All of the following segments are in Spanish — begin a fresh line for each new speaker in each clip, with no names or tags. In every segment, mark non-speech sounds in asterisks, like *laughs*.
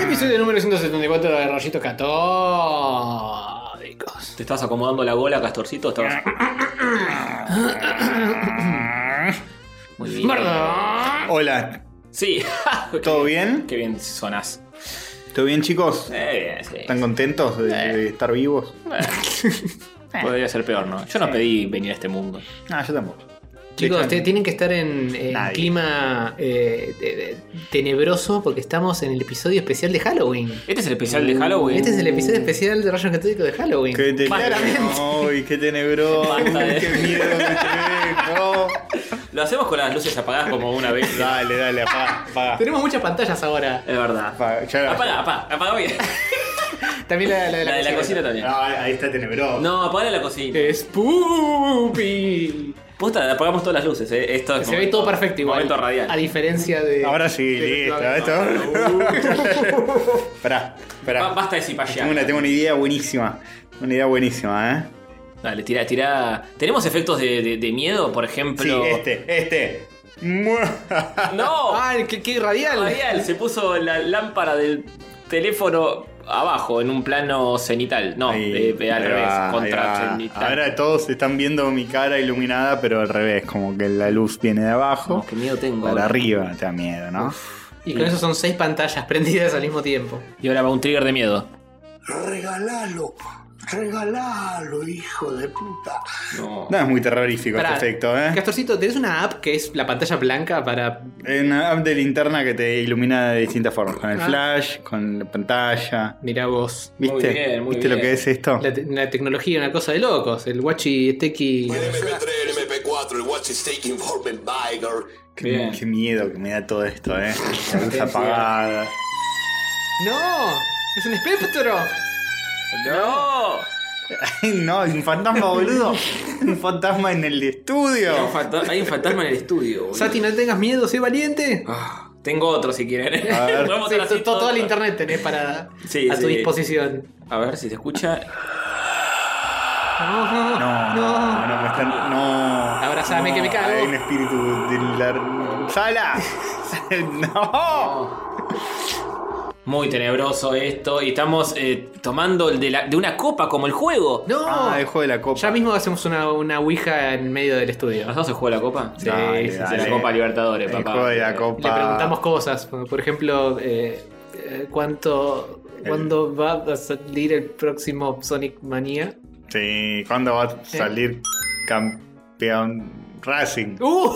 Episodio número 174 de Rollitos Católicos.
Te estabas acomodando la bola, Castorcito. Estabas... Muy bien.
Mierda.
Hola,
Sí. *laughs*
¿todo bien?
Qué bien sonás.
¿Todo bien, chicos?
Eh, bien, sí.
¿Están contentos de, de estar vivos?
Podría ser peor, ¿no? Yo no pedí venir a este mundo.
Ah, yo tampoco.
Chicos,
De
ustedes
hecho,
tienen que estar en, en
Nadie.
clima eh, de- de- tenebroso porque estamos en el episodio especial de Halloween.
Este es el especial de Halloween.
Este es el episodio especial de Rayos Católicos de Halloween.
Qué *laughs*
Claramente.
tenebroso. Uy, qué tenebroso.
Basta de-
Qué miedo que te dejo.
Lo hacemos con las luces apagadas como una vez. Es
Dale, dale, apaga, apaga.
Tenemos muchas pantallas ahora.
verdad.
apaga. Ya-
Apaga, apaga, apaga bien.
También la,
La de la cocina también.
No, Ah, ahí está tenebroso.
No, apaga la cocina.
Spoopy.
Posta, apagamos todas las luces, eh. Esto es
Se ve
momento-
todo perfecto igual.
Momento radial.
A diferencia de.
Ahora sí,
de-
listo.
de-
esto- Pará,
Ba-
pará.
Basta de cipallar.
Tengo una, tengo una idea buenísima. Una idea buenísima, ¿eh?
Dale, tira, tira. ¿Tenemos efectos de, de- de miedo, por
Sí,
ejemplo?
este, este. Mua.
*laughs*
*laughs*
¡No!
Ah, qué, qué radial.
Radial, se puso la lámpara del teléfono abajo, en un plano cenital. No,
Ahí,
eh, eh, al
ahí
revés,
va,
contra
ahí va.
cenital.
Ahora todos están viendo mi cara iluminada, pero al revés, como que la luz viene de abajo.
No, qué miedo tengo. eh.
Para
ahora.
arriba te da miedo, ¿no?
Y con eso son seis pantallas prendidas al mismo tiempo.
Y ahora va un trigger de miedo.
Regalalo, regalalo, hijo de puta.
No.
No es muy terrorífico
Pará,
este efecto, ¿eh?
Castorcito, ¿tenés una app que es la pantalla blanca para.
Es Una app de linterna que te ilumina de distintas formas, con el
Ah.
flash, con la pantalla.
Mirá vos.
¿Viste?
Muy bien, muy
¿Viste lo
bien.
que es esto?
La, te- la tecnología, una cosa de locos. El Wachi Teki.
El MP3, el MP4, el Watch is taking for me, Biger.
Bien.
Qué, qué miedo que me da todo esto,
*laughs*
¿eh? La luz
Atención.
apagada. *laughs*
¡No! ¡Es un espectro!
¡No!
Ay, no, es un fantasma,
*laughs*
boludo. un fantasma en el estudio.
Hay un fantasma, hay un fantasma en el estudio, boludo.
Sati, no tengas miedo, sé valiente.
Ah, tengo otro si quieren. *laughs*
A ver.
Podemos
Sí,
hacer así
to- to-
todo.
toda la internet tenés para
Sí,
a tu
sí.
disposición.
A ver si se escucha.
No,
No, no, no, me están. No.
Abrazame,
No,
que me cago.
Hay un espíritu de la. *laughs* ¡Sala! ¡No!
Muy tenebroso esto. Y estamos eh, tomando el de, la- de una copa como el juego.
No.
Ah, el juego de la copa.
Ya mismo hacemos una, una ouija en medio del estudio.
¿Nosotros se juega la copa?
Sí, sí, sí,
de la Copa Libertadores,
El
papá.
juego de la
Le
copa.
preguntamos cosas, como por ejemplo, eh, eh, ¿cuánto, ¿cuándo va a salir el próximo Sonic Manía?
Sí, ¿cuándo va a salir campeón Racing?
¡Uh!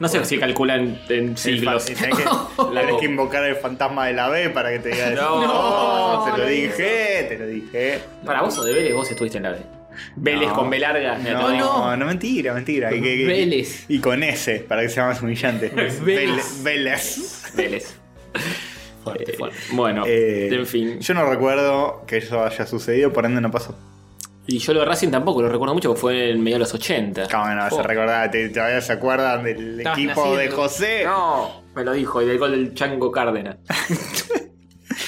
No sé si calculan en
El fa-
siglos.
*laughs*
*laughs*
tenés que,
La
tenés
copa.
que invocar el fantasma de la B para que te diga eso.
No.
No, te
No,
lo
no.
dije, te lo dije.
Para vos o de Vélez, vos estuviste en la B. Vélez
No.
con B larga.
No,
no.
no, mentira, mentira. Y, que- que-
Vélez.
Y con S, para que sea más humillante.
Vélez.
Vélez. Vélez.
Vélez. Eh, Bueno,
Eh,
en fin.
Yo no recuerdo que eso haya sucedido, por ende no pasó.
Y yo lo de Racing tampoco, lo recuerdo mucho, porque fue en medio de los 80.
Cómo no, se
Oh.
recordaba, te, todavía se acuerdan del
Estabas
equipo
naciendo.
de José.
No, me lo dijo, y del gol del Chango *laughs* Cárdenas.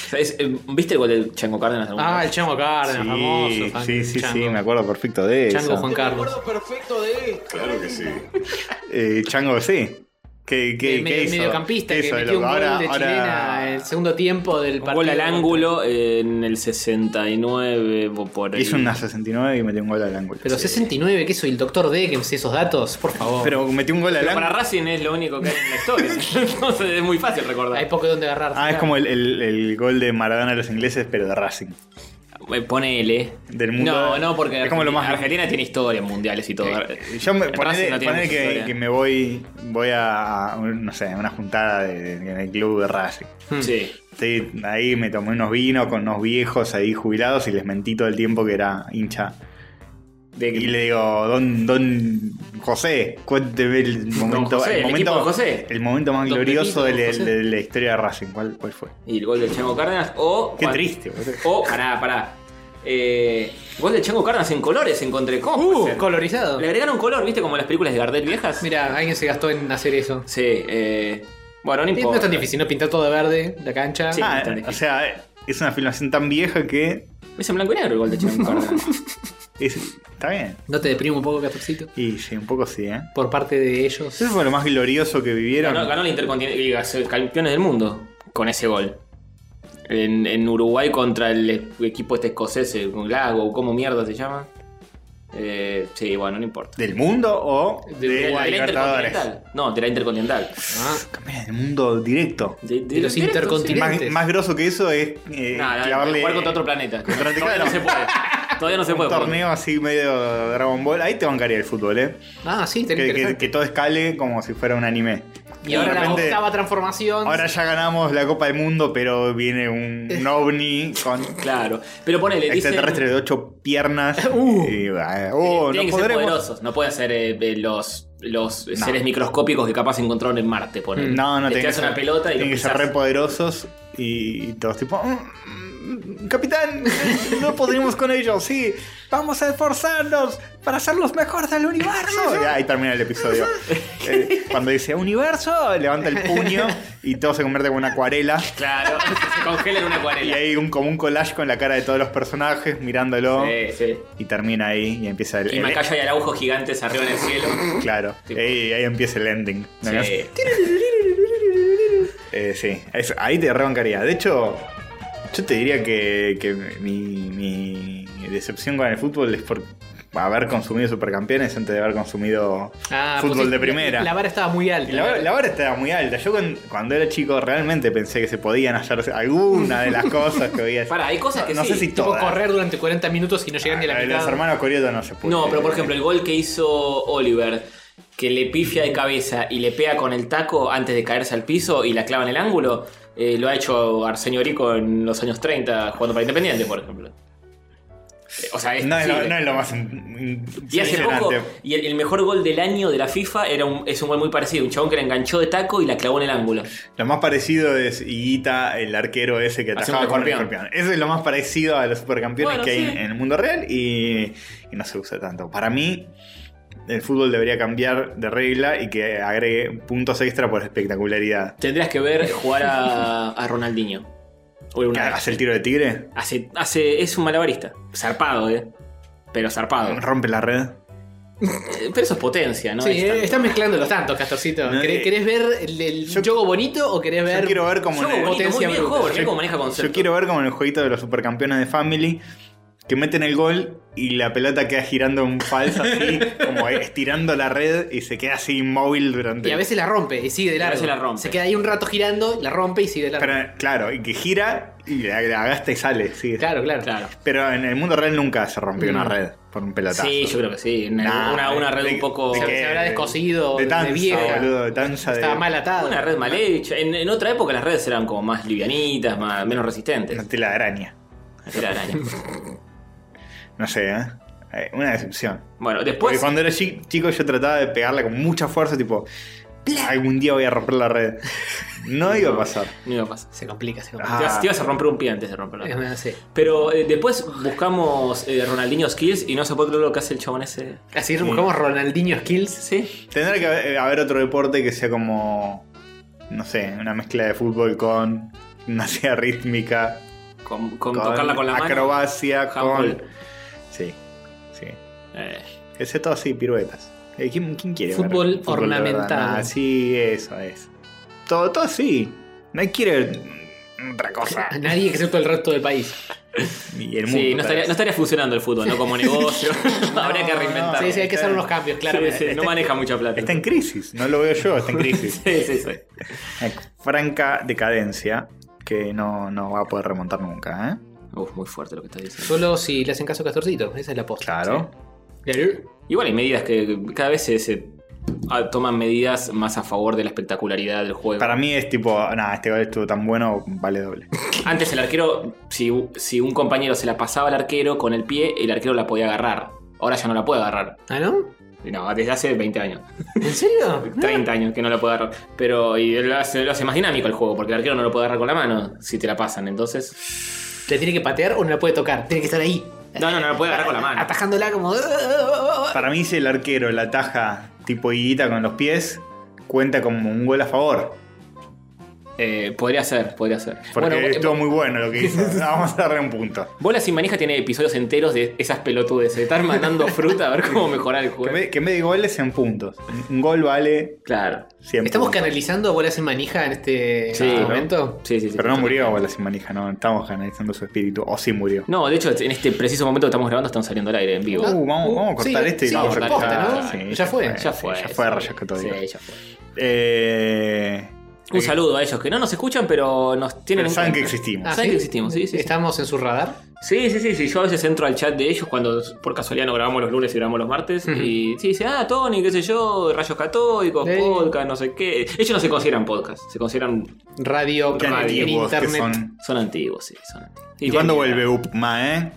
¿Sabés? Eh, ¿Viste el gol del Chango Cárdenas? alguna
Ah,
vez?
el Chango Cárdenas, famoso.
sí,
fan-
sí, sí,
Chango.
sí, me acuerdo perfecto de
Chango
eso.
Juan Carlos.
perfecto de esto.
Claro que sí.
Eh, Chango, sí. ¿Qué, qué,
El
qué
medio-
hizo?
mediocampista
¿Qué
que
hizo de
metió un
loco?
gol
Ahora-
de
ahora-
chilena el segundo tiempo del
Un
partido.
gol al ángulo eh, en el 69 o por ahí.
Hizo una 69 y metió un gol al ángulo.
Pero 69, ¿qué soy? ¿El doctor D que me sé esos datos? Por favor.
Pero metió un gol al
Pero para
ángulo.
Racing es lo único que hay en la historia.
*laughs*
Entonces es muy fácil
Hay
recordar.
poco donde agarrar.
Ah, es como el, el- el gol de Maradona a los ingleses, pero de Racing.
Eh, Ponele.
Del mundo-
No, no, porque
es como lo más-
Argentina tiene historia mundiales y todo.
Eh, Yo me,
El
ponele,
Racing no tiene
ponele
mucha
que,
historia.
que me voy voy a, a un- no sé, a una juntada de- de- en el club de Racing.
Hmm. Sí.
Sí, ahí me tomé unos vinos con unos viejos ahí jubilados y les mentí todo el tiempo que era hincha. y le digo, don, don José, cuénteme el momento,
José,
el
el equipo
momento,
de José.
el momento más
Don
glorioso de,
Pepito,
la-
José.
de la historia de Racing. ¿Cuál, cuál fue?
Y el gol del Chango Cárdenas. O.
Qué
cuan-
triste, boludo.
O. Pará, pará. Eh, gol del Chango Cárdenas en colores, encontré. ¿Cómo? puede
Uh,
ser?
colorizado.
Le agregaron color, ¿viste? Como las películas de Gardel viejas.
Mira, alguien se gastó en hacer eso.
Sí, eh. Bueno, no
Eh, No
importa.
es tan difícil, ¿no? Pintar todo de verde, la cancha.
Sí.
Ah,
tan
o
difícil.
sea, es una filmación tan vieja que
Es en blanco y negro el gol del Chango Cárdenas.
es- está bien.
¿No te deprime un poco, Castorcito?
Y sí, un poco sí, ¿eh?
Por parte de ellos.
Eso fue lo más glorioso que vivieron.
ganó, ganó la Intercontinental. Campeones del mundo con ese gol. En, en Uruguay contra el equipo este escocés, el Glasgow, ¿cómo mierda se llama? Eh, sí, bueno, no importa.
¿Del mundo o de, Libertadores?
Intercontinental. No, de la Intercontinental.
Ah,
Mira, del mundo directo.
De, de
los
directos,
intercontinentales.
Más,
Clientes.
más grosso que eso es eh,
sí. No, no,
clavarle
jugar contra otro planeta.
Contra-
Todavía no se puede. Todavía no se
un
puede.
torneo así medio Dragon Ball. Ahí te bancaría el fútbol, ¿eh?
Ah, sí,
Que,
tenés
que- que todo escale como si fuera un anime.
Y ahora
de repente-
la octava transformación.
Ahora ya ganamos la Copa del Mundo, pero viene un, un ovni con
Claro. Pero ponele, dicen...
extraterrestre de ocho piernas.
Uh.
y, bah,
Tienen
oh, no
que ser
podremos.
poderosos, no pueden ser eh, eh, los, los
No.
seres microscópicos que capaz encontraron en Marte, poner.
No, no,
Te
tienen que
hace
ser,
una pelota y
tienen
lo
que ser
pisás.
re poderosos y, y todos tipo. "Mm, mm, Capitán, eh, no podremos con ellos, sí. Vamos a esforzarnos para ser los mejores del universo.
*laughs*
Y ahí termina el episodio. Eh, Cuando dice universo, levanta el puño y todo se convierte en una acuarela.
Claro, *laughs* se congela en una
Y
acuarela.
hay un, como un collage con la cara de todos los personajes mirándolo.
Sí, sí.
Y termina ahí y empieza el.
Y
el-
Macaya y Araujo gigantes arriba en el cielo.
Claro.
Tipo.
Ahí, ahí empieza el ending. ¿No
Sí.
ves? Eh, sí, es- ahí te rebancaría. De hecho, yo te diría que, que mi, mi decepción con el fútbol es por haber consumido supercampeones antes de haber consumido
Ah,
pues
fútbol
pusiste-
de primera.
La, la vara estaba muy alta.
Y la, la vara estaba muy alta. Yo cuando, cuando era chico realmente pensé que se podían hacer alguna de las cosas
*laughs*
que había.
Para, hay cosas que
no
sí.
sé si
Tipo
todas. Ah,
correr durante 40 minutos y no llegar ni
Ah,
a la
los
mitad.
hermanos Corioto no se puede.
No, pero por ejemplo, el gol que hizo Oliver, que le pifia de cabeza y le pega con el taco antes de caerse al piso y la clava en el ángulo, eh, lo ha hecho Arsenio Rico en los años 30 jugando para Independiente, por ejemplo. Eh, O sea, es
no es, lo,
posible.
no es lo más in- in-
Y hace poco,
impresionante.
y el, el mejor gol del año de la FIFA era un- es un gol muy parecido, un chabón que la enganchó de taco y la clavó en el ángulo.
Lo más parecido es Higuita, el arquero ese que
Haciendo
atajaba con el
escorpión.
escorpión. Eso es lo más parecido a los supercampeones
Bueno,
que hay
sí.
en el mundo real y, y no se usa tanto. Para mí, el fútbol debería cambiar de regla y que agregue puntos extra por espectacularidad.
Tendrías que ver jugar a, a Ronaldinho. O
¿Que
una-
hace el tiro de tigre?
hace, hace- es un malabarista. Zarpado, eh. Pero zarpado.
¿Rompe la red?
Eh, Pero eso es potencia, ¿no?
sí,
Es tan-
eh, estás mezclando los tantos, Castorcito.
No,
¿Querés,
eh,
querés ver el, el
yo-
juego bonito o querés ver.?
Yo quiero ver como
Yo,
en el-
bonito,
potencia
muy bien,
bruta.
joven, mirá
Yo-
cómo maneja concepto.
Yo quiero ver como en el jueguito de los supercampeones de Family que meten el gol y la pelota queda girando en falsa así,
*laughs*
como estirando la red y se queda así inmóvil durante
Y a veces la rompe y sigue de
a
largo.
veces la rompe.
Se queda ahí un rato girando, la rompe y sigue de largo.
Pero, claro, y que gira y la, la gasta y sale, sí.
claro, claro,
Claro.
Pero en el mundo real nunca se rompió una
Mm.
red por un pelotazo.
Sí, yo creo que sí. Una,
Nah,
una- una red
de-
un poco.
de
Se,
que-
se habrá descosido,
de
de,
tanza,
vieja.
boludo, de tanza de-
Estaba mal atada.
Una red mal hecha. En, en otra época las redes eran como más livianitas, más, menos resistentes.
Una tela de araña.
Era araña.
No sé, ¿eh? Eh, Una decepción.
Bueno,
Porque
después.
cuando era chi- chico yo trataba de pegarla con mucha fuerza, tipo, algún día voy a romper la red. No iba a pasar.
No iba a pasar.
Se complica, se
Ah.
complica.
Te, vas, te ibas a romper un pie antes de romperlo.
Es una- sí.
Pero eh, después buscamos eh, Ronaldinho Skills y no se puede creer lo que hace el chabón ese.
Así buscamos Ronaldinho Skills.
Sí.
Tendrá que haber, eh, haber otro deporte que sea como, no sé, una mezcla de fútbol con una silla *laughs* rítmica,
Con, con tocarla con la mano.
acrobacia,
Handball.
con... Sí, sí.
Eh,
Ese todo así, piruetas. Eh, ¿Quién, quién quiere ver
Fútbol
de verdad?
ornamentado.
Ah, sí, eso es. Todo, todo así. Nadie quiere ver otra
*laughs*
cosa.
A nadie excepto el resto del país.
Y el mundo.
sí, no
tal
estaría,
vez.
no estaría funcionando el fútbol, ¿no?
*laughs*
Como negocio. *laughs* Habría que
no,
reinventarlo.
Sí, sí, hay que hacer unos cambios, claro.
Ah, Sí, sí, no maneja mucha plata.
Está en crisis, no lo veo yo, está
*laughs*
en crisis.
Sí, sí, sí.
Una franca decadencia que no, no va a poder remontar nunca, ¿eh?
Uf, muy fuerte lo que estás diciendo.
Solo si le hacen caso a Castorcito, esa es la posta.
Claro.
Claro.
Y bueno, hay medidas que cada vez se, se- ah, toman medidas más a favor de la espectacularidad del juego.
Para mí es tipo, nada, este gol estuvo tan bueno, vale doble.
Antes el arquero, si, si un compañero se la pasaba al arquero con el pie, el arquero la podía agarrar. Ahora ya no la puede agarrar.
¿Ah, no?
No, desde hace 20 años.
Ah.
¿En
*laughs*
serio?
30 años que no la puede agarrar. Pero y lo, hace, lo hace más dinámico el juego, porque el arquero no lo puede agarrar con la mano si te la pasan. Entonces.
¿Le tiene que patear o no la puede tocar? Tiene que estar ahí,
No, no, no lo puede agarrar con la mano.
atajándola
"Oh,
como.
Ah, Para mí, si el arquero la taja tipo higuita con los pies, cuenta como un gol a favor.
Eh, podría ser, podría ser.
Porque
Bueno,
estuvo
eh,
muy bueno lo que hizo. Vamos a darle un punto.
Bolas y Manija tiene episodios enteros de esas pelotudes, de estar
*laughs*
mandando fruta a ver cómo mejorar el
Que
juego.
en vez- que en vez de goles en puntos. Un- Un gol vale
Claro.
100
¿Estamos
puntos.
canalizando bolas en manija en este
Sí,
en este
¿no?
Oh,
momento?
Sí, sí, sí.
Pero no murió Bola sin manija, no. Estamos canalizando su espíritu. O sí murió.
No, de hecho, en este preciso momento que estamos grabando, están saliendo al aire en vivo.
Uh, vamos, vamos a
sí,
cortar este y
sí,
vamos a
cortar,
cortar.
¿no?
Ya fue,
ya fue.
Ya fue,
sí.
rayos catódicos.
Sí, ya fue.
Eh,
Un saludo a ellos que no nos escuchan, pero nos tienen
pero
en
saben que
cuenta.
existimos.
Ah. ¿Saben que existimos? Sí, sí, sí.
¿Estamos en su radar?
Sí, sí, sí, sí. Yo a veces entro al chat de ellos cuando por casualidad no grabamos los lunes y grabamos los martes. Y sí, dice, ah, Tony, qué sé yo, rayos catódicos,
Sí.
podcast, no sé qué. Ellos no se consideran podcast, se consideran.
Radio,
Qué
radio,
antiguos que
internet.
son.
Son antiguos, sí, son antiguos.
¿Y cuándo
tienen-
vuelve UPMA, eh?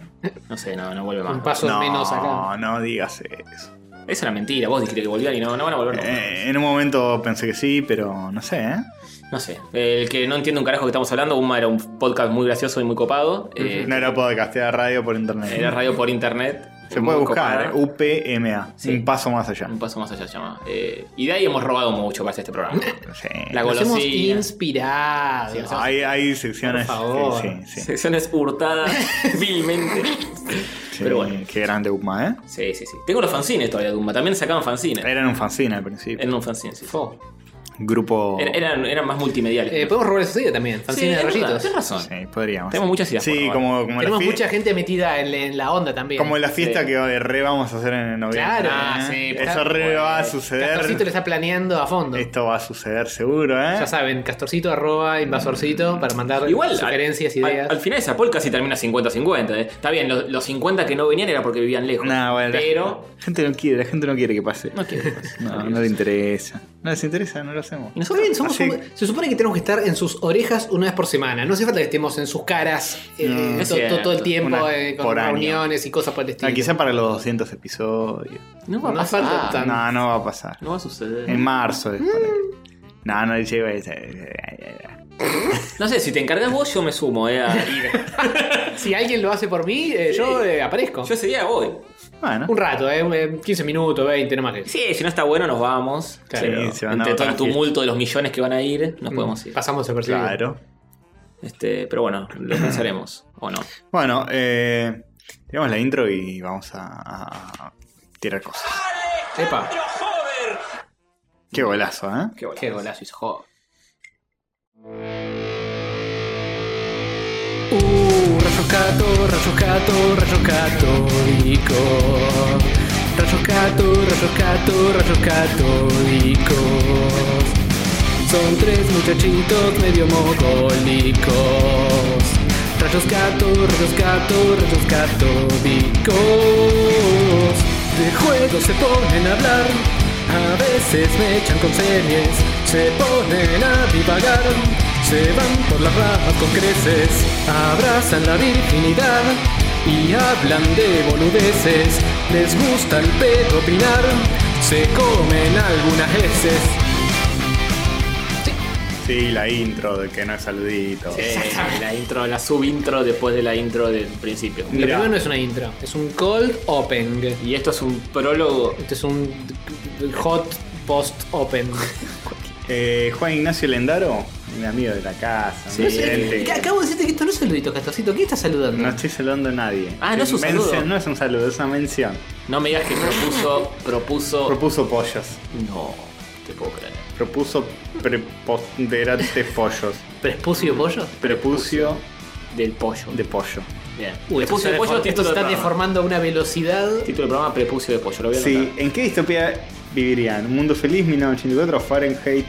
No sé, no, no vuelve
Un
más.
paso
no,
menos acá.
no digas eso.
Esa Es una mentira, vos dijiste que volvían y no, no van a volver. nunca.
Eh, en un momento pensé que sí, pero no sé, ¿eh?
No sé. El que no entiende un carajo que estamos hablando, Uma era un podcast muy gracioso y muy copado. eh,
No era podcast, era radio por internet.
Era radio por internet.
Se
muy
puede buscar, ¿eh?
copada. ¿eh?
UPMA.
Sí.
Un paso más allá.
Un paso más allá se llama. Eh, y de ahí hemos robado mucho para hacer
*laughs*
este programa.
Sí.
La
Nos hemos
golosina.
inspirado. Eh,
Sí, o sea,
Hay, hay secciones.
Por favor.
Sí, sí, sí.
Secciones
*laughs*
hurtadas vilmente.
Sí,
Pero bueno.
Qué grande UPMA, ¿eh?
Sí, sí, sí. Tengo los fanzines todavía de Uma. También sacaban fanzines.
Eran un fanzine al principio.
Eran un fanzine, sí.
Eh, Fo.
Grupo.
Era- Eran, eran más multimediales.
Eh, podemos robar esa idea también.
sí,
Fanzine de
es verdad,
rayitos.
tenés razón.
Sí, podríamos.
Tenemos muchas ideas por
Sí,
robar.
como, como, la
Tenemos
fie-
mucha gente metida en, en la onda también.
como la fiesta
Sí.
que hoy re vamos a hacer en noviembre.
Claro.
¿eh?
Ah, sí,
Eso
está-
re va a
Castorcito le
suceder.
está planeando a fondo.
Esto va a suceder seguro, ¿eh?
Ya saben, castorcito arroba invasorcito para mandar
Igual,
sugerencias,
al,
ideas.
Al, al final esa poll casi termina 50-50. eh. Está bien, los, los 50 que no venían era porque vivían lejos.
Nah, bueno, la-
pero.
La gente no quiere, la gente no quiere que pase.
No quiero. más.
No, no le interesa. No les interesa, no lo hacemos.
Y
Está
nosotros
bien, somos
Así-
un- se supone que tenemos que estar en sus orejas una vez por semana. No hace falta que estemos en sus caras eh,
No.
to-
Es
to-
cierto.
todo el tiempo
Una
eh, con
por año.
reuniones y cosas por el
Ah,
estilo.
quizá para los 200 episodios.
No va a
No
pasar.
falta tan-
No, no va a pasar.
No va a suceder.
En marzo es por ahí. No, no lleva eh, ese.
No sé, si te encargas vos, yo me sumo, eh.
*laughs*
a ir.
*laughs* Si alguien lo hace por mí, eh, yo eh, aparezco.
Yo ese día voy.
Bueno.
Un rato, eh, eh, 15 minutos, 20, no más que.
Sí, si no está bueno, nos vamos.
Claro.
Pero
Sí, se van a Mm.
entre todo
otra
el tumulto de los millones que van a ir, nos podemos ir.
Pasamos el percibido.
Claro.
Este, pero bueno, lo pensaremos. o no.
Bueno, eh, tenemos la intro y vamos a, a tirar cosas.
Epa.
Qué golazo, ¿eh?
Qué golazo,
Qué golazo
hizo Job.
Uh, rayos gato, rayos gato, rayos católicos. Rayos gato, rayos gato, rayos católicos. Son tres muchachitos medio mogólicos. Rayos gato, rayos gato, rayos católicos. De juego se ponen a hablar. A veces me echan con series, se ponen a divagar, se van por las ramas con creces, abrazan la virginidad y hablan de boludeces, les gusta el pedo opinar, se comen algunas heces.
Sí, la intro de que no es saludito.
Eh, la intro, la subintro después de la intro del principio.
Lo primero no es una intro, es un cold open.
Y esto es un prólogo.
Este es un hot post *laughs* open.
Eh, Juan Ignacio Lendaro, un amigo de la casa,
Sí.
un referente.
Acabo de decirte que esto no es saludito, Castorcito. ¿Quién está saludando?
No estoy saludando a nadie.
Ah, no es un
Mención-
saludo.
No es un saludo, es una mención.
No me digas que propuso. propuso.
Propuso pollos.
no, te puedo creer.
Propuso preponderante pollos.
¿Prespucio pollo?
Prepucio
Del pollo.
de pollo.
Bien.
Uy, esto
Prepucio
se
de pollo,
defor- esto
título
se
del
está
programa.
deformando a una velocidad.
Título del programa, prepucio de pollo. Lo voy a
Sí,
anotar.
¿en qué distopía vivirían? ¿Un mundo feliz 1984 Fahrenheit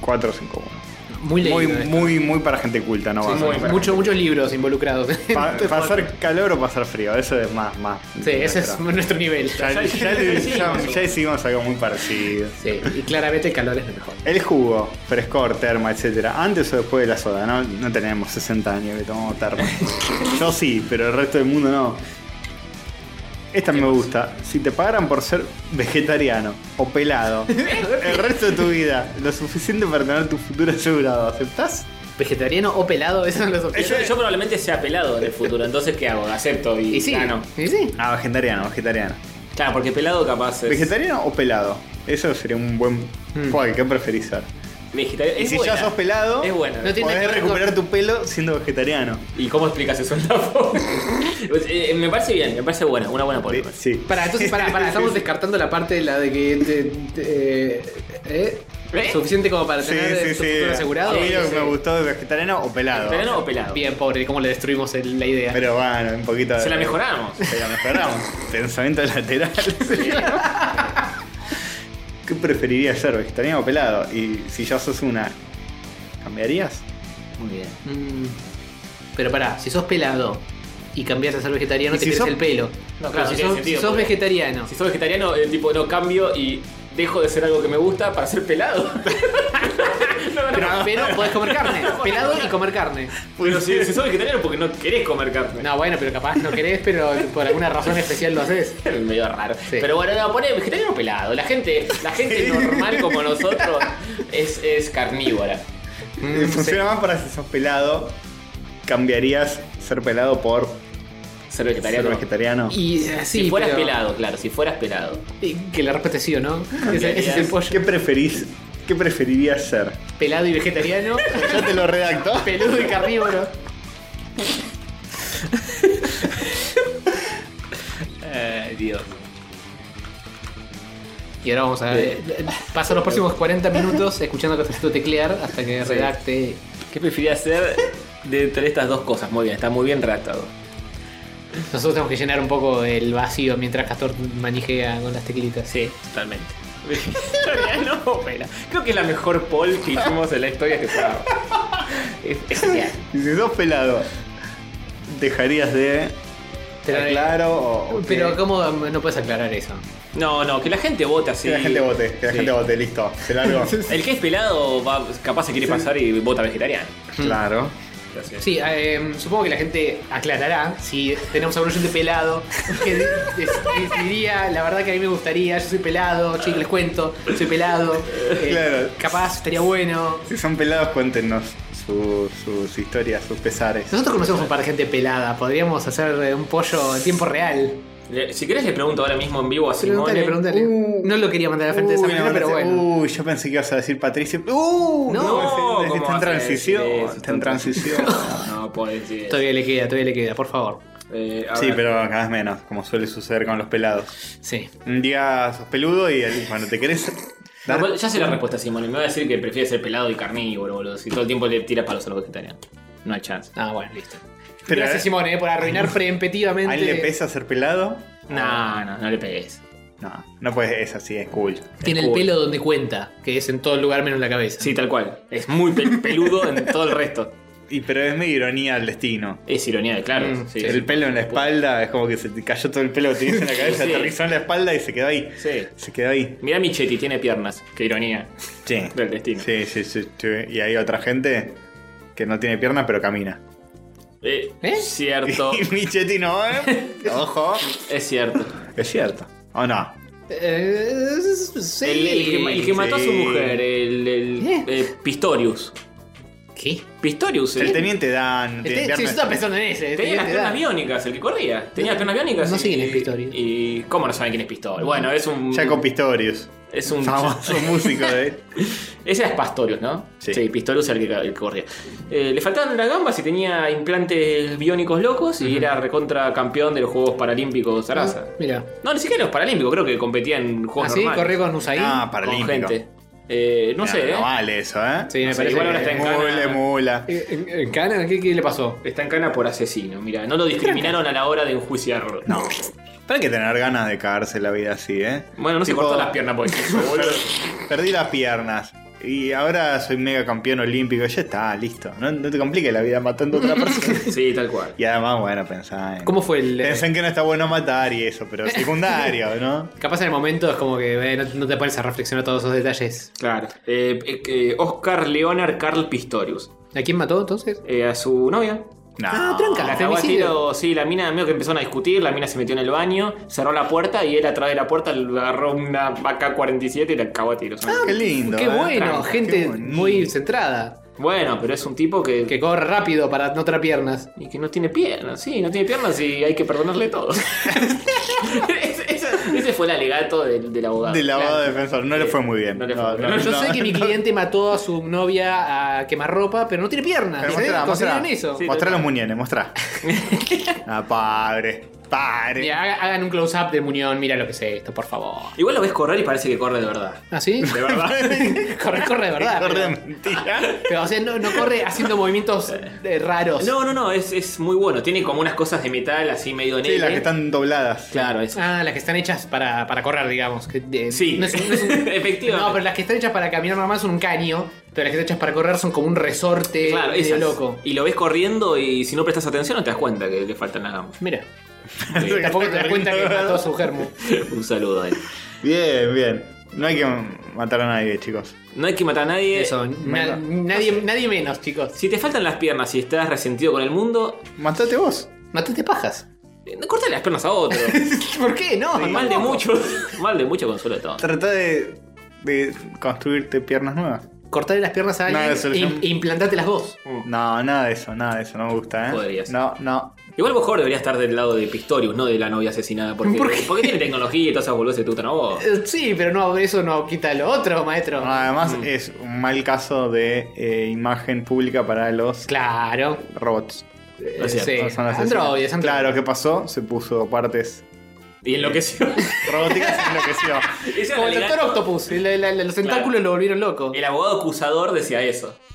451?
Muy leído.
Muy,
esto.
muy, muy para gente culta, ¿no?
Sí,
va a
muy-
ser para
mucho- muchos libros involucrados.
gente- Pa- pasar calor o pasar frío, eso es más, más.
sí, ese es *laughs* nuestro nivel.
Ya, ya,
Ya
ya-
decidimos.
ya hicimos algo muy parecido.
Sí, y claramente el calor es lo mejor.
El jugo, frescor, terma, etcétera. Antes o después de la soda, ¿no? No tenemos 60 años que tomamos
*laughs*
terma. Yo sí, pero el resto del mundo no. Esta me gusta. Si te pagaran por ser vegetariano o
*laughs*
pelado el resto de tu vida, lo suficiente para tener tu futuro asegurado, ¿aceptás?
Vegetariano o pelado, eso no lo
Yo, yo probablemente sea pelado en el futuro, entonces ¿qué hago? Acepto y,
Y sí,
gano.
y sí.
Ah, vegetariano, vegetariano.
Claro, porque pelado capaz es.
¿Vegetariano o pelado? Eso sería un buen.
Mm.
Joder, ¿qué preferís ser?
Vegetariano.
Y
Es
si
buena.
ya sos pelado,
Es buena.
No tiene nada que
podés
ver
recuperar
con-
tu pelo siendo vegetariano.
¿Y cómo explicas eso *laughs* en la foto? Pues, eh, me parece bien, me parece buena, una buena
De-
política.
Sí.
Pará, entonces, pará, pará,
*laughs*
estamos descartando la parte de la de que. te- te- eh, eh,
¿Eh?
Suficiente como para
Sí,
tener
sí,
tu futuro
sí.
asegurado.
A mí lo que
Sí,
me
sí.
gustó de vegetariano o pelado.
¿Vegetariano o pelado?
Bien, pobre, cómo le destruimos el- la idea.
Pero bueno, un poquito. de-
Se la mejoramos.
*laughs* Se la mejoramos. Pensamiento
*laughs*
lateral. *laughs* ¿Qué preferirías ser, vegetariano o pelado? Y si ya sos una, ¿cambiarías?
Muy bien.
Mm, pero pará, si sos pelado y cambias a ser vegetariano,
¿Y
te
si
crees
sos-
el pelo.
No,
Pero
claro, no
si,
tiene
sos,
sentido,
si sos
porque-
*laughs*
vegetariano.
Si soy vegetariano, eh, tipo, no cambio y dejo de ser algo que me gusta para ser
*laughs*
pelado. No, no,
Pero,
no.
pero podés comer carne. pelado y comer carne.
Pero si, si sos vegetariano porque no querés comer carne.
No, bueno, pero capaz no querés, pero por alguna razón especial lo haces.
*laughs* Es medio raro.
Sí.
Pero bueno, no, poné vegetariano pelado. La gente, la gente normal como nosotros es, es carnívora. Mm,
Eh, Funciona más para si sos pelado. ¿Cambiarías ser pelado por
Ser
ser
vegetariano.
vegetariano?
Y así.
si fueras
pero-
pelado, claro, si fueras pelado.
y Que la respuesta es sí o
*laughs*
no. Ese, ese es el
pues,
pollo.
¿Qué preferís? ¿Qué preferirías ser?
Pelado y vegetariano.
*laughs* Ya te lo redacto.
peludo y carnívoro.
Ay, Dios.
Y ahora vamos a ver. Pasa los próximos 40 minutos escuchando que necesito teclear hasta que
Sí.
redacte.
¿Qué preferirías hacer de entre estas dos cosas? Muy bien, está muy bien redactado.
Nosotros tenemos que llenar un poco el vacío mientras Castor manijea con las teclitas.
Sí, *laughs* totalmente. Vegetariano o pelado. Creo que es la mejor poll que hicimos en la historia este sábado. Es, es genial.
Y si sos pelado, ¿dejarías de
Pero,
estar claro o, o
Pero
qué?
¿cómo um, no puedes aclarar eso?
No, no, que la gente vote así.
Que la gente vote, que la
Sí.
gente vote, listo,
*laughs*
se largo.
El que es pelado va- capaz se quiere pasar y vota vegetariano.
claro.
Gracias.
Sí, eh, supongo que la gente aclarará si tenemos a un oyente pelado que de- de- decidiría, la verdad que a mí me gustaría, yo soy pelado, chicos, les cuento, soy pelado. eh,
Claro.
Capaz estaría bueno.
Si son pelados, cuéntenos su- sus historias, sus pesares.
Nosotros conocemos un par de gente pelada, podríamos hacer eh, un pollo en tiempo real.
Le- Si querés le pregunto ahora mismo en vivo a Simone.
Pregúntale, pregúntale.
Uh,
no lo quería mandar a frente de
Uy,
esa manera,
me
pero
parece-
bueno.
Uy, yo pensé que uh. ibas a decir Patricio. Uh,
No,
no,
¿cómo
está en
vas a decir
transición.
eso?
Está en transición.
*laughs* No, puedes decir eso.
Todavía le queda, todavía le queda, por favor.
Eh, a
sí,
ver.
pero cada vez menos, como suele suceder con los pelados.
Sí.
Un día sos peludo y el- cuando te querés. dar-
No, ya sé la respuesta, Simone. Me va a decir que prefiere ser pelado y carnívoro, boludo. Si todo el tiempo le tira palos a los vegetarianos. No hay chance.
Ah, bueno, listo.
Pero-
Gracias, Simone, eh, por arruinar preemptivamente.
¿A él le pesa ser pelado?
No, no, no le pegues.
No, no pues es así, es cool.
Tiene el
Cool.
pelo donde cuenta, que es en todo lugar menos en la cabeza.
Sí, tal cual. Es muy pe- *laughs* peludo en todo el resto.
Y pero es medio ironía al destino.
Es ironía de claro.
Mm,
sí,
el
sí.
pelo en la espalda, es como que se te cayó todo el pelo que tenías en la cabeza,
*laughs* Sí.
aterrizó en la espalda y se quedó ahí.
Sí.
Se quedó ahí.
Mirá Michetti, tiene piernas. Qué ironía. *laughs*
Sí.
Del destino.
Sí, sí, sí, sí. Y hay otra gente que no tiene piernas pero camina.
Eh,
¿Eh?
Cierto.
*laughs* Y Michetti no, ¿eh?
*laughs*
Ojo.
es cierto.
Es cierto. ¿O no?
Eh, sí.
El, el que, el que mató a su
Sí.
mujer, el, el-
¿Eh?
eh, Pistorius.
¿Qué?
Pistorius,
El
eh,
teniente Dan.
Este-
Tiene
sí, yo
piernas.
estaba pensando en ese.
Tenía las
este,
piernas
da.
biónicas, el que corría. Tenía las piernas biónicas.
No
y-
sé quién es Pistorius.
Y. ¿Cómo no saben quién es Pistorius? Bueno, es un.
Jaco Pistorius.
Es un.
Famoso músico
*laughs*
de.
Ese era Pastorius, ¿no?
Sí.
Pistorius era el que, el que corría. Eh, le faltaban las gambas y tenía implantes biónicos locos y era recontra campeón de los Juegos Paralímpicos Sarasa.
este, Mira.
No, ni siquiera los Paralímpicos, creo que competía en Juegos
Así,
normales.
corrió con Usain.
Ah,
con
paralímpico.
gente. Eh, no
Nah,
sé, ¿eh?
No vale eso, ¿eh?
sí, me
sí,
parece.
igual ahora
que-
está en-
Mula, mula.
Eh, ¿En, en Cana? ¿Qué, qué le pasó?
Está en cana por asesino, mira. No lo discriminaron a la hora de enjuiciarlo.
No. Pero hay que tener ganas de cagarse la vida así, ¿eh?
Bueno, no se
Tipo,
cortó las piernas por eso,
*laughs*
boludo.
Perdí las piernas. Y ahora soy mega campeón olímpico. Ya está, listo. No, no te compliques la vida matando a
*laughs*
otra persona.
Sí, tal cual.
y además, bueno, pensá en.
¿Cómo fue el.? eh,
Pensá en que no está bueno matar y eso, pero secundario, ¿no?
Capaz en el momento es como que eh, no, no te pones a reflexionar todos esos detalles.
Claro. Eh, eh, eh, Oscar Leonard Carl Pistorius.
¿A quién mató entonces?
Eh, a su novia.
No.
Ah, tranca.
La cagó a
femicidio.
tiro, sí, la mina medio que empezaron a discutir, la mina se metió en el baño, cerró la puerta y él a través de la puerta le agarró una vaca 47 y la cagó a tiros.
Qué lindo.
Ah, Qué
¿eh?
bueno,
Tranca,
gente
qué bonito.
muy centrada.
Bueno, pero es un tipo que,
Que corre rápido para no traer piernas.
y que no tiene piernas, sí, no tiene piernas y hay que perdonarle todo. Es- Esa esa es, *laughs* Ese fue el alegato del, del abogado.
Del abogado
Claro.
defensor. No le fue muy bien.
No le fue muy bien.
No, yo sé que mi
*laughs* no.
cliente mató a su novia a quemarropa, pero no tiene piernas.
Pero
¿sí?
mostrá, mostrá.
¿eh? Consideren eso.
Sí,
Mostrá
total.
los
*laughs*
muñones, mostrá. ah, padre. Padre.
Mira, haga- hagan un close-up de Muñón, mira lo que es esto, por favor.
Igual lo ves correr y parece que corre de verdad.
¿Ah, sí?
De
*laughs*
verdad.
*laughs* corre, corre de verdad.
Corre de
pero, Ah,
mentira.
pero, o sea, no, no corre haciendo movimientos eh, raros.
No, no, no, es, es muy bueno. Tiene como unas cosas de metal así medio negras.
Sí, las que están dobladas.
Claro, es.
Ah, las que están hechas para, para correr, digamos. que, eh,
Sí,
no es un- no es un-
*laughs*
*laughs*
efectivamente.
No, pero las que están hechas para caminar nomás son un caño, pero las que están hechas para correr son como un resorte
Claro,
Eh, medio
esas.
loco.
Y lo ves corriendo y si no prestas atención no te das cuenta que le faltan las gambas.
Mira, tampoco te das cuenta que mató a su germo.
*laughs* Un saludo a él.
Bien, bien. No hay que matar a nadie, chicos.
No hay que matar a nadie.
Eso, na- nadie, nadie menos, chicos.
Si te faltan las piernas y estás resentido con el mundo,
Matate vos.
Matate pajas.
eh, no cortale las piernas
*laughs*
a otro.
¿Por qué? No,
Mal de mucho. *laughs* Mal de mucho consuelo de todo.
Trata de, de construirte piernas nuevas.
Cortarle las piernas a alguien
Nada de solución.
e implantátelas vos.
No, nada de eso, nada de eso. No me gusta, ¿eh?
Podría ser.
No, no.
Igual vos Jorge, deberías estar del lado de Pistorius, no de la novia asesinada. Porque,
¿Por qué?
porque tiene tecnología y todas esas boludeces que te gustan a vos.
Eh, Sí, pero no, eso no quita lo otro, maestro.
No, Además, es un mal caso de eh, imagen pública para los
Claro.
robots.
Eh,
No es cierto,
sí.
No son asesinos.
Androides, androides.
Claro, ¿qué pasó? Se puso partes
Y enloqueció. *laughs*
robóticas y enloqueció.
Ese era
Como
el
el
alegato-
doctor Octopus, la- la- la- los tentáculos
Claro.
lo volvieron loco.
El abogado acusador decía eso. *laughs*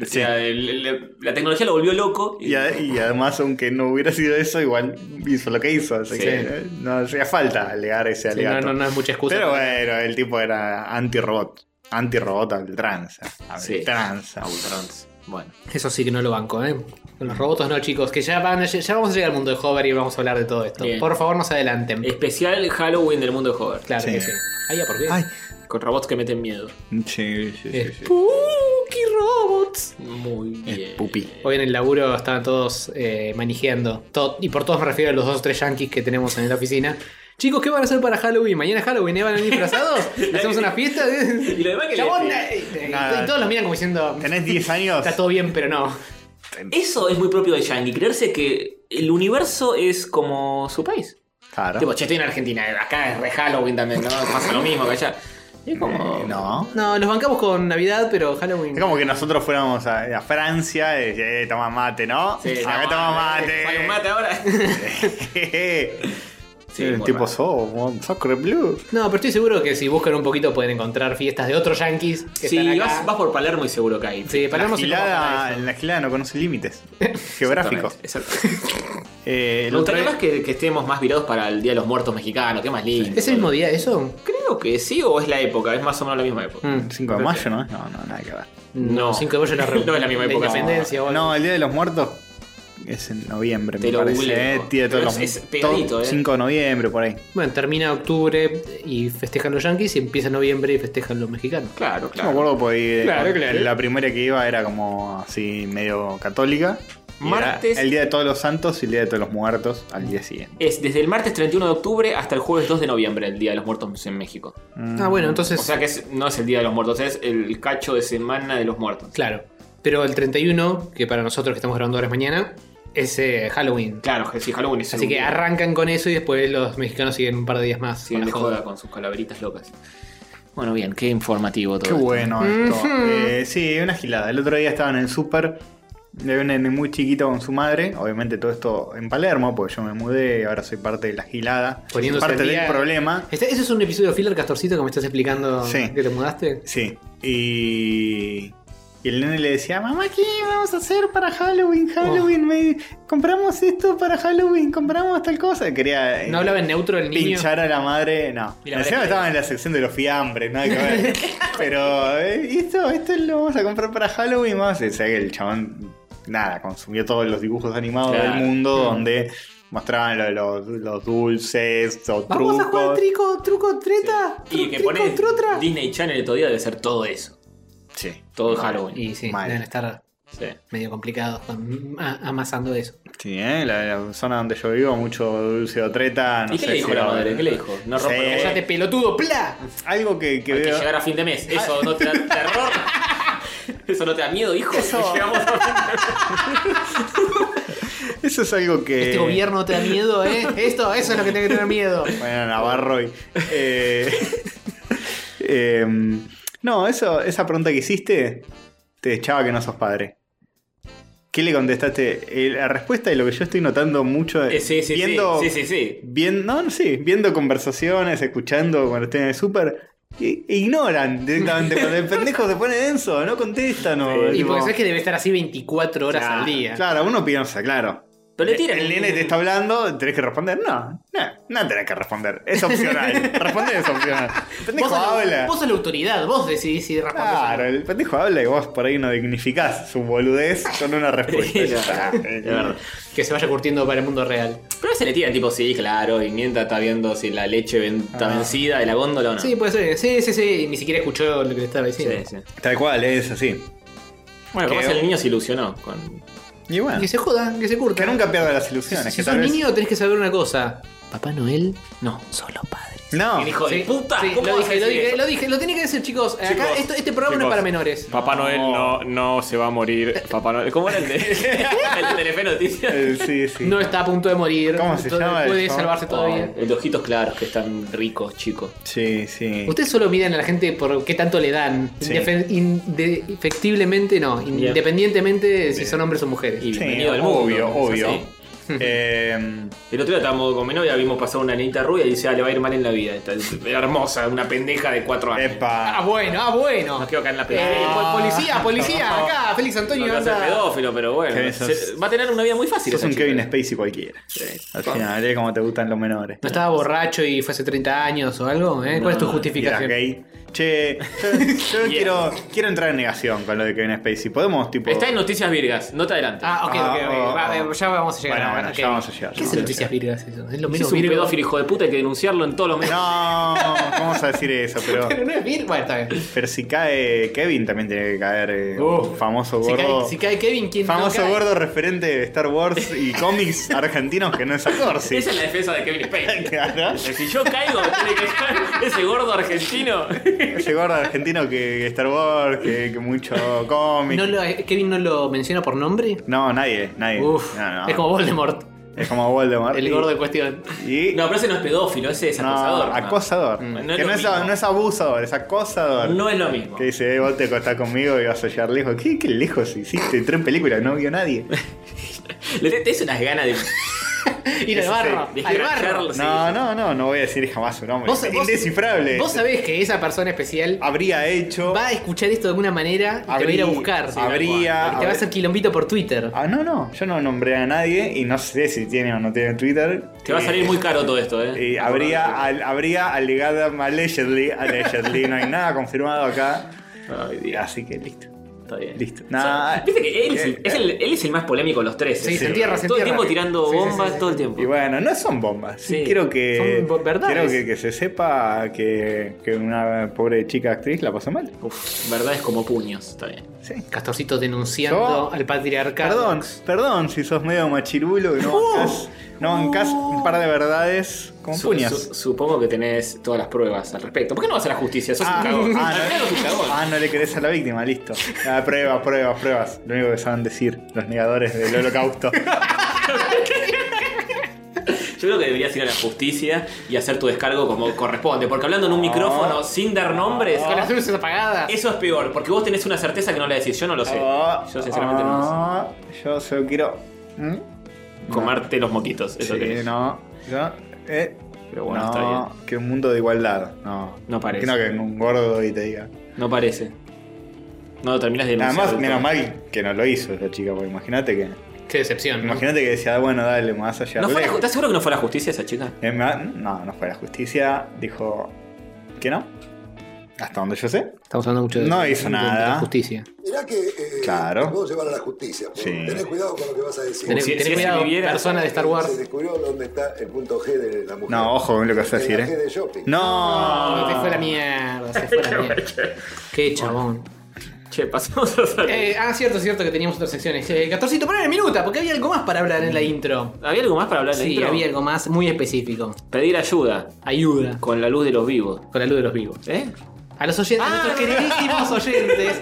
Decía,
Sí.
el- el- la tecnología lo volvió loco.
Y, a- y además, aunque no hubiera sido eso, igual hizo lo que hizo. Así
Sí.
que eh, no hacía falta alegar ese
Sí, no,
alegato.
no, no es mucha excusa.
Pero bueno, el tipo era anti-robot. Anti-robot al tranza. Al
Sí.
tranza.
Ultrons. Bueno.
Eso sí que no lo banco, ¿eh? Con los robots no, chicos, que ya, van, a lle- ya vamos a llegar al mundo de Hover y vamos a hablar de todo esto.
Bien.
Por favor, no se adelanten.
Especial Halloween del mundo de Hover.
claro
Sí.
que sí. Ahí ya por qué.
Ay.
Con robots que meten miedo.
Sí, sí, sí.
Eh,
sí.
Spooky Robots.
Muy bien.
Pupi.
Hoy en el laburo estaban todos eh, manijeando. To- y por todos me refiero a los dos o tres yankees que tenemos en la oficina. Chicos, ¿qué van a hacer para Halloween? ¿Mañana es Halloween? ¿Eh? ¿Van a venir disfrazados? ¿Hacemos una fiesta?
Y lo demás que le
Chabón, eh,
decís.
eh,
Nada.
y todos los miran como diciendo...
Tenés 10
*laughs*
años.
Está todo bien, pero no.
Eso es muy propio de Yankee, creerse que el universo es como su país.
Ah.
Claro.
Tipo, che, estoy en Argentina, acá es re Halloween también, ¿no?
*laughs*
Pasa lo mismo que allá. Y es como.
Eh, no.
No, los bancamos con Navidad, pero Halloween...
Es como que nosotros fuéramos a, a Francia y eh, toma mate, ¿no?
Sí,
Acá
Ah,
no,
toma
¿Hay un mate
mate.
ahora? *laughs*
*laughs* Sí,
muy
tipo
raro.
so, soccer blue.
No, pero estoy seguro que si buscan un poquito pueden encontrar fiestas de otros yankees que
Si
están acá.
vas, vas por Palermo y seguro que hay.
Sí,
La
Palermo se copa para
gilada,
eso.
la gilada no
*laughs*
conoce límites geográficos.
Exacto.
*laughs*
Eh, el
Me
otro
gustaría
día-
más que, que estemos más virados para el Día de los Muertos mexicano, que más lindo.
¿Es el mismo día eso?
Creo que sí, o es la época, es más o menos la misma época.
Mm.
5 de mayo, ¿no? No, no, nada que ver.
No.
5 de mayo es
*laughs*
la, re-
No es la misma época.
independencia o algo.
No, el Día de los Muertos es en noviembre,
Te
me
lo
parece.
googleo.
eh, Día de todos
Pero
los
es- es pegadito, eh.
5 de noviembre, por ahí.
Bueno, termina octubre y festejan los yankees y empieza noviembre y festejan los mexicanos.
Claro,
Yo me
claro.
acuerdo porque
Claro, claro.
la primera que iba era como así medio católica. Y era
Martes-
El Día de Todos los Santos y el Día de Todos los Muertos al día siguiente.
Es desde el martes 31 de octubre hasta el jueves 2 de noviembre, el Día de los Muertos en México.
Ah, bueno, entonces.
O sea que es- no es el Día de los Muertos, es el cacho de semana de los muertos.
Claro. Pero el 31, que para nosotros que estamos grabando ahora es mañana, es eh, Halloween.
Claro, sí, Halloween es
Así
un
que
día.
arrancan con eso y después los mexicanos siguen un par de días más.
Siguen
con
de
la
joda con sus calaveritas locas. Bueno, bien, qué informativo todo.
Qué
esto.
bueno esto. Eh, sí, una gilada. El otro día estaba en el súper. Le vi un nene muy chiquito con su madre. Obviamente todo esto en Palermo, porque yo me mudé y ahora soy parte de la gilada. Soy
Poniéndose
parte
al
del
día.
problema.
Este- ese es un episodio filler, Castorcito, que me estás explicando
Sí.
que te mudaste.
Sí. Y. Y el nene le decía, mamá, ¿qué vamos a hacer para Halloween? Halloween, me- compramos esto para Halloween, compramos tal cosa. Quería eh,
No hablaba en neutro el niño.
pinchar a la madre. No.
Y la
Encima
madre-
estaba en la sección de los fiambres, nada
*laughs*
que ver. Pero eh, esto, esto lo vamos a comprar para Halloween más. O sea que el chabón, nada, consumió todos los dibujos animados
Claro.
del mundo
Mm.
donde mostraban lo de los, los dulces o
Vamos a jugar
trucos.
trico, truco, treta.
Y que
truco,
pone
trotra.
Disney Channel el otro día debe ser todo eso.
Sí.
Todo Halloween.
Y sí,
Mal.
deben estar
Sí.
medio complicados con- a- amasando eso.
Sí, ¿eh? la, la zona donde yo vivo, mucho dulce o treta. No
¿Y qué
sé
le dijo
si
la
era-
madre? ¿Qué le dijo? No rompa
Sí.
los huevos.
Cállate, pelotudo, ¡pla!
Algo que, Ah. que
Hay que
veo.
llegar a fin de mes. Eso no te da terror. ¿Eso no te da miedo, hijo? *laughs* Llegamos
*laughs*
a-
*laughs* Eso es algo que.
Este gobierno te da miedo, ¿eh? Esto, eso es lo que tiene que tener miedo.
Eh. Bueno, Navarro y. eh, *laughs* em, no, eso, esa pregunta que hiciste te echaba que no sos padre. ¿Qué le contestaste? Eh, La respuesta de lo que yo estoy notando mucho.
Eh, sí, sí, sí,
viendo,
sí, sí, sí.
Bien, no, no, sí, viendo conversaciones, escuchando cuando estén en el súper. i- Ignoran
*laughs*
directamente. Cuando el pendejo se pone denso, no contestan. o-
Sí.
Y
tipo-
porque sabes que debe estar así 24 horas
Claro,
al día.
Claro, uno piensa, claro.
Pero le tiran.
El nene te está hablando, ¿tenés que responder? No, no, no tenés que responder. Es opcional. Responder es opcional. El pendejo
Vos sos, la,
habla.
vos sos la autoridad, vos decidís si respondes. o no.
Claro, el pendejo habla y vos por ahí no dignificás su boludez con una respuesta.
Sí,
Ya está.
es verdad.
Que se vaya curtiendo para el mundo real.
Pero a veces le tiran, tipo, sí, claro, y mientras está viendo si la leche ven- está vencida de la góndola o no.
Ah. Sí, puede ser. Sí, sí, sí. Y ni siquiera escuchó lo que le estaba
Sí,
diciendo.
sí.
Tal cual, es así.
Bueno,
Creo.
capaz el niño se ilusionó con.
Y bueno,
Que se joda, que se curta.
que nunca pierda las ilusiones.
si
que
sos
tal vez-
niño tenés que saber una cosa. Papá Noel, no, solo padre.
No,
El hijo de
Sí,
puta.
sí,
¿cómo
lo
vas a
dije, lo
decir
dije,
eso?
lo dije, lo tenía que decir, chicos. Acá
Chicos,
esto- este programa no
chicos.
es para menores.
Papá Noel no, no se va a morir. Papá Noel.
¿Cómo era *laughs* el de. el de Telefe *laughs* Noticias?
eh, sí, sí.
*laughs* No está a punto de morir.
¿Cómo se
Entonces,
llama el
Puede
chabón?
salvarse todavía.
El de Oh, ojitos claros que están ricos, chicos.
Sí, sí.
Ustedes solo miran a la gente por qué tanto le dan.
Sí.
Indefe- inde- Efectivamente, no. Independientemente de si son hombres o mujeres.
Y
Sí,
bienvenido al mundo.
obvio,
¿no? Es
obvio.
así.
Eh,
El otro día estábamos con mi novia, vimos pasar una nenita rubia y dice, ah, le va a ir mal en la vida. Está hermosa, una pendeja de cuatro años.
Ah,
epa.
bueno, ah, bueno.
No quiero caer en la pendeja.
Eh,
No,
pol- policía,
*laughs*
policía, acá, Félix Antonio.
quiero ser
anda.
pedófilo, pero bueno.
Que sos-
Se- va a tener una vida muy fácil.
Sos
esa
un
chica.
Kevin Spacey cualquiera. Al final, ¿eh? Como te gustan los menores.
¿No estaba borracho y fue hace 30 años o algo? eh? ¿Cuál es tu
No,
Y eras
justificación?
gay. Che, yo, yo
Yeah.
quiero, quiero entrar en negación con lo de Kevin Spacey. Podemos, tipo.
Está en Noticias Virgas, no te adelante.
Ah, ok, ok, ok.
Ah,
Va,
ah,
eh, ya vamos a llegar.
Bueno, bueno,
ok.
ya vamos a llegar,
¿Qué es el
ya vamos a
noticias virgas eso? Es lo
Si es
menos
un
virgo.
pedófilo hijo de puta, hay que denunciarlo en todos los medios.
No, ¿cómo vas a decir eso? Pero,
Pero *laughs* no es virgo. Bueno, está bien.
pero si cae Kevin, también tiene que caer eh,
Uh,
famoso
Si
gordo.
cae, si cae Kevin, ¿quién no
famoso
cae?
gordo referente de Star Wars y
*laughs*
cómics argentinos que no es actor, sí.
Esa es la defensa de Kevin Spacey.
*laughs* Claro.
Si yo caigo, tiene que caer ese
*laughs*
gordo argentino.
Ese gordo argentino que, que Star Wars, que, que mucho cómic.
¿No
No,
lo- eh, ¿Kevin no lo menciona por nombre?
nadie, nadie.
Uf,
No, no.
es como Voldemort,
es como Voldemort.
el
Y-
gordo en
*laughs*
cuestión.
Y
No, pero ese no es pedófilo, ese es
No,
acosador. ¿no?
acosador.
Mm. No es
que
lo
no es,
mismo.
no es abusador, es acosador.
No es lo mismo.
Que dice, eh, vos te acostás conmigo y vas a llegar lejos. ¿Qué, qué lejos hiciste? Tres películas, no vio nadie.
Pues Le te- te hice unas ganas de.
Ir al
Ese
barro,
sí,
al
desgracharlo.
barro.
Sí,
no,
sí.
no, no, no voy a decir jamás su nombre.
Vos-
Es
vos-
Indescifrable.
Vos sabés que esa persona especial
Habría hecho.
va a escuchar esto de alguna manera y te va a ir a
Habrí-
buscar.
habría-
Y te va a hacer quilombito por Twitter.
Ah, no, no. Yo no nombré a nadie y no sé si tiene o no tiene Twitter.
Te va a salir muy caro todo esto, eh.
Y habría, al- habría alegada allegedly, allegedly, no hay nada confirmado acá.
Ay, Dios,
Así que listo,
está bien.
listo.
O sea,
Nada.
Viste que él es,
Eh,
el, es el- él es el más polémico de los tres.
Sí,
eh.
se entierra, se
Todo el
entierra.
tiempo tirando
Sí, sí,
bombas,
sí, sí.
todo el tiempo.
Y bueno, no son bombas.
Sí.
Quiero que.
Son bo- verdades.
Quiero que, que se sepa que, que una pobre chica actriz la pasó mal.
Uf, verdad es como puños, está bien.
Sí.
Castorcito denunciando
Yo-
al patriarcado.
Perdón, perdón si sos medio machirulo y no
Uh,
bancás, no bancás un par de verdades con
Su-
puñas.
su- supongo que tenés todas las pruebas al respecto. ¿Por qué no vas a la justicia? Sos
Ah,
un cagón.
ah,
Al final *laughs* sos un
no,
cagón.
ah, no le querés a la víctima, listo. Ah, pruebas, pruebas, pruebas. Lo único que saben decir los negadores del
*laughs*
holocausto.
Yo creo que deberías ir a la justicia y hacer tu descargo como corresponde. Porque hablando en un
Ah.
micrófono sin dar nombres,
Con las luces apagadas.
eso es peor. Porque vos tenés una certeza que no la decís. Yo no lo sé.
Ah,
Yo sinceramente no lo
ah, Yo solo quiero. ¿Mm?
sé. Comerte los moquitos. Eso
Sí,
querés.
no. Yo, eh,
Pero bueno,
no,
está bien.
que un mundo de igualdad. No,
No parece.
No que venga un gordo y te diga.
No parece. No lo terminas de denunciar
Además,
del
menos
todo.
mal que no lo hizo esa chica, porque imagínate que.
Qué decepción. ¿no?
Imagínate que decía, bueno, dale, me vas a llevar
¿No fue la ju-
lejos.
¿Estás seguro que no fue a la justicia esa chica?
Eh, me va- No, no fue a la justicia. Dijo que no. Hasta donde yo sé.
Estamos hablando mucho de
No hizo
de- de
nada.
la justicia.
Mirá que eh,
Claro.
te puedo llevar a la justicia. pero
Sí.
Tenés cuidado con lo que vas a decir.
Tenés,
si-
tenés
si ese
cuidado,
viviera-
persona de Star
Se
Wars.
descubrió dónde está el punto G de la mujer.
No, ojo con lo que vas a
En
decir,
la G
eh.
de shopping.
No.
No, se fue la mierda, se
*laughs*
fue la mierda. Qué chabón.
Che, pasamos a hacer-
Eh, ah, cierto, cierto que teníamos otras secciones. Eh, Castorcito, ponle minuta, porque había algo más para hablar en la intro.
¿Había algo más para hablar de
Sí,
intro?
había algo más muy específico.
Pedir ayuda
Ayuda.
con la luz de los vivos.
Con la luz de los vivos. Ah.
¿Eh?
A los oyen- a nuestros queridísimos oyentes.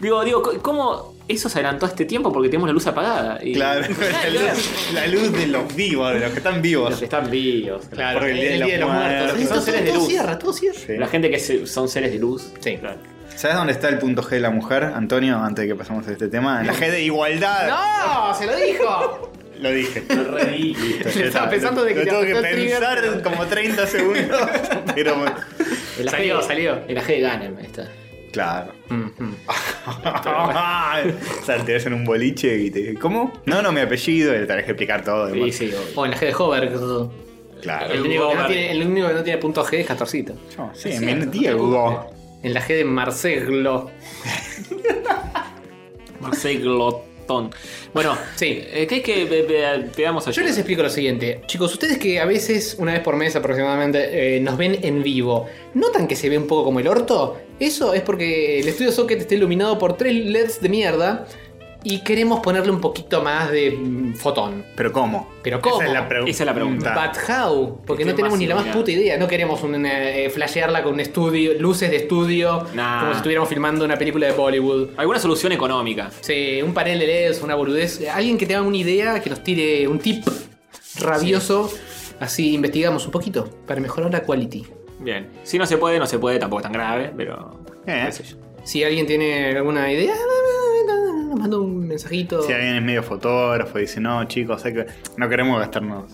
Digo, digo, ¿cómo eso se adelantó a este tiempo? Porque tenemos la luz apagada. Y *laughs*
Claro, la luz, la luz de los vivos, de los que están
Los
vivos.
que están vivos.
*laughs* Claro,
Por el Día de los Muertos.
Son
Son
seres
seres de luz.
cierra, todo cierra.
Sí.
La gente que se- son seres de luz.
Sí.
¿Sabes dónde está el punto G de la mujer, Antonio? Antes de que pasemos a este tema. En La G de igualdad.
¡No! ¡Se lo dijo!
Lo dije.
Listo.
Ya
*laughs* Estaba pensando de que
lo
te
tengo que
apretó el trigger.
pensar como 30
*laughs*
segundos. Pero me-
El
Salió,
AG
salió.
El AG de Ganem, ahí está.
claro. *laughs* o sea, te ves en un boliche y te. ¿Cómo? No, no, mi apellido, y le tenés que explicar todo.
Sí,
demás.
sí, obvio.
O en la G de Hover. que todo.
Claro.
El
El
único, que no
Hover.
tiene, el único que no tiene punto G es Castorcito.
No, sí,
Es
mi
cierto,
Diego.
En la G de Marceglo.
Marseille Glotón. Bueno,
Sí.
eh, ¿qué es que pe- pe- pegamos
Yo
ayer?
les explico lo siguiente. Chicos, ustedes que a veces, una vez por mes aproximadamente, eh, nos ven en vivo, ¿notan que se ve un poco como el orto? Eso es porque el estudio Socket está iluminado por tres LEDs de mierda y queremos ponerle un poquito más de mm, fotón.
Pero ¿cómo?
Pero ¿cómo?
Esa es la, pregu-
Esa es la pregunta.
But how? Porque
Este
no tenemos
más
ni la más
iluminado.
puta idea. No queremos un, eh, eh, flashearla con un estudio, luces de estudio,
Nah.
como si estuviéramos filmando una película de Bollywood.
Alguna solución económica.
Sí, un panel de LEDs, una boludez. Alguien que tenga una idea, que nos tire un tip rabioso. Así investigamos un poquito para mejorar la quality.
Bien. Si no se puede, no se puede, tampoco es tan grave, pero.
Eh.
qué sé yo.
Si alguien tiene alguna idea, eh, nos manda un mensajito.
Si alguien es medio fotógrafo y dice, no, chicos, hay que... no queremos gastarnos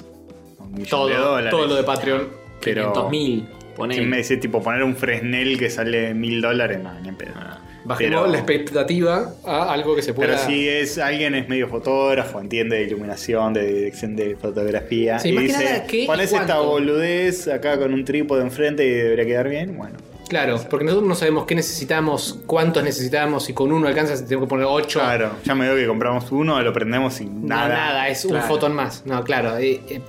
un millón de
todo,
dólares.
todo lo de Patreon.
Pero
500.000, poné.
si me dice, tipo, poner un fresnel que sale mil dólares, no, ni en pedo.
Ah, Bajemos
Pero-
la expectativa a algo que se pueda.
Pero si es alguien es medio fotógrafo, entiende de iluminación, de dirección de fotografía,
Sí,
y
más que
dice,
nada, ¿qué y
pones esta
cuánto?"
boludez acá con un trípode enfrente y debería quedar bien, bueno.
Claro, porque nosotros no sabemos qué necesitamos, cuántos necesitamos, si con uno alcanza, si tengo que poner ocho.
Claro, ya me veo que compramos uno, lo prendemos y
No,
nada.
nada, es
Claro.
un fotón más. No, claro. eh, eh,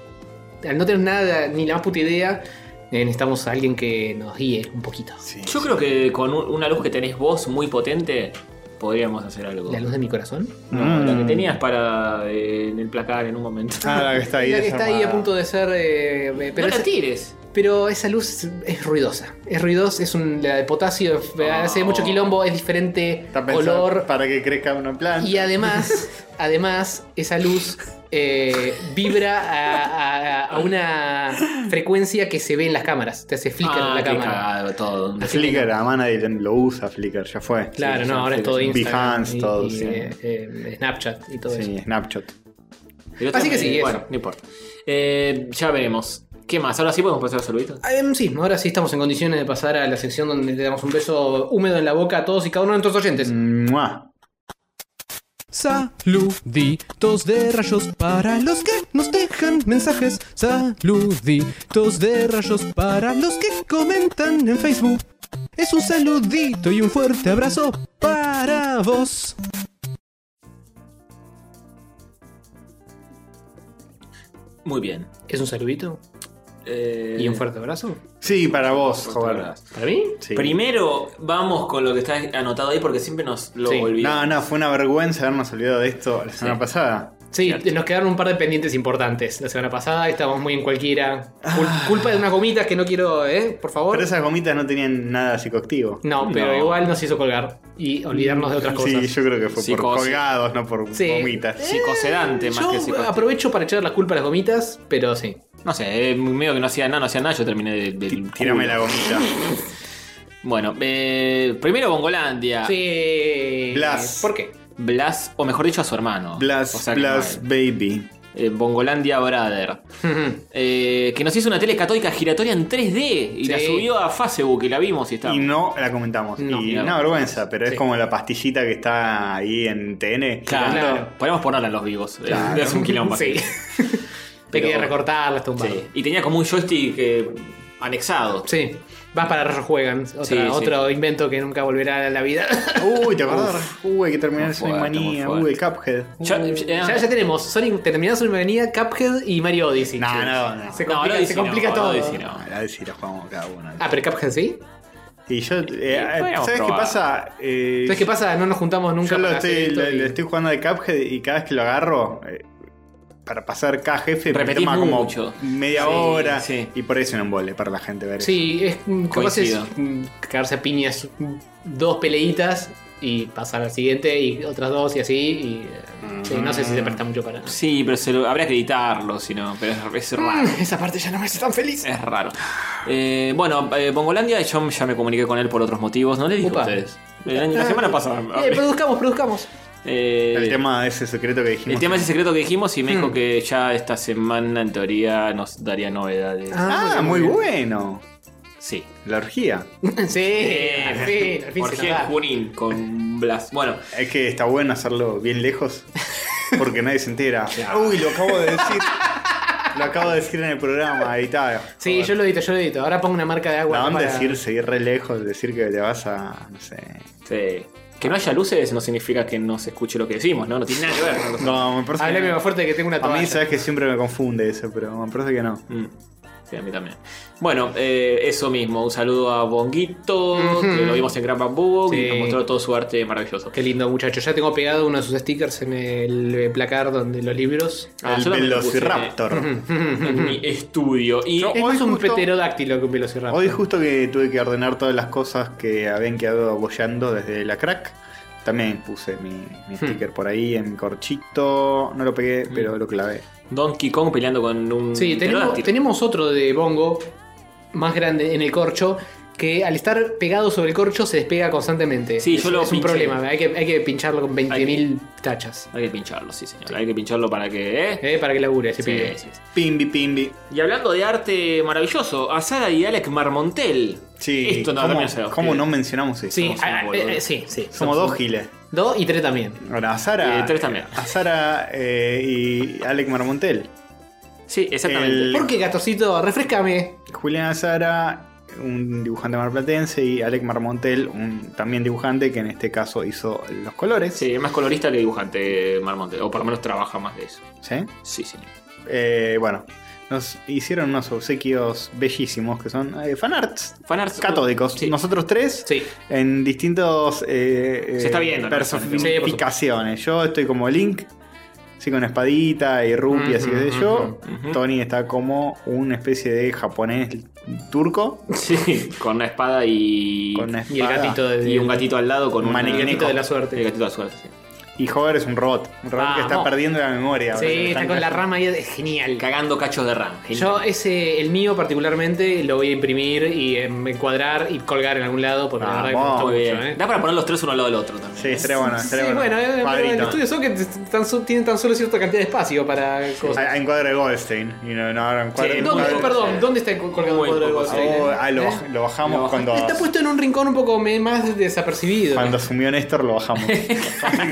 al no tener nada, ni la más puta idea, eh, necesitamos a alguien que nos guíe un poquito.
Sí.
Yo creo que con un- una luz que tenés vos muy potente, podríamos hacer algo.
La luz de mi corazón.
No, la que
Mm.
tenías para eh, en el placar en un momento.
Ah, la que está ahí.
la que está ahí a
desarmada.
punto de ser. eh, eh, pero,
no la
esa,
tires.
pero esa luz es, es ruidosa. Es ruidosa, es un, la de potasio, es- eh, hace mucho quilombo, es diferente
Ah, oh. Está pensado
color.
para que crezca una planta.
Y
*laughs*
además, además, esa luz eh, vibra a, a- a una frecuencia que se ve en las cámaras. Te hace flicker en
Ah,
la
qué
cámara.
cagado todo.
Flickr, además nadie lo usa Flickr, ya fue.
Claro,
Sí,
no,
ya
ahora
fue.
es todo Instagram.
Behance,
y-
todo,
y,
sí.
eh, eh, Snapchat y todo
Sí,
eso.
Snapchat.
El otro
Así que
me-
sí, eso.
Bueno, no importa. Eh, ya veremos. ¿Qué más? Ahora sí podemos pasar a saluditos.
Ah, em, sí, ahora sí estamos en condiciones de pasar a la sección donde le damos un beso húmedo en la boca a todos y cada uno de nuestros
Mm.
oyentes.
Mua.
Saluditos de rayos para los que nos dejan mensajes. Saluditos de rayos para los que comentan en Facebook. Es un saludito y un fuerte abrazo para vos.
Muy bien.
¿Es un saludito?
Eh,
¿Y un fuerte abrazo?
Sí, para vos, joder.
abrazo.
¿Para mí?
Sí.
Primero vamos con lo que está anotado ahí porque siempre nos lo
Sí.
olvidamos.
No, no, fue una vergüenza habernos olvidado de esto la semana pasada.
Sí, nos quedaron un par de pendientes importantes la semana pasada. Estábamos muy en cualquiera. Cul- culpa de unas gomitas que no quiero, ¿eh? Por favor.
Ah. Pero esas gomitas no tenían nada psicoactivo.
No, pero
No.
igual nos hizo colgar y olvidarnos de otras
Sí,
cosas.
yo creo que fue por
Psicosis.
colgados, no por
Sí.
gomitas.
Psicosedante más que
Eh, Yo
psicótico.
aprovecho para echar la culpa a las gomitas, pero sí.
No sé, eh, medio que no hacía nada, no hacía nada, yo terminé del... del
Tírame
culo. *laughs*
la gomita.
Bueno, eh, primero Bongolandia.
Sí.
Ah. Blas.
¿Por qué? *laughs*
Blas, o mejor dicho, a su hermano.
Blas,
O sea que
Blas,
mal.
baby.
Eh, Bongolandia Brother. Eh, que nos hizo una tele católica giratoria en 3D y
Sí.
la subió a Facebook y la vimos y está.
Y no la comentamos.
No,
y
no.
una vergüenza, pero
Sí.
es como la pastillita que está ahí en TN.
Claro,
Claro.
podemos ponerla en los vivos. eh, *laughs*
Claro.
Es un quilombo.
Sí. Hay *laughs*
Pero-
que recortarlas, tumbarlas.
Sí, Y tenía como un joystick eh, anexado.
Sí. Vas para Rayo Juegan, otra-
Sí, sí.
otro invento que nunca volverá a la
*laughs*
vida.
Uy, ¿te acordás? Uy, hay que terminar
Muy
Sonic
fuerte, muy
Manía.
fuerte.
Uy, el Cuphead. Uy.
Yo- eh,
Mm, ya, ya tenemos Sonic terminado su manía, Cuphead y Mario Odyssey.
No,
Sí.
no, no.
Se
No,
complica,
Odyssey
se complica
no,
todo.
Odyssey no.
A ver si la jugamos cada uno.
Ah, pero Cuphead sí.
y yo, eh,
podemos
¿sabes qué
probar.
pasa? Eh,
¿Sabes qué pasa? No nos juntamos nunca.
Yo lo
para hacer
estoy,
esto
lo-
y-
lo estoy jugando de Cuphead y cada vez que lo agarro, eh, para pasar cada jefe me
Repetís
toma como
mucho.
media
Sí,
hora.
sí.
Y por eso es un embole para la gente ver eso.
Sí, es mm, capaz es
Coincido.
mm, cagarse a piñas mm, dos peleitas y pasar al siguiente y otras dos y así. Y, eh, sí, no sé
Mm.
si se presta mucho para.
Sí, pero se lo- habría que editarlo, si no, pero es, es raro.
*laughs* Esa parte ya no me hace tan
*laughs*
feliz.
Es raro. Eh, bueno, eh, Bongolandia, yo ya me comuniqué con él por otros motivos, no le dije
Upa.
a ustedes. El año- la semana pasada. *laughs*
Eh, produzcamos, produzcamos.
Eh,
El tema de ese secreto que dijimos.
el tema es el secreto que dijimos y me
Hmm.
dijo que ya esta semana en teoría nos daría novedades.
Ah, muy bueno.
Sí.
La orgía.
*laughs*
Eh,
Sí, Eh, al fin, al fin se nos
Orgía en
da.
Junín con Blas. Bueno,
Es que está bueno hacerlo bien lejos. Porque nadie se
*laughs*
entera. Uy, lo acabo de decir. Lo acabo de decir en el programa, editado.
Sí, yo lo edito, yo lo edito. Ahora pongo una marca de agua.
No,
para-
decir seguir re lejos, decir que te vas a. No sé.
sí. que no haya luces no significa que no se escuche lo que decimos, ¿no? No tiene nada que ver. *laughs* con los-
No, me parece.
Háblame más
que-
fuerte que tengo una
A
toalla.
mí sabes que siempre me confunde eso, pero me parece que no.
Mm. Sí, a mí también. Bueno, eh, eso mismo. Un saludo a Bonguito, que lo vimos en Gran Bambú
Sí.
y nos mostró todo su arte maravilloso.
Qué lindo, muchacho. Ya tengo pegado uno de sus stickers en el eh, placar donde los libros.
Ah,
el
yo también lo puse
Velociraptor.
En en mi estudio. Y
Yo-
Es
Hoy
más un
justo-
pterodáctilo que un velociraptor.
Hoy justo que tuve que ordenar todas las cosas que habían quedado bollando desde la crack. También puse mi,
Hmm.
mi sticker por ahí en mi corchito. No lo pegué, pero lo clavé.
Donkey Kong peleando con un.
Sí, tenemos,
pterodáctilo.
tenemos otro de bongo más grande en el corcho que al estar pegado sobre el corcho se despega constantemente.
Sí,
es,
yo lo
es un
pinché.
problema. Hay que, hay que pincharlo con 20.000 tachas
Hay que pincharlo, sí, señor. Hay que pincharlo para que. ¿eh?
eh, para que labure ese
Sí,
pibe.
sí, sí.
Pimbi, pimbi.
Y hablando de arte maravilloso, a Sara y Alec Marmontel.
Sí,
Esto no,
¿cómo,
también se los
cómo
pide.
no mencionamos eso?
Sí,
Somos
ah,
unos
eh,
boludos.
eh, sí, sí.
Somos dos giles.
Dos y tres también.
Ahora, a Sara.
Eh, tres también.
A Sara eh, y Alec Marmontel.
Sí, exactamente.
El-
¿Por qué, Gatosito? Refrescame.
Julián Sara, un dibujante marplatense, y Alec Marmontel, un también dibujante que en este caso hizo los colores.
Sí, es más colorista que dibujante Marmontel. O por lo menos trabaja más de eso.
¿Sí?
Sí, señor.
Eh, bueno, nos hicieron unos obsequios bellísimos que son eh, fanarts
Fanarts.
catódicos.
Sí.
Nosotros tres.
Sí.
En distintos eh, eh,
Se está viendo, ¿no?
personificaciones. Yo estoy como Link, así con espadita y rupi, así que sé yo. Tony está como una especie de japonés turco
Sí, con una espada y.
con una
Y el
espada.
gatito de.
y un gatito al lado con
Un
una-
maniquí. El gatito
de la suerte.
El gatito de la suerte, sí.
Y Hover es un robot. Un robot que está
Vamos.
perdiendo la memoria. ahora le
Sí, está
están
con la
cayendo.
rama ahí. Es genial.
Cagando cachos de RAM.
Yo ese, el mío particularmente, lo voy a imprimir y em, encuadrar y colgar en algún lado porque la verdad que me gusta
Vamos.
Muy bien.
mucho, ¿eh?
Da para poner los tres uno al lado del otro también. ¿eh?
Sí, estaría bueno.
Sí,
Estaría
bueno, eh, pero
Cuadrito.
en el estudio Socket tan su- tienen tan solo cierta cantidad de espacio para cosas.
Ah, En cuadro de Goldstein. Y no, no, ahora en cuadro- en
¿Dónde,
cuadro-
oh, perdón, ¿dónde está co- colgado
Muy
el cuadro de
poco,
Goldstein?
Oh,
eh?
ah, lo,
¿Eh?
lo bajamos
Lo bajamos.
cuando.
Está puesto en un rincón un poco me- más desapercibido.
Cuando asumió Néstor lo
*laughs*
bajamos. el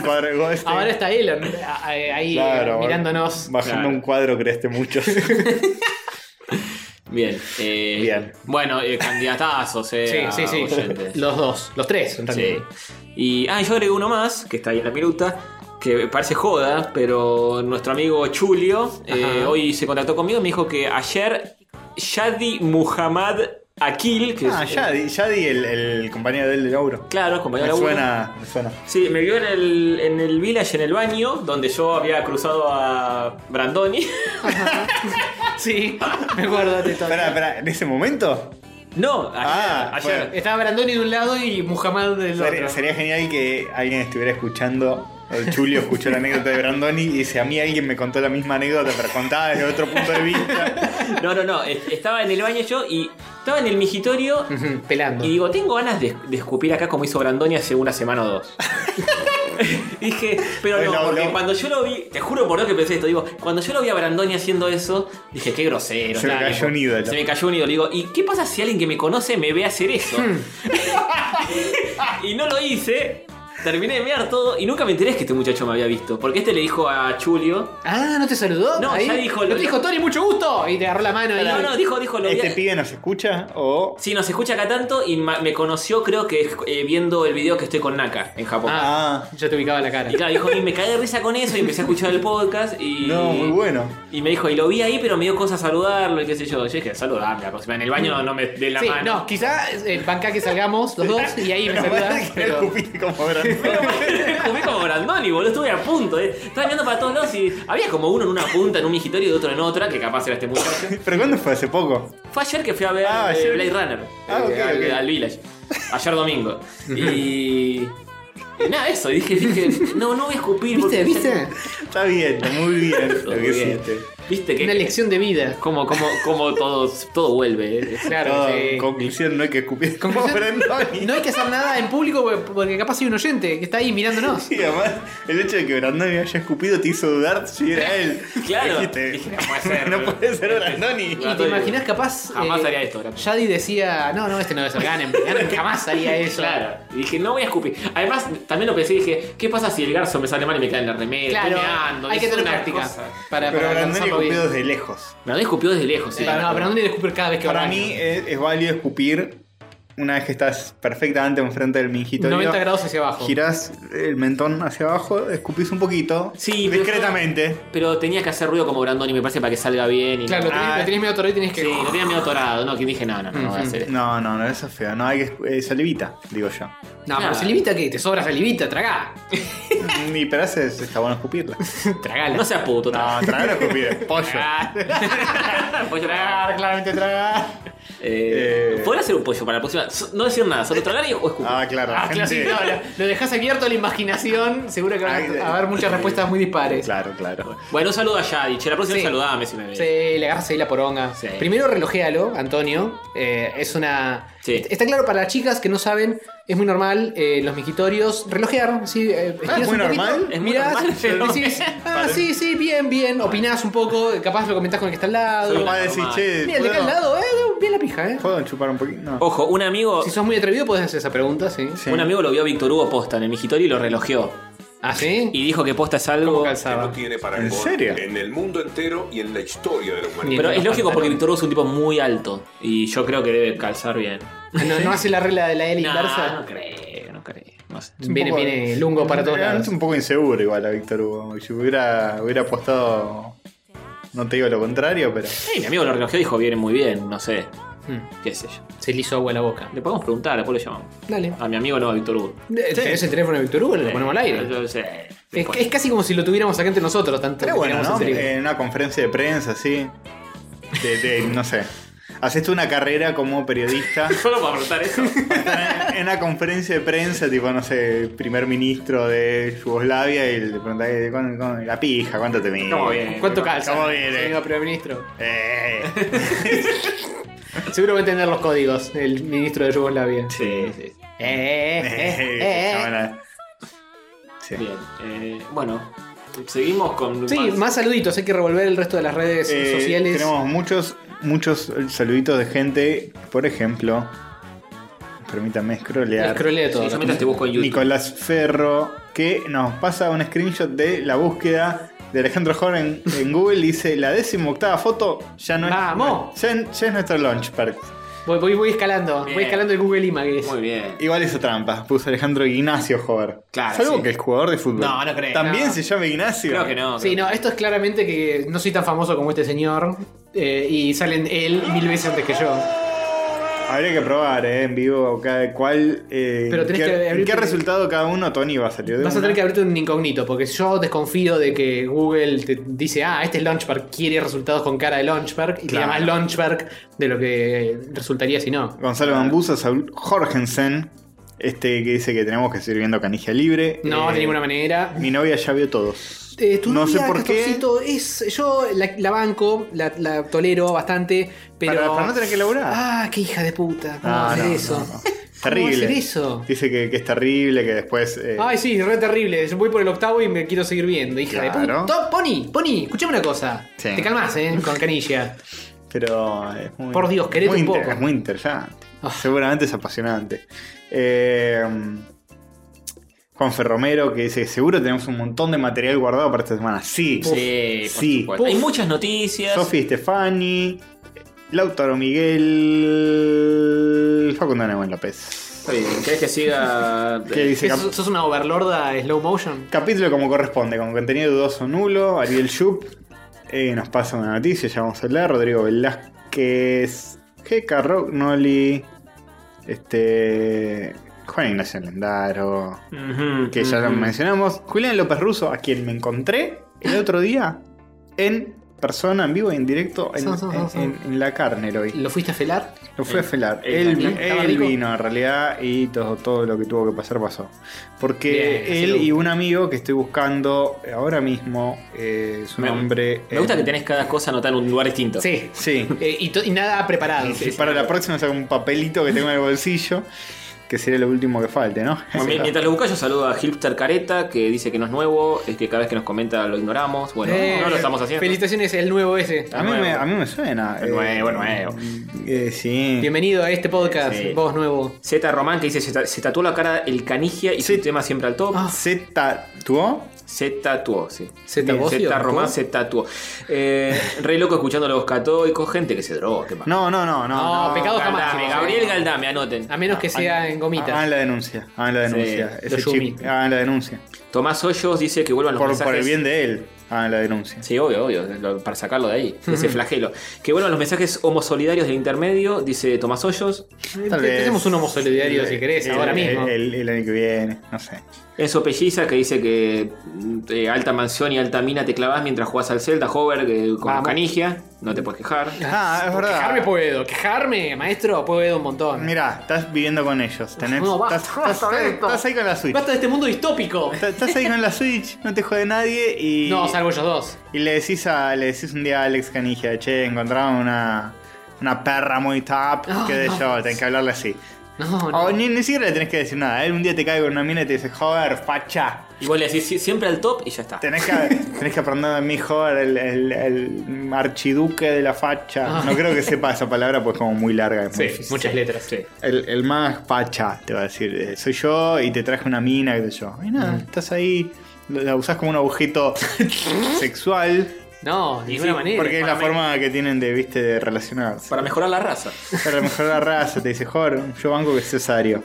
cuadro de este. Goldstein.
Ahora está Elon eh, ahí eh,
Claro,
mirándonos.
Bajando
Claro.
un cuadro
*laughs*
creaste mucho.
Bien. eh,
Bien.
Bueno, eh, candidatazos, eh.
Sí,
a
sí, sí.
oyentes.
Los dos, los tres en
Sí.
realidad.
Y ah, yo agregué uno más, que está ahí en la minuta, que parece joda, pero nuestro amigo Chulio eh, hoy se contactó conmigo y me dijo que ayer Shadi Muhammad Akil, que
ah,
es,
ya di, ya di el, el compañero de él de Lauro.
claro, compañero de
Me
laburo.
suena, me suena.
Sí, me vio en el, en el village, en el baño, donde yo había cruzado a Brandoni. *laughs*
Sí, *laughs* me acuerdo de todo.
Espera, espera, ¿en ese momento?
no, ayer.
Ah,
ayer.
bueno.
Estaba Brandoni de un lado y Muhammad del
Sería,
otro.
sería genial que alguien estuviera escuchando. El Julio escuchó la anécdota de Brandoni y dice: A mí alguien me contó la misma anécdota, pero contada desde otro punto
*laughs*
de vista.
No, no, no. es- Estaba en el baño yo y estaba en el migitorio
Ujú, *laughs* Pelando.
Y digo, tengo ganas de, de escupir acá como hizo Brandoni hace una semana o
*laughs*
dos. Dije, pero
Bueno,
no, porque
no.
cuando yo lo vi, te juro por Dios que pensé esto, digo, cuando yo lo vi a Brandoni haciendo eso, dije, qué grosero.
Se me
tal,
cayó
tipo,
un ídolo.
Se me cayó un ídolo. Digo, ¿y qué pasa si alguien que me conoce me ve hacer eso?
Hmm.
*laughs* y no lo hice. Terminé de mear todo y nunca me enteré que este muchacho me había visto. Porque este le dijo a Chulio.
Ah, ¿no te saludó?
No,
Ahí?
ya dijo
¿No
lo-
te dijo Tony, mucho gusto? Y te agarró la mano. ahí.
No, no, dijo, dijo, lo vi a-
¿Este pibe nos escucha? O.
Sí, nos escucha acá tanto y ma- me conoció, creo que eh, viendo el video que estoy con Naka en Japón.
Ah,
Ah.
yo te ubicaba la cara.
Y claro, dijo, y me caí de risa con eso y empecé a escuchar el podcast y...
No, muy bueno.
Y me dijo, y lo vi ahí, pero me dio cosa saludarlo y qué sé yo. Yo dije, saludarme, la próxima. En el baño no, no me dé la
Sí,
mano. *laughs*
no, quizá eh, banca que salgamos los dos y ahí me
Pero
saludas.
parece que no
Pero...
escupiste como
*laughs*
Brandoni.
Menos mal que Comí como Grandmami, boludo. Estuve a punto. eh. Estaba mirando para todos lados y había como uno en una punta, en un migitorio y otro en otra, que capaz era este muchacho.
*laughs* ¿Pero cuándo fue? ¿Hace poco?
Fue ayer que fui a ver
Ah,
eh,
ayer.
Blade Runner.
Ah,
eh,
ok,
al,
ok.
al Village. Ayer
*laughs*
domingo. y. y nada, eso. Dije, dije, no, no voy a escupir.
¿Viste?
porque-
¿Viste?
Está bien, muy bien lo
Todo
que
bien.
hiciste.
Viste que.
Una lección de vida.
Como, como, como todo, todo vuelve. eh.
Claro,
Todo,
sí.
Conclusión, no hay que escupir como
Conclusión,
Brandoni.
No hay que hacer nada en público porque- porque capaz hay un oyente que está ahí mirándonos.
*laughs* Sí, además, el hecho de que Brandoni haya escupido te hizo dudar si era él.
Claro.
Dijiste,
Dije, no puede ser.
*laughs* no puede ser Brandoni.
Y te imaginas capaz. eh,
Jamás haría esto, era-
Shadi decía, no, no, este no es el Ganem. Ganem jamás haría eso.
Claro, y dije, no voy a escupir. Además, también lo pensé, dije, ¿qué pasa si el garzo me sale mal y me cae en la remera?
Claro,
Estoy meando,
hay que
es
tener
una
práctica
cosa.
para,
Pero
para
Brandoni
lanzarlo bien.
escupió desde lejos.
Me lo escupió desde lejos, sí.
Eh, no, pero no le escupir cada vez que va
Para
al baño.
mí es, es válido escupir una vez que estás perfectamente enfrente del mingitorio.
90 grados hacia abajo.
Girás el mentón hacia abajo, escupís un poquito.
Sí, pero-
discretamente.
Pero tenía que hacer ruido como Brandoni, me parece, para que salga bien. Y
Claro, lo tenés,
Ah.
lo tenés medio torado y tenés que.
Sí, lo tenía medio atorado, ¿no? Que dije, no, no, no, no voy a hacer esto.
No, no, no, eso es feo. No, hay que. escu- eh, salivita, digo yo.
No,
Claro.
pero salivita que te sobra salivita, tragá. *laughs*
*laughs* Ni pero hace- está bueno escupirla.
Tragala.
No seas puto,
*laughs* No, tragar o escupir. Pollo.
Pollo tragar.
claramente tragar.
*laughs* Eh,
Eh.
¿Podrás hacer un pollo para la próxima? So- No decir nada, solo tragar y o escupir.
Ah, claro.
Ah, claro, *laughs* sí,
gente-
no, lo, lo dejás abierto a la imaginación, seguro que
Ay,
van
de-
a haber muchas respuestas muy dispares.
Claro, claro.
Bueno, un saludo a Yadi. Che, la próxima
Sí.
saludame si me ves.
Sí, le agarras ahí la poronga.
Sí.
Primero relojéalo, Antonio. Eh, es una.
Sí.
Est- Está claro para las chicas que no saben, es muy normal eh, los mijitorios relojear. Sí, eh, estiras
Ah,
un
muy
poquito,
normal.
Es muy
mirás,
normal, pero-
*laughs*
decís, ah, sí, sí, bien, bien. Opinás un poco, eh, capaz lo comentás con el que está al lado.
Soy
Capaz de decir,
normal.
che,
Mira, el de acá al
¿puedo,
lado, eh, bien la pija, eh.
¿puedo chupar un poquito? No.
Ojo, un amigo,
Si sos muy atrevido, podés hacer esa pregunta, sí.
Sí.
un amigo lo vio a Víctor Hugo posta en el Mijitori y lo relojeó.
¿Ah, sí?
Y dijo que posta es algo.
¿Cómo
que
calzaba?
no tiene parangón
¿En serio?
en el mundo entero y en la historia de la humanidad.
Ni
Pero
en
es
los
lógico porque
pantalones.
Víctor Hugo es un tipo muy alto. Y yo creo que debe calzar bien.
Ah, No, no hace la regla de la L
Nah,
inversa.
no creo, no creo. No sé.
Es un
Viene,
poco-
viene lungo para todos
Realmente
lados.
un poco inseguro igual a Víctor Hugo. Si hubiera, hubiera apostado. No te digo lo contrario, pero.
Sí, mi amigo lo relojeó y dijo viene muy bien, no sé.
Mm.
Qué sé yo.
Se le hizo agua a la boca.
Le podemos preguntar, después lo llamamos.
Dale.
A mi amigo no, a Víctor Hugo.
Eh, ¿Tenés el teléfono de Víctor Hugo? Lo ponemos al aire.
Yo sé,
Es,
después.
es casi como si lo tuviéramos acá entre nosotros, tanto
Pero
que
bueno,
tenemos
¿no?
en serio.
En una conferencia de prensa, así. De, de- no sé. Haces tú una carrera como periodista.
Solo para
*laughs*
preguntar eso.
En- En una conferencia de prensa, tipo, no sé, primer ministro de Yugoslavia y le preguntás, eh, ¿cuán- cuán- la pija, ¿cuánto te mide?
Eh, ¿Cómo viene?
¿Cuánto calza?
¿Cómo viene?
Señor primer ministro.
Eh.
Seguro va a entender los códigos el ministro de Yugoslavia.
Sí, sí. sí.
Eh, eh, eh, eh, eh.
Cámara. Sí.
Bien. eh, bueno, seguimos con.
Sí, más saluditos. Hay que revolver el resto de las redes
Eh,
sociales.
Tenemos muchos, muchos saluditos de gente. Por ejemplo, permítanme scrollear.
Scrollea
Sí,
todo.
yo mientras te busco en YouTube.
Nicolás Ferro, que nos pasa un screenshot de la búsqueda de Alejandro Joren en, en Google. Dice: La décimo octava foto ya no es.
Vamos.
Ya, ya es nuestro launchpad.
Voy, voy, voy escalando.
Bien.
Voy escalando el Google Images.
Muy bien.
Igual hizo trampa, puso Alejandro Ignacio Jover.
Claro,
Salvo
sí.
que el jugador de fútbol.
No, no creo,
También
no.
se llama Ignacio.
Creo que no.
Sí,
creo-
no, esto es claramente que no soy tan famoso como este señor. eh, y salen él mil veces antes que yo.
Habría que probar, ¿eh? En vivo, cada cual. eh,
Pero tenés
qué,
que
en
abrirte-
qué resultado cada uno, Tony, va a salir de
Vas a
una.
tener que abrirte un incógnito, porque yo desconfío de que Google te dice, ah, este es Launchpark, quiere resultados con cara de Launchpark, y
Claro.
te llamas Launchpark de lo que resultaría si no.
Gonzalo Bambusa, Saúl Jorgensen, este que dice que tenemos que seguir viendo Canigia Libre.
No,
Eh,
de ninguna manera.
Mi novia ya vio todos.
Eh, tu
no sé
novia,
por qué.
Castorcito, Es, yo la, la banco, la, la tolero bastante, pero...
Para, para no tener que laburar.
Ah, qué hija de puta. ¿Cómo
No,
va a hacer
Ah, no,
eso?
no, no.
*laughs* ¿Cómo
Terrible.
va a hacer eso?
Dice que, que es terrible, que después. eh,
Ay, sí, re terrible. Yo voy por el octavo y me quiero seguir viendo, hija
Claro.
de puta. Pony, Pony, escuchame una cosa.
Sí.
Te calmás, ¿eh? Con canilla.
Pero es muy.
Por Dios, querete
muy
un
inter-
poco.
Es muy interesante.
Ah.
Seguramente es apasionante. Eh, Juan Ferromero que dice: Seguro tenemos un montón de material guardado para esta semana. Sí.
Sí, por
Sí.
supuesto. Hay muchas noticias.
Sofi Stefani, Lautaro Miguel, Facundo Nebuen López.
Está bien, ¿Querés que siga?
Que dice
¿Qué,
cap-
¿Sos sos una overlorda de slow motion?
capítulo como corresponde, con contenido dudoso nulo, Ariel Schup, eh, nos pasa una noticia, ya vamos a hablar, Rodrigo Velázquez, G. Rognoli, este... Juan Ignacio Landaro,
Ujú,
que ya lo
ujú.
mencionamos. Julián López Russo, a quien me encontré el otro día en persona, en vivo y en directo en,
Son, son, son, son.
en- en la carne hoy.
¿Lo fuiste a felar?
Lo fue a felar.
él
Él,
también.
¿Estaba
él
rico?
vino en realidad y todo, todo lo que tuvo que pasar pasó.
Bien,
Porque
así
él
me
y un amigo que estoy buscando ahora mismo eh, su
Me-
nombre.
Me gusta
en-
que tenés cada cosa anotada en un lugar distinto.
Sí.
*laughs*
Sí.
Eh, y, to- y nada preparado.
Y para la próxima saco un papelito que tengo en el bolsillo, que sería lo último que falte, ¿no?
Bueno,
*laughs*
mi- mientras lo buscas, yo saludo a Hipster Careta, que dice que no es nuevo, es que cada vez que nos comenta lo ignoramos. Bueno,
Eh,
no lo estamos haciendo.
Felicitaciones, el nuevo ese.
A mí, me, a mí me suena.
Es nuevo, nuevo.
eh, sí.
Bienvenido a este podcast,
Sí.
vos nuevo.
Z Román que dice: se, ta- se tatuó la cara el canigia y
Sí.
su tema siempre al top.
Ah.
¿Se tatuó?
Se tatuó, sí.
¿Se
Bien,
tatuó?
Se ta- Román se tatuó. Eh, re loco escuchando a los católicos, gente que se droga, qué más.
No, no, no, no.
No, pecado jamás.
Galdame, Gabriel Galdame, anoten. Ah.
A menos que sea en gomitas.
Hagan ah, la denuncia. Hagan la denuncia.
Sí,
Ese
los Yumi.
chip, hagan la denuncia.
Tomás Hoyos dice que vuelvan los
Por,
mensajes.
por el bien de él, hagan la denuncia.
Sí, obvio, obvio, lo- para sacarlo de ahí, de ese flagelo. Que vuelvan los mensajes homosolidarios del intermedio, dice Tomás Hoyos.
Tal vez.
Tenemos un homosolidario,
El-
si querés,
el-
ahora
el-
mismo.
El, el año que viene, no sé.
Enzo Pelliza que dice que mm, eh, alta mansión y alta mina te clavas mientras jugás al Zelda, Hover, eh, con
Vamos.
canigia, no te puedes quejar.
Ah, es
Quejarme
verdad.
puedo, quejarme, maestro, puedo un montón.
Mirá, estás viviendo con ellos. Tenés,
No, basta,
estás,
basta
estás-
de esto.
estás ahí con la Switch.
Basta de este mundo distópico.
Está- Estás ahí con la Switch, no te jode nadie y.
No, salvo ellos dos.
Y le decís a, le decís un día a Alex Canigia, che, encontramos una, una perra muy top,
No,
qué sé
no.
yo, tenés que hablarle así.
No,
O
no.
ni, ni siquiera le tenés que decir nada, él un día te cae con una mina y te dice, joder, facha.
Y vos le decís "Sí, siempre al top y ya está.
Tenés que, tenés que aprender de mí, joder, el, el- el archiduque de la facha. No creo que sepa esa palabra, pues como muy larga. es muy
Sí,
difícil.
muchas letras.
El, el más facha te va a decir, eh, soy yo y te traje una mina, qué sé yo. Y nada, estás ahí, la- la usás como un objeto sexual.
No, de ninguna
sí,
manera.
Porque es la
para
forma que tienen de, viste, de relacionarse.
Para mejorar la raza.
A lo mejor la raza te dice, joder, yo banco que es cesario.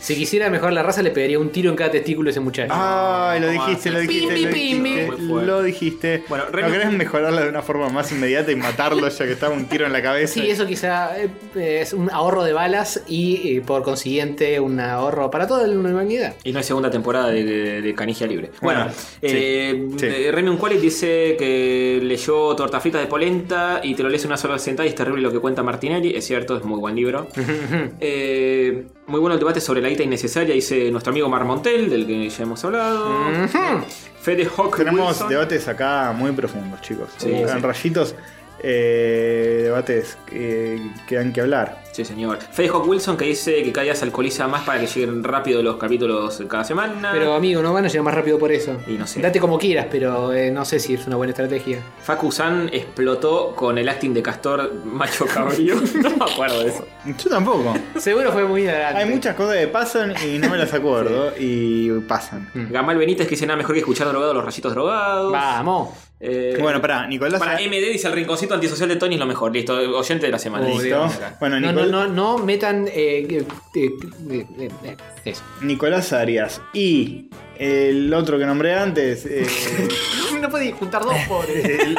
Si quisiera mejorar la raza, le pegaría un tiro en cada testículo a ese muchacho.
Ay, Ah, lo
¿cómo
dijiste, lo
haces?
dijiste,
Pim,
lo
pim,
dijiste.
pim. Muy fuerte.
Lo dijiste.
Bueno,
¿No
Remy-
querés mejorarla de una forma más inmediata y matarlo ya que estaba un tiro en la cabeza?
Sí, eso quizá eh, es un ahorro de balas y eh, por consiguiente un ahorro para toda la humanidad.
Y no hay segunda temporada de, de- de Canigia Libre. Bueno,
Bueno,
eh,
Ah, sí,
eh, Remy Unquali dice que leyó Torta Fritas de Polenta y te lo lees en una sola sentada y es terrible lo que cuenta Martinelli. Es cierto, es muy buen
*laughs*
libro. Eh, muy bueno el debate sobre la guita innecesaria, dice nuestro amigo Marmontel, del que ya hemos hablado. Fede Hawk
Tenemos
Wilson.
debates acá muy profundos, chicos.
Sí,
en
sí.
rayitos, eh, debates eh, que dan que hablar.
Sí, señor. Fede Hawk Wilson que dice que cada día se alcoholiza más para que lleguen rápido los capítulos cada semana.
Ah.
Pero amigo, no van a llegar más rápido por eso.
Y no sé.
Date como quieras, pero eh, no sé si es una buena estrategia.
Facu San explotó con el acting de Castor Macho
*laughs*
Cabrío. no me acuerdo de eso.
Yo tampoco.
Seguro fue muy
Hay
hilarante.
muchas cosas que pasan y no me
*laughs*
las acuerdo. Y pasan.
Gamal Benítez que dice nada mejor que escuchar drogado los rayitos drogados.
Vamos.
Eh,
Bueno, pará, Nicolás.
para MD dice el rinconcito antisocial de Tony es lo mejor. Listo, oyente de la semana.
Oh,
Listo.
Listo. Bueno,
No, no,
Nicol-
no, no metan. eh, eh, eh, eh, eh, eh, eso. *laughs*
Nicolás Arias y el otro que nombré
*laughs*
antes, eh,
No podéis juntar dos,
*laughs*
pobres.
el-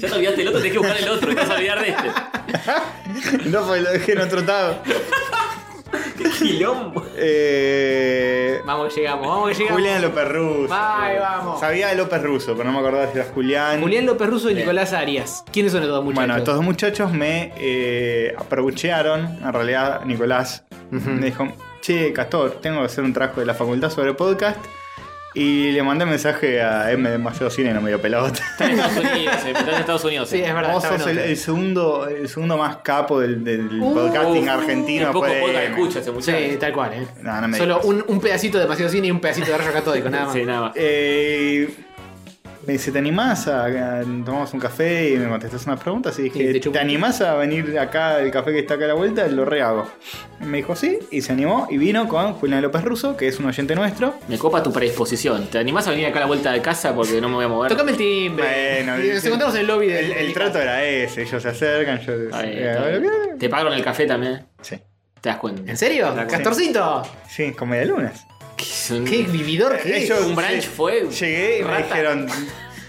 Ya te olvidaste del otro, tenés que buscar el otro y te vas a olvidar de
*laughs*
este.
no fue, lo dejé en otro tab.
Quilombo.
Eh,
Vamos, llegamos, vamos que llegamos.
Julián López Russo.
Ay, vamos.
Sabía de López Russo, pero no me acordaba si era Julián.
Julián López Russo y Nicolás Arias. ¿Quiénes son estos dos muchachos?
Bueno, estos dos muchachos me eh, aprobuchearon. En realidad, Nicolás me dijo: Che, Castor, tengo que hacer un trabajo de la facultad sobre podcast. Y le mandé mensaje a M de Mayo Cine y no me dio pelota.
Está en Estados Unidos, eh, está en Estados Unidos.
Sí, es verdad.
*laughs* Vos
está
sos el,
bueno.
el segundo, el segundo más capo del, del
Uh,
podcasting
Uf,
argentino.
qué poco
fue
podcast
M.
escucha ese muchacho.
Sí, tal cual, ¿eh?
No, no me
Solo
digas.
un, un pedacito de Demasiado Cine y un pedacito de Rayo
*laughs*
Catódico, nada más.
Sí, nada más.
Eh, me dice, ¿te animás a, a- tomamos un café y me contestas unas preguntas? Y
Y
dije,
te
te,
chupo un-
animás a venir acá al café que está acá a la vuelta? Lo rehago. Y me dijo sí, y se animó y vino con Julián López Russo, que es un oyente nuestro.
Me copa tu predisposición. ¿Te animás a venir acá a la vuelta de casa porque no me voy a mover?
Tocame el timbre.
Bueno,
*laughs* Nos
dice-
encontramos en el lobby del.
El, el trato era ese, ellos se acercan, yo...
Está bien,
eh,
está bien.
eh,
Te pagaron el café también.
Sí,
¿Te das cuenta?
¿En serio?
Está bien.
¡Castorcito!
sí, con media lunas. Eh,
¡Qué vividor que es!
Mm. Ellos-
un brunch fue?
Llegué y me
Rata.
dijeron,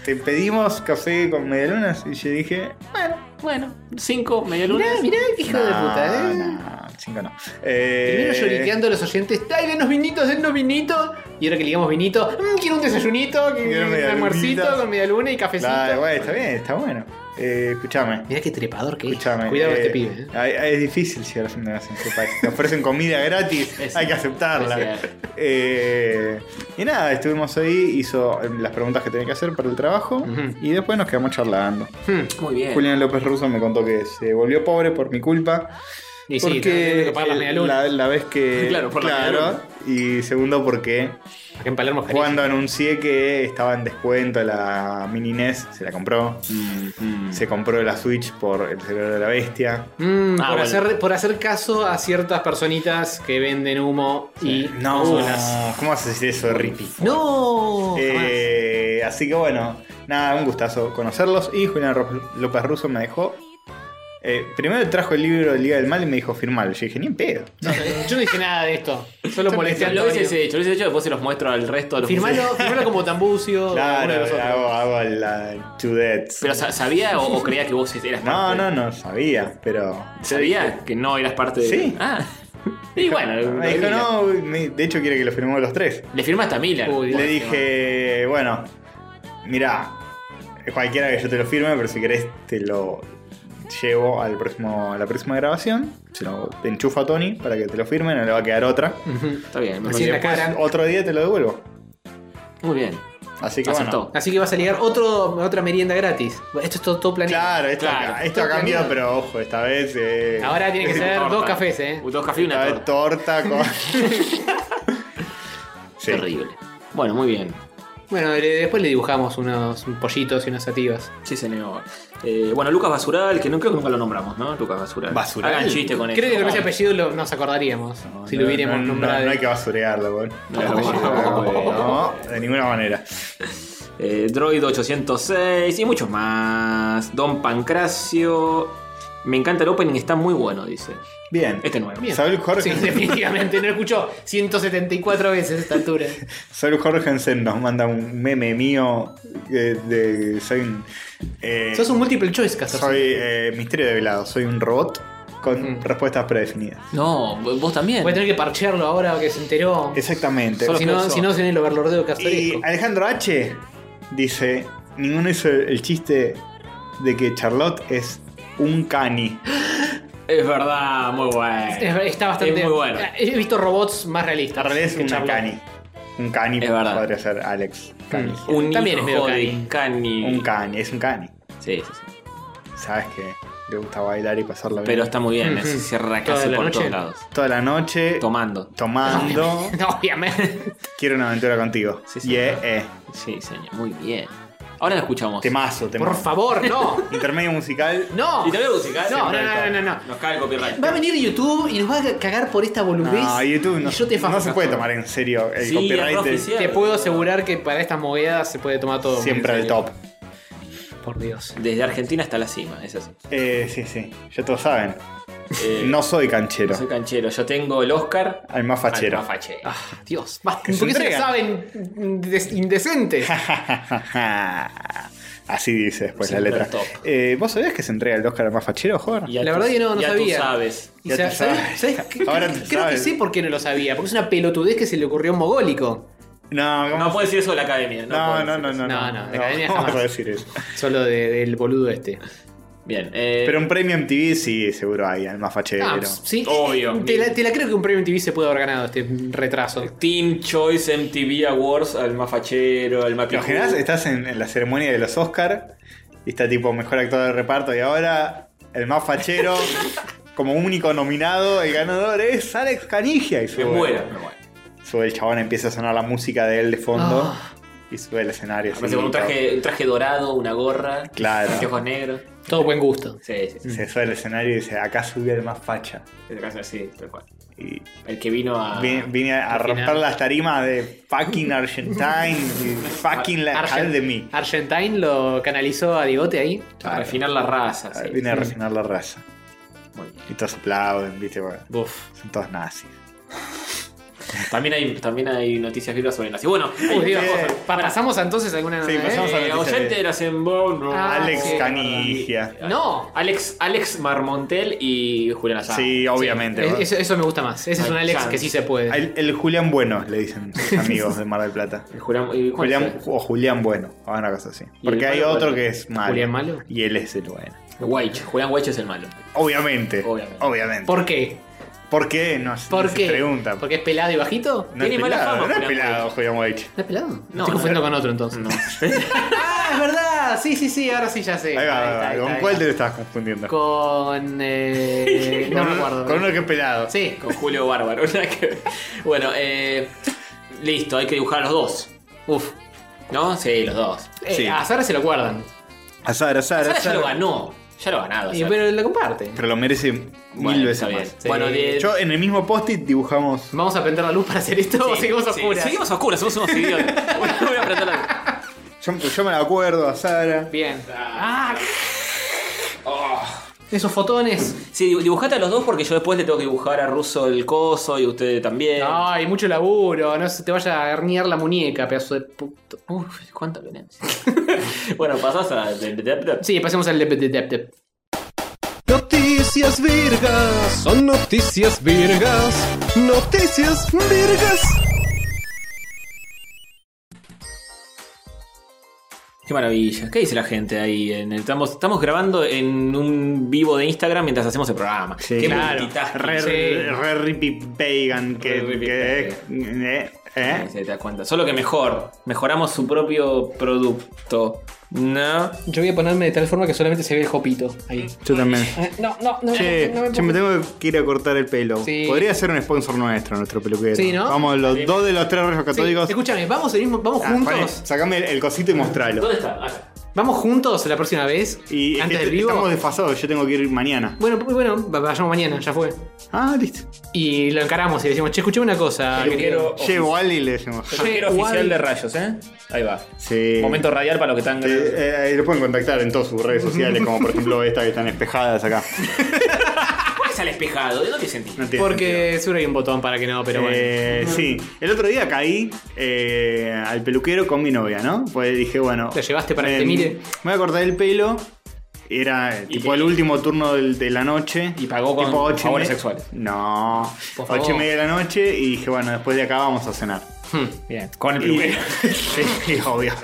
te pedimos café con media lunas y yo dije,
Bueno, bueno, cinco, medio lunes.
Mirá, mirá qué hijo de
"No,
puta, ¿eh?
no, 5 no. Eh,
Primero lloriqueando a los oyentes, tráiganos vinitos, dennos vinitos. Y ahora que digamos vinito, "Mm, quiero un desayunito, que-
Quiero
un
medialunitas.
almuercito con media luna y cafecito.
Claro, bueno, está bien, está bueno. Eh, escuchame.
Mirá qué trepador que
Escuchame,
es. Cuidado con
eh,
este pibe. eh.
ay- ay, Es difícil llegar a fin de mes en este país. Te ofrecen comida
*laughs*
gratis,
Es-
hay que aceptarla.
es cierto.
Eh, y nada, estuvimos ahí, hizo eh, las preguntas que tenía que hacer para el trabajo
Ujú.
y después nos quedamos charlando.
Hmm.
Muy bien.
Julián López Russo me contó que se volvió pobre por mi culpa.
Y sí, tenés
Porque
que pagar las medialunas.
la, la vez
*laughs*
que.
Claro, por la medialuna.
y segundo, porque
Acá en Palermo es carísimo.
cuando anuncié que estaba en descuento la mini NES, se la compró.
Mm,
Se compró la Switch por el cerebro de la bestia.
Mm, por,
Ah, bueno.
hacer, por hacer caso a ciertas personitas que venden humo y consolas.
¿cómo vas a decir eso, Rippy?
No.
Eh, así que bueno, nada, un gustazo conocerlos. Y Julián Ro- López Russo me dejó. eh, primero trajo el libro de Liga del Mal y me dijo firmarlo. Yo dije, ni en pedo.
jamás. Yo no hice nada de esto. Solo
Yo
molesté a
Lo
Antonio.
hubiese hecho, lo hubiese hecho, después se los muestro al resto de los
Firmalo,
museos.
firmalo como Tambucio. o alguno de
Claro,
los otros.
hago, hago la Chudets.
Pero sa- ¿sabía o, o creía que vos eras
No,
parte?
no, no, sabía, pero.
¿Sabía que no eras parte de.?
Sí.
Ah. Y
*laughs*
bueno,
Me
lo-
dijo, no, me- de hecho quiere que lo firmemos los tres.
Le firmaste a Miller.
Uy,
Y le dije, bueno, mirá, cualquiera que yo te lo firme, pero si querés te lo llevo al próximo, a la próxima grabación. Se lo enchufo a Tony para que te lo firme, no le va a quedar otra.
Ujú.
Está bien, me
Así
Y
en la
parece.
después,
Mm. cara.
otro día te lo devuelvo.
Muy bien.
Así que
Aceptó.
bueno.
Así que vas a ligar otro, otra merienda gratis. Esto es todo, todo planeado.
Claro, esto,
Claro,
ha- esto ha
todo
cambiado,
planeado.
pero ojo, esta vez. eh,
Ahora tiene que ser
Torta.
dos cafés, eh.
Dos cafés y una
esta vez
torta.
*laughs*
torta con. Sí.
Terrible. Bueno, muy bien.
Bueno, le- después le dibujamos unos pollitos y unas sativas.
Sí, señor. Eh, bueno, Lucas Basural, que no creo que nunca lo nombramos, ¿no? Lucas Basural.
Basural.
Hagan chiste con eso.
Creo que con ese apellido lo- nos acordaríamos. si lo
No,
hubiéramos
no, no,
nombrado.
No, hay que basurearlo, weón.
No.
Claro, weón. No, de ninguna manera.
Eh, Droid 806 y muchos más. Don Pancracio. Me encanta el opening, está muy bueno, dice.
Bien.
Este nuevo.
Bien.
Saúl Jorge-
Sí,
*laughs*
definitivamente. No escuchó 174 veces a esta altura.
Saúl Jorgensen nos manda un meme mío eh, de. Soy un. eh,
Sos un multiple choice, Castor.
soy eh, misterio de velado. Soy un robot con
Mm.
respuestas predefinidas.
No, vos también.
Voy a tener que parchearlo ahora que se enteró.
Exactamente.
si, no, si no, se viene el overlordeo
Y
castoresco.
Alejandro H dice: Ninguno hizo el, el chiste de que Charlotte es un cani.
Es verdad, muy bueno.
Es- Está bastante. Eh,
Es muy bueno.
He visto robots más
La
realistas.
realidad
*laughs*
es
que
una
Charlotte.
cani. Un cani
Es verdad.
podría ser Alex. Cani.
Un
También es medio
hijo de cani.
Un cani, es un cani.
Sí, sí, sí.
Sabes que le gusta bailar y pasarla bien.
Pero está muy bien,
Ujú.
se cierra
Toda
casi
la
por
noche.
todos lados.
toda la noche
*laughs*
Tomando.
tomando.
Obviamente.
Quiero una aventura contigo.
Sí, sí.
yeah, eh.
Sí, señor, muy bien. Ahora la escuchamos.
Temazo, temazo.
Por favor, no.
Intermedio musical.
No.
Y también ¿eh? musical.
No, no, no, no, no.
Nos cae el copyright.
Va a venir YouTube y nos va a cagar por esta
No,
boludez.
YouTube
y
no,
yo te fajo,
no se puede
Castor.
tomar en serio el
Sí,
copyright.
es
de-
oficial.
Te puedo asegurar que para estas movidas se puede tomar todo. muy
Siempre
en
al
serio.
top.
Por Dios.
Desde Argentina hasta la cima, es así.
Eh, sí, sí. Ya todos saben.
Eh,
No soy canchero.
soy canchero, yo tengo el Oscar.
Al más fachero.
Al mafachero.
Ah, Dios. Va,
Que se
¿Por qué se la
entregan.
saben des- indecentes?
*laughs* Así dice después
Siempre
la
al
letra.
top.
Eh, ¿Vos sabías que se entrega el Oscar al más fachero, joder?
Y a
La
tú-
verdad que no, no
y a tú
sabía.
sabes.
Y
Ya
sa-
te
¿sabes,
sabes.
sabes qué?
Ahora
creo
te
creo que
sabes.
sé por qué no lo sabía, porque es una pelotudez que se le ocurrió a un mogólico.
No, ¿cómo-
No puede decir eso de la academia. No,
no,
puede
no,
decir
no,
eso.
no,
No, no, la academia
¿cómo
jamás. Eh,
vas a decir eso?
Solo de- del boludo este.
Bien, eh,
Pero un premio MTV sí, seguro hay, al más fachero.
Ah, sí.
obvio.
Te la, te la creo que un premio en TV se puede haber ganado este retraso.
Team Choice MTV Awards al más fachero, al más
¿Te imaginas? Estás en, en la ceremonia de los Oscar y está tipo mejor actor de reparto y ahora el más
*laughs*
fachero, como único nominado, el ganador es Alex Canigia. Y
Me
sube,
muero, me muero.
sube el chabón, empieza a sonar la música de él de fondo
Ah.
y sube el escenario. así,
Aparece con un traje, un traje dorado, una gorra,
Claro.
anteojos negros.
Todo buen gusto.
Sí, sí, sí.
Se sube al escenario y dice, acá subió el más facha.
En el caso así, tal cual.
Y
El que vino a.
Mm. vi- vine, a
Al final.
romper las tarimas de fucking Argentine y fucking la
Argen-
de mí.
Argentine lo canalizó a Digote ahí.
a refinar la raza. Ah, sí.
Ah, Vine a refinar la raza.
Muy bien.
Y todos aplauden, viste, bueno,
Buf.
son todos nazis.
También hay, también hay noticias vivas sobre nazis. Bueno, hay
Uy,
muchas
Dios.
cosas.
Pa- pasamos a entonces alguna.
Sí, pasamos
¿eh?
a-
Eh,
noticias
oyente
de-
de la Sembón, no.
Ah,
Alex
sí,
Canigia.
No.
Alex, Alex Marmontel y Julián Azar.
Sí, obviamente.
Es-
¿no?
Eso, eso me gusta más. Ese es un
Ay,
Alex
chance.
que sí se puede.
El, el Julián Bueno, le dicen sus amigos de Mar del Plata.
Julián, y- ¿cuál
Julián,
es?
o Julián Bueno, o una cosa así.
¿Y
Porque
el
hay
malo
otro
cuál
que
es?
es malo.
¿Julián Malo?
Y él es el bueno.
Weich. Julián Weich es el malo.
Obviamente.
Obviamente.
Obviamente.
¿Por qué?
¿Por qué? No, se-
¿Por
se
qué?
pregunta.
¿Porque es pelado y bajito?
No
Tiene
es
mala
pelado,
fama,
no es
Julián
pelado Julián White.
¿No es pelado? Me
No,
estoy confundiendo
no.
con otro entonces. *laughs* ah, es verdad. Sí, sí, sí. Ahora sí ya sé.
Ahí va,
Ahí
ahí
está,
va.
ahí
¿Con
está,
cuál
ahí
te lo estabas confundiendo?
está. Con. eh,
Con
no
uno-
me acuerdo.
Con uno que es pelado.
Sí.
Con Julio Bárbaro. *laughs* nada que ver. bueno, eh, listo, hay que dibujar a los dos.
Uf.
¿No? Sí, los dos.
Eh,
Sí.
A Sara se lo guardan.
Azar, azar,
Sara ya
azar.
lo ganó. Ya lo ha ganado.
Y-
Sara.
pero lo comparte.
Pero lo merece mil
Bueno,
veces
está bien.
más.
Sí.
Bueno, eh, de-
Yo en el mismo post-it dibujamos
¿Vamos a prender la luz para hacer esto o
sí,
seguimos
sí,
a oscuras?
Seguimos a oscuras, somos unos idiotas. *laughs* Voy a apretar la-
Yo, yo me la acuerdo a Sara.
Bien. Ah. Esos fotones.
Sí, dibu- dibujate a los dos porque yo después le tengo que dibujar a Russo el coso y usted también.
Ay, mucho laburo. No se te vaya a herniar la muñeca, pedazo de puto.
Uf, cuánta violencia. *laughs* bueno, pasás a.
Sí, pasemos al dep- dep- dep- dep.
Noticias virgas, son noticias virgas, noticias virgas.
Qué maravilla. ¿Qué dice la gente ahí? en el- estamos, estamos grabando en un vivo de Instagram mientras hacemos el programa. Qué
claro.
multitasking.
Re,
Sí.
re, re Rippy Pagan, que,
Re Rippy
que es. eh, eh.
Se te das cuenta. Solo que mejor. Mejoramos su propio producto. ¿No?
Yo voy a ponerme de tal forma que solamente se ve el jopito ahí.
Yo también.
No, no, no.
Che,
no me
che, me tengo que ir a cortar el pelo.
Sí.
Podría ser un sponsor nuestro, nuestro peluquero.
Sí, ¿no?
Vamos, los dos de los tres rayos
Sí,
católicos.
escúchame, vamos, el mismo- vamos
Ah, poné,
juntos.
sacame el, el cosito y mostralo.
¿Dónde está? Acá.
Vamos juntos la próxima vez.
Y es
antes
que
del
te-
vivo.
estamos desfasados, yo tengo que ir mañana.
Bueno, pues, bueno, va- vayamos mañana, ya fue.
Ah, listo.
Y lo encaramos y le decimos, che, escuchame una cosa, querido.
Llevo a Ali y le decimos.
Sí,
Peluquero
igual.
oficial de rayos, ¿eh? Ahí va.
Sí.
Momento radial para los que están.
Eh, eh, lo pueden contactar en todas sus redes sociales, como por ejemplo esta que están espejadas acá.
¿Por qué sale Ah, espejado? ¿De dónde sentís?
No tiene sentido.
Porque seguro hay un botón para que no, pero bueno.
Eh, sí, el otro día caí eh, al peluquero con mi novia, ¿no? Pues dije, bueno.
¿La llevaste para que
eh,
te mire?
Me voy a cortar el pelo. Era eh, tipo
te-
el último turno del- de la noche.
Y pagó con
Tipo ocho y
favores
me-
sexuales.
No.
Por favor.
Ocho y media de la noche. Y dije, bueno, después de acá vamos a cenar.
Hmm.
*laughs*
Bien. Con el
Y-
peluquero.
sí, obvio.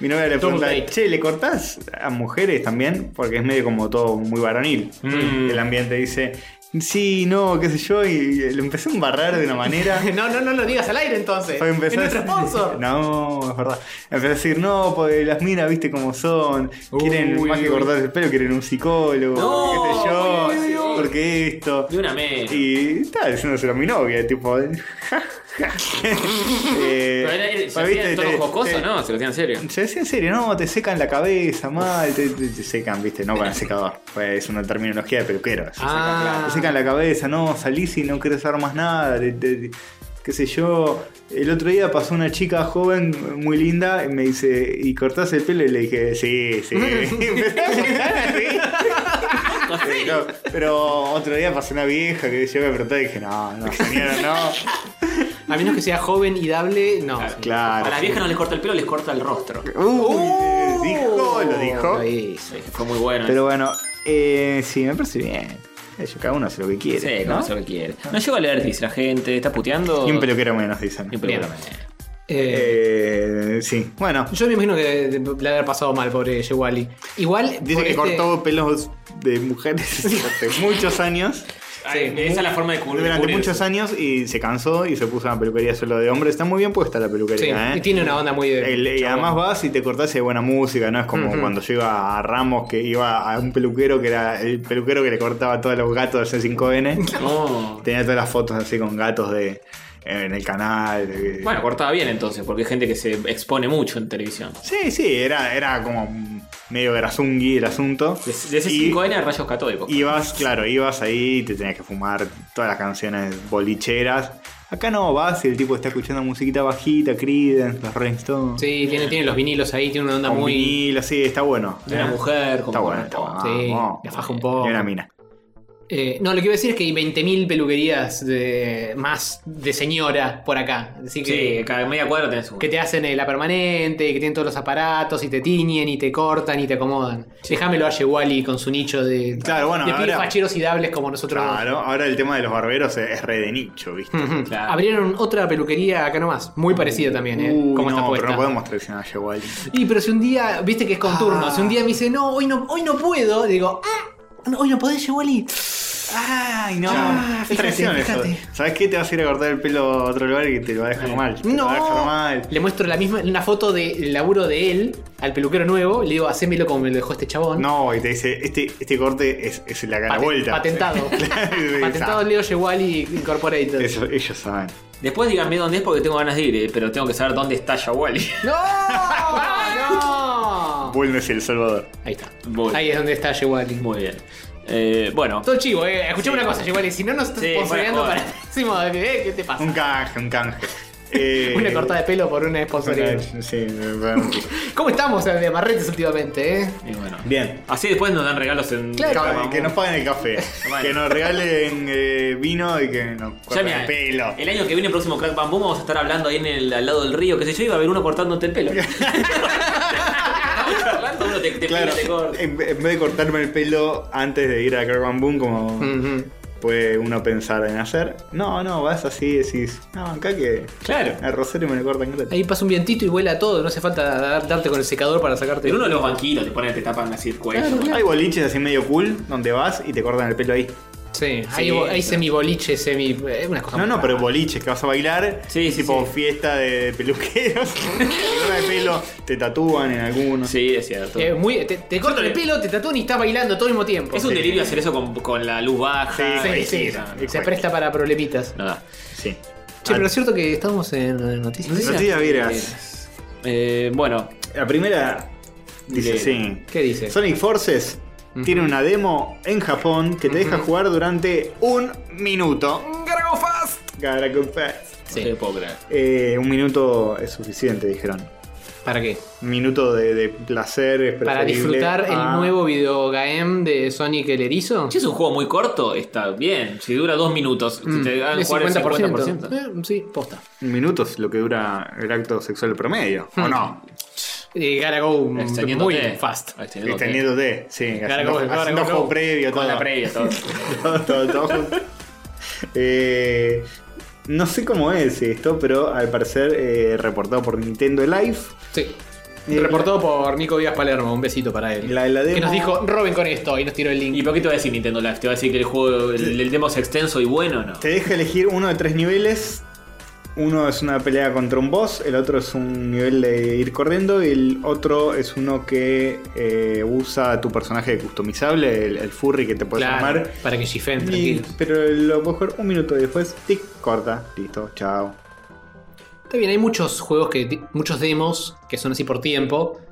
Mi novia le
Double
pregunta,
date.
che, ¿le cortás a mujeres también? Porque es medio como todo muy varonil.
Mm.
El ambiente dice, sí, no, qué sé yo, y lo empecé a embarrar de una manera.
No, no, no lo digas al aire entonces.
Fue
Es
empezar
nuestro sponsor.
*laughs* No, es verdad. Empecé a decir, no, porque las minas, viste cómo son. Quieren
Uy,
más que
uy.
cortarse el pelo, quieren un psicólogo,
No,
qué sé yo,
uy, uy, uy.
porque esto.
De una menos.
Y estaba diciéndoselo a mi novia, tipo. *laughs* eh,
Pero era, era- se
pues,
hacía en
viste,
tono
te-
jocoso,
te-
¿no? Se lo hacía en serio.
Se decía en serio, no, te secan la cabeza mal, te, te- te secan, viste, no con el secador. Pues es una terminología de peluquero. se
Ah.
secan, te secan la cabeza, no, salís y no querés hacer más nada, te- te- qué sé yo. El otro día pasó una chica joven muy linda y me dice, ¿y cortás el pelo? Y le dije, sí, *laughs* sí. Y empecé a cortar así. Pero, pero otro día pasó una vieja que yo me preguntó y dije, no, no, señora, no.
A menos que sea joven y dable, no.
Claro.
A las viejas no les corta el pelo, les corta el rostro.
Uy, dijo, lo dijo.
Lo hizo.
Fue muy bueno.
Pero bueno, eh, sí, me parece bien. Ellos, cada uno hace lo que quiere.
sí,
¿no?
no sé lo que quiere. No llego a leer, dice la gente. ¿Está puteando?
Y un peluquero menos, dicen.
Y un peluquero.
Eh,
Eh, sí, bueno.
Yo me imagino que le debe haber pasado mal, pobre Yewali. Igual.
Dice
por
que
este-
cortó pelos de mujeres *laughs* durante muchos años.
Ay,
Sí.
esa es la forma de cubrir.
Durante
cubrir
muchos
eso.
años y se cansó y se puso una peluquería solo de hombres. Está muy bien puesta la
Sí,
peluquería,
y
¿eh?
tiene una onda muy de.
El- y además vas y te cortás y hay buena música, ¿no? Es como
Ujú.
cuando yo iba a Ramos que iba a un peluquero que era el peluquero que le cortaba a todos los gatos del
*laughs*
C5N.
No.
Tenía todas las fotos así con gatos de en el canal. de-
Bueno, cortaba bien entonces, porque hay gente que se expone mucho en televisión.
Sí, sí, era, era como medio grazungui el asunto.
De, de ese
Y-
5N a rayos católicos.
Ibas, claro, ibas ahí y te tenías que fumar todas las canciones bolicheras. Acá no, vas y el tipo está escuchando musiquita bajita, Creedence, los Rolling Stones.
Sí, tiene, tiene los vinilos ahí, tiene una onda
con
muy.
vinilo, sí, está bueno. Eh,
de una mujer.
Está
como-
bueno, está bueno.
Sí,
Vamos.
la faja un
Y
poco.
una mina.
Eh, no, lo que iba a decir es que hay 20.000 peluquerías de, más de señora por acá. Así que,
Sí, cada media cuadra tenés uno.
que te hacen eh, la permanente, y que tienen todos los aparatos, y te tiñen, y te cortan, y te acomodan. Déjamelo a Wally con su nicho de,
Claro, bueno,
de pibes
ahora-
facheros y dables como nosotros.
Claro, ahora el tema de los barberos es es re de
*laughs*
nicho, ¿viste?
Ujú.
Claro.
Abrieron otra peluquería acá nomás, muy parecida también, ¿eh?
Uy,
como
no,
está puesta.
pero no podemos traicionar a Yewali.
Y pero si un día, viste que es con turno, si un día me dice, no, hoy no, hoy no puedo, le digo, "Ah, no, hoy no podés, Wally.
Ay, no.
Ah,
es
fíjate,
traición eso.
fíjate.
¿Sabes qué? Te vas a ir a cortar el pelo a otro lugar y te lo va a dejar mal. Te lo va a dejar
No.
mal.
Le muestro la misma, una foto del laburo de él al peluquero nuevo, le digo, hacémelo como me lo dejó este chabón.
No, y te dice, este, este corte es, es la cara
Paten-
vuelta. *laughs*
Patentado.
Claro,
patentado Leo Yewali Incorporated.
Eso, ellos saben.
Después díganme dónde es porque tengo ganas de ir, eh, pero tengo que saber dónde está Yawali.
¡No!
*laughs*
¡No!
Vuelve hacia El Salvador.
Ahí está.
Muy,
Ahí es donde está Yewali.
*laughs* muy bien. Eh, bueno,
Todo chivo, eh. Escuchame
Sí.
una cosa, Yewali. Si no nos estás
Sí,
sponsoreando
fuera
para
de
el próximo, eh, ¿qué te pasa?
Un canje, un canje. Eh,
*laughs* Una cortada de pelo por una sponsoría.
una- *laughs* sí, bueno.
¿Cómo estamos de amarretes últimamente, eh?
y bueno.
Bien.
Así después nos dan regalos en.
Claro.
Cada
Ca-
mamón.
Que nos paguen
*laughs*
el café. que nos regalen eh, vino y que nos
Ya,
corten
mira,
el pelo.
El año que viene, el próximo Crack Bamboo, vamos a estar hablando ahí en el, al lado del río, que sé yo, iba a haber uno cortándote el pelo.
*laughs*
Vamos charlando, uno te, te
Claro,
pila, te corta.
en, en vez de cortarme el pelo antes de ir a Caravan Boom, como
Ujú.
puede uno pensar en hacer, no, no, vas así y decís, no, acá que
Claro.
a Rosario me lo cortan gratis.
Ahí pasa un vientito y vuela todo, no hace falta dar- darte con el secador para sacarte.
En uno de los banquitos te ponen, te tapan así el cuello.
Hay boliches así medio cool donde vas y te cortan el pelo ahí.
Sí, hay,
Sí,
bo- hay
sí.
semi-boliche, semi. Es una cosa.
No,
muy
no,
rara.
pero boliches que vas a bailar,
Sí, sí,
tipo
sí.
fiesta de peluqueros, *laughs* te cortan el pelo, te tatúan en alguno.
Sí, es cierto.
Eh, muy, te, te cortan el pelo, te tatúan y estás bailando todo el mismo tiempo.
es un
Sí, Ah,
delirio hacer eso con, con la luz baja.
sí,
Ay,
sí.
sí,
no, no.
Se presta para problemitas.
Nada.
Sí.
Che, pero es cierto que estamos en noticias.
Noticias Viras.
Vieras. Eh, bueno,
La primera dice
Leo.
así.
¿Qué dice?
Sonic Forces tiene una demo en Japón que te deja jugar durante un minuto. Garago Fast.
sí.
Sí.
no te puedo creer.
Eh, un minuto es suficiente, dijeron.
¿Para qué?
Un minuto de, de placer es
Para
preferible Ah,
disfrutar
a-
el nuevo videogame de Sonic el Erizo.
Si es un juego muy corto, está bien. Si dura dos minutos, si
Mm,
te hagan
es
jugar el 50%.
50%. Eh, sí, posta.
Un minuto es lo que dura el acto sexual promedio, ¿o no?
Eh, gotta go mm,
Extendiéndote.
muy fast.
Extendiéndote.
Extendiéndote, sí,
Garago-
haciendo, haciendo
Garago-
juego previo,
Con
todo.
la previa, todo.
*laughs* todo, todo, todo junto. Eh, no sé cómo es esto, pero al parecer eh, reportado por Nintendo Live.
Sí.
Eh,
Reportado por Nico Díaz Palermo, un besito para él.
La, la demo,
que nos dijo, roben con esto, y nos tiró el link.
¿Y por qué te va a decir Nintendo Live? ¿Te va a decir que el juego, el, el demo es extenso y bueno no?
Te deja elegir uno de tres niveles. Uno es una pelea contra un boss, el otro es un nivel de ir corriendo y el otro es uno que eh, usa tu personaje customizable, el, el furry que te puedes
Claro,
armar.
para que shifen,
Y-
tranquilos.
pero lo puedes jugar un minuto y después, tic, corta, listo, chao.
Está bien, hay muchos juegos que. ti- muchos demos que son así por tiempo.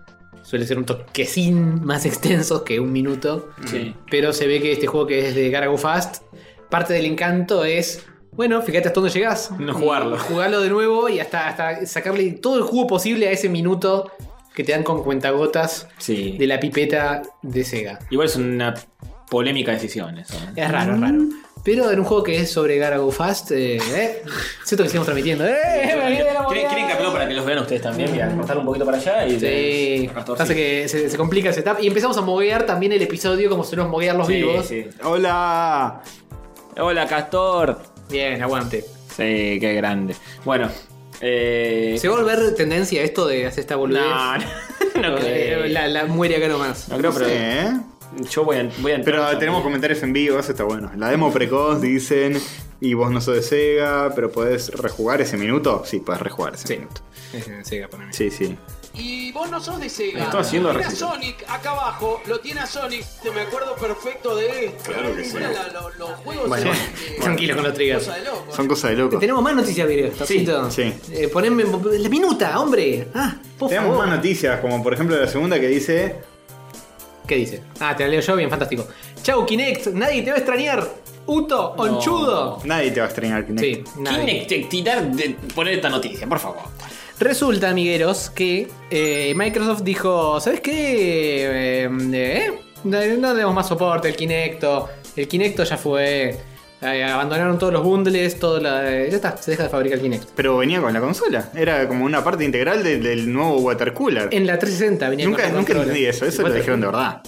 Suele ser un toquecín más *laughs* extensos que un minuto.
Sí.
Pero se ve que este juego que es de Garago Fast, parte del encanto es. Bueno, fíjate hasta dónde llegás.
No jugarlo.
Y Jugarlo *laughs* de nuevo y hasta, hasta sacarle todo el jugo posible a ese minuto que te dan con cuentagotas
Sí.
de la pipeta de Sega.
Igual es una polémica decisión eso.
*laughs*
¿eh?
Es raro, es raro. Mm. Pero en un juego que es sobre Garago Fast, eh, eh, siento que estamos transmitiendo. ¡Eh! me olvidé de la
¿Quieren,
movida!
quieren cambiarlo para que los vean ustedes también? Mira, cortar un poquito para allá y.
Sí,
Castor,
pasa
sí.
que se, se complica el setup y empezamos a moguear también el episodio como solemos moguear los
Sí,
vivos.
sí.
¡Hola!
Hola, Castor.
Bien, aguante.
Sí, qué grande. Bueno, eh.
¿Se va a volver tendencia esto de hacer esta boludez?
No, no, no *laughs* creo.
Eh, la, la muere acá nomás.
No creo,
No
pero.
sé, ¿eh?
Yo voy a, voy a entrar
Pero
también.
tenemos comentarios en vivo, eso está bueno. La demo precoz dicen, y vos no sos de Sega, pero podés rejugar ese minuto. Sí, podés rejugar ese minuto.
Es en Sega para mí.
Sí, sí.
Y vos no sos de Sega.
Está haciendo
Tiene a
recita.
Sonic acá abajo, lo tiene a Sonic. Te me acuerdo perfecto de esto.
Claro que sí.
Mira la- lo- los juegos
Bueno,
son, eh,
Tranquilo con los triggers.
cosa de loco.
Son cosas de loco.
Tenemos más noticias, Virgo. Topsito.
sí.
Eh, poneme la minuta, hombre. Ah, por
Tenemos
favor.
más noticias, como por ejemplo la segunda que dice.
¿Qué dice? Ah, te la leo yo, bien, fantástico. Chau, Kinect, nadie te va a extrañar. Uto, onchudo.
Nadie te va a extrañar, Kinect.
Sí, nadie.
¿Quién te- tirar de poner esta noticia, por favor?
Resulta, amigueros, que eh, Microsoft dijo, ¿sabes qué? Eh, eh, no le damos más soporte al Kinecto. El Kinecto ya fue. eh, abandonaron todos los bundles, todo la, ya está, se deja de fabricar el Kinect.
Pero venía con la consola. Era como una parte integral del, del nuevo water cooler.
En la 360 venía
Nunca,
con la
nunca
consola.
entendí eso. Eso lo
Igual-
dijeron de verdad.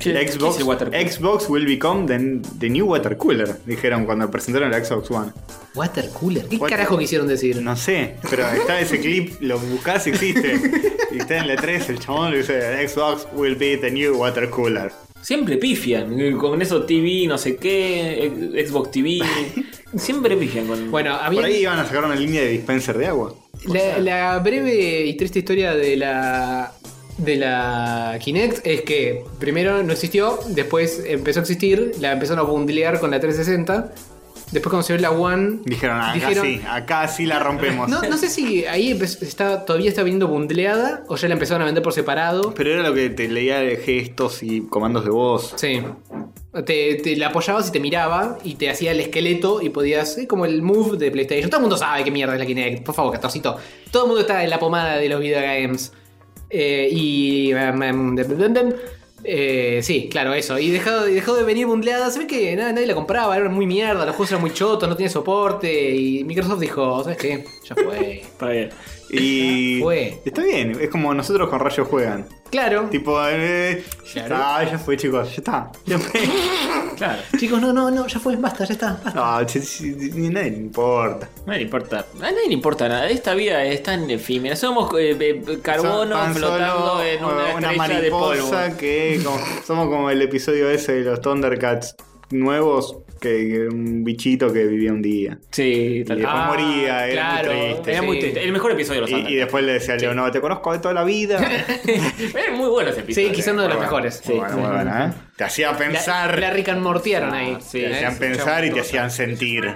¿Qué
La
es el
Xbox,
water cooler?
Xbox will become the, the new water cooler, dijeron cuando presentaron la Xbox One.
Water cooler. ¿Qué
Water-
carajo quisieron decir?
No sé, pero está ese clip, lo buscás
*laughs*
y existe. Y está en la 3, el chabón le dice, Xbox will be the new water cooler.
Siempre pifian. eh, Con eso TV, no sé qué, ex- Xbox TV. siempre pifian con.
Bueno, había
Por ahí iban a sacar una línea de dispenser de agua.
la, la breve y triste historia de la de la Kinect es que primero no existió, después empezó a existir, la empezaron a bundlear con la 360, después cuando se dio la One
Dijeron, "Ah, acá
Dijeron-
sí, acá sí la rompemos.
No, no sé si ahí empe- está, todavía está viniendo bundleada o ya la empezaron a vender por separado.
Pero era lo que te leía de gestos y comandos de voz.
Sí. Te, te la apoyabas y te miraba y te hacía el esqueleto y podías. Es como el move de PlayStation. Todo el mundo sabe qué mierda es la Kinect. Por favor, Castorcito. Todo el mundo está en la pomada de los videogames. Eh, y. em, em, dem, dem, dem. Eh, sí, claro, eso. Y dejó, y dejó de venir bundleada. Se ve que nada, nadie la compraba, era muy mierda, los juegos eran muy chotos, no tenía soporte. Y Microsoft dijo, ¿sabes qué? Ya fue.
*laughs*
Está bien.
Y.
Fue.
Está bien, es como nosotros con Rayo juegan.
Claro.
Tipo, eh, ya
Claro.
está, ya fue, chicos, ya está.
*laughs*
Ya fue.
Claro.
Chicos, no, no, no, ya fue, basta, ya está, basta.
No, si- si- ni a nadie le importa.
No le importa. A nadie le importa nada. Esta vida es tan efímera. Somos eh, eh, carbono
Tan solo eh,
flotando en una, estrella de polvo.
que como- somos como el episodio ese de los Thundercats nuevos que, que un bichito que vivía un día
Sí,
y
tal
después
cual.
Ah,
moría era muy
claro.
triste
Era muy triste. El mejor episodio de los
y, y
Thundercats.
después le decía a Leo no te conozco de toda
*laughs*
la vida
Era muy bueno ese episodio.
Sí, quizás uno de los
Muy bueno,
mejores.
muy bueno, muy bueno, ¿eh? te hacía pensar
La, la Rick and Mortieron ahí.
sí,
te
¿eh?
hacían pensar y te hacían sentir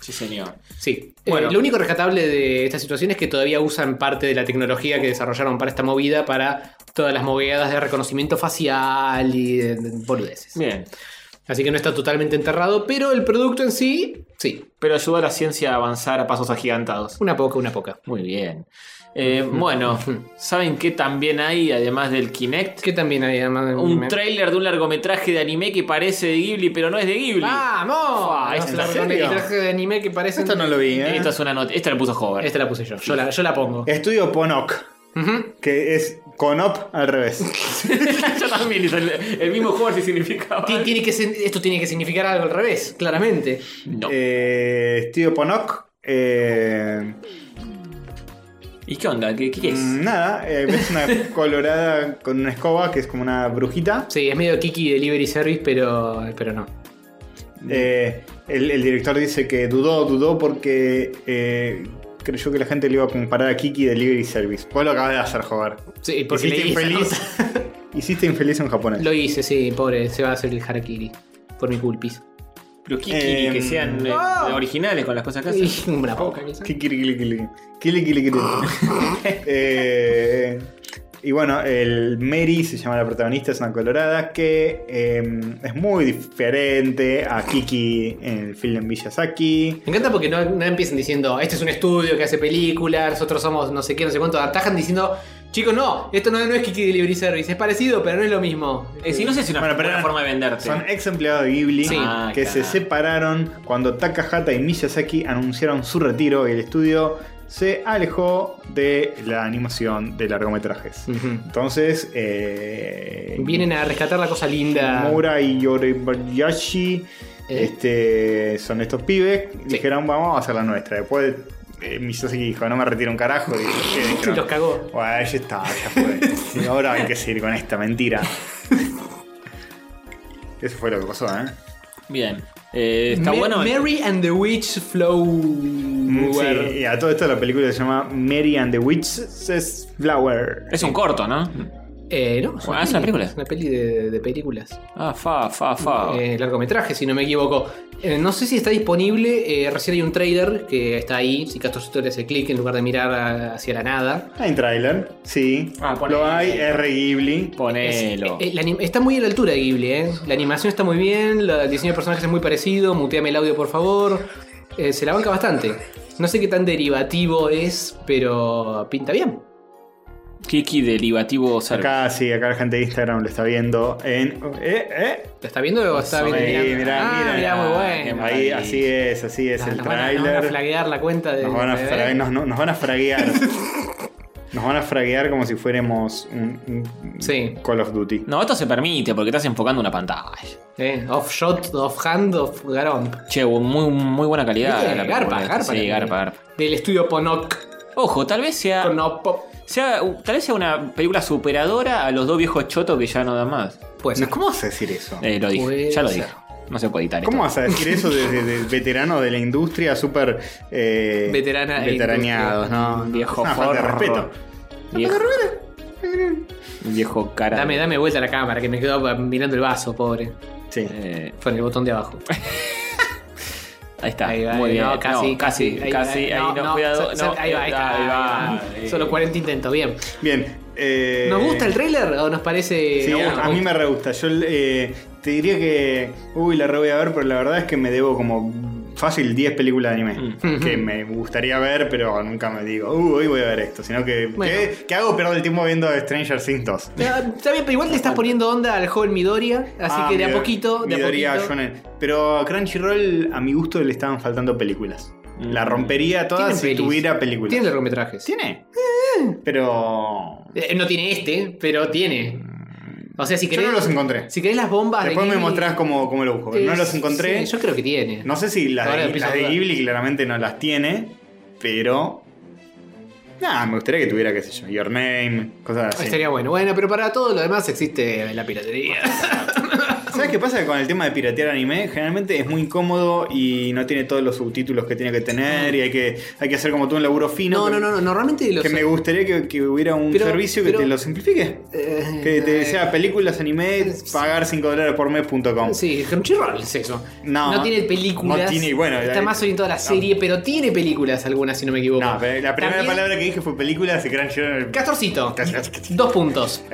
Sí, señor.
Sí.
Bueno.
Eh, lo único rescatable de esta situación es que todavía usan parte de la tecnología que desarrollaron para esta movida para todas las moveadas de reconocimiento facial y de- de boludeces.
Bien.
Así que no está totalmente enterrado, pero el producto en sí, sí.
Pero ayudó a la ciencia a avanzar a pasos agigantados.
Una poca, una poca.
Muy bien. Eh, bueno, ¿saben qué también hay, además del Kinect?
Que también hay además de-
Un tráiler de un largometraje de anime que parece de Ghibli, pero no es de Ghibli.
Ah, ¡Vamos!
¿en
Los
serio?
largometrajes de anime que parecen.
esto no lo vi ¿eh?
Esta es una nota. Esta *laughs* la puso Hover.
Esta la puse yo. Yo la, yo la pongo.
estudio Ponok
Ujú.
que es Conop al revés
Yo también hice el, el mismo Hover si significaba.
eh.
Ti- tiene que sen- esto tiene que significar algo al revés, claramente.
No.
Eh, estudio Ponok eh,
¿Y qué onda? ¿Qué, qué es?
Mm, Nada, eh, ves una colorada con una escoba que es como una brujita.
Sí, es medio Kiki Delivery Service, pero, pero no.
Eh, el, el director dice que dudó, dudó porque eh, creyó que la gente le iba a comparar a Kiki Delivery Service. Vos lo acabas de hacer, joder.
Sí, porque
Hiciste
leí esa
infeliz.
cosa.
*laughs* Hiciste infeliz en japonés.
Lo hice, sí, pobre, se va a hacer el harakiri. Por mi culpis.
Pero Kiki,
Eh,
que sean eh, originales con las cosas que hacen.
Y Una poca, quizás.
Kiki, kili, kili. Kili, kili, kili. Eh, Y bueno, el Mary se llama la protagonista, es una colorada que eh, es muy diferente a Kiki en el film Miyazaki.
Me encanta porque no, no empiezan diciendo, este es un estudio que hace películas, nosotros somos no sé qué, no sé cuánto. Atajan diciendo, chicos, no, esto no, no es Kiki Delivery Service, es parecido, pero no es lo mismo.
Eh, sí, no sé si es una
Bueno, pero
buena
eran-
forma de venderte.
Son ex empleados de Ghibli
Sí.
Ah,
que se
claro.
separaron cuando Takahata y Miyazaki anunciaron su retiro y el estudio se alejó de la animación de largometrajes.
Ujú.
Entonces, eh,
Vienen a rescatar la cosa linda.
Mura y Yorebayashi
Eh.
este, son estos pibes. Dijeron, vamos a hacer la nuestra. Después eh, Miyazaki dijo, no me retiro un carajo. Y ¿qué dijeron?
Los cagó.
Bueno, ya está, ya fue. Y ahora hay que seguir con esta mentira. Eso fue lo que pasó, ¿eh?
Bien. Eh, ¿Está
Ma-
bueno?
Mary and the Witch Flow.
Mm, Sí, y a todo esto la película se llama Mary and the Witch's Flower.
Es un corto, ¿no?
Eh, no, es
Ah, es una película.
Es una peli de, de películas.
Ah, fa, fa, fa.
Eh, largometraje, si no me equivoco. Eh, no sé si está disponible. eh, recién hay un trailer que está ahí. Si Castorcito le hace clic en lugar de mirar a- hacia la nada.
Hay un trailer, sí.
Ah, ponele.
lo hay, R. Ghibli.
Ponelo.
Eh, la anim- está muy a la altura de Ghibli, ¿eh? La animación está muy bien. la- el diseño de personajes es muy parecido. Muteame el audio, por favor. Eh, se la banca bastante. No sé qué tan derivativo es, pero pinta bien.
Kiki derivativo Server.
Acá sí, acá la gente de Instagram lo está viendo en. ¿Eh? ¿Eh?
¿Lo está viendo o está viendo?
Ahí,
mirando?
mirá,
ah,
mirá.
mirá, muy bueno.
Ahí, así es, así es
Ah,
el
nos, van a, nos van a
trailer.
flaguear la cuenta de.
Nos van a,
de-
fra- nos- no- nos van a fraguear.
*laughs*
nos van a fraguear como si fuéramos un, un
Sí.
Call of Duty.
No, esto se permite porque estás enfocando una pantalla.
Eh, off shot, off hand, off garón.
Che, muy, muy buena calidad.
¿Viste?
la película
garpa,
esta.
garpa.
Sí,
también.
garpa, garpa. Ah.
Del estudio Ponok.
Ojo, tal vez sea,
Ponopop.
sea- Tal vez sea una película superadora a los dos viejos chotos que ya no dan más.
Pues.
No, ¿Cómo vas a decir eso?
Eh, lo dije,
Puede
ya lo
ser.
dije. No se puede editar.
¿Cómo
esto.
vas a decir eso desde de, veterano de la industria súper eh,
Veterana e
veteraneados?
industria.
No,
Viejo
Es una falta de
forro.
respeto.
Viejo, viejo cara.
Dame, dame vuelta a la cámara que me quedo mirando el vaso, pobre.
Sí.
Eh,
Fue en el botón de abajo.
ahí está.
Ahí va,
muy
ahí,
bien.
no,
No,
casi, casi,
casi, casi. Ahí, no, cuidado.
se- se-
no,
ahí va, ahí está, ahí va.
eh.
Solo 40 intentos, bien.
Bien. eh,
¿Nos gusta el trailer o nos parece.?
Sí,
nos
a,
gusta,
a mí
nos
me re gusta. Yo eh, te diría que. Uy, la re voy a ver, pero la verdad es que me debo como fácil 10 películas de anime. Que me gustaría ver, pero nunca me digo, uy, hoy voy a ver esto. Sino que.
Bueno.
¿qué, qué hago? Perder el tiempo viendo Stranger Things 2.
gusta. Ah, Está bien, pero igual le estás poniendo onda al joven Midoriya, así
Ah,
que de a
Midori-
poquito, de
Midoriya
a poquito.
Shonen. Pero a Crunchyroll, a mi gusto, le estaban faltando películas. La rompería toda
Tienen
si
pelis. Eh.
tuviera películas.
Tiene largometrajes.
¿Tiene? Pero.
Eh, no tiene este, pero tiene. O sea, si
Yo
querés.
no los encontré.
Si querés las bombas
Después
de
me
Ghibli,
mostrás cómo, cómo lo busco. No
eh,
los encontré.
sí, yo creo que tiene.
No sé si las,
Ahora
de,
empiezo
las
a
de
dudar.
Ghibli claramente no las tiene, pero. Nada, me gustaría que tuviera, qué sé yo, Your Name, cosas así.
Estaría bueno. Bueno, pero para todo lo demás existe la
*laughs*
piratería.
¿Sabes qué pasa con el tema de piratear anime? Generalmente es muy incómodo y no tiene todos los subtítulos que tiene que tener y hay que, hay que hacer como todo un laburo fino.
No,
que-
no, no, no, normalmente los.
Que me gustaría que, que hubiera un
Pero-
servicio que
pero-
te lo simplifique.
eh,
Que te
eh,
sea películas, anime, pagar 5 dólares por mes.com.
Sí, Crunchyroll es eso.
No.
tiene películas.
No tiene, bueno,
está
eh,
más orientado a la serie, pero tiene películas algunas, si no me equivoco.
No, pero la primera
También-
palabra que dije fue películas y Crunchyroll. *laughs*
Castorcito. Dos puntos.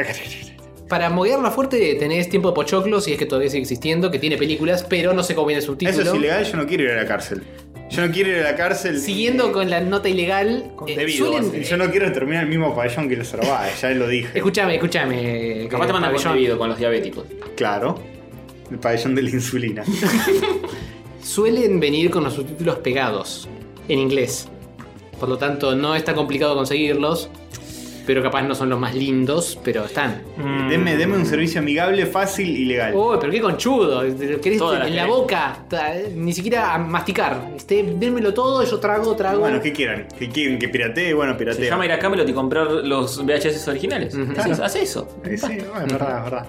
Para moverla fuerte tenés tiempo de Pochoclo, si es que todavía sigue existiendo, que tiene películas, pero no sé cómo viene el subtítulo.
Eso es ilegal, yo no quiero ir a la cárcel. Yo no quiero ir a la cárcel.
Siguiendo con la nota ilegal. eh,
Debido,
suelen-
así. Yo no quiero terminar en el mismo pabellón que los Arbaes, ya lo dije.
Escúchame, escúchame.
Capaz te mandan
eh, pabellón.
concebido con los diabéticos.
Claro. El pabellón de la insulina.
Suelen venir con los subtítulos pegados en inglés. Por lo tanto, no es tan complicado conseguirlos. Pero capaz no son los más lindos, pero están.
Mm.
deme, deme un servicio amigable, fácil y legal.
Uy, pero qué conchudo. te lo Querés
Todas
en
las
la
querés.
boca. ta- eh, Ni siquiera a masticar. Este, démelo todo, yo trago, trago.
Bueno, ¿qué quieran? ¿Que quieren que piratee? Bueno,
Se
piratee.
llama ir a Camelot y comprar los VHS originales. Haces- Haz eso.
Eh, sí, bueno, es verdad, es verdad.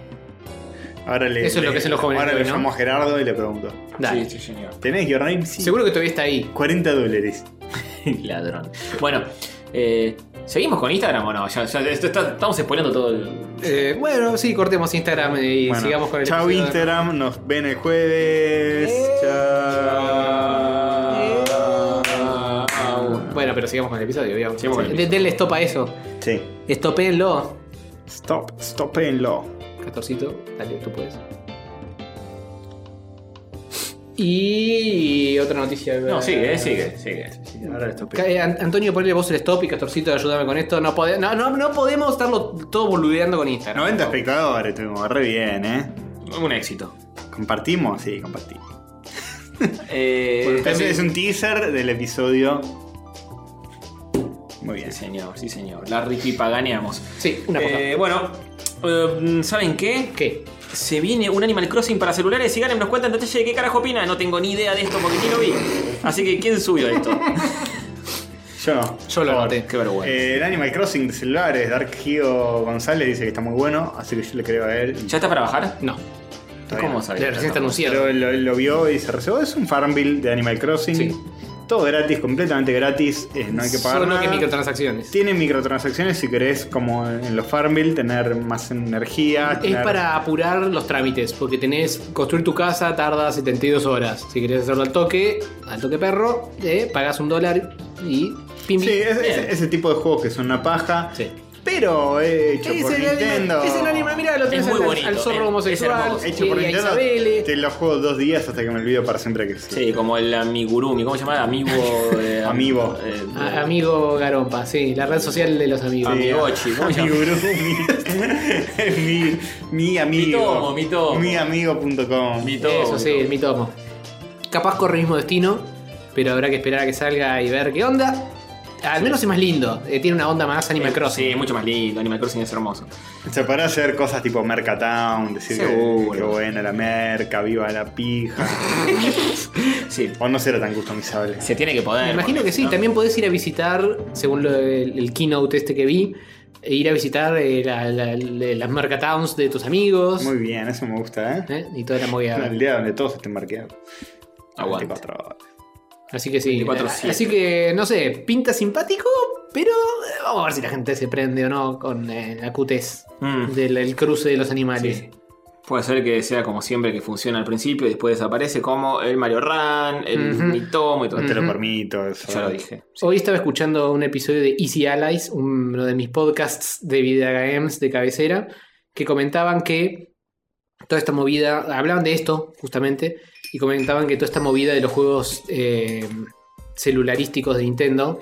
Ahora le,
Eso es lo
le-
que hacen los jóvenes
Ahora
de
le
hoy, ¿no?
llamo a Gerardo y le pregunto.
Dale.
Sí, sí, señor.
¿Tenés Your Name? Sí.
Seguro que todavía está ahí.
40 dólares.
*laughs* Ladrón. Bueno, eh, ¿seguimos con Instagram o no? Ya, ya, esto está- estamos spoileando todo el.
Eh, bueno, sí, cortemos Instagram y
Bueno,
sigamos con el.
Chao
episodio.
Instagram, nos ven el jueves.
Eh.
Chao.
Bueno, pero sigamos con el episodio, digamos.
Sigamos con el
De- Denle stop a eso.
Sí.
Estopéenlo.
Stop, stopéenlo.
Castorcito, dale, tú puedes. Y otra noticia. Eh,
No, sigue, eh, sigue, sigue.
Ahora esto
Ca- eh, An- Antonio, ponle vos el stop y Castorcito, ayúdame con esto. No, pode- no, no, no podemos estarlo todo boludeando con Instagram.
90 espectadores tuvimos, re bien, ¿eh?
Un éxito.
¿Compartimos? Sí, compartimos.
Eh,
Entonces es un teaser del episodio. Muy bien.
sí, señor, sí, señor. La Ricky paganeamos.
Sí, una cosa.
Eh, bueno, eh, ¿saben qué?
¿Qué?
Se viene un Animal Crossing para celulares y Garen nos cuenta en detalle de qué carajo opina. No tengo ni idea de esto porque ni lo vi. Así que, ¿quién subió esto?
Yo no.
Yo lo anoté.
*laughs* qué vergüenza.
Eh, el Animal Crossing de celulares, Dark Geo González dice que está muy bueno, así que yo le creo a él.
Eh, ¿Ya está para bajar?
No,
Está bien.
¿Cómo sabes?
le recién está anunciado.
Pero lo, lo vio y se recibió. Es un Farmville de Animal Crossing. Todo gratis, completamente gratis. eh, no hay que pagar.
Solo que
nada.
microtransacciones.
Tiene microtransacciones si querés, como en los Farmville, tener más energía.
Es
tener-
para apurar los trámites, porque tenés construir tu casa tarda 72 horas. Si querés hacerlo al toque, al toque perro, eh, pagás un dólar y pim, pim.
Sí, es- es-
Bien.
ese tipo de juegos que son una paja.
Sí.
entero hecho
Es
por
el
Nintendo.
anime, es el anime, mira, lo tienes
muy
al,
bonito,
al zorro
es- es
homosexual,
hermoso.
Hecho por
y a
Nintendo.
Isabelle.
Te lo juego dos días hasta que me olvido para siempre que existe.
Sí, como el amigurumi, ¿cómo se llama? Amigo. eh, am-
Amiibo.
eh,
A- amigo Garompa, sí, la red social de los amigos.
Sí, *laughs*
Amigochi, ¿cómo se llama?
Amigurumi. mi, *laughs* mi amigo.
tomo, mi tomo.
Mi amigo.com.
mitomo,
Eso sí, el mitomo. Capaz corre el mismo destino, pero habrá que esperar a que salga y ver qué onda. Al menos es más lindo, eh, tiene una onda más Animal Crossing.
Sí, mucho más lindo. Animal Crossing es hermoso.
Se para hacer cosas tipo Mercatown, decir que,
Seguro.
que buena la merca, viva la pija.
Sí,
o no será tan customizable.
se tiene que poder.
Me imagino
porque
que
si
sí,
no-
también podés ir a visitar, según lo- el, el keynote este que vi, e ir a visitar eh, la- la- la- las mercatowns de tus amigos
Muy bien, eso me gusta, ¿eh?
¿eh? y toda la
Una
movida.
aldea donde todos estén marqueados.
Aguante.
24 horas.
Así que sí.
24/7.
Así que, no sé, pinta simpático, pero eh, vamos a ver si la gente se prende o no con eh, la cutez
Mm.
del el cruce de los animales.
Sí. Puede ser que sea como siempre que funciona al principio y después desaparece como el Mario Run, el
Ujú.
Mitomo y todo.
Te lo
Ujú.
permito, eso.
Ya lo dije.
Hoy estaba escuchando un episodio de Easy Allies, un- uno de mis podcasts de Video Games de cabecera, que comentaban que toda esta movida, hablaban de esto justamente, y comentaban que toda esta movida de los juegos eh, celularísticos de Nintendo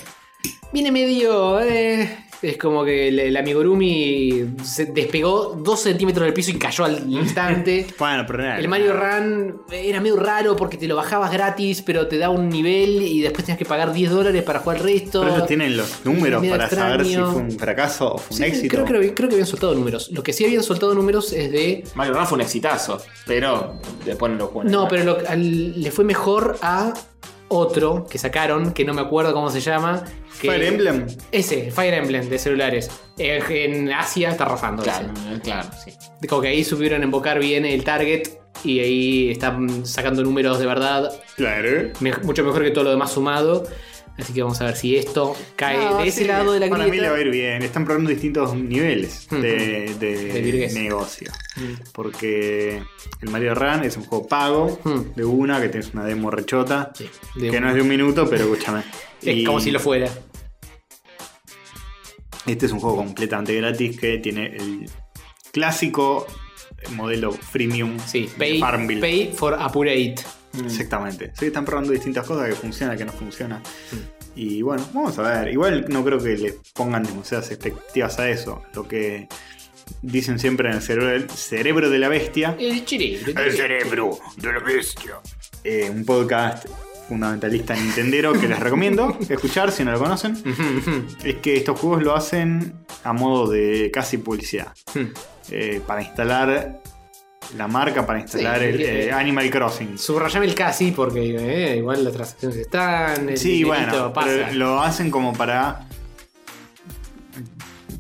viene medio... eh, es como que el, el amigurumi se despegó dos centímetros del piso y cayó al instante.
Bueno, pero nada.
El Mario Run era medio raro porque te lo bajabas gratis, pero te da un nivel y después tenías que pagar 10 dólares para jugar el resto.
Pero ellos tienen los números
Medio
para saber si
extraño.
fue un fracaso o fue
Sí,
un éxito.
Creo, que, creo que habían soltado números. Lo que sí habían soltado números es de.
Mario Run fue un exitazo, pero después no lo juegan.
No, pero lo- al- le fue mejor a otro que sacaron, que no me acuerdo cómo se llama. que-
Fire Emblem.
Ese, Fire Emblem de celulares. En, en Asia está arrasando. ese.
Claro, claro, sí.
Como que ahí supieron embocar bien el target y ahí están sacando números de verdad
Claro.
Me- mucho mejor que todo lo demás sumado. Así que vamos a ver si esto cae
No,
de ese
sí,
lado de la
Para mí le va a
grieta.
ir bien. Están probando distintos niveles de, de
De virguez.
negocio. Porque el Mario Run es un juego pago
Mm.
de una, que tienes una demo rechota.
Sí,
que
de una.
no es de un minuto, pero escúchame.
Es
Y
como si lo fuera.
Este es un juego completamente gratis que tiene el clásico modelo freemium
Sí,
de
pay,
Farmville.
pay for Apurate.
Exactamente. Sí, están probando distintas cosas que funciona, que no funciona.
Mm.
Y bueno, vamos a ver. Igual no creo que le pongan demasiadas expectativas a eso. Lo que dicen siempre en el cerebro, cerebro de la bestia.
El chiri.
Ah, cerebro de la bestia. Eh, un podcast fundamentalista nintendero que
*laughs*
les recomiendo escuchar si no lo conocen.
Mm.
Es que estos juegos lo hacen a modo de casi publicidad.
Mm.
Eh, para instalar la marca, para instalar
Sí,
el,
que-
eh, Animal
*laughs*
Crossing.
Subrayame el casi porque eh, igual las transacciones están. El
Sí,
dinerito
bueno,
pasa.
pero lo hacen como para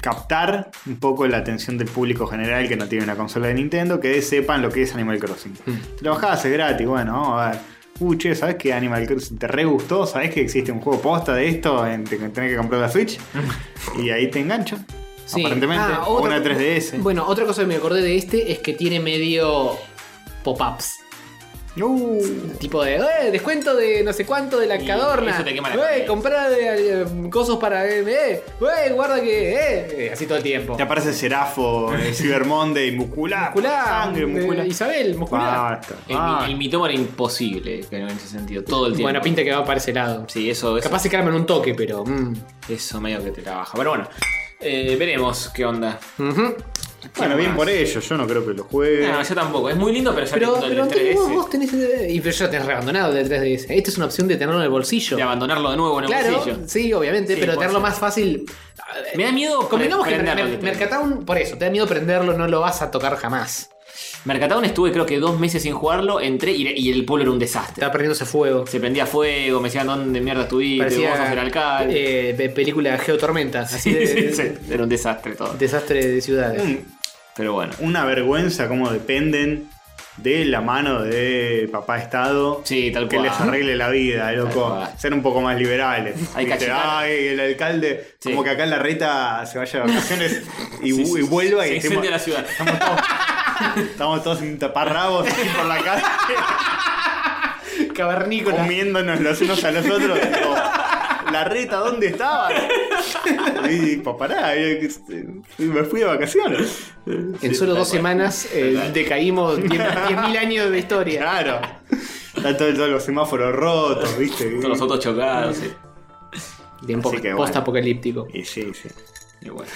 captar un poco la atención del público general que no tiene una consola de Nintendo, que sepan lo que es Animal Crossing.
Hmm.
Te lo bajás, es gratis, bueno, vamos a ver. Uh, che, ¿sabes que Animal Crossing te re gustó? ¿Sabes que existe un juego posta de esto? En, te- tenés que comprar
*laughs*
la Switch. y ahí te engancho.
Sí.
Aparentemente.
Ah,
o
otra-
una 3DS.
Bueno, otra cosa que me acordé de este es que tiene medio pop-ups.
Uh,
Tipo de eh, descuento de no sé cuánto de la
Y
cadorna.
eso te quema la
Eh,
cabeza.
comprar eh, eh, cosas para. Eh, eh, eh, guarda que. eh, eh, así todo el tiempo.
te aparece Serafo, eh, Cyber Monday, muscular.
Muscular,
Sangre,
eh,
muscular.
Isabel, muscular.
Basta,
El,
basta.
mi- el Mitomo era imposible en ese sentido, todo el tiempo.
Ah. bueno, pinta que va para ese lado.
Sí, eso, eso,
Capaz se calman un toque, pero. mm.
eso medio que te trabaja. Pero bueno, eh, veremos qué onda.
Ujú.
Bueno, bien
más?
por ellos, yo no creo que lo juegue.
No, yo tampoco. Es muy lindo, pero ya
Pero,
teniendo
pero
el
antes vos,
3DS,
vos tenés. eh, Y pero ya tenés reabandonado del 3DS. Esta es una opción de tenerlo en el bolsillo.
de abandonarlo de nuevo en el
Claro,
bolsillo.
sí, obviamente,
Sí,
pero
puede
tenerlo
ser.
más fácil.
Me da miedo
Convengamos que
prenderlo,
Mer-
literalmente.
Mercatown, por eso, te da miedo prenderlo, no lo vas a tocar jamás.
Mercatown estuve creo que dos meses sin jugarlo, entré y, y el pueblo era un desastre.
Está perdiéndose fuego.
Se prendía fuego, me decían dónde mierda estuviste, vos sos el alcalde.
eh, pe- película Geotormenta, así
*laughs* Sí,
de,
sí, sí. Era un desastre todo.
desastre de ciudades.
Un-
Pero bueno.
una vergüenza como dependen de la mano de papá Estado.
Sí, tal
que
cual.
les arregle la vida, loco.
cual.
Ser un poco más liberales.
Hay que
Viste,
achicar.
Ay, el alcalde,
Sí.
como que acá en la reta se vaya de vacaciones y,
Sí,
vu-
sí,
y vuelva
Se
y estemos,
incendia la ciudad.
estamos todos. Estamos todos sin taparrabos así por la calle
Cavernícola.
comiéndonos los unos a los otros. tipo, La reta, ¿dónde estaban? Y digo, pará, eh, me fui de vacaciones.
En solo dos semanas eh, decaímos 10
*laughs*
10.000 años de historia.
Claro. Están todo- todos los semáforos rotos, ¿viste?
Todos los autos chocados. sí.
Tiempo
Así que bueno.
post-apocalíptico.
Y sí, sí.
Y bueno.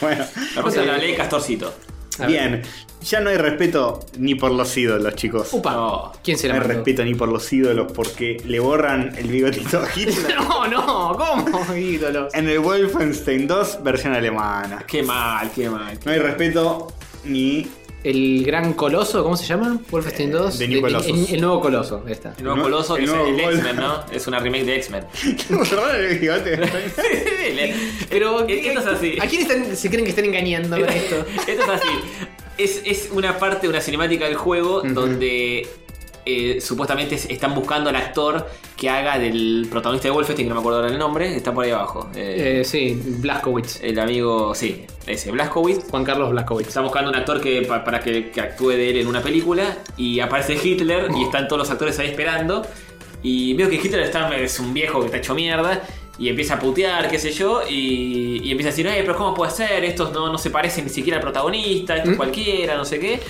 Bueno,
Vamos a la ley Castorcito.
A ver.
bien. Ya no hay respeto ni por los ídolos, chicos.
Upa.
No.
¿Quién se
No
la
hay
mandó?
respeto ni por los ídolos porque le borran el bigotito a
*laughs* *laughs*
Hitler
No, no,
*laughs*
¿cómo? Ídolos.
en el Wolfenstein 2 versión alemana.
Qué mal, qué mal.
No hay respeto
*laughs*
ni
El gran coloso, ¿cómo se llama? Wolfenstein 2.
Eh, de New Colossus.
el, el nuevo coloso, ahí está.
El nuevo
No,
coloso que
el
es el,
nuevo
el
gol.
X-Men, ¿no? Es una remake de X-Men. *laughs*
borraron el bigote.
Pero
Pero,
E- esto es así.
¿A quién están- se creen que están engañando con esto?
*laughs* Esto es así. Es, es una parte de una cinemática del juego donde eh, supuestamente es- están buscando al actor que haga del protagonista de Wolfenstein, que no me acuerdo ahora el nombre, está por ahí abajo. Eh,
Eh, sí, Blaskowitz.
El amigo, sí, ese, Blazkowicz.
Juan Carlos Blaskowitz.
Está buscando un actor que, pa- para que, que actúe de él en una película y aparece Hitler y están todos los actores ahí esperando y veo que Hitler está, es un viejo que está hecho mierda y empieza a putear, qué sé yo, y, y empieza a decir, eh, pero ¿cómo puede ser? Estos no, no se parecen ni siquiera al protagonista,
¿Mm?
esto es cualquiera, no sé qué.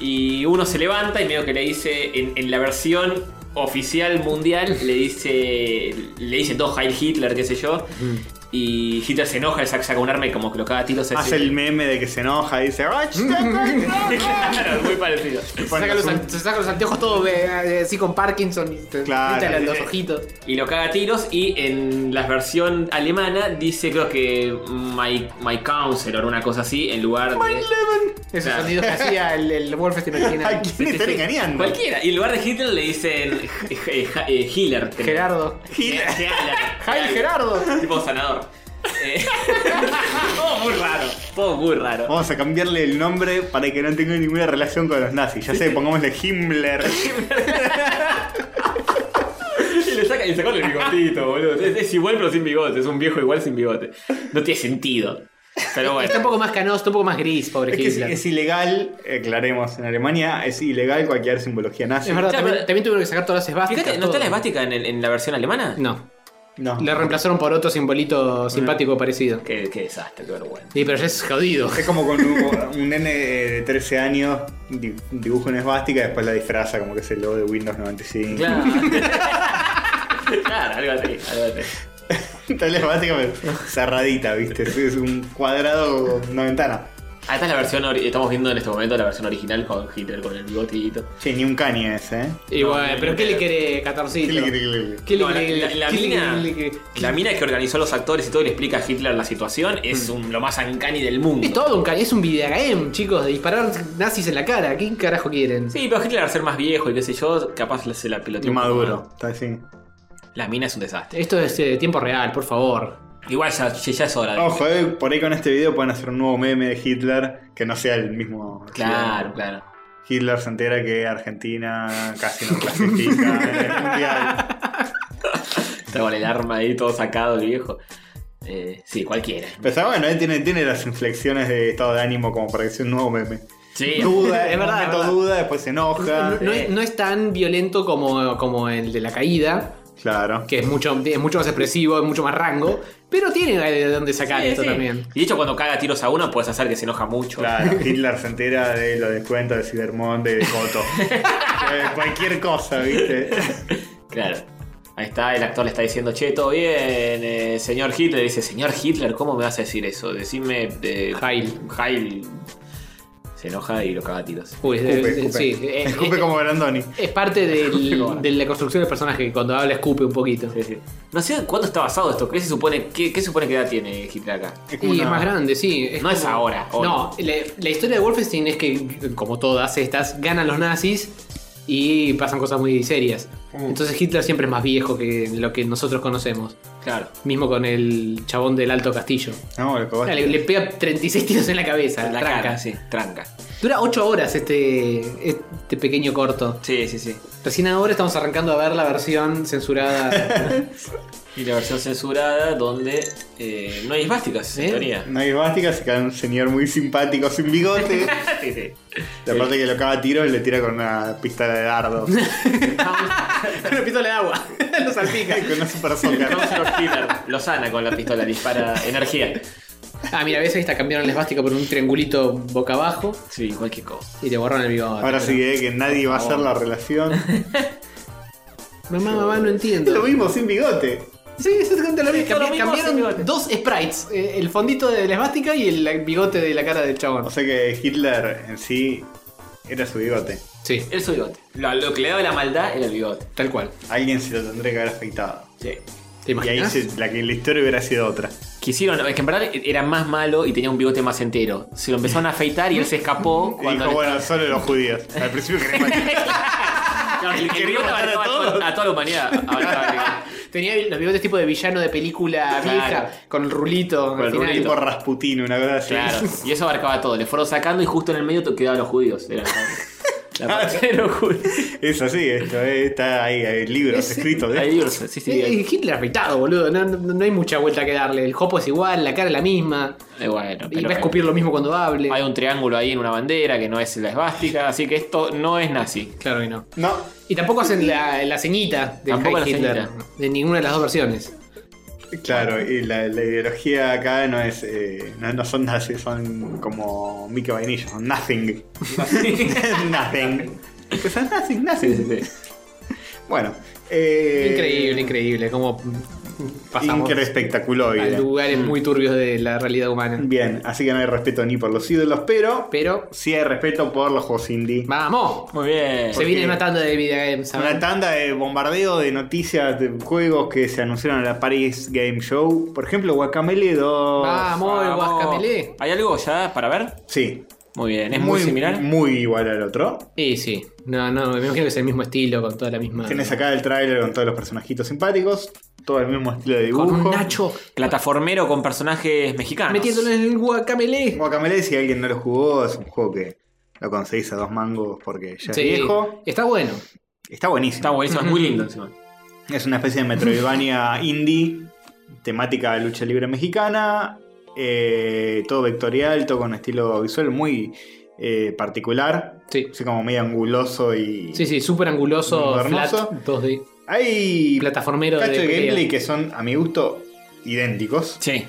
Y uno se levanta y medio que le dice, en, en la versión oficial mundial, le dice, le dice, todo Heil Hitler, qué sé yo.
Mm.
Y Hitler se enoja, le saca saca un arma y como que lo caga a tiros. así.
Hace el meme de que se enoja y dice "Ach,
*laughs*
Claro, *laughs* muy parecido.
Se saca, los, an- se saca los anteojos todo eh, así con Parkinson y te
Claro.
pinta los ojitos.
Y lo caga a tiros y en la versión alemana dice creo que My, my Counselor, una cosa así, en lugar de...
Esos
Claro.
sonidos que hacía el, el
*laughs*
Wolfenstein
¿A
original.
quién están engañando?
este, Cualquiera. Y en lugar de Hitler le dicen eh, eh, ja- eh, Hitler.
Gerardo.
Hitler.
¡Jail Gerardo!
Tipo sanador. Eh, *laughs* todo muy raro. Todo muy raro.
Vamos a cambiarle el nombre para que no tenga ninguna relación con los nazis. Ya sé, pongámosle
*laughs*
Himmler.
Y le saca, y sacó el bigotito, boludo. Es, es igual pero sin bigote. Es un viejo igual sin bigote. No tiene sentido. Pero bueno.
Está un poco más canoso, está un poco más gris, pobre
Es que es,
Hitler.
es ilegal, eh, aclaremos, en Alemania es ilegal cualquier simbología nazi.
Es verdad,
Claro,
también,
pero-
también tuvieron que sacar todas las esvásticas.
Fíjate, ¿no
todo.
está la esvástica en, el- en la versión alemana?
No,
No.
la reemplazaron por otro simbolito simpático parecido.
Qué, qué desastre, qué vergüenza.
Sí, pero ya es jodido.
Es como con un, un nene de 13 años di- dibuja una esvástica y después la disfraza como que es el logo de Windows 95.
Claro. *laughs* claro, algo así, algo así.
Está la esvástica pero cerradita, ¿viste? Es- Es un cuadrado con una ventana.
Ah, esta es la versión, ori- estamos viendo en este momento la versión original con Hitler con el bigotito.
Che, ni un caña ese, ¿eh?
Y bueno, pero ¿qué le quiere Catorcito?
¿Qué le- qué le- qué le-
¿Qué le
No, la,
quiere-
la- la
qué Mm. le-
mina,
le- le-
la mina que organizó a los actores y todo y le explica a Hitler la situación es un- lo más ancani del mundo.
Es todo un ca- es un videogame, chicos, de disparar nazis en la cara. ¿Qué carajo quieren?
Sí, pero Hitler al ser más viejo y qué sé yo, capaz le- se la piloteó.
Y
un poco
Maduro, está así.
más. La mina es un desastre.
Esto es eh, tiempo real, por favor.
Igual ya, ya es hora. de-
Ojo, eh, por ahí con este video pueden hacer un nuevo meme de Hitler que no sea el mismo.
Claro, claro.
Hitler se entera que Argentina casi no
*laughs*
clasifica en el mundial.
Está con el arma ahí todo sacado el viejo. Eh, sí, cualquiera.
Pero está bueno, eh, tiene, tiene las inflexiones de estado de ánimo como para que sea un nuevo meme.
Sí,
*laughs*
Duda,
Es
en un
verdad,
momento
es verdad.
duda, después se enoja.
No, no es, no es tan violento como, como el de la caída,
Claro.
que es mucho, es mucho más expresivo, es mucho más rango, pero tiene de dónde sacar
Sí,
esto
sí.
también.
Y de hecho, cuando caga tiros a uno, puedes hacer que se enoja mucho.
Claro,
*laughs*
Hitler se entera de los descuentos de Cibermonde y de Coto. Eh, cualquier cosa, ¿viste?
Eh,
Claro. Ahí está, el actor le está diciendo, che, todo bien, eh, señor Hitler. Y dice, señor Hitler, ¿cómo me vas a decir eso? Decime. eh,
Heil.
Heil. Se enoja y lo caga a tiros.
Uy,
Escupe,
eh, eh,
escupe.
sí, eh,
Escupe
eh,
como Brandoni.
es parte del- de la construcción del personaje, que cuando habla escupe un poquito.
Sí, sí. No sé cuándo está basado esto. ¿Qué se supone, qué, qué se supone que edad tiene Hitler acá?
Es como
Y
una-
es más grande, sí.
No es ahora, hoy.
No, la, la historia de Wolfenstein es que, como todas estas, ganan los nazis y pasan cosas muy serias. Entonces Hitler siempre es más viejo que lo que nosotros conocemos.
Claro.
Mismo con el chabón del Alto Castillo.
No, lo
O sea,
cobaste.
Le, le pega 36 tiros en la cabeza,
En
la
la
tranca.
cara, sí. Tranca.
Dura 8 horas este, este pequeño corto.
Sí, sí, sí.
Recién ahora estamos arrancando a ver la versión censurada.
Y la versión censurada donde eh, no hay esvásticas, en
¿Eh?
teoría.
No hay bástica, se queda un señor muy simpático
*laughs*
sin bigote.
Sí, sí.
Y
*laughs*
aparte que lo caga a tiros, le tira con una pistola de dardo.
Una pistola de agua. Jonathan lo salpica.
Con una super soca, ¿no?
Consuelo Killer lo sana con la pistola, dispara energía.
Ah, mira, ves, ahí está, cambiaron el esvástica por un triangulito boca abajo
Sí, cualquier cosa.
y te borraron el bigote.
Ahora sí eh, que nadie va a hacer
*laughs*
la relación.
Mamá, mamá, no entiendo.
Lo mismo sin bigote.
Sí, exactamente lo mismo.
Todo lo
Cambi-
mismo, sin bigote.
cambiaron dos sprites: eh, el fondito de la esvástica y el bigote de la cara del chabón.
O sea que Hitler en sí era su bigote.
Sí,
El su bigote. Lo, lo que le daba la maldad era el bigote.
tal cual.
Alguien se lo tendría que haber afeitado.
Sí.
¿Te
Y ahí
imaginas?
se- la, que la historia hubiera sido otra.
Quisieron, es que en verdad era más malo y tenía un bigote más entero. Se lo empezaron a afeitar y él se escapó
*laughs* Y
cuando.
dijo, bueno, solo los judíos. Al principio querían
No, *laughs* el, el
quería
bigote
matar a
abarcaba
todos.
to- a toda la humanidad.
*laughs*
abarcaba
Tenía los bigotes tipo de villano de película
Claro.
vieja, con el rulito.
Con el
al final.
rulito.
tipo Rasputín, una cosa así.
el- Claro. Y eso abarcaba todo. Le fueron sacando y justo en el medio te quedaban los judíos. Era
*laughs*
la parte de los judíos.
*laughs* Es así, esto eh, está ahí, hay libros
Ese-
escritos de
Ahí,
esto.
Dios, sí, sí,
Eh,
ahí.
eh, Hitler afeitado, boludo. No, no- no hay mucha vuelta que darle. El jopo es igual, la cara es la misma.
Eh, bueno,
Y
pero-
va a escupir lo mismo cuando hable.
Hay un triángulo ahí en una bandera que no es la esvástica, así que esto no es nazi.
Claro que no.
No,
Y tampoco hacen la, la ceñita de
Tampoco la
Hitler.
ceñita.
De ninguna de las dos versiones.
claro, y la, la ideología acá no es. eh, no, no son nazis, son como Mickey Vainilla, son nothing. *laughs* nothing. Que son nothing, nothing. Bueno, eh,
Increíble, increíble. Cómo pasamos
Increíble Mm.
a
espectaculoide.
lugares muy turbios de la realidad humana.
Bien, así que no hay respeto ni por los ídolos, pero
Pero,
sí hay respeto por los juegos indie.
¡vamos!
Muy bien.
Se viene una tanda de video games. ¿sabes?
Una tanda de bombardeo de noticias de juegos que se anunciaron en la Paris Game Show. Por ejemplo, Guacamele 2.
¡Vamos, el
Vamos.
Guascamele!
¿Hay algo ya para ver?
Sí.
Muy bien, es muy, similar.
Muy igual al otro.
Y sí. No, no, me imagino que es el mismo estilo, con toda la misma.
Tienes acá el tráiler con todos los personajitos simpáticos. Todo el mismo estilo de dibujo.
Con un Nacho
Plataformero con personajes mexicanos.
metiéndolo en el Guacamele.
Guacamele, si alguien no lo jugó, es un juego que lo conseguís a dos mangos porque ya
Sí,
es viejo.
Está bueno.
Está buenísimo.
Está buenísimo, es muy lindo encima.
Es una especie
*laughs*
de Metroidvania indie, temática de lucha libre mexicana, eh, todo vectorial, todo con estilo visual muy eh, particular,
Sí.
así como medio anguloso y...
Sí, sí, súper anguloso, flat,
Hermoso.
2D.
Hay
Plataformero
cachos de
de pelea.
gameplay que son, a mi gusto, idénticos
Sí.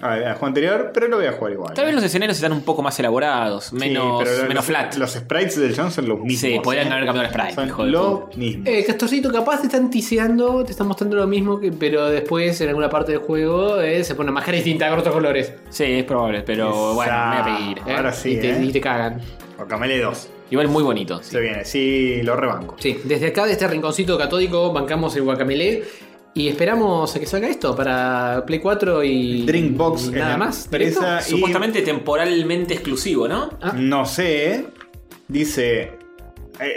al al juego anterior, pero lo voy a jugar igual.
Tal vez
¿eh?
los escenarios están un poco más elaborados,
Sí,
menos,
pero
menos
los,
flat.
Los sprites del Johnson son los mismos.
sí, podrían
¿eh?
haber cambiado el sprite. hijo
Son
de
lo
puta.
mismo.
Eh, Castorcito, capaz te están tiseando, te están mostrando lo mismo, que, pero después en alguna parte del juego eh, se pone una máscara distinta con otros colores.
Sí, es probable, pero bueno, me voy a pedir.
¿eh?
Ahora sí,
Y te,
¿eh?
y te cagan.
Guacamele 2.
Igual muy bonito. sí.
Se viene, sí, lo rebanco.
Sí, desde acá, de este rinconcito catódico, bancamos el guacamele y esperamos a que salga esto para Play 4 y.
Drinkbox
y
en
Nada
la
más.
empresa
¿directo?
y-
Supuestamente temporalmente exclusivo, ¿no?
Ah.
No sé. Dice. eh,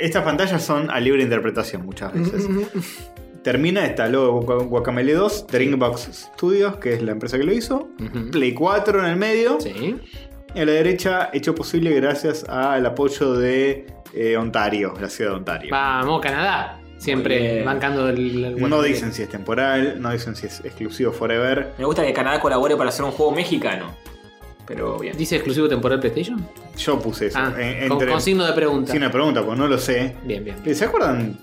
Estas pantallas son a libre interpretación muchas veces.
Mm,
Termina esta luego Guaca- Guacamele 2, Drinkbox Studios, que es la empresa que lo hizo.
Ujú.
Play 4 en el
*laughs*
medio.
Mm. Sí.
Y a la derecha, hecho posible gracias al apoyo de eh, Ontario, la ciudad de Ontario.
Vamos, Canadá.
Muy
Siempre
bien.
bancando el, el
No
guacamele.
dicen si es temporal, no dicen si es exclusivo forever.
Me gusta que Canadá colabore para hacer un juego mexicano. Pero bien.
¿Dice exclusivo temporal PlayStation?
Yo puse eso.
Ah,
en-
con,
entre-
con signo de pregunta.
Sí, una pregunta, pues no lo sé. Eh,
Bien, bien.
¿Se acuerdan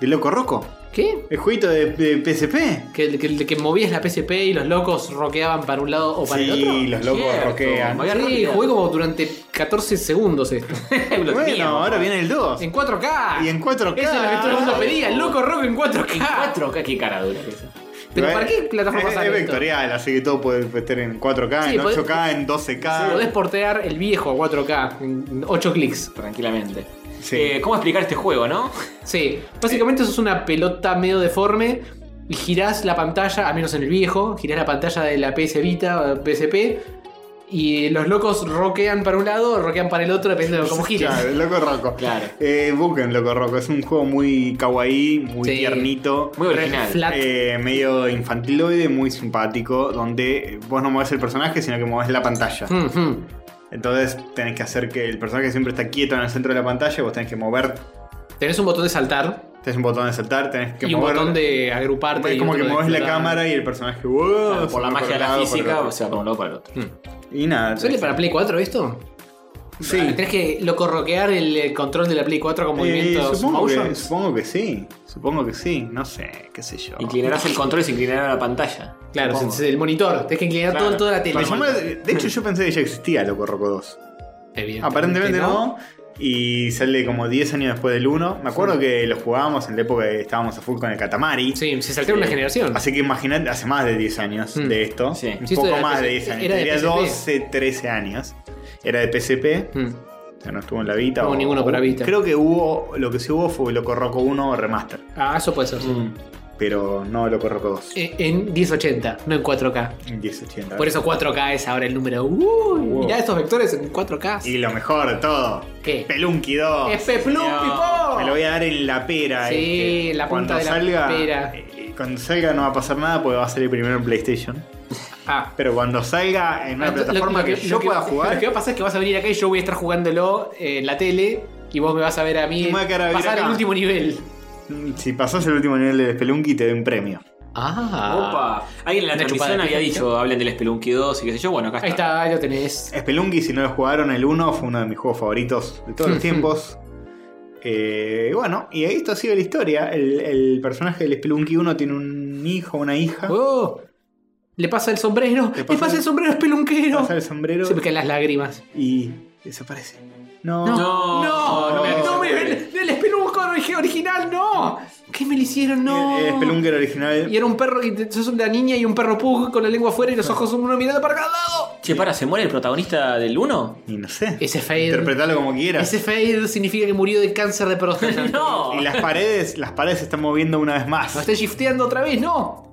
de Loco Roco?
¿Qué?
El jueguito de- de PSP.
Que, que, que movías la PSP y los locos roqueaban para un lado o para el otro.
Sí, los locos
Cierto.
roquean.
Había
Sí,
roqueado.
jugué como durante 14 segundos esto.
Lo
Bueno,
teníamos.
ahora viene el 2.
*laughs* En 4K.
Y en 4K.
Eso es lo que todo el mundo
Claro.
pedía, el loco roco en 4K.
4K, Ah, qué cara dura que es.
Pero
Eh,
¿para qué plataforma
Es,
sale
es
esto?
vectorial, así que todo puede estar en 4K,
Sí,
en
podés-
8K, en
Podés
12K.
portear el viejo a 4K en 8 clics.
Tranquilamente.
Sí.
Eh, ¿Cómo explicar este juego, no?
Sí, básicamente sos una pelota medio deforme y girás la pantalla, al menos en el viejo, girás la pantalla de la PS Vita o PSP y los locos roquean para un lado o roquean para el otro dependiendo de cómo gires.
Claro, loco roco.
Claro.
Eh, busquen Loco Roco, es un juego muy kawaii, muy
Sí.
tiernito.
Muy original.
Flat.
eh, medio infantiloide, muy simpático, donde vos no mueves el personaje, sino que mueves la pantalla.
Mm. Ujú.
Entonces tenés que hacer que el personaje siempre está quieto en el centro de la pantalla, y vos tenés que mover,
Tenés un botón de saltar
tenés un botón de saltar, tenés que
y un
mover.
botón de agruparte.
Es
y
como
otro
que
de
mueves la
explotar.
cámara y el personaje, wow,
Claro,
se
por la
va
magia de la
lado, por
física,
otro.
o sea, por un lado para el otro.
Y nada.
¿Sale
tenés-
para Play 4 esto? Ah,
Sí.
Tenés que locorroquear el, el control de la Play 4 con
Eh,
movimientos
supongo, que,
motions.
supongo que sí. Supongo que sí. No sé, qué sé yo.
Inclinarás el control y se inclinará la pantalla.
Claro,
supongo.
es el monitor. Tenés que inclinar
Claro.
todo, toda la tele.
Me llamó la- de hecho, yo pensé que ya existía Loco Roco 2.
Evidentemente
Aparentemente no. Y sale como 10 años después del 1. Me acuerdo que lo jugábamos en la época que estábamos a full con el Katamari.
Sí, se saltaron una generación.
Así que imaginad hace más de 10 años
Mm.
de esto.
Sí.
Un
Sí, esto
poco
era
más
de
de 10 años.
era de
Tenía
PSP.
12, 13 años. Era de PSP.
Mm.
O sea, no estuvo en la Vita.
No,
o-
ninguno para Vita.
Creo que hubo. Lo que sí hubo fue Loco Roco 1 Remaster.
Ah, eso puede ser. sí.
Mm. Pero no Loco Roco 2.
Eh, En 1080, no en 4K.
En 1080.
Por eso 4K es ahora el número. Uy, mirá estos vectores en 4K.
Y lo mejor de todo.
¿Qué?
Pelunky 2.
¡Es Peplum,
Señor.
Me lo voy a dar en la pera.
Sí,
este.
en la punta
cuando
de la
salga,
pera.
eh, Cuando salga no va a pasar nada porque va a salir primero en PlayStation.
Ah.
Pero cuando salga en
Ah,
una
lo-
plataforma
lo
que, yo
lo *laughs*
pueda
Lo
jugar,
que va a pasar es que vas a venir acá y yo voy a estar jugándolo eh, en la tele y vos me vas a ver a
Y
mí
me voy a quedar a vivir
pasar
acá.
el último nivel.
mm, si pasás el último nivel de Spelunky te doy un premio.
Ah.
Opa. Alguien en la
Una chupada
transmisión
de
había
pija,
dicho, hablen del Spelunky 2 y qué sé yo. Bueno, acá
Ahí
está.
está, ahí lo tenés.
Spelunky, si no lo jugaron, el 1 fue uno de mis juegos favoritos de todos los tiempos. Eh, bueno, y ahí esto sigue la historia. El, el personaje del Spelunky 1 tiene un hijo, una hija.
Oh, le pasa el sombrero. Le
Le
pasa,
pasa
el...
el-
sombrero espelunquero.
Pasa el sombrero
Se me caen las lágrimas.
y desaparece. No,
No,
no, no,
no,
no,
no,
me-
no.
el, el espelunco ori- original, no. ¿Qué me lo hicieron? No.
El, el Spelunker original.
Y era un perro, y te- sos una niña y un perro pug con la lengua afuera y los ojos uno mirando para cada lado.
Che, para, ¿se muere el protagonista del 1?
Y no sé.
Ese fade.
Interpretalo como quieras.
Ese fade significa que murió de cáncer de próstata.
*laughs* No.
Y las paredes, las paredes se están moviendo una vez más.
Lo está shifteando otra vez, no.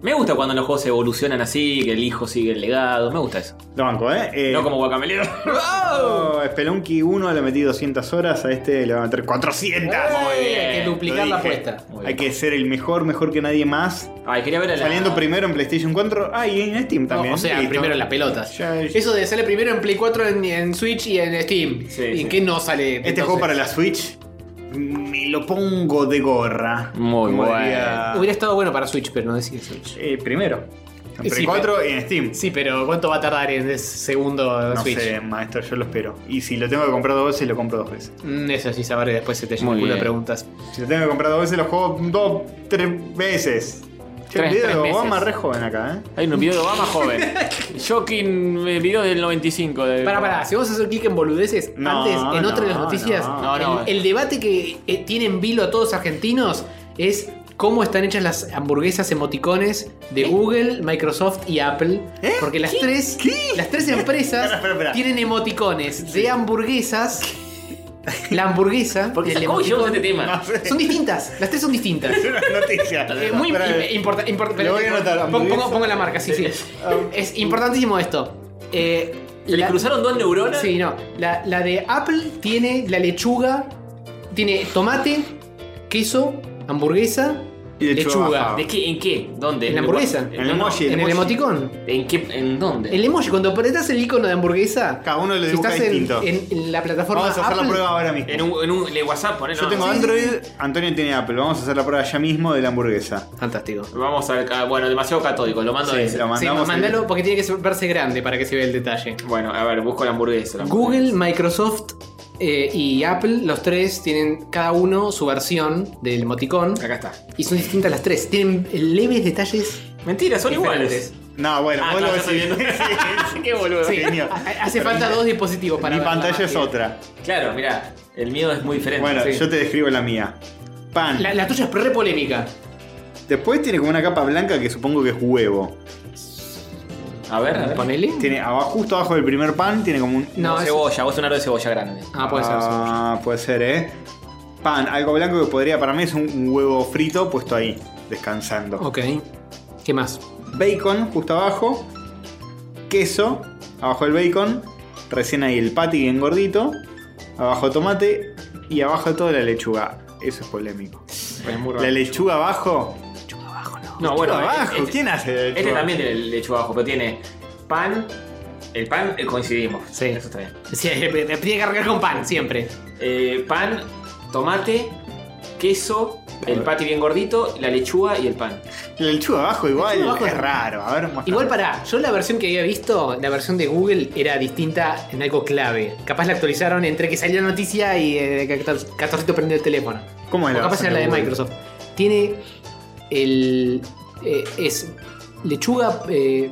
Me gusta cuando los juegos evolucionan así, que el hijo sigue el legado. Me gusta eso.
Lo banco, ¿eh? Eh,
No como *laughs* guacamelero.
oh, Spelunky 1 le metí 200 horas, a este le van a meter 400.
Muy
Eh, Hay que
bien,
duplicar
Lo
la
dije.
apuesta.
Muy
Hay
bien.
que ser el mejor, mejor que nadie más.
Ay, quería ver a la...
Saliendo primero en PlayStation 4. Ah, y en Steam también.
No, o sea,
Listo.
primero la pelota.
Ya-
Eso de sale primero en Play 4, en, en Switch y en Steam.
Sí,
¿Y
sí.
qué no sale?
Este juego para la Switch me lo pongo de gorra.
Muy
Como
bueno.
diría-
eh, Hubiera estado bueno para Switch, pero no decía Switch.
Eh, primero. En
Sí,
Play
pero-
4 y en Steam.
Sí, pero ¿cuánto va a tardar en ese segundo
No
Switch?
sé, maestro, yo lo espero. Y si lo tengo que comprar dos veces, lo compro dos veces.
Mm, Eso sí sabré después se te llena
Muy
el culo de
bien.
preguntas.
Si lo tengo que comprar dos veces, lo juego dos, tres veces. Che,
Tres-
el video
tres
de Obama
meses.
re joven acá, ¿eh? *laughs*
Hay un video de Obama *laughs* joven. Shocking eh, video del 95. De...
Pará, pará, si vos haces clic en boludeces,
No,
antes, en otra de las
no,
noticias,
no.
el,
No, no.
el debate que eh, tiene en vilo a todos los argentinos es cómo están hechas las hamburguesas emoticones de
¿Eh?
Google, Microsoft y Apple. Porque las tres, las tres empresas
*laughs* Espera, espera, espera.
tienen emoticones de
*laughs*
hamburguesas. La hamburguesa.
¿Por qué
el
sacó yo
emoticón-
este tema?
No sé.
Son distintas, las tres son
*laughs*
distintas.
Es una noticia.
Eh, muy
Espera,
im- importa- import-
Lo voy a anotar,
Pongo- Pongo,
hamburguesa.
pongo la marca, sí, sí.
Ah.
Es importantísimo esto. Eh,
¿Le
la-
cruzaron dos neuronas?
Sí, no. La, la de Apple tiene la lechuga, tiene tomate, queso, hamburguesa,
Y lechuga
lechuga.
bajada.
¿De qué? ¿En qué? ¿Dónde?
En la hamburguesa.
No,
En el
no.
emoji.
En el
emoji.
emoticón.
¿En qué? ¿En dónde?
El emoji, cuando apretas el icono de hamburguesa,
Cada uno lo
si
dibuja
estás en,
distinto.
en- en la plataforma
Vamos a hacer la
Apple,
prueba ahora mismo.
En un, en un- en el WhatsApp, ponelo.
Yo tengo
Sí.
Android, Antonio tiene Apple. Vamos a hacer la prueba ya mismo de la hamburguesa.
Fantástico.
Vamos a. ah, Bueno, demasiado católico, lo mando a ese.
lo
Sí,
mandamos.
mandalo porque tiene que verse grande para que se vea el detalle.
Bueno, a ver, busco la hamburguesa. la
Google,
hamburguesa.
Microsoft eh, y Apple, los tres tienen cada uno su versión del emoticón.
Acá está.
Y son distintas las tres. Tienen leves detalles.
Mentira, son
Diferentes.
iguales.
No, bueno,
Ah,
vos
no,
lo
yo estoy
decís. *laughs*
viendo. *laughs* Qué boludo.
Sí, genio.
Ha- Hace falta dos dispositivos para
Mi
verla. Eh,
pantalla es otra.
Claro, mirá, el mío es muy diferente.
Bueno,
Sí.
yo te describo la mía. Pan.
La, la tuya es re polémica.
Después tiene como una capa blanca que supongo que es huevo.
a ver, a ver.
Ponele.
Tiene abajo, justo abajo del primer pan, tiene como un.
No,
No,
es-
cebolla, vos un aro de cebolla grande.
Ah, puede ser.
Ah, puede ser, ¿eh? Pan, algo blanco que podría para mí es un, un huevo frito puesto ahí, descansando.
Ok. ¿Qué más?
Bacon justo abajo. Queso, abajo el bacon. Recién ahí el patty bien gordito. Abajo tomate. Y abajo de todo la lechuga. Eso es polémico. La lechuga abajo.
No, bueno,
abajo.
este-
¿Quién hace la lechuga?
Este también tiene lechuga abajo, pero tiene pan. El pan eh, coincidimos.
Sí.
Eso está bien.
Sí, *laughs* tiene que cargar con pan siempre.
Eh, pan, tomate, queso, El patty bien gordito, la lechuga y el pan.
El lechuga abajo igual
Lechuga abajo
es
no.
raro. A ver, muestra.
Igual para, yo la versión que había visto, la versión de Google era distinta en algo clave. Capaz la actualizaron entre que salió la noticia y eh, que Castor- Castorcito prendió el teléfono.
¿Cómo es
O
la
capaz
versión
era la de
de Google?
Microsoft. Tiene el. eh, es lechuga. eh,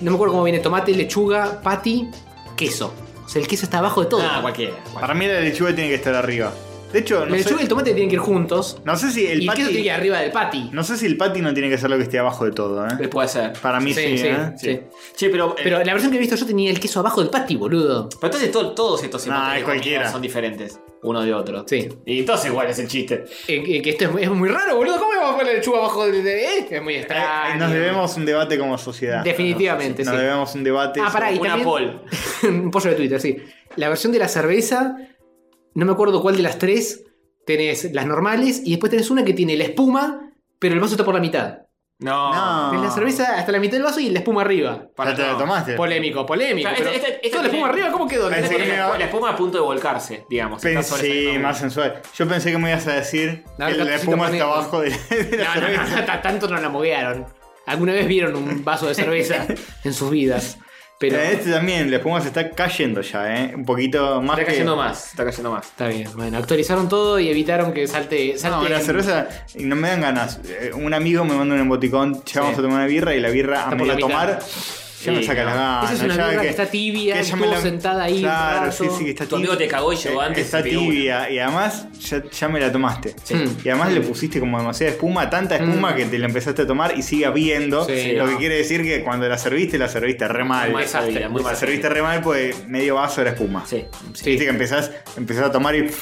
no me acuerdo cómo viene: tomate, lechuga, patty, queso. O sea, el queso está abajo de todo.
Ah, cualquiera.
Para mí la lechuga tiene que estar arriba. De hecho,
la
no
lechuga y el
sé,
tomate tienen que ir juntos.
no sé si el
y el queso tiene que ir
patty.
arriba del patty.
No sé si el patty no tiene que ser lo que esté abajo de todo,
Eh,
¿eh?
Puede ser.
Para mí sí, ¿eh?
sí.
Che, pero. eh,
Pero
pero
la versión que he visto yo tenía el queso abajo del patty, boludo.
entonces to- todos estos
Nah,
empates de
es
comida
cualquiera.
son diferentes. Uno de otro.
Sí.
Y todos iguales el chiste.
Eh, que- que esto es, es muy raro, boludo. ¿Cómo vamos a poner la lechuga abajo de.? de- eh? Es muy
Eh,
extraño.
Nos debemos un debate como sociedad.
Ah, Definitivamente,
Nos
Este sí.
debemos un debate.
Ah, pará, y
Una
también-
poll.
*laughs* un pollo de Twitter, sí. La versión de la cerveza, no me acuerdo cuál de las tres. Tenés las normales y después tenés una que tiene la espuma, pero el vaso está por la mitad.
No.
No.
Tenés la cerveza hasta la mitad del vaso y la espuma arriba.
¿Ya te la
no.
tomaste?
Polémico, polémico.
Claro,
pero
esta- esta- esta
toda la espuma
tiene-
arriba, ¿cómo quedó?
La
Pensé que me iba-
espuma, la espuma a punto de volcarse, digamos. Está
Pensé
sobresaliendo
más sensual. Yo pensé que me ibas a decir
No,
que
el
la
gato
espuma
sí
está
lo pone-
abajo de de *laughs* la
*laughs* No, no,
cerveza.
no, tanto no la moguearon. Alguna vez vieron un vaso de
*laughs*
cerveza en sus vidas. Pero
Eh, Este también, la espuma se está cayendo ya, ¿eh? Un poquito más
Está
que...
cayendo más, está cayendo más.
está bien. Bueno, actualizaron todo y evitaron que salte. salte
No, la
en-
cerveza y no me dan ganas. Eh, Un amigo me manda un emoticón, ya vamos a tomar una birra y la birra, a
por
mí
la
de tomar, ya me
Sí,
saca
no.
las ganas.
Esa es una
ya
birra que está tibia,
ya me
estuvo sentada ahí un
Claro,
rato.
sí, sí, que está
Tu amigo te cagó y llegó
Eh,
antes y
Está
pidió una.
tibia y además ya, ya me la tomaste.
Mm.
Y además le pusiste como demasiada espuma, tanta espuma
Mm.
que te la empezaste a tomar y sigue habiendo.
Sí,
lo
no.
que quiere decir que cuando la serviste, la serviste re mal.
Muy mal servida, muy
la
mal
serviste re mal pues medio vaso era espuma.
Sí,
Sí.
Viste que empezás, empezás a tomar y
sí,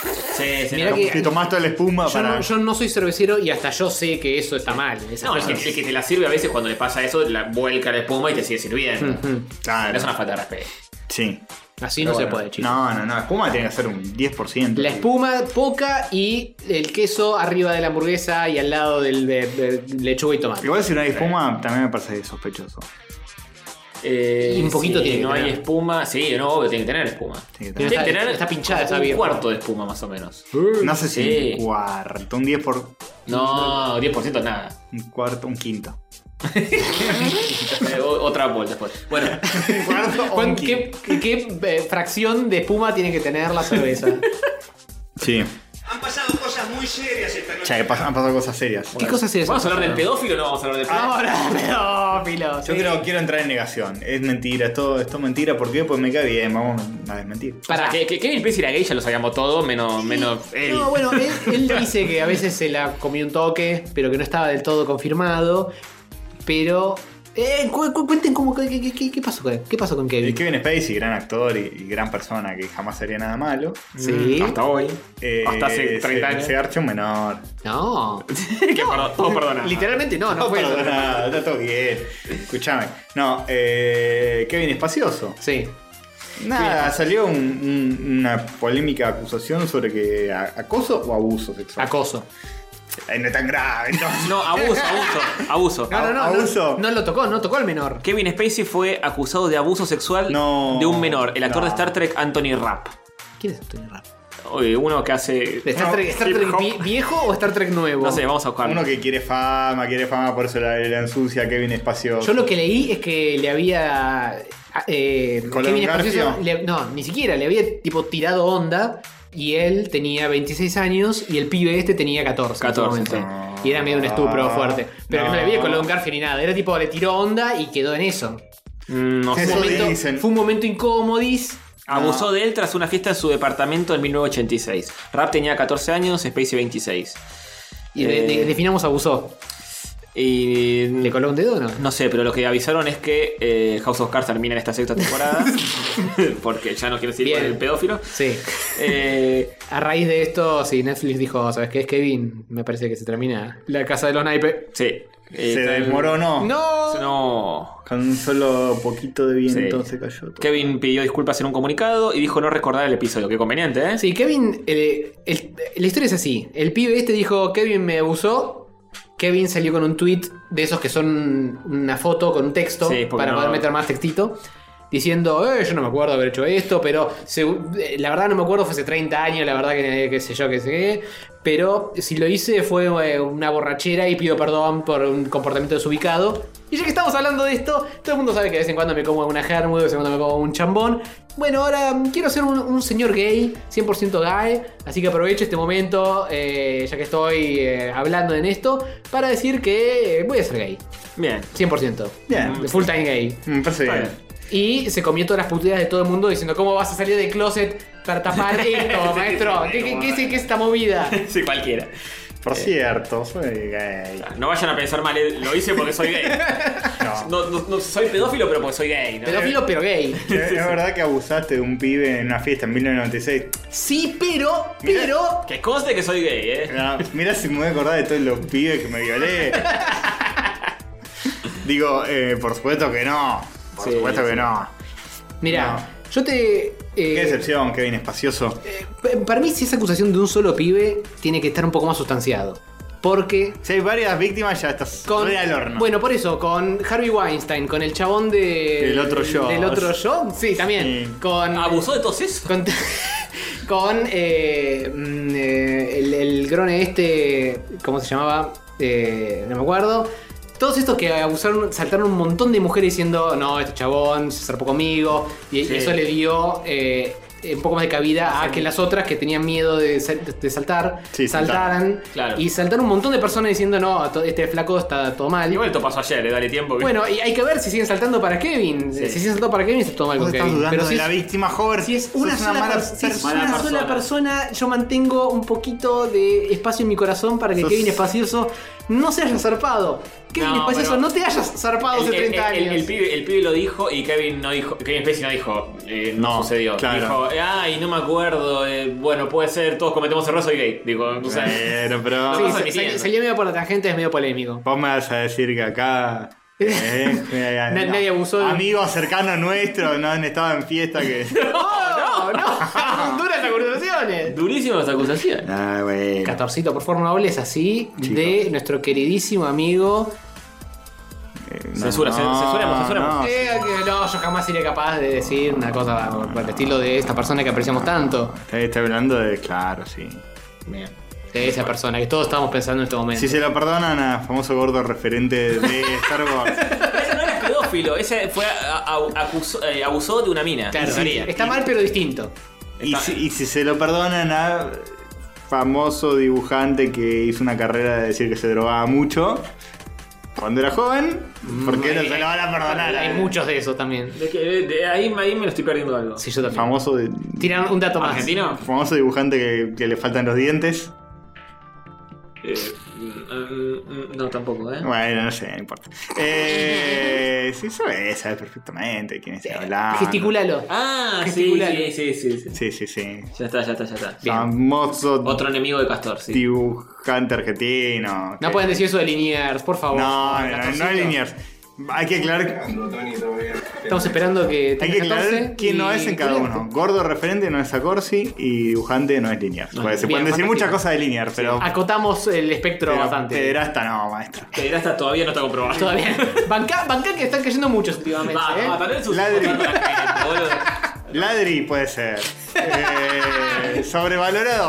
sí.
Mirá
no.
que-
te tomás toda la espuma
Yo,
para.
no, yo no soy cervecero y hasta yo sé que eso está mal. esas
No, el que,
cosas.
el que te la sirve a veces cuando le pasa eso, la vuelca la espuma y te sigue sirviendo.
Ujú.
Claro.
Es una falta de respeto.
Sí.
Así no
Pero
se
bueno,
puede, chicos.
No, no, no. Espuma tiene que ser un 10%.
La espuma poca y el queso arriba de la hamburguesa y al lado del de- de lechuga y tomate.
Igual si no hay espuma, también me parece sospechoso.
Eh,
Y un poquito
sí,
tiene que
No hay
tener.
espuma. Sí, no, obvio, tiene que tener espuma.
Tiene que tener.
Tiene que tener
Está pinchada
como
esa
Un
birra.
cuarto de espuma, más o menos.
No sé si
Sí.
un cuarto, un 10 por.
No, 10% nada.
Un cuarto, un quinto.
Eh, o- Otra vuelta después. *laughs* Bueno,
Un cuarto o
*laughs*
un
¿Cuán-
quinto.
¿Qué, qué, eh, fracción de espuma tiene que tener la cerveza?
*laughs* Sí.
Han pasado cosas muy serias esta noche.
Ya, que pas- han pasado cosas serias.
¿Qué cosas es eso?
¿vamos a hablar del
*laughs*
pedófilo Ah, o no vamos a hablar del pedófilo?
Ahora, pedófilo.
Yo creo quiero entrar en negación. Es mentira, es todo, es todo mentira. ¿Por qué? Pues me cae bien, vamos a desmentir.
Para.
O sea, que, que Kevin Spacey y la gay ya lo sabíamos todo, menos, menos eh, él.
No, bueno, él, él dice que a veces se la comió un toque, pero que no estaba del todo confirmado. Pero. Eh, cu- cu- cuenten cómo. ¿Qué, qué- qué- qué pasó, con- qué pasó con
Eh,
Kevin?
Kevin Spacey, gran actor y, y gran persona que jamás haría nada malo.
Sí.
*laughs*
Hasta hoy.
Eh,
Hasta hace 30
se-
años.
Se garchó un menor. *laughs*
No.
Que perdón, todo perdonado.
Literalmente no, no
No,
fue.
perdona, está todo bien. Escúchame. No, eh, Kevin Espacioso.
Sí.
Nada, salió un- un- una polémica acusación sobre que a- acoso o abuso sexual.
Acoso.
Ay, no es tan grave,
*laughs*
no.
No, abuso, abuso, abuso.
No, no, no. no,
Abuso.
No, lo tocó, no tocó al menor.
Kevin Spacey fue acusado de abuso sexual
No,
de un menor, el actor
no.
de Star Trek Anthony Rapp.
¿Quién es Anthony Rapp?
Oye, Uno que hace.
¿De Star Trek, Star
hip
Trek
hop.
vie- viejo o Star Trek nuevo?
No sé, vamos a
Uno
buscarlo.
que quiere fama, quiere fama, por eso la, la ensucia Kevin Espacioso.
Yo lo que leí es que le había. eh,
¿Colón Garfio?
Spacioso le- no, ni siquiera, le había tipo tirado onda. Y él tenía 26 años y el pibe este tenía 14. en ese
14,
momento.
sí.
Y era medio un estupro
No.
fuerte. Pero que no le había
No.
colón Garfio ni nada. Era tipo, le tiró onda y quedó en eso.
Mm,
*laughs*
No
Sí,
Fue un
sé.
Eso
momento,
dicen.
fue un momento incómodis.
Abusó de él tras una fiesta en su departamento en 1986. Rapp tenía 14 años, Spacey 26.
Y de-
Eh.
de- definamos abusó.
Y.
¿Le coló un dedo o no?
No sé, pero lo que avisaron es que eh, House of Cards termina en esta sexta
*laughs*
temporada. porque ya no quiero decir
Bien.
con el pedófilo.
Sí.
Eh,
A raíz de esto, sí, Netflix dijo, ¿sabes qué es Kevin? Me parece que se termina la casa de los naipes.
sí. Eh,
se
tal-
desmoronó.
¡No!
No.
Con un solo poquito de viento
Sí.
se cayó todo.
Kevin pidió disculpas en un comunicado y dijo no recordar el episodio. Qué conveniente, ¿eh?
Sí, Kevin, eh, el- la historia es así. El pibe este dijo, Kevin me abusó. Kevin salió con un tweet de esos que son una foto con un texto
Sí, porque
para
no-
poder meter más textito. diciendo, eh, yo no me acuerdo haber hecho esto, pero se- eh, la verdad no me acuerdo, fue hace 30 años, la verdad que eh, qué sé yo, qué sé qué. Pero si lo hice fue eh, una borrachera y pido perdón por un comportamiento desubicado. Y ya que estamos hablando de esto, todo el mundo sabe que de vez en cuando me como una Hermud, de vez en cuando me como un chambón. Bueno, ahora mm, quiero ser un, un señor gay, 100% gay, así que aprovecho este momento, eh, ya que estoy eh, hablando en esto, para decir que eh, voy a ser gay,
Bien.
100%.
Bien.
Full time gay.
Me parece
Está
bien.
Y se comió todas las puteadas de todo el mundo diciendo, ¿cómo vas a salir del closet para tapar
*laughs*
esto, maestro? ¿Qué, qué, qué es- qué es esta movida?
Sí, cualquiera.
Por cierto,
*laughs*
soy gay.
No vayan a pensar mal, eh, lo hice porque soy gay.
No.
No, no- no soy pedófilo, pero porque soy gay. ¿no?
Pedófilo pero gay.
Es es verdad que abusaste de un pibe en una fiesta en 1996.
Sí, pero,
Mirá.
pero...
Que conste que soy gay, ¿eh?
No, Ah, mira si me voy a acordar de todos los pibes que me violé. Digo, eh, por supuesto que no. Por
Sí,
supuesto que
sí.
no.
Mira, yo te... eh,
Qué decepción, Kevin Espacioso.
eh, pa- para mí si es acusación de un solo pibe, tiene que estar un poco más sustanciado. Porque
Si hay varias víctimas, ya estás
Con-
re al horno.
Bueno, por eso, con Harvey Weinstein, con el chabón de.
Del otro yo.
Del otro yo, sí, también.
Sí. Ah,
Con.
¿Abusó de todo eso?
Con. *laughs* con, eh, mm, eh, el, el grone este. ¿Cómo se llamaba? Eh, no me acuerdo. Todos estos que abusaron, saltaron un montón de mujeres diciendo, no, este chabón se zarpó conmigo. Y, y
Sí.
eso le dio eh, un poco más de cabida a que las otras que tenían miedo de, sal- de saltar,
Sí, saltaron.
saltaran.
Claro.
Y saltaron un montón de personas diciendo, no, to- este flaco está todo mal.
Igual esto pasó ayer, ¿eh? dale tiempo. que-
Bueno, y hay que ver si siguen saltando para Kevin.
Sí.
Si siguen saltando para Kevin, está todo mal
Vos
con
estás
Kevin.
dudando
Pero
de
si es,
la víctima, joven.
si es una,
Sos
sola, per- si es
persona.
una
Mala
sola
persona.
persona, yo mantengo un poquito de espacio en mi corazón para que
Sos-
Kevin Espacioso no se haya zarpado. Kevin
No,
Espacioso,
pero-
no te hayas zarpado
El,
hace
el-
30
el- el-
años.
el pibe, el pibe lo dijo y Kevin no dijo. Kevin Spacey no dijo. eh, no,
No,
sucedió.
claro.
Dijo, ay, no me acuerdo. eh, bueno, puede ser, todos cometemos errores, soy gay. Digo, o sea,
Bueno, pero.
Sí,
Sí,
pasa
sa-
ni
sa-
bien.
salió medio por la tangente, es medio polémico.
Vos me vas a decir que acá.
*laughs*
eh, eh,
Na- nadie abusó de-
Amigos cercanos nuestros no han estado en
*laughs*
fiesta que.
¡No! ¡Oh, ¡No! ¡Duras acusaciones!
durísimas las acusaciones.
Ah, bueno.
Catorcito, por favor, no hables así de nuestro queridísimo amigo
Censura, cen- censuremos, censuremos.
no.
Eh, que no, yo jamás sería capaz de decir una cosa por el estilo de esta persona que apreciamos tanto.
Está, está hablando de. Claro, sí.
De esa persona que todos estábamos pensando en este momento.
Si se lo perdonan al famoso gordo referente de
*laughs*
Star Wars.
Ese no era pedófilo, ese fue a- a- acusó, eh, abusó de una mina.
Claro,
Sí.
está mal pero distinto.
y, si, y si se lo perdonan al famoso dibujante que hizo una carrera de decir que se drogaba mucho cuando era joven, ¿por qué no se lo van a perdonar?
Hay muchos de esos también.
De que- de- de ahí, ahí me lo estoy perdiendo algo.
Sí, Ah, yo también.
Famoso, de-
Tiran un dato más.
¿Argentino?
famoso dibujante que, que le faltan los dientes.
Ah.
Eh, mm, mm, no, tampoco, ¿eh?
Bueno, no sé, no importa. Eh, sí, sabe, sabe perfectamente quién está hablando.
Gesticulalo.
Ah, sí,
Gesticular.
sí, sí, sí, sí.
Sí, sí, sí.
Ya está, ya está, ya está.
Famoso
Otro enemigo de Castor, sí.
dibujante argentino.
No
que-
pueden decir eso de Liniers, por favor.
No, no, no,
Catorcito.
no hay líneas. Hay que aclarar,
Estamos esperando que
hay
tenga
que aclarar
14
quién no
y-
es en cada uno. Gordo referente no es a Corsi y dibujante no es linear. Porque se
bien,
pueden decir
fantástico.
muchas cosas de linear, pero,
Acotamos el espectro
pero
bastante.
pederasta no, maestro.
Pederasta todavía no está comprobado.
*laughs*
Todavía. Banca, banca que están cayendo muchos últimamente.
Va,
¿eh?
va, tal vez es un
Ladri.
soportante de gente, boludo.
Ladri puede ser.
*laughs*
Eh, sobrevalorado,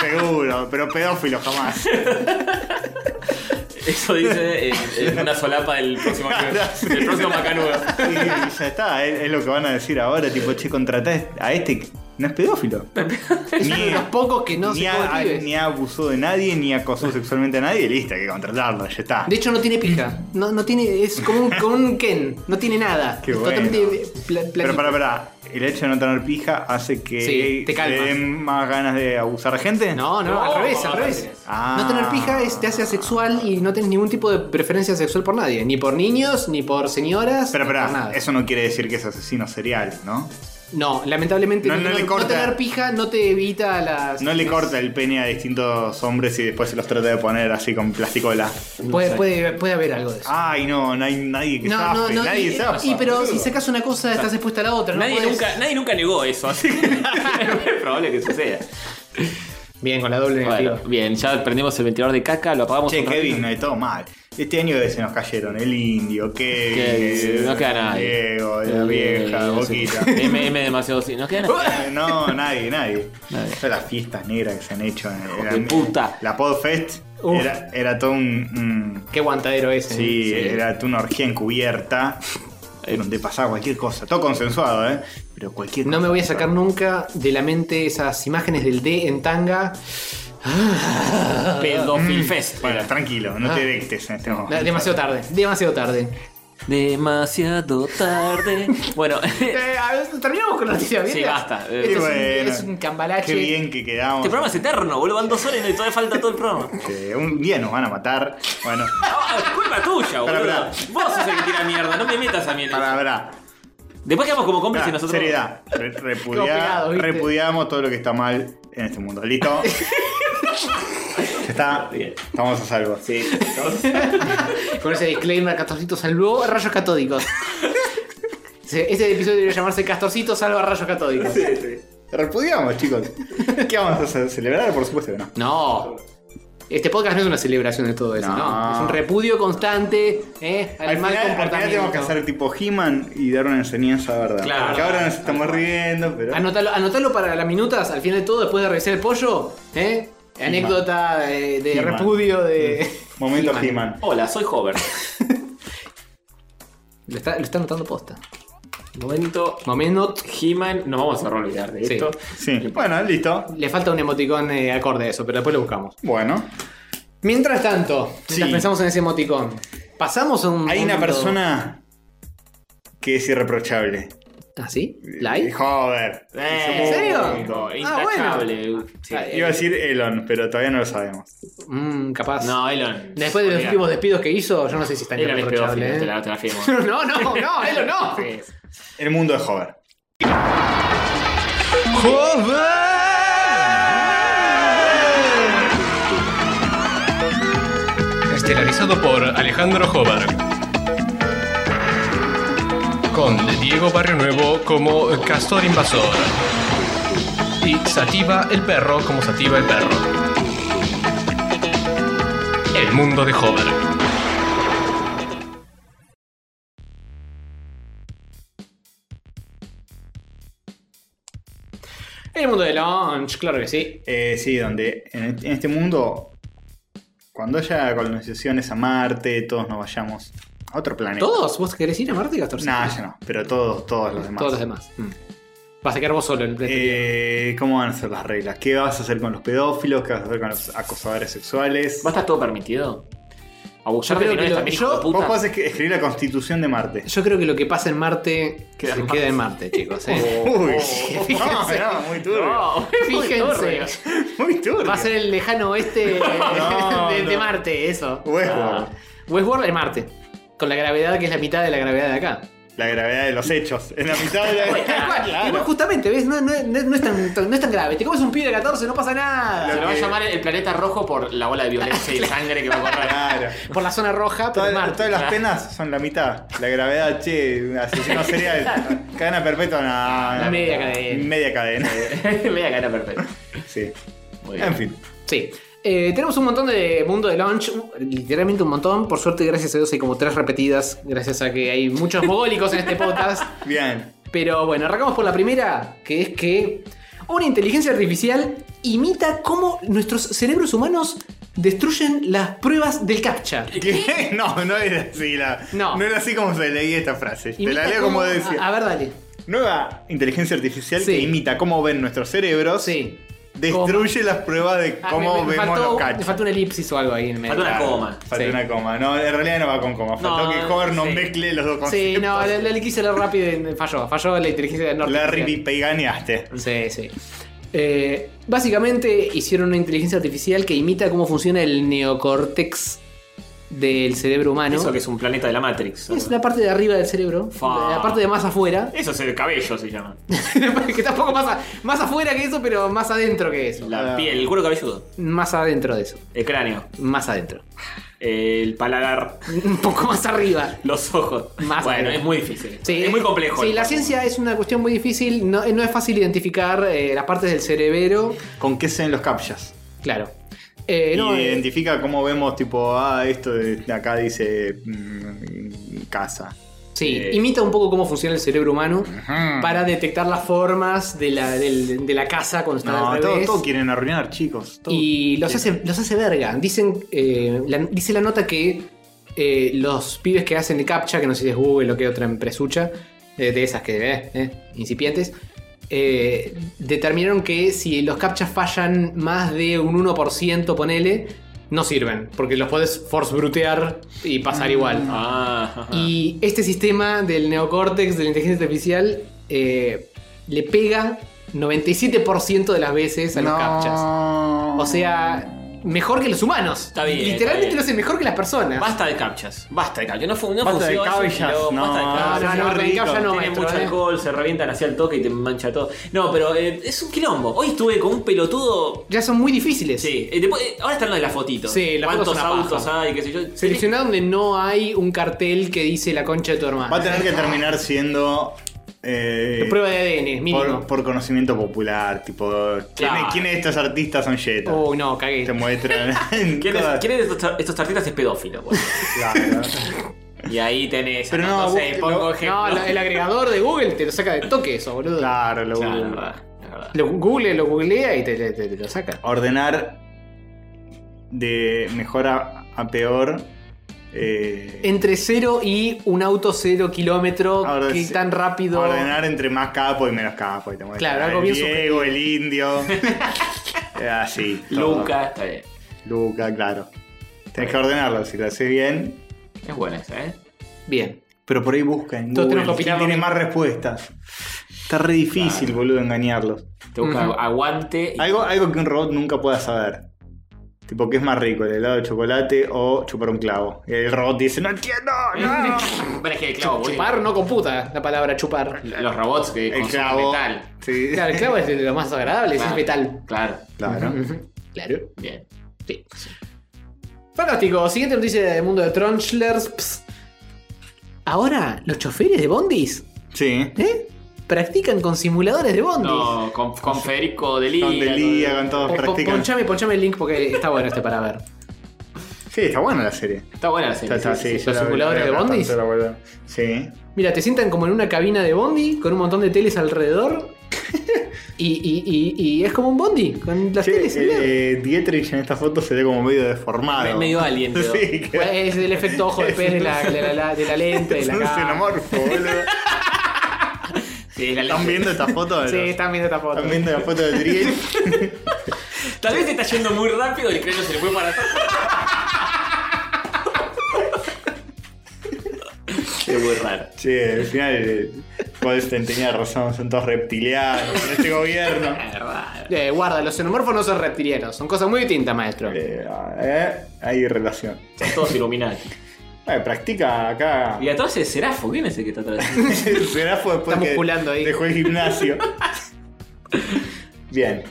seguro, pero pedófilo jamás.
Eso dice eh, en una solapa del próximo, del próximo macanudo.
Y ya está, es, es lo que van a decir ahora. Tipo, che, contratá a este que no es
*laughs*
pedófilo.
Es uno de los pocos que no
ni
se
a-
come pibes.
ni abusó de nadie, ni acosó sexualmente a nadie. Listo, hay que contratarlo, ya está.
De hecho no tiene pija. No, no tiene. Es como un, como un Ken. No tiene nada.
Qué
Es
bueno.
Totalmente pla-
Pero
planito.
pará, pará. El hecho de no tener pija hace que
Sí, te
le
calmas.
den más ganas de abusar a gente.
No, no, al
No,
revés, al
no
revés.
tenés.
Ah.
No tener pija es, te hace asexual y no tenés ningún tipo de preferencia sexual por nadie. Ni por niños, ni por señoras.
Pero
ni por
pará,
nada.
eso no quiere decir que es asesino serial, ¿no?
No, lamentablemente
No,
no,
no le
tener,
corta.
tener pija no te evita las.
No le
las-
corta el pene a distintos hombres y después se los trata de poner así con plasticola.
Puede, puede, puede haber algo de eso.
Ay, no, no hay nadie que
no,
zafe,
no, no.
Ah,
y,
nadie zafa.
y pero si sacas una cosa estás expuesta a la otra. no
Nadie,
Pues-
podés-
nunca, nadie nunca negó eso, así que *laughs* es probable que suceda.
Bien, con la doble
Bueno,
negativa.
bien, ya prendimos el ventilador de caca, lo apagamos.
Che,
un ratito.
Kevin, no hay todo mal. Este año se nos cayeron el indio, que
Que no queda nadie.
Diego, la
Eh,
vieja,
no sé.
boquita.
M, M demasiado sí. No queda nada.
Eh, No, nadie, nadie.
Nadie.
Todas las fiestas negras que se han hecho. eh,
de
eran-
puta.
La Podfest
Uf.
era, era todo un. un-
Qué guantadero ese. ¿eh?
sí, era toda una orgía encubierta. Donde pasaba cualquier cosa. Todo consensuado, ¿eh? Pero cualquier
No
cosa
me voy a
pasaba.
sacar nunca de la mente esas imágenes del D en tanga.
Ah. Pedofil Fest.
Bueno, tranquilo, no
Ah.
te directes en este momento.
No, Demasiado tarde, demasiado tarde.
Demasiado tarde. Bueno, *laughs* este
Eh, a ver, terminamos con la noticia bien.
Sí, basta. Eh,
Este es,
bueno.
un, es un cambalache.
Qué bien que quedamos.
programa es eterno, boludo. Van dos horas y todavía falta todo el programa.
Este, un día nos van a matar.
*laughs*
Bueno,
Ah, es culpa tuya,
Pará,
boludo.
pará.
Vos sos el que tira mierda, no me metas a mí en eso.
para, para.
Después quedamos como cómplices
Pará,
nosotros.
Seriedad.
*laughs*
Re- repudia-
pegado, ¿viste?
repudiamos todo lo que está mal en este
*laughs*
mundo. ¿Listo? ya está. Estamos a salvo.
Sí.
Con ese disclaimer, Castorcito salvó a rayos *laughs* catódicos. Sí, Este episodio debería llamarse Castorcito salva a rayos catódicos.
Repudiamos, chicos. ¿Qué vamos a hacer? celebrar? Por supuesto que no.
No. Este podcast no es una celebración de todo eso, no.
No.
Es un repudio constante ¿eh? al, mal
Al final, al final
comportamiento.
tenemos que hacer tipo He-Man y dar una enseñanza, ¿verdad?
Claro. Ah,
Porque ahora nos estamos riendo, pero.
Anotalo, anotalo para las minutas, al final de todo, después de revisar el pollo. ¿eh? Anécdota eh, de,
He-Man.
repudio de.
Momento
Mm. He-Man.
He-Man.
Hola, soy Hover.
Lo está, lo está anotando posta.
Momento
Momento.
He-Man. Nos vamos a olvidar de
Sí.
esto.
Sí. Bueno, listo.
Le falta un emoticón eh, acorde a eso, pero después lo buscamos.
Bueno.
Mientras tanto, mientras
Sí.
pensamos en ese emoticón, pasamos a un.
Hay una
momento-
persona que es irreprochable.
¿Ah, sí?
El
¿Live?
Hover.
Eh,
¿En serio? Ah, bueno.
Intachable. uh, Sí.
Ah, eh.
Iba a decir Elon, pero todavía no lo sabemos.
Mm, capaz.
No, Elon.
Después de los
Olvidá.
últimos despidos que hizo, yo no sé si está
Elon es pedófilo,
irreprochable.
te
¿eh? *laughs*
la, te la firmo.
No, no, no, Elo, no.
Sí.
El mundo de Hover.
Estelarizado por Alejandro Jobar. Con Diego Barrio Nuevo como Castor Invasor. Y Sativa el Perro como Sativa el Perro. El mundo de Jobar.
El mundo de launch, claro que sí.
Eh, sí, donde en, en este mundo, cuando haya colonizaciones a Marte, todos nos vayamos a otro planeta.
¿Todos? ¿Vos querés ir a Marte, Castorcito?
Nah, ya no, pero todos, todos los demás.
Todos los demás. Mm. Vas a quedar vos solo en el planeta.
Eh, ¿Cómo van a ser las reglas? ¿Qué vas a hacer con los pedófilos? ¿Qué vas a hacer con los acosadores sexuales?
¿Va a estar todo permitido? Abusar de
creo que
menores
lo-
también,
yo-
hijo de
Vos
*laughs*
puta.
podés escri- escribir la constitución de Marte.
Yo creo que lo que pasa en Marte
Queda
se
en
queda en Marte, chicos. ¿eh?
*laughs*
Uy, oh, no, no, muy turbio.
No,
*laughs*
Fíjense.
*laughs* Muy turbio.
Va a ser el lejano
*laughs*
oeste eh, *laughs*
No,
de, de
no.
Marte, eso. Ah.
Westworld.
Westworld de Marte. Con la gravedad que es la mitad de la gravedad de acá.
La gravedad de los hechos. En la mitad de
Tal
la.
cual. Y vos justamente, ¿ves? No, no- no- no es tan, tan- no es tan grave. Te comes un pibe de 14, no pasa
Se lo
nada.
va a llamar el planeta rojo por la bola
*laughs*
de violencia y de sangre que va a correr.
*laughs* Claro.
Por la zona roja, pero en
Todas,
Marte.
todas las penas son la mitad. La gravedad, che, un
*laughs*
asesino serial. cadena perpetua, no.
La media cadena.
Media cadena.
Media cara perfecta.
Sí.
Muy bien.
En fin.
Sí. Eh, tenemos un montón de mundo de launch, uh, literalmente un montón. Por suerte, gracias a Dios, hay como tres repetidas, gracias a que hay muchos mogólicos en este podcast.
Bien.
Pero bueno, arrancamos por la primera, que es que una inteligencia artificial imita cómo nuestros cerebros humanos destruyen las pruebas del captcha.
¿Qué? *laughs* No, no era así la.
No.
era así como se leía esta frase. Te
Imita
la leo como
cómo-
decía.
A, a ver, dale.
Nueva inteligencia artificial
Sí.
que imita cómo ven nuestros cerebros.
Sí.
Destruye las pruebas de
Ah,
cómo
me- me
vemos
faltó-
los
Me
cachos.
faltó una elipsis o algo ahí en el medio.
Faltó una coma.
Faltó
Sí.
una coma. No, en realidad no va con coma. Faltó
No,
que Hover no
sí.
mezcle los dos
Sí,
conceptos.
no, la, la quise leer rápido y falló. Falló la inteligencia del norte.
Larry Peiganeaste.
Sí, sí. Eh, básicamente hicieron una inteligencia artificial que imita cómo funciona el neocortex del cerebro humano.
Eso que es un planeta de la Matrix.
es la parte de arriba del cerebro,
Fa.
la parte de más afuera. *laughs*
Eso es el cabello, se llama.
que tampoco más, a- más afuera que eso, pero más adentro que eso.
La
Ah.
piel, el cuero cabelludo.
Más adentro de eso.
El cráneo.
Más adentro.
El paladar.
Un poco más arriba.
Los ojos.
Más
bueno,
o menos.
es muy difícil.
Sí,
es muy complejo.
Sí,
el
la
cuerpo.
ciencia es una cuestión muy difícil. No, no es fácil identificar eh, las partes del cerebro.
¿Con qué se ven los captchas?
Claro. Eh, no,
y
eh,
identifica cómo vemos, tipo, ah, esto de de acá dice mm, casa.
sí,
eh,
imita un poco cómo funciona el cerebro humano para detectar las formas de la, del- de la casa cuando están
No,
al
todo,
revés.
todo quieren arruinar, chicos. todo.
Y los hace, los hace verga. Dicen, eh, la- dice la nota que eh, los pibes que hacen de captcha, que no sé si es Google o qué otra empresucha, eh, de esas que, eh, eh, incipientes, eh, determinaron que si los captchas fallan más de un 1%, ponele, no sirven, porque los podés force brutear y pasar igual.
Ah, ajá.
Y este sistema del neocórtex, de la inteligencia artificial, eh, le pega 97% de las veces a los
No.
captchas. O sea, mejor que los humanos.
Está bien,
Literalmente
está bien.
lo hacen mejor que las personas.
Basta de captchas, basta de captchas. No, fu- no
Basta de
funcionó, es un
captchas,
quilombo,
no,
basta de
Ah,
captchas.
no, no,
Señor
Renca
Rico,
ya no,
Tiene
maestro.
mucho
eh.
alcohol, se revientan hacia el toque y te mancha todo. No, pero eh, es un quilombo. Hoy estuve con un pelotudo.
Ya son muy difíciles.
Sí, eh, después- eh, ahora están lo de las fotitos.
Sí, las
¿Cuántos
fotos son una
autos
paja.
hay? ¿Qué sé yo?
Seleccioná donde no hay un cartel que dice la concha de tu hermano.
Va a tener que terminar siendo. eh,
Prueba de ADN, mínimo.
por, por conocimiento popular, tipo. ¿quién-
Claro.
¿Quiénes de estos artistas son yetas?
Uy, Oh, no, cagué. *laughs*
Te muestran.
¿Quién, es-
cosas.
quién es de estos, estos artistas es pedófilo? boludo?
Claro.
y ahí tenés.
Pero no,
sé,
vos-
pongo
no,
ejemplo.
No, la- el agregador de Google te lo saca de toque eso, boludo.
Claro, lo
Claro, es verdad, es verdad.
Lo Google lo googlea y te, te- te- te lo saca.
Ordenar de mejor a, a peor. eh,
Entre cero y un auto cero kilómetro,
Ahora
qué
sí.
tan rápido.
Ordenar entre más capo y menos capo. Y te muestra
Claro, algo
el
bien
Diego, el
*laughs*
indio. Eh, Así. todo.
Luca, está bien.
Luca, claro. Tenés que ordenarlo si lo haces bien.
Es buena esa, ¿eh?
Bien.
Pero por ahí busca en
Todos
Google.
tenemos que
¿Quién
opinar lo
tiene
mismo.
más respuestas? Está re difícil, boludo, engañarlos.
Te busca aguante. y-
Algo, algo que un robot nunca pueda saber. Tipo, ¿qué es más rico? ¿El helado de chocolate o chupar un clavo? Y el robot dice, no entiendo, no.
*laughs* Pero es que el clavo, boludo.
Ah, Chupar no computa la palabra chupar.
*laughs*
Los robots que
el
consumen
clavo.
metal.
Sí.
*laughs* Claro, el clavo es de lo más agradable, es
Claro.
metal.
Claro,
Claro.
Claro.
bien.
Sí. Fantástico. Siguiente noticia del mundo de Tronchlers. Psst. Ahora, los choferes de bondis,
Sí.
¿eh? Practican con simuladores de bondis.
No, con, con Federico Delía.
Con Delia, con todos
Po- po-
practican.
Ponchame, ponchame el link porque está bueno este para ver.
Sí, está buena la serie.
Está buena la serie.
Está, está,
sí, sí,
sí,
sí.
yo
¿Los
la- la
simuladores
veo
de bondis?
bastante, la verdad. Sí.
Mira, te sientan como en una cabina de bondi con un montón de teles
*laughs*
alrededor. y, y- y- y es como un bondi con las
Che,
teles. al lado.
eh, Dietrich en esta foto se ve como medio deformado.
Me- medio
*laughs*
alien, pero-
Sí, que
Pues, Es el efecto ojo de pez de la, de la- la- de la lente, *laughs* de
es
la
un
cámara.
xenomorfo, boludo.
Sí, la-
¿Están viendo esta
*laughs*
foto?
Sí, están viendo esta foto.
¿Están viendo la foto de Driel?
Tal vez está yendo muy rápido y el cráneo se le fue para atrás. Qué muy raro.
Sí, al final eh, Goldstein tenía razón, son todos reptilianos en este gobierno.
Es verdad.
Eh, guarda, los xenomorfos no son reptilianos, son cosas muy distintas, maestro.
Eh, eh, hay relación.
Son todos iluminados.
Eh,
*laughs*
practica acá.
Y atrás es Serafo. ¿Quién es el que
*laughs*
está atrás?
*laughs* El serafo después
Está
que
musculando ahí.
dejó el gimnasio. Bien.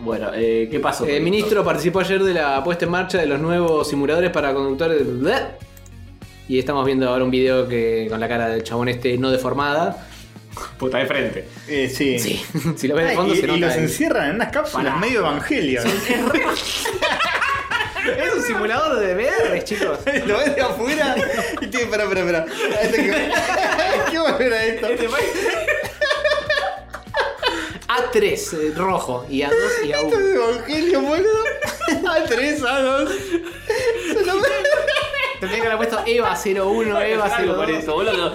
Bueno, eh, ¿qué pasó?
El ministro participó ayer de la puesta en marcha de los nuevos simuladores para conductores. Bleh. Y estamos viendo ahora un video que con la cara del chabón este no deformada.
*laughs*
*laughs*
Puta de frente.
Eh, sí.
Sí, si lo ves
Ah,
de fondo
y,
se
y
nota.
los
el-
encierran en unas cápsulas
Pará.
medio evangelio.
Es un simulador de VR, chicos.
Lo ves de afuera *laughs* y te espera, espera, espera. Esto que- Hay que volver a esto.
A3, eh, rojo. Y A2 y
Esto
A1.
es
*laughs*
evangelio, boludo. A tres, a dos. Se lo ve.
Tendría que haber puesto EVA 01, EVA
Algo por
02.
eso, boludo.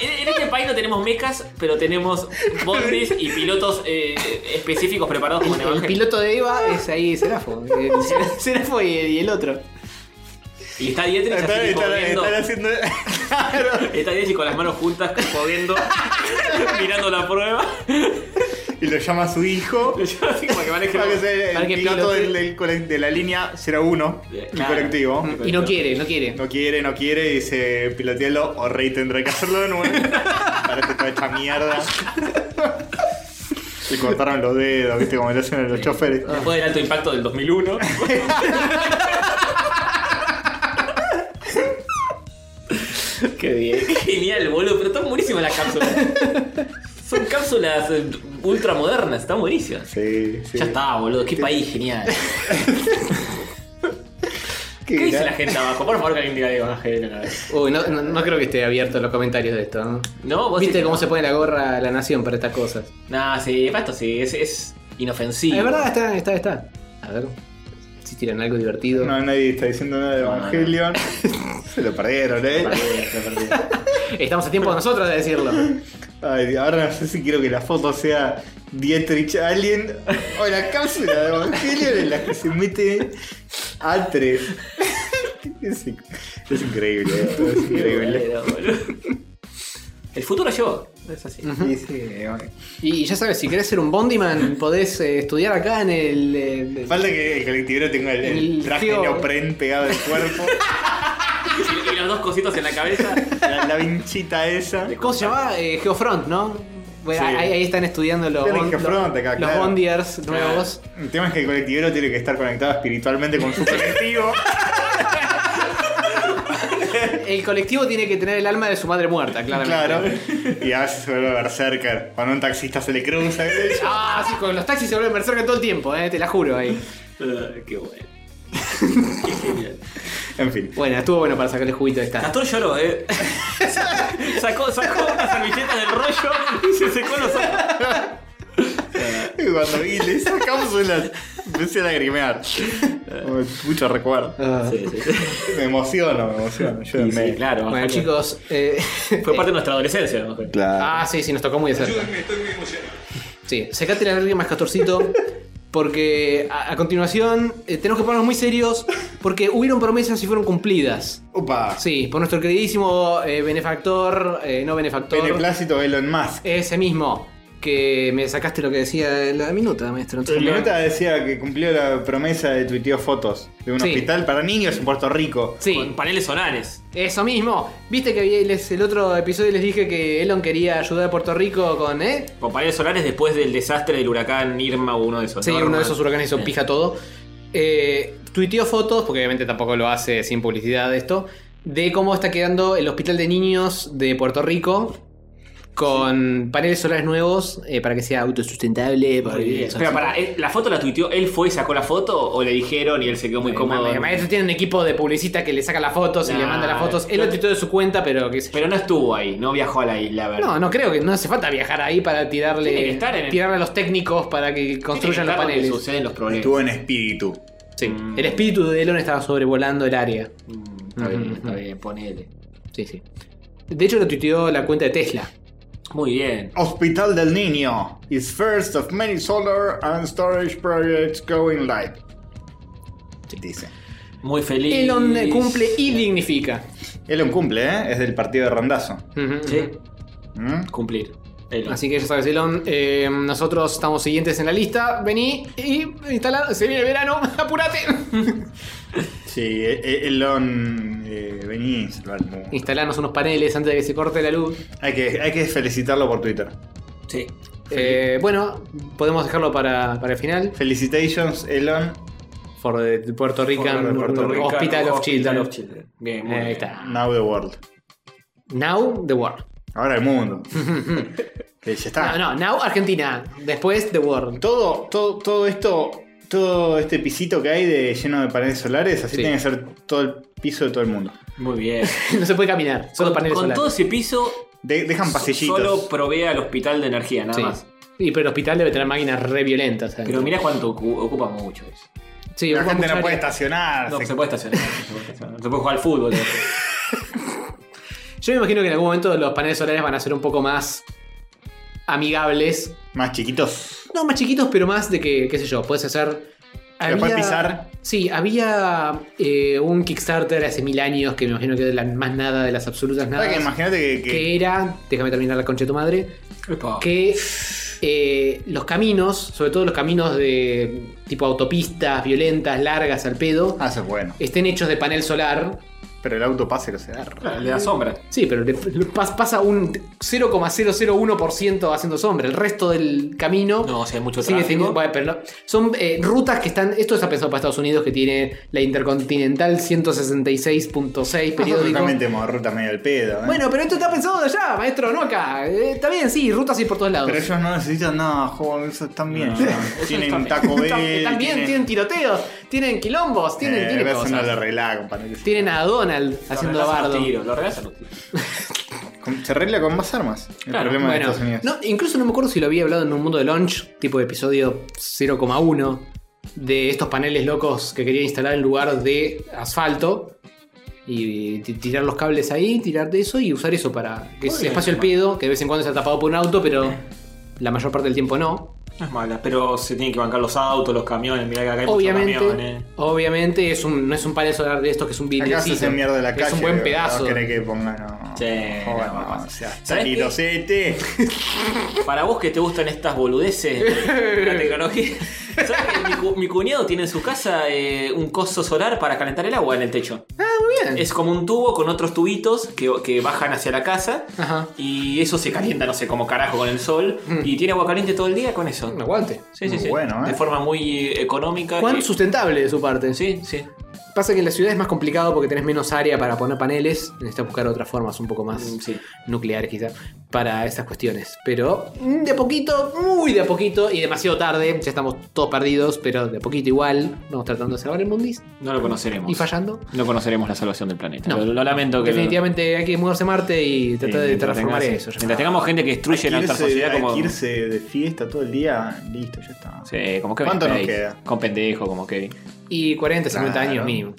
En en este país no tenemos mecas, pero tenemos bondis y pilotos eh, específicos preparados como en
El
Evangelio.
piloto de EVA es ahí Serafo.
*laughs*
El Serafo y, y el otro.
Y está Dietrich así
Están,
tipo
están-
viendo-
están haciendo. *laughs* Claro.
Está Dietrich con las manos juntas, *laughs* jodiendo, mirando la prueba.
Y lo llama su hijo.
Yo así como que maneje
Para que
el-
sea
Para
el
que
piloto
pilote.
del, del colec- de la línea 01, el
Claro.
colectivo.
Y no quiere, no quiere.
No quiere, no quiere, y dice pilotealo o rey tendrá que hacerlo
*laughs*
de nuevo. Parate toda esta mierda. Le cortaron los dedos, viste como le hacen a los choferes.
Después del alto impacto del 2001. Qué bien. Qué genial, boludo. Pero están buenísimas las cápsulas. Son cápsulas eh, ultra modernas, están buenísimas.
Sí, sí.
Ya está, boludo, qué país genial. ¿Qué dice la gente abajo? Por favor, que alguien diga algo más que la vez.
Uy, no, no- no creo que esté abierto los comentarios de esto. ¿no?
No, vos
¿Viste
sí,
cómo
no.
se pone la gorra la nación para estas cosas?
Nah, sí, para esto sí, es, es inofensivo.
Es
*laughs*
verdad, está, está, está. A ver si tiran algo divertido.
No, nadie está diciendo nada de
No, no. *laughs*
Evangelion. Se lo perdieron, eh.
Estamos a tiempo nosotros de decirlo.
Ay, ahora no sé si quiero que la foto sea Dietrich Alien o la cápsula de Evangelion en la que se mete A3. *laughs* Es, in- es increíble esto, es
Qué
increíble.
boludo, boludo. El futuro yo, es así.
Sí, sí, bueno.
Y ya sabes, si querés ser un Bondiman, podés eh, estudiar acá en el. eh,
Falta que el colectivero tenga el, el
El
traje
tío-
neopren pegado al cuerpo,
Y, y los dos cositos en la cabeza.
la, la vinchita esa.
¿Cómo se llama? Eh, Geofront, ¿no? Bueno,
Sí.
ahí, ahí están estudiando los,
Tienen
bond-
Geofront acá,
los
claro.
Bondiers nuevos.
El tema es que el colectivero tiene que estar conectado espiritualmente con su colectivo.
El colectivo tiene que tener el alma de su madre muerta, claramente.
Claro. Y a veces se vuelve berserker. Cuando un taxista se le cruza. ¿eh?
Ah, sí, con los taxis se vuelven berserker todo el tiempo, eh, te la juro ahí.
Eh, Qué bueno. Qué genial.
En fin.
Bueno, estuvo bueno para sacarle juguito a esta.
Castor lloró, eh. *laughs* Sacó, sacó una servilleta del rollo y se secó los ojos.
Y Cuando vi le sacamos las. Empecé a lagrimear. Como Mucho recuerdo.
Ah.
Sí, sí, sí.
Me emociono, me emociono. Yo
Sí,
me...
sí, claro.
Bueno,
Evangelio.
chicos. eh,
*laughs* Fue parte de nuestra adolescencia. Evangelio.
Ah, sí, sí, nos tocó muy de cerca.
Ayúdenme, estoy muy emocionado.
Sí, sacate la verga más castorcito. Porque a, a continuación eh, tenemos que ponernos muy serios. Porque hubieron promesas y fueron cumplidas.
Opa.
Sí, por nuestro queridísimo eh, benefactor, eh, no benefactor.
Beneplácito Elon Musk.
Ese mismo. Que me sacaste lo que decía en la minuta, maestro.
La
Entonces,
nota decía que cumplió la promesa de tuiteó fotos de un
Sí.
hospital para niños en Puerto Rico.
Sí,
Con paneles solares.
eso mismo. Viste que había- les- el otro episodio les dije que Elon quería ayudar a Puerto Rico con, ¿eh?
Con paneles solares después del desastre del huracán Irma o uno de esos.
Sí,
¿no?
uno de
Norman.
esos huracanes hizo
Sí.
pija todo. Eh, tuiteó fotos, porque obviamente tampoco lo hace sin publicidad esto, de cómo está quedando el hospital de niños de Puerto Rico con paneles solares nuevos eh, para que sea autosustentable.
Muy bien. Espera, pará, ¿eh, ¿la foto la tuiteó? ¿Él fue y sacó la foto o le dijeron y él se quedó muy cómodo?
Como maestro tiene un equipo de publicista que le saca las fotos y
Nah,
le manda las fotos. Él
yo-
lo tuiteó de su cuenta, pero que
Pero no estuvo ahí, no viajó a la isla, ¿verdad?
No, no creo que no hace falta viajar ahí para
Tiene que
tirarle,
estar en el-
tirarle a los técnicos para que construyan los paneles.
suceden los problemas.
Estuvo en espíritu.
Sí. El espíritu de Elon estaba sobrevolando el área.
Mm, Está bien, está bien, ponele.
Sí, sí. De hecho, lo tuiteó la cuenta de Tesla.
Muy bien.
Hospital del Niño is first of many solar and storage projects going live. Dice.
Muy feliz.
Elon cumple y dignifica.
Elon cumple, ¿eh? Es del partido de Randazo.
Sí,
¿Mm?
cumplir. Elon.
Así que ya sabes, Elon, eh, nosotros estamos siguientes en la lista. Vení y instala. Se viene el verano, *laughs* apurate.
Sí, e- e- Elon. Eh, vení, salvar el mundo.
Instalanos unos paneles antes de que se corte la luz.
Hay que, hay que felicitarlo por Twitter.
Sí.
Eh, bueno, podemos dejarlo para, para el final.
Felicitations, Elon.
For the Puerto Rican,
For the Puerto Rican
Hospital of Children.
Bien, muy
Eh, ahí
bien.
está.
Now the world.
Now the world.
Ahora el
*laughs*
mundo. que ya está.
No, no, now Argentina. Después the world.
Todo, todo, todo esto. Todo este pisito que hay de lleno de paneles solares, así
Sí.
tiene que ser todo el piso de todo el mundo.
Muy bien.
no se puede caminar, solo
con
paneles
con
solares.
todo ese piso,
De- dejan pasillitos.
solo provee al hospital de energía, nada
Sí.
más.
Y pero el hospital debe tener máquinas re violentas. ¿sabes?
Pero mirá cuánto ocu- ocupa mucho eso.
Sí,
la
ocupa
gente
mucha
no puede
área.
estacionar.
No,
se-
se puede estacionar. no se puede estacionar. No se puede jugar al fútbol.
Yo me imagino que en algún momento los paneles solares van a ser un poco más amigables.
Más chiquitos.
No más chiquitos, pero más de que, qué sé yo, puedes hacer.
Pero puedes pisar.
Sí, había eh, un Kickstarter hace mil años que me imagino que es de las más nada de las absolutas nada.
Ahora que imagínate que, que-
Que era, déjame terminar la concha de tu madre, que eh, los caminos, sobre todo los caminos de tipo autopistas violentas, largas, al pedo,
Ah, eso es bueno.
estén hechos de panel solar
Pero el auto pasa y los agarra.
Le da sombra.
Sí, pero le- le pas- pasa un 0,001% haciendo sombra. El resto del camino.
No, si hay mucho
sigue
tráfico.
teniendo- bueno, pero no- son eh, rutas que están. Esto está pensado para Estados Unidos, que tiene la Intercontinental 166.6
Nosotros
periódico.
también tenemos ruta medio al pedo. ¿eh?
Bueno, pero esto está pensado de allá, maestro, no acá. Eh, está bien, sí, rutas y por todos lados.
Pero ellos no necesitan nada, joven, eso están bien. ya. Tienen
está
Taco Bell.
Están- están bien, tienen, tiroteos, tienen quilombos, tienen,
eh,
tienen
eso no
cosas.
le arregla, compadre.
Tienen a Donald haciendo
Lo regalan
bardo.
los tiros, Lo regalan los tiros.
Con- Se arregla con más armas. El
Claro,
problema de
Bueno,
Estados Unidos.
no, incluso no me acuerdo si lo había hablado en un mundo de launch, tipo de episodio 0,1, de estos paneles locos que quería instalar en lugar de asfalto. Y ti- tirar los cables ahí, tirar de eso y usar eso para. que es espacio el pedo, que de vez en cuando está tapado por un auto,
Eh.
pero la mayor parte del tiempo no.
No es mala, pero se tienen que bancar los autos, los camiones. Mirá que acá hay muchos
Obviamente,
camiones.
obviamente es un, no es un panel solar de estos que es un
eh. Acá se
vidriocito.
hacen mierda de la calle. eh,
Es un buen
pero
pedazo.
No querés que pongan. No,
Sí,
joder,
no,
no,
no.
o sea,
¿Sabés qué?
tirosete.
Para vos que te gustan estas boludeces
*laughs*
de la tecnología, ¿sabes que mi, cu- mi cuñado tiene en su casa eh, un coso solar para calentar el agua en el techo?
Ah, muy bien.
Es como un tubo con otros tubitos que, que bajan hacia la casa
Ajá. Mm.
y eso se calienta, no sé, como carajo con el sol y tiene agua caliente todo el día con eso.
Un aguante.
Sí, sí,
Muy
sí.
bueno, ¿eh?
De forma muy económica.
Cuán
Eh,
sustentable de su parte.
Sí, sí.
Pasa que en la ciudad es más complicado porque tenés menos área para poner paneles. Necesitas buscar otras formas un poco más
Mm, sí.
nucleares, quizá, para estas cuestiones. Pero mm, de a poquito, muy de a poquito y demasiado tarde. Ya estamos todos perdidos, pero de a poquito igual. Vamos tratando de salvar el mundis
No lo conoceremos.
y fallando.
No conoceremos la salvación del planeta.
No.
Lo, lo lamento que.
Definitivamente hay que mudarse a Marte y tratar de
mientras
transformar
tengas-
eso. ya
Mientras tengamos gente que destruye nuestra
Hay que irse-
sociedad como.
hay que irse de fiesta todo el día. Listo, ya está.
Sí, eh, como Kevin
¿Cuánto nos
Spacey.
queda?
Con pendejo, como Kevin.
está. Y 40, 50
Claro.
años mínimo.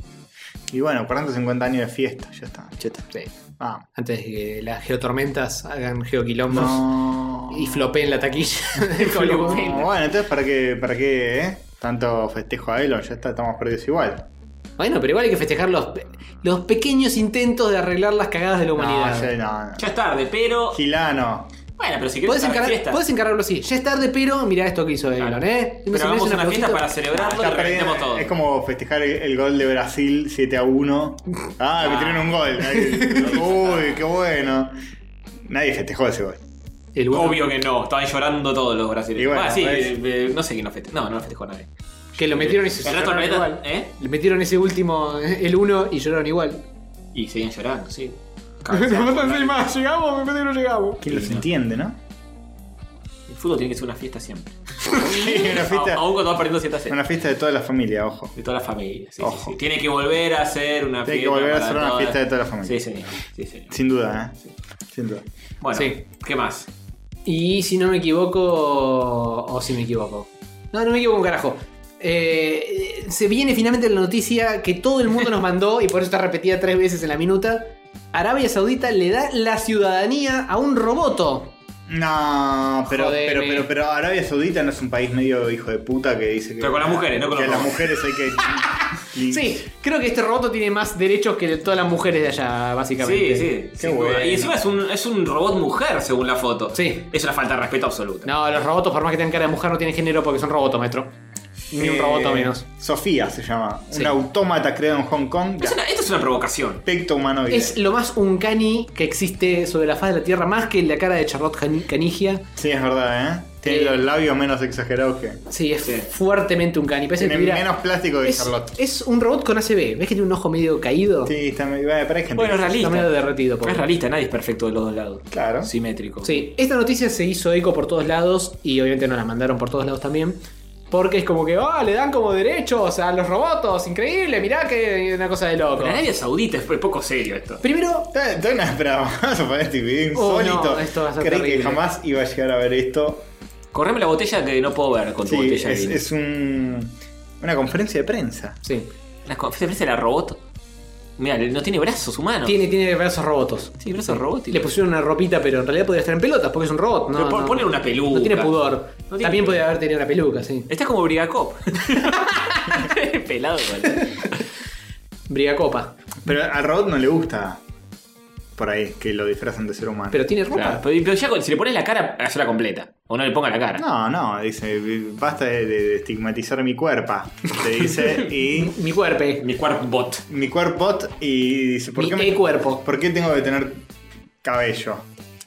Y bueno, 40 o 50 años de fiesta, ya está.
Ya está. Sí.
Vamos.
Antes de que las geotormentas hagan geoquilombos
No.
y
*laughs*
flopeen la taquilla *laughs* de
No,
Hollywood.
Bueno, entonces, ¿para qué, para qué eh? tanto festejo a Elon? Ya está, estamos perdidos igual.
Bueno, pero igual hay que festejar los, pe- los pequeños intentos de arreglar las cagadas de la
No,
humanidad.
ya no, no.
Ya es tarde, pero.
Gilano.
Bueno, pero si querés
Podés,
hacer
encarar-
fiesta.
podés encargarlo así. Ya es tarde, pero mirá esto que hizo Elon,
Claro.
¿eh?
Pero
se merece
hagamos
un
una fiesta
aplausito.
para celebrarlo y
Está
reventemos
perdiendo-
todo.
eh, Es como festejar el, el gol de Brasil 7 a 1. Ah, me tiraron
*laughs*
un gol. Ahí. Uy, qué bueno. Nadie festejó ese gol.
El bueno.
Obvio que no, estaban llorando todos los
Y
brasileños.
bueno,
ah, sí,
¿ves?
eh, eh, no sé quién lo festejó. No, no lo festejó nadie.
Que lo metieron y se
El resto del
lloraron
planeta.
igual.
¿Eh?
Le metieron ese último, *laughs* el uno, y lloraron igual.
Y seguían llorando, sí.
*laughs*
más, llegamos, me parece que no llegamos.
¿Quién los entiende, no?
El fútbol tiene que ser una fiesta siempre.
Sí, una
A-
fiesta,
Aún cuando vas perdiendo cierta sed.
una fiesta de toda la familia, ojo.
De toda la familia. Sí,
Ojo.
sí, sí. Tiene que volver a hacer una
Tiene que
fiesta.
volver a
para
hacer una
toda-
fiesta de toda la familia.
*laughs* Sí, señor. Sí, señor.
Sin duda, ¿eh? Sin duda.
Bueno,
Sí.
¿qué más?
Y si no me equivoco, o si me equivoco. No, no me equivoco un carajo. Eh, eh, se viene finalmente la noticia que todo el mundo nos
*laughs*
mandó y por eso está repetida tres veces en la minuta. Arabia Saudita le da la ciudadanía a un roboto.
No, pero,
Jodeme.
pero, pero, pero Arabia Saudita no es un país medio hijo de puta que dice que.
Pero con las mujeres, no con
que
los
a las
hombres.
mujeres hay que.
*laughs* Sí, creo que este roboto tiene más derechos que todas las mujeres de allá, básicamente.
Sí, sí. sin duda.
bueno.
Y encima es un, es un robot mujer, según la foto.
Sí.
Es una falta de respeto absoluta.
No, los robotos, por más que tengan cara de mujer, no tienen género porque son robotos, maestro. Ni un
Eh,
roboto menos.
Sofía se llama.
Sí.
Un autómata creado en Hong Kong. De
Es una- esto es una provocación.
aspecto humanoide.
Es lo más uncanny que existe sobre la faz de la Tierra, más que la cara de Charlotte Can- Canigia.
Sí, es verdad, ¿eh? Tiene
Eh.
los labios menos exagerados que.
Sí, es fuertemente un cani. Parece que
Tiene
tuviera-
menos plástico que
es,
Charlotte.
es un robot con ACB. ¿Ves que tiene un ojo medio caído?
Sí, está medio. Bueno, pero hay gente.
Bueno, es
Está
realista.
medio derretido. pobre.
Es realista, nadie es perfecto de los dos lados.
Claro.
Simétrico.
Sí, esta noticia se hizo eco por todos lados y obviamente nos la mandaron por todos lados también. Porque es como que, ah, le dan como derechos a los robots, increíble, mirá que una cosa de loco.
Pero Arabia Saudita es poco serio esto.
Primero,
Está- está una esperaba más para este video
Oh,
insólito.
no, esto va a ser
Creí que
terrible.
jamás iba a llegar a ver esto.
Correme la botella que no puedo ver con tu
Sí,
botella. de
es,
vino.
es un. Una conferencia de prensa.
sí,
La conferencia de la robot. Mira, no tiene brazos humanos.
tiene, tiene brazos robotos.
Sí, brazos robóticos.
Le pusieron una ropita, pero en realidad podría estar en pelotas porque es un robot, ¿no?
Pero pon-
no.
ponle una peluca.
No tiene pudor.
No tiene
También
pudor.
podría haber tenido una peluca, sí.
Está como Brigacop. *laughs* Pelado, igual.
Brigacopa.
Pero al robot no le gusta por ahí que lo disfrazan de ser humano.
Pero tiene ropa.
Claro, pero, pero ya con- si le pones la cara, hazla completa. O no le ponga la cara.
No, no, dice, basta de, de- de estigmatizar mi cuerpo. Te
*laughs*
dice, y
Mi cuerpo.
Mi cuerpo bot.
mi cuerpo, y dice, ¿por
Mi E
qué, me-
e-cuerpo.
¿por qué tengo que tener cabello?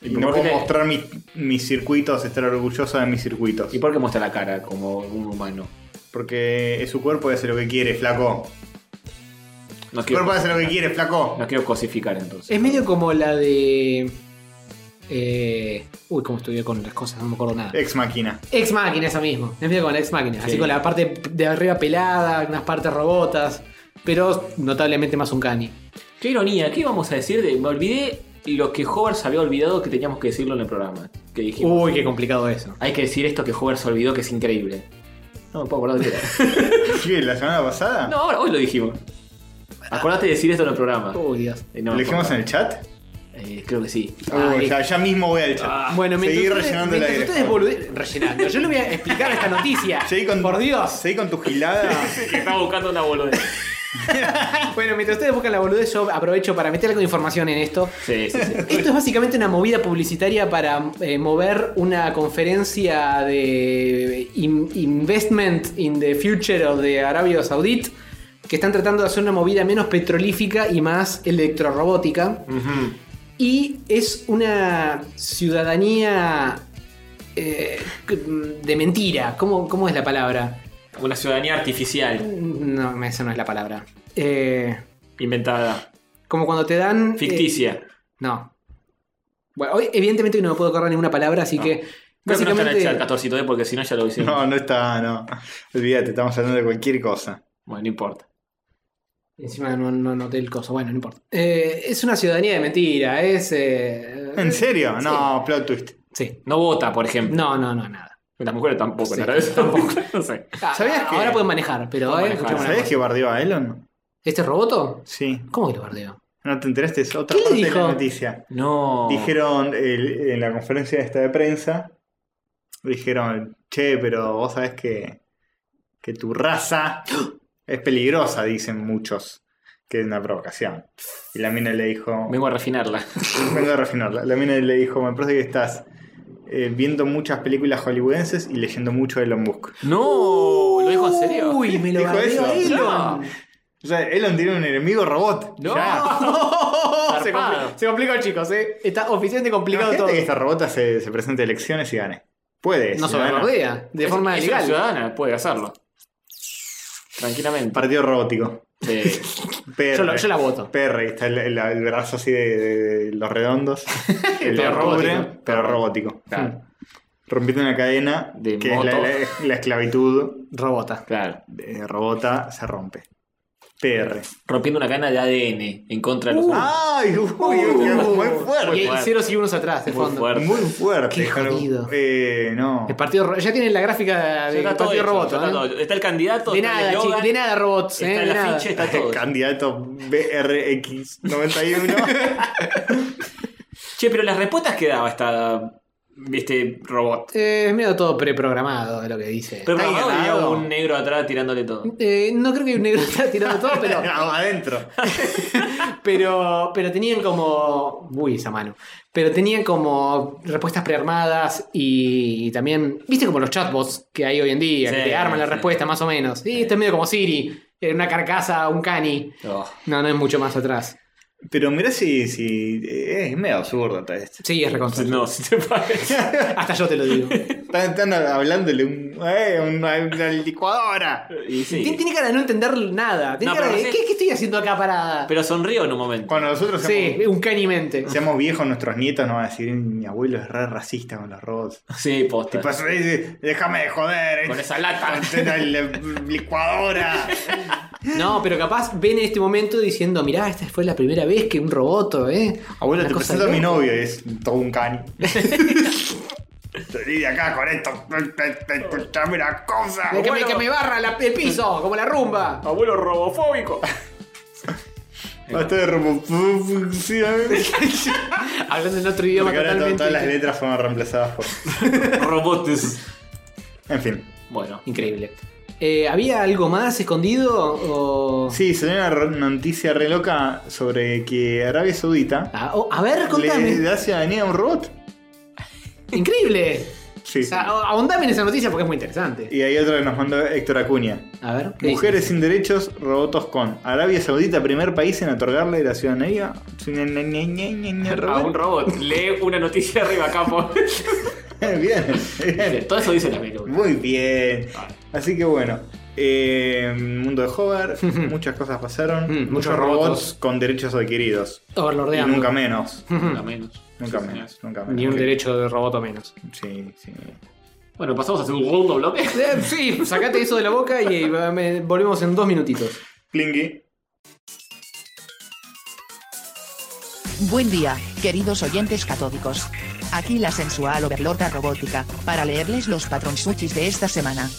Y
por
no
qué
puedo
te-
mostrar mis, mis circuitos, estar orgulloso de mis circuitos.
¿Y por qué muestra la cara como un humano?
Porque es su cuerpo y hace lo que quiere, flaco.
No
Su cuerpo
quiero,
hace lo que quiere, flaco.
no quiero cosificar entonces.
Es medio como la de. eh, uy, cómo estudié con las cosas, no me acuerdo nada.
Ex máquina.
Ex Máquina, esa mismo. Es medio con Ex Máquina. Así
Sí.
con la parte de arriba pelada, unas partes robotas. Pero notablemente más un cani.
Qué ironía, ¿qué íbamos a decir? De, me olvidé lo que Hobart se había olvidado que teníamos que decirlo en el programa. Que dijimos.
Uy, qué complicado eso.
Hay que decir esto que Hobart se olvidó que es increíble. No me puedo acordar de
*laughs*
qué era.
¿Qué, ¿La semana pasada?
No, ahora hoy lo dijimos. Acordate de decir esto en el programa.
Uy, Dios.
Eh, no
¿Lo
me
dijimos en
acuerdo.
el chat?
Eh, Creo que sí.
Ay.
Uy, ya, ya mismo voy al chat.
Ah.
Bueno, mientras
Ah, Seguí
ustedes-
rellenando el
mientras
aire.
ustedes bolude- rellenando. Yo le voy a explicar esta noticia.
*laughs* Seguí con-
Por Dios.
Seguí con tu gilada.
*laughs*
*laughs*
Estaba buscando una boludez.
Bueno, mientras ustedes buscan la boludez, yo aprovecho para meter algo de información en esto.
Sí, sí, sí.
Esto es básicamente una movida publicitaria para eh, mover una conferencia de eh, in- Investment in the Future of the Arabia Saudita que están tratando de hacer una movida menos petrolífica y más electrorobótica. Y es una ciudadanía eh, de mentira. ¿Cómo, ¿Cómo es la palabra?
Una ciudadanía artificial,
No, esa no es la palabra. Eh,
inventada,
como cuando te dan... eh,
ficticia.
no. Bueno, hoy evidentemente no me puedo acordar ninguna palabra, así que
Creo que no está en el
básicamente
chat, Castorcito, ¿eh? porque si no ya lo hicimos.
No, no está, no. Olvídate, estamos hablando de cualquier cosa.
Bueno, no importa.
encima no, no noté el coso, bueno, no importa. Eh, es una ciudadanía de mentira, es eh,
¿En serio?
sí.
No, plot twist.
Sí.
No vota, por ejemplo.
No, no, no, nada.
Las mujeres tampoco,
Sí,
¿no? *laughs* Tampoco. no sé.
Ah,
¿Sabías que-
Ahora pueden manejar, pero
Pueden
eh,
manejar.
escuchame una
¿Sabías
cosa.
que bardeó a Elon?
¿Este roboto?
Sí.
¿Cómo que lo perdió?
¿No te enteraste? Es otra
¿Qué le
parte de
dijo?
la noticia.
No.
Dijeron el- en la conferencia esta de prensa, dijeron, che, pero vos sabés que, que tu raza *gasps* es peligrosa, dicen muchos, que es una provocación. Y la mina le dijo,
Vengo a refinarla.
*laughs* Vengo a refinarla. La mina le dijo, me parece que estás eh, viendo muchas películas hollywoodenses y leyendo mucho Elon Musk.
No, ¿lo dijo en serio?
Uy, me lo
¿Dijo
perdió
eso?
Elon.
O sea, Elon tiene un enemigo robot.
No.
Ya.
*laughs* se, compli- se complicó, chicos, eh. Está oficialmente complicado
Imagínate
todo.
este?
que esta robota se, se presente a elecciones y gane. Puede.
No
si
se lo
gana.
bardea, de
Es-
forma
es una
legal.
ciudadana, puede hacerlo. Tranquilamente.
Partido robótico.
Sí.
PR.
Yo, lo- yo la voto.
PR, y está el, el- el brazo así de, de- de los redondos. el
Pero
pobre,
robótico.
pero robótico.
Claro,
Rompiendo una cadena
De
que es la-
moto.
la- la esclavitud
Robota.
claro.
de robota se rompe. PR.
Rompiendo una cadena de ADN en contra de los humanos.
Ah,
¡Ay! uy, uy, muy
Y
fuerte.
hay
fuerte.
ceros y unos atrás, de
Muy
fondo.
fuerte.
Muy fuerte.
Qué
Jaro.
jodido.
Eh, no.
El partido ro- ya tienen la gráfica
Ya
del
está todo
partido
hecho,
robot.
ya está
¿eh?
todo. Está el candidato,
De
está el
nada,
eslogan,
chicos, de nada robots,
está
eh,
el
de nada.
afiche,
*laughs*
está todo.
*laughs* Candidato BRX91.
Che, pero las respuestas que daba esta, este robot.
Eh, es medio todo preprogramado de lo que dice.
Pero
Está
programado había
ganado.
un negro atrás tirándole todo.
Eh, no creo que un negro *laughs* está tirando todo,
*laughs*
pero,
Adentro.
pero, pero tenían como. Uy, esa mano. Pero tenían como respuestas prearmadas y, también. ¿Viste como los chatbots que hay hoy en día?
Sí,
que te arman la
sí.
respuesta más o menos. Y esto es medio como Siri. eh, Una carcasa, un cani.
Oh.
No, no es mucho más atrás.
Pero mirá si, si eh, es medio absurdo todo esto.
Sí, es reconstruido.
No, *laughs* si te parece.
*laughs* Hasta yo te lo digo.
Están, están hablándole un, eh, una, una licuadora.
Y
Tiene,
sí.
tiene cara de no entender nada. Tiene
No,
cara
pero
de.
sí.
¿qué, qué estoy haciendo acá parada?
Pero sonrió en un momento.
Cuando nosotros
sí,
seamos,
un
*laughs*
canimente.
seamos viejos, nuestros nietos nos van a decir, mi abuelo es re racista con los robots.
Sí, posta.
Tipo, eso dice, déjame de joder.
Con esa lata.
Antena la
*laughs*
licuadora.
No, pero capaz ven en este momento diciendo, mirá, esta fue la primera vez que un roboto, ¿eh?
Abuelo,
Una
te
cosa
presento a mi
loca.
novio, es todo
*laughs*
un cani. Salí de acá con esto. Escuchame una cosa.
Que me,
abuelo.
que me barra la- el piso, como la rumba.
Abuelo robofóbico.
Basta Ah, de *laughs* reproducción.
Hablando en otro idioma
Porque ahora to-
totalmente.
todas las letras fueron reemplazadas por.
Robotes.
En fin.
Bueno.
Increíble. Eh, ¿Había algo más escondido? O...
Sí, se dio una re- una noticia re loca sobre que Arabia Saudita
Ah, oh, a ver, contame.
le da ciudadanía a un robot.
Increíble.
Sí.
O sea, oh. a- abondame en esa noticia porque es muy interesante.
Y hay otra que nos mandó Héctor Acuña.
A ver, ¿qué dice?
Mujeres sin derechos, robotos con. Arabia Saudita, primer país en otorgarle la
*laughs*
ciudadanía.
A un
*laughs* Bien,
robot. Lee una noticia arriba, capo.
bien.
*laughs* Todo eso dice la película.
Muy bien. Así que bueno. eh, mundo de
*laughs*
Hover, muchas cosas pasaron.
Mm, muchos
robots,
robots.
con derechos adquiridos. Y
Overlordeando.
nunca menos.
*laughs*
Nada menos.
Nunca
Sí,
menos.
señor.
Nunca menos.
Ni un
Sí,
derecho de roboto menos.
Sí, sí.
Bueno, pasamos a un segundo bloque.
Eh, Sí, sacate eso de la boca y eh, me- volvemos en dos minutitos.
Plingy.
Buen día, queridos oyentes catódicos. Aquí la sensual overlorda robótica, para leerles los patronsuchis de esta semana.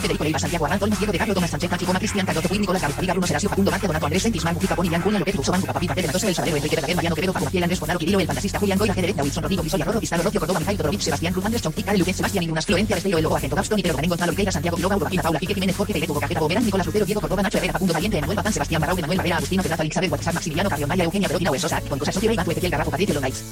Federico Leiva, Santiago Arán, Tolma, Diego de Carlo, Tomás Sánchez, Chicoma, Cristian, Carlos Topuín, Nicolás García, Bruno Serasio, Facundo Marte, Donato Andrés, Sentis, Man, Mujica, Poni, Jan, Cunha, López, Russo, Banco, Papá, Pipa, Pedro, Mendoza, El Sabadero, Enrique Verdaguer, Mariano Quevedo, Facu, Fiel, Andrés, Bonaro, Quirilo, El Fantasista, Julián, Goya, Jerez, Wilson, Rodrigo, Visoya, Rorro, Pistado, Rocio, Córdoba, Mijail, Todorovic, Sebastián, Cruz, Andrés, Chonquí, Kale, Luquén, Sebastián, Ilunas, Florencia, Destello, El Lobo, Argento, Gastón, Itero, Ganen, Gonzalo, Queira, Santiago, Quiroga, Urbacina, Paula, Quique, Jiménez, Jorge, Peleto, Bocajeta, Bomerán, Nicolás Lucero, Diego, Córdoba, Nacho Herrera, Facundo, Valiente, Emanuel, Bazán, Sebastián, Barau, Emanuel, Barrera, Agustino, Pedraza, Elizabeth, WhatsApp, Maximiliano, Carrión, Maya, Eugenia, Perotina, Huesosa, con cosas, Sofía, Iván, Tuete, Garrafo, Patricio, Lonais.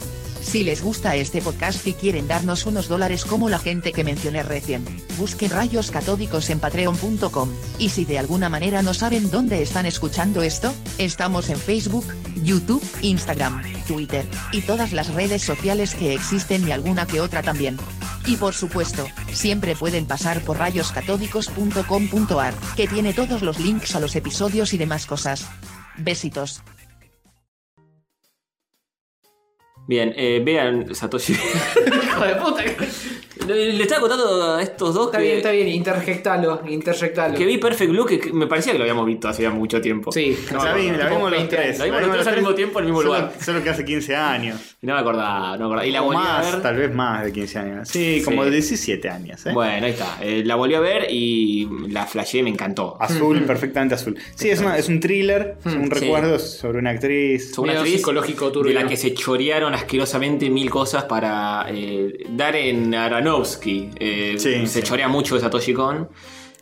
Si les gusta este podcast y quieren darnos unos dólares como la gente que mencioné recién, busquen rayos catódicos en patreon.com. Y si de alguna manera no saben dónde están escuchando esto, estamos en Facebook, YouTube, Instagram, Twitter, y todas las redes sociales que existen y alguna que otra también. Y por supuesto, siempre pueden pasar por rayoscatódicos.com.ar, que tiene todos los links a los episodios y demás cosas. Besitos.
Bien, eh, vean Satoshi. *laughs*
Hijo de puta.
Le le estaba contando a estos dos
Está bien, está
que,
bien. Interjectalo, interjectalo.
que vi Perfect Blue que que me parecía que lo habíamos visto hacía mucho tiempo.
Sí.
No,
la
no,
vi-
no.
la vimos los
20
tres.
La vimos los tres al mismo tiempo en el mismo
Solo-
lugar.
Solo que hace 15 años.
Y no me acordaba, no me acordaba. Y la
O
*laughs* volví a
más,
ver.
tal vez más de 15 años. Sí,
Sí.
como de 17 años. ¿eh?
Bueno, ahí está. Eh, la volví a ver y la flashé, me encantó. *laughs*
Azul, perfectamente azul. Sí, es, una- es un thriller, es un
Hmm, sí.
recuerdo sobre una actriz.
Es una
Medio
actriz
psicológico
de
turbio.
la que se chorearon asquerosamente mil cosas para eh, dar en Aronofsky. Eh, se
Sí, sí.
chorea mucho de Satoshi Kon.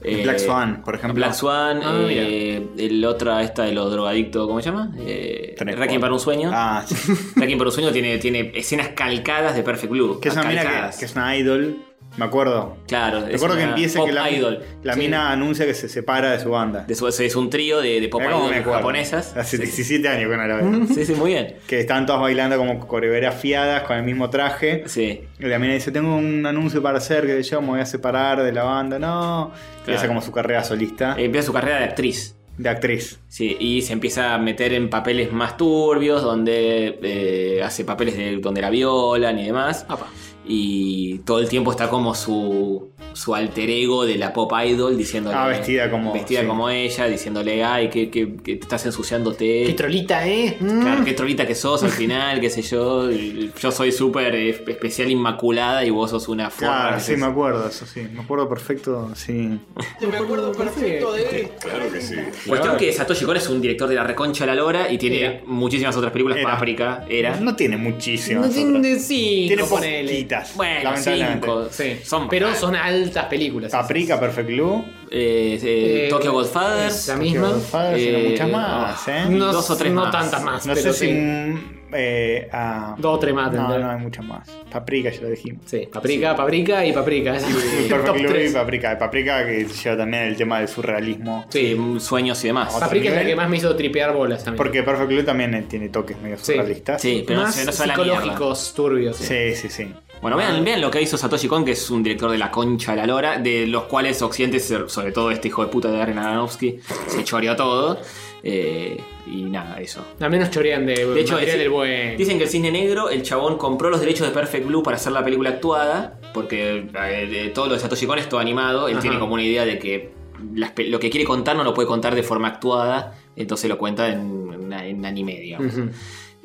Eh,
Black Swan, por ejemplo.
Black Swan,
Ah,
eh, el otra esta de los drogadictos, ¿cómo se llama? Eh,
Tenés
Requiem
cuatro.
para un sueño.
Ah, sí.
*laughs* Requiem para un sueño tiene, tiene escenas calcadas de Perfect Blue.
Que es una mina que, que es una idol. Me acuerdo.
Claro, es
Recuerdo que
una
empieza
pop
que la,
idol.
la
Sí.
mina anuncia que se separa de su banda.
De su- es un trío de, de pop
Mirá cómo me
idol
acuerdo.
japonesas.
Hace
Sí,
17 años que no
*laughs*
la veo.
Sí, sí, muy bien.
que están todas bailando como coreografiadas con el mismo traje.
Sí.
Y la mina dice, tengo un anuncio para hacer que yo me voy a separar de la banda. No. Y
Claro.
hace como su carrera solista
Eh,
Empieza su carrera de actriz.
de actriz.
Sí, y se empieza a meter en papeles más turbios, donde eh, hace papeles de- donde la violan y demás.
Apa.
Y todo el tiempo está como su, su alter ego de la pop idol diciéndole.
Ah, vestida como-
Vestida
sí.
como ella, diciéndole, ay, que, que- que te estás ensuciándote.
Qué trolita, ¿eh? Mm.
Claro, qué trolita que sos al final, qué sé yo. Yo soy súper eh, especial inmaculada y vos sos una forra.
Claro,
que
sí,
sos-
me acuerdo, eso sí. Me acuerdo perfecto, sí.
Me acuerdo perfecto de él.
Claro que sí.
Cuestión que Satoshi Kon es un director de la reconcha a la lora y tiene
Era.
muchísimas otras películas.
Era.
Paprika, era.
No tiene muchísimas.
No
otras.
tiene sí,
tiene
ponele.
poquitas.
Bueno,
lamentablemente.
cinco.
Sí.
Son
pero
bastante.
son altas películas.
Paprika, Perfect Blue.
Eh, eh,
Eh,
Tokyo
La
Godfathers.
misma.
Godfather, sino
Eh,
muchas más, ¿eh?
No,
dos o tres
no
más.
tantas más.
No sé
pero
si.
sí.
mm, eh, ah,
Dos o tres más
No,
tendrá.
no hay muchas más. Paprika, ya lo dijimos.
Sí, paprika, paprika y paprika. Es *laughs* el top
Perfect Blue y
tres.
Paprika. Paprika que lleva también el tema del surrealismo.
Sí.
eh, Sueños y demás.
Otra.
Paprika es la
nivel.
que más me hizo tripear bolas también.
Porque Perfect Blue también eh, tiene toques medio
Sí.
surrealistas.
Sí, pero no
más
se- no se va a la mierda.
psicológicos turbios.
Sí, sí, sí.
Bueno, vean, vean lo que hizo Satoshi Kon, que es un director de la concha a la lora, de los cuales Occidente, se- sobre todo este hijo de puta de Darren Aronofsky, se choreó todo. Eh, y nada, eso.
Al menos chorean de,
De hecho,
material
dice-
Pues el buen.
dicen que el cisne negro, el chabón compró los derechos de Perfect Blue para hacer la película actuada, porque eh, de todo lo de Satoshi Kon es todo animado, él
Ajá.
tiene como una idea de que las pe- lo que quiere contar no lo puede contar de forma actuada, entonces lo cuenta en, en- en anime, digamos.
Ujú.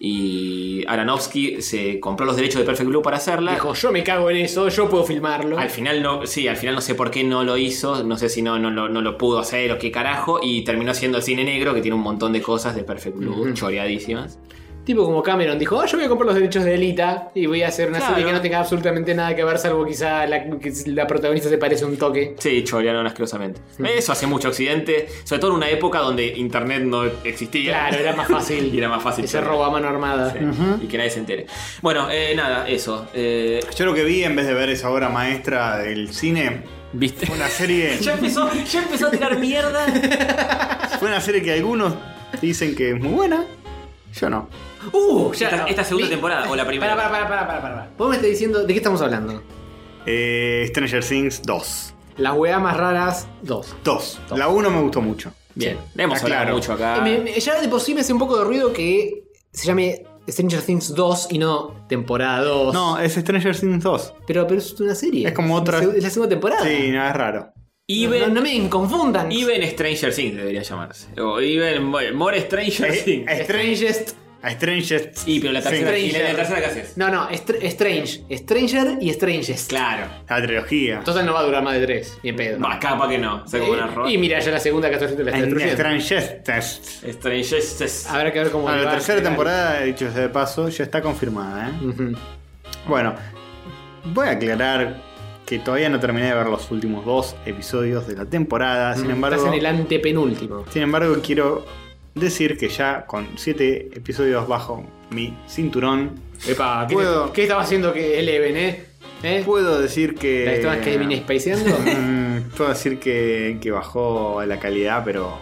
Y Aronofsky se compró los derechos de Perfect Blue para hacerla.
Dijo, yo me cago en eso, yo puedo filmarlo.
Al final no, sí, al final no sé por qué no lo hizo, no sé si no, no, lo- no lo pudo hacer o qué carajo, y terminó siendo el cine negro que tiene un montón de cosas de Perfect Blue choreadísimas.
Tipo como Cameron dijo, "Ah, yo voy a comprar los derechos de Elita y voy a hacer una
Claro.
serie que no tenga absolutamente nada que ver, salvo quizá la, que la protagonista se parece un toque.
Sí, chorearon asquerosamente. Eso hace mucho occidente, sobre todo en una época donde internet no existía.
Claro, era más fácil.
*laughs* y era más fácil.
Ese
chorear.
robo a mano armada.
Sí,
*laughs*
Y que nadie se entere. Bueno, eh, nada, eso. Eh,
Yo lo que vi en vez de ver esa obra maestra del cine,
¿Viste?
fue una serie,
*laughs* ya, empezó, ya empezó a tirar mierda.
fue una serie que algunos dicen que es muy buena. Yo no.
Uh, ya, esta, segunda
vi-
temporada o la primera.
Para, para, para, para, para, para. Vos me estás diciendo, ¿de qué estamos hablando?
Eh, Stranger Things 2.
Las weas más raras, dos.
2. La 1 me gustó mucho.
Bien, le hemos
Ah,
hablado
claro.
mucho acá.
Eh, me- me- ya de por sí me hace un poco de ruido que se llame Stranger Things 2 y no temporada 2.
No, es Stranger Things 2.
Pero, pero es una serie.
Es como otra-
Es la seg- es la segunda temporada.
Sí, no,
*laughs*
es raro.
Even,
No, no me confundan.
Even Stranger Things debería llamarse. O Even More More Stranger
Eh,
Things.
a Stranger,
Strangest.
a Stranger
Y pero la tercera,
Things.
y la, la tercera que haces.
No, no, Str- Strange. Stranger y Strangest.
Claro.
La trilogía.
Total no va a durar más de tres, ni en pedo. Eh,
No, acá para que no. Se como una roba.
y mira, ya la segunda que de la está
En
destruyendo.
Stranger Things.
Stranger Things.
Habrá que ver cómo.
Bueno,
le
la
va a
tercera
llegar.
temporada, dicho sea de paso, ya está confirmada, ¿eh?
Ujú.
Bueno, voy a aclarar que todavía no terminé de ver los últimos dos episodios de la temporada. Sin embargo,
Estás en el antepenúltimo.
sin embargo, quiero decir que ya con siete episodios bajo mi cinturón,
Epa, ¿qué,
Puedo-
qué estaba haciendo que Eleven, eh? ¿Eh?
puedo decir que.
¿La estabas Kevin spaceando?
*laughs* Mm, puedo decir que, que bajó la calidad, pero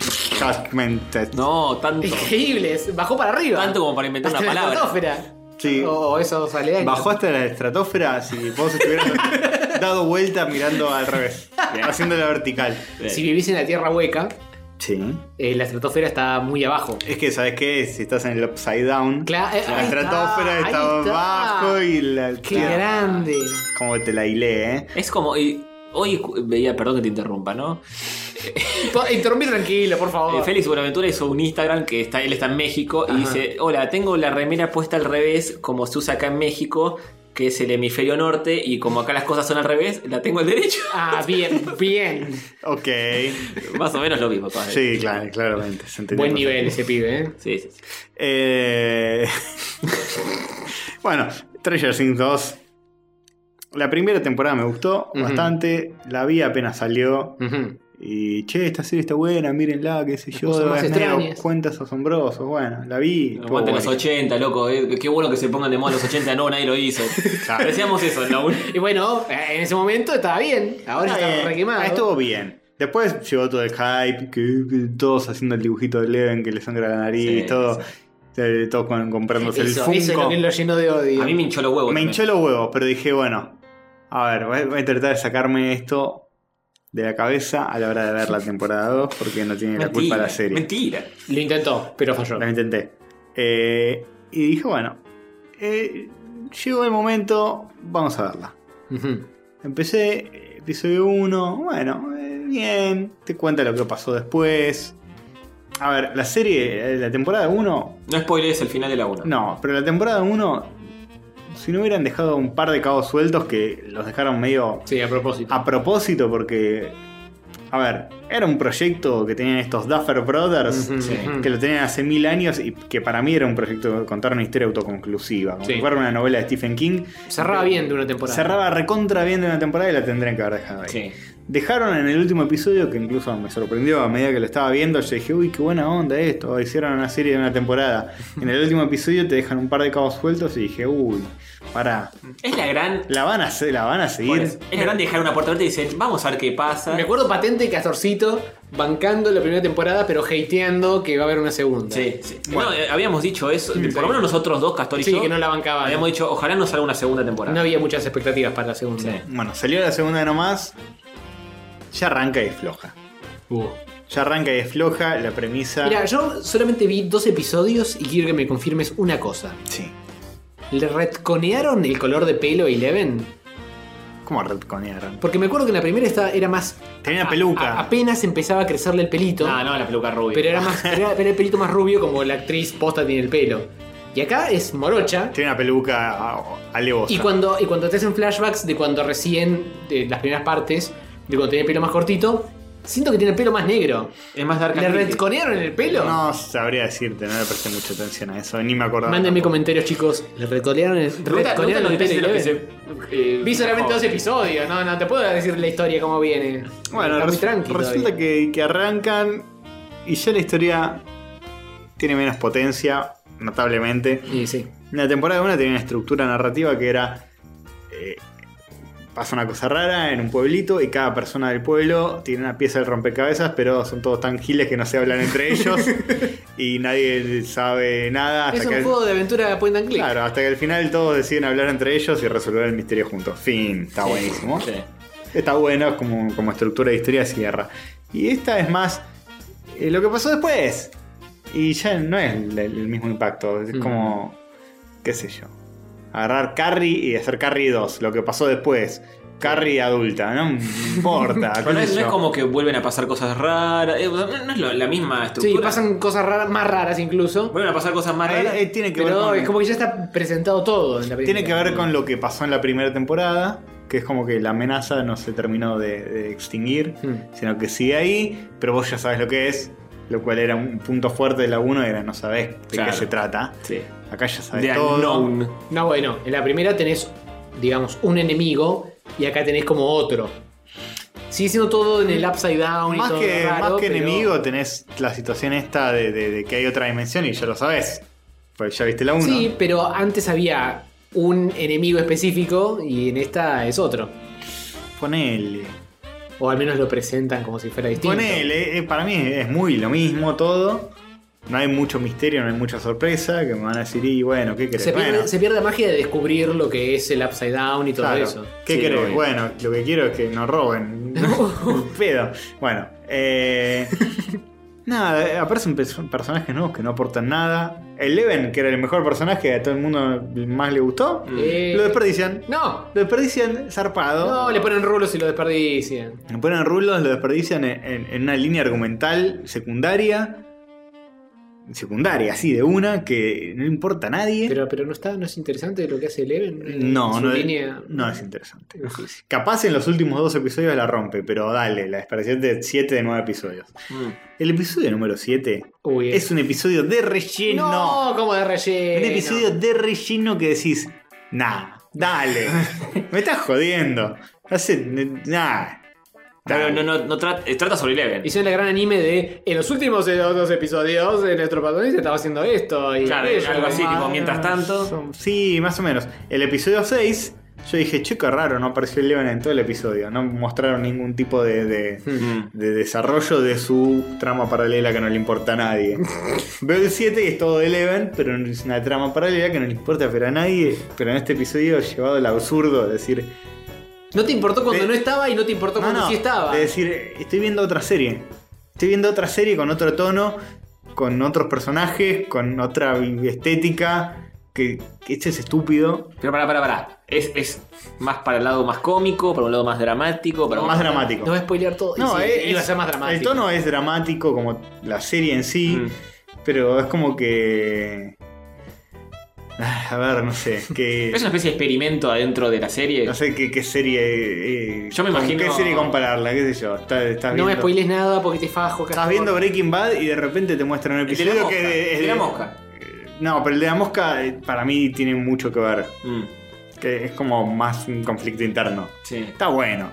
estratosfoscamente.
No, tanto.
Increíbles, bajó para arriba.
Tanto como para inventar
Hasta
una
la
palabra.
estratosfera.
Sí.
O, o esos aledaños.
Bajó hasta la estratosfera si vos estuvieras
*laughs*
dado vuelta mirando al revés, haciendo la vertical.
Si vivís en la tierra hueca,
Sí.
eh, la estratosfera está muy abajo.
Es que, ¿sabes qué? Si estás en el upside down,
Cla- eh,
la
ahí
estratosfera
está,
está,
ahí está.
abajo y la.
¡Qué
tía-
grande!
Como te la hilé, ¿eh?
Es como. y- hoy escu- veía, perdón que te interrumpa, ¿no?
To- Interrumpí tranquilo, por
Eh,
favor.
Félix Buenaventura hizo un Instagram que está, él está en México y dice: Hola, tengo la remera puesta al revés, como se usa acá en México, que es el hemisferio norte, y como acá las cosas son al revés, la tengo al derecho. *laughs*
Ah, bien,
*laughs*
bien.
Ok.
Más o menos lo mismo, padre.
Sí, claro, claramente. se entendió
Buen
perfecto.
nivel ese pibe, ¿eh?
Sí, sí, sí.
Eh, *laughs* bueno, Treasure Things 2. La primera temporada me gustó
Ujú.
bastante. La vi apenas salió.
Ujú.
Y che, esta serie está buena, mírenla, qué sé
cosas
yo.
más
Es medio
extrañas.
cuentas asombrosos. Bueno, la vi. estuvo
Aguante los
buena.
80, loco. eh. Qué bueno que se pongan de moda los 80. No, nadie lo hizo. Decíamos eso en la un-
Y bueno, eh, en ese momento estaba bien. Ahora
Está
ya
bien,
está requemado.
ah, estuvo bien. Después llegó todo el hype, que, que todos haciendo el dibujito de Leven que le sangra la nariz,
Sí,
todo. eh, Todos con- comprándose el
eso,
Funko.
eso es lo que lo llenó de odio.
A mí me hinchó los huevos.
Me
también.
hinchó los huevos, pero dije, bueno, a ver, voy, voy a tratar de sacarme esto de la cabeza a la hora de ver la temporada 2, porque no tiene la culpa la serie.
Mentira.
Lo intentó, pero falló.
Lo intenté. Eh, y dije, bueno, eh, llegó el momento, vamos a verla.
Ujú.
Empecé eh, episodio 1, bueno, eh, bien, te cuenta lo que pasó después. A ver, la serie, eh, la temporada 1,
No spoilees el final de la 1.
no, pero la temporada 1, si no hubieran dejado un par de cabos sueltos que los dejaron medio
Sí, a propósito.
a propósito, porque, a ver, era un proyecto que tenían estos Duffer Brothers,
Ujú,
sí.
ujú.
que lo tenían hace mil años y que para mí era un proyecto de contar una historia autoconclusiva, como
Sí.
si fuera una novela de Stephen King.
Cerraba bien de una temporada.
Cerraba recontra bien de una temporada y la tendrían que haber dejado ahí.
Sí.
Dejaron en el último episodio, que incluso me sorprendió a medida que lo estaba viendo, yo dije, uy, qué buena onda esto, oh, hicieron una serie de
*laughs*
una temporada. En el último episodio te dejan un par de cabos sueltos y dije, uy, pará,
Es la gran.
la van a, se- la van a seguir.
Es la gran de dejar una puerta abierta y decir, vamos a ver qué pasa.
Me acuerdo patente Castorcito bancando la primera temporada, pero hateando que va a haber una segunda.
Sí, sí. No, eh, habíamos dicho eso. Por lo menos nosotros dos, Castor y
Sí,
yo,
que no la bancaban.
Habíamos dicho, ojalá no salga una segunda temporada.
No había muchas expectativas para la segunda.
Sí.
Bueno, salió la segunda nomás, ya arranca y es floja.
Uh.
Ya arranca y es floja la premisa.
Mira, yo solamente vi dos episodios y quiero que me confirmes una cosa.
Sí.
¿Le retconearon el color de pelo a Eleven?
¿Cómo retconearon?
Porque me acuerdo que en la primera estaba, era más.
Tenía
a-
peluca.
a- apenas empezaba a crecerle el pelito.
Ah, no, la peluca rubia.
Pero era más. Era, era el pelito más rubio como la actriz posta tiene el pelo. Y acá es morocha.
Tiene una peluca ah, alevosa.
Y cuando, y cuando te hacen flashbacks de cuando recién, de las primeras partes, de cuando tenía el pelo más cortito, Siento que tiene el pelo más negro.
Es más Dark
¿Le
and Gritty.
retconearon el pelo?
No sabría decirte, no le presté mucha atención a eso, ni me acordaba.
Mándenme
tampoco.
comentarios, chicos. ¿Le retconearon el,
Me gusta- me gustan
retconearon
los
el pelo?
detalles de los que
Eleven?
se, eh,
Vi solamente
no.
dos episodios, no, no te puedo decir la historia cómo viene.
Bueno,
Está muy
resu-
tranqui
resulta
todavía.
que, que arrancan y ya la historia tiene menos potencia, notablemente.
Y sí.
En la temporada 1 tenía una estructura narrativa que era. eh, pasa una cosa rara en un pueblito y cada persona del pueblo tiene una pieza del rompecabezas, pero son todos tan giles que no se hablan entre ellos
*laughs*
y nadie sabe nada. Hasta
Es
que
un
al-
juego de aventura point and click.
Claro, hasta que al final todos deciden hablar entre ellos y resolver el misterio juntos. Fin, está buenísimo.
Sí.
Está bueno, es como, como estructura de historia cierra. Y esta es más eh, lo que pasó después. Y ya no es el, el mismo impacto. Es
Mm.
como, qué sé yo. Agarrar Carrie y hacer Carrie 2, lo que pasó después. Carrie adulta, no importa. qué
Pero no
sé
es, no es
yo.
como que vuelven a pasar cosas raras. eh, no no es lo- la misma
Sí,
estructura.
pasan cosas raras, más raras incluso.
Vuelven a pasar cosas más raras.
Eh, eh, tiene que ver
Pero
con-
es como que ya está presentado todo en la película.
Tiene que ver con lo que pasó en la primera temporada, que es como que la amenaza no se terminó de, de extinguir,
Hmm.
sino que sigue ahí, pero vos ya sabes lo que es, lo cual era un punto fuerte de la 1, era no sabés de
Claro.
qué se trata.
Sí.
Acá ya sabés
De
todo.
unknown.
No, bueno, en la primera tenés, digamos, un enemigo y acá tenés como otro. Sigue siendo todo en el upside down. y
Más
todo
que,
raro,
más que
pero-
enemigo tenés la situación esta de, de- de que hay otra dimensión y ya lo sabés. Pues ya viste la 1.
Sí, pero antes había un enemigo específico y en esta es otro.
Ponele.
O al menos lo presentan como si fuera distinto.
Ponele, eh, para mí es muy lo mismo todo. No hay mucho misterio, no hay mucha sorpresa, que me van a decir, y bueno, ¿qué querés?
Se pierde,
Bueno.
se pierde la magia de descubrir lo que es el upside down y todo
Claro.
eso.
¿Qué
Sí,
querés?
obvio.
Bueno, lo que quiero es que nos roben. Un Pedo. Bueno, eh, nada, eh, aparecen pe- personajes nuevos que no aportan nada. El Eleven, que era el mejor personaje que a todo el mundo más le gustó,
Eh,
Mm. lo desperdician.
No,
Lo desperdician zarpado.
no, le ponen rulos y lo desperdician.
Le ponen rulos, lo desperdician en, en- en una línea argumental secundaria. Secundaria, así de una, que no importa a nadie.
Pero, pero no está, no es interesante lo que hace Eleven.
No,
Su
no,
línea.
no es interesante. Capaz en los últimos dos episodios la rompe, pero dale, la expresión de 7 de 9 episodios. El episodio número 7
Uy,
es un episodio de relleno.
no, como de relleno.
un episodio de relleno que decís, nah, dale, me estás jodiendo. Hace, nah.
Claro, no, no, no trat- eh, trata sobre Eleven.
Hicieron el gran anime de. En los últimos eh, dos episodios, eh, nuestro protagonista estaba haciendo esto. Y
Claro,
aquello,
algo así,
y-
tipo, mientras tanto.
Son- Sí, más o menos. El episodio 6, yo dije, che, qué raro, no apareció Eleven en todo el episodio. No mostraron ningún tipo de, de- de desarrollo de su trama paralela que no le importa a
*laughs*
nadie. Veo el 7 y es todo de Eleven, pero es una trama paralela que no le importa pero a nadie. Pero en este episodio llevado al absurdo, de decir,
No te importó cuando
De-
no estaba y no te importó
Eh, no,
cuando
no,
sí estaba.
de decir, estoy viendo otra serie. Estoy viendo otra serie con otro tono, con otros personajes, con otra estética. Que, que este es estúpido.
Pero pará, pará, pará. Es, es más para el lado más cómico, para un lado más dramático, para un-
más dramático.
No va a spoilear todo. Y
No, eh,
sí,
es-
iba a ser más dramático.
El tono es dramático como la serie en sí,
Mm.
pero es como que. Ah, A ver, no sé. Que,
*laughs* Es una especie de experimento adentro de la serie.
no sé qué, qué serie. eh,
Yo me
con
imagino-
¿Qué serie compararla? ¿Qué sé yo? Está- estás
No me
viendo-
spoiles nada porque te fajo.
Estás viendo Breaking Bad y de repente te muestran un
El de la
episodio
mosca,
que de- es
el de la
de-
mosca.
No, pero el de la mosca eh, para mí tiene mucho que ver.
Mm,
Que es como más un conflicto interno.
sí.
Está bueno.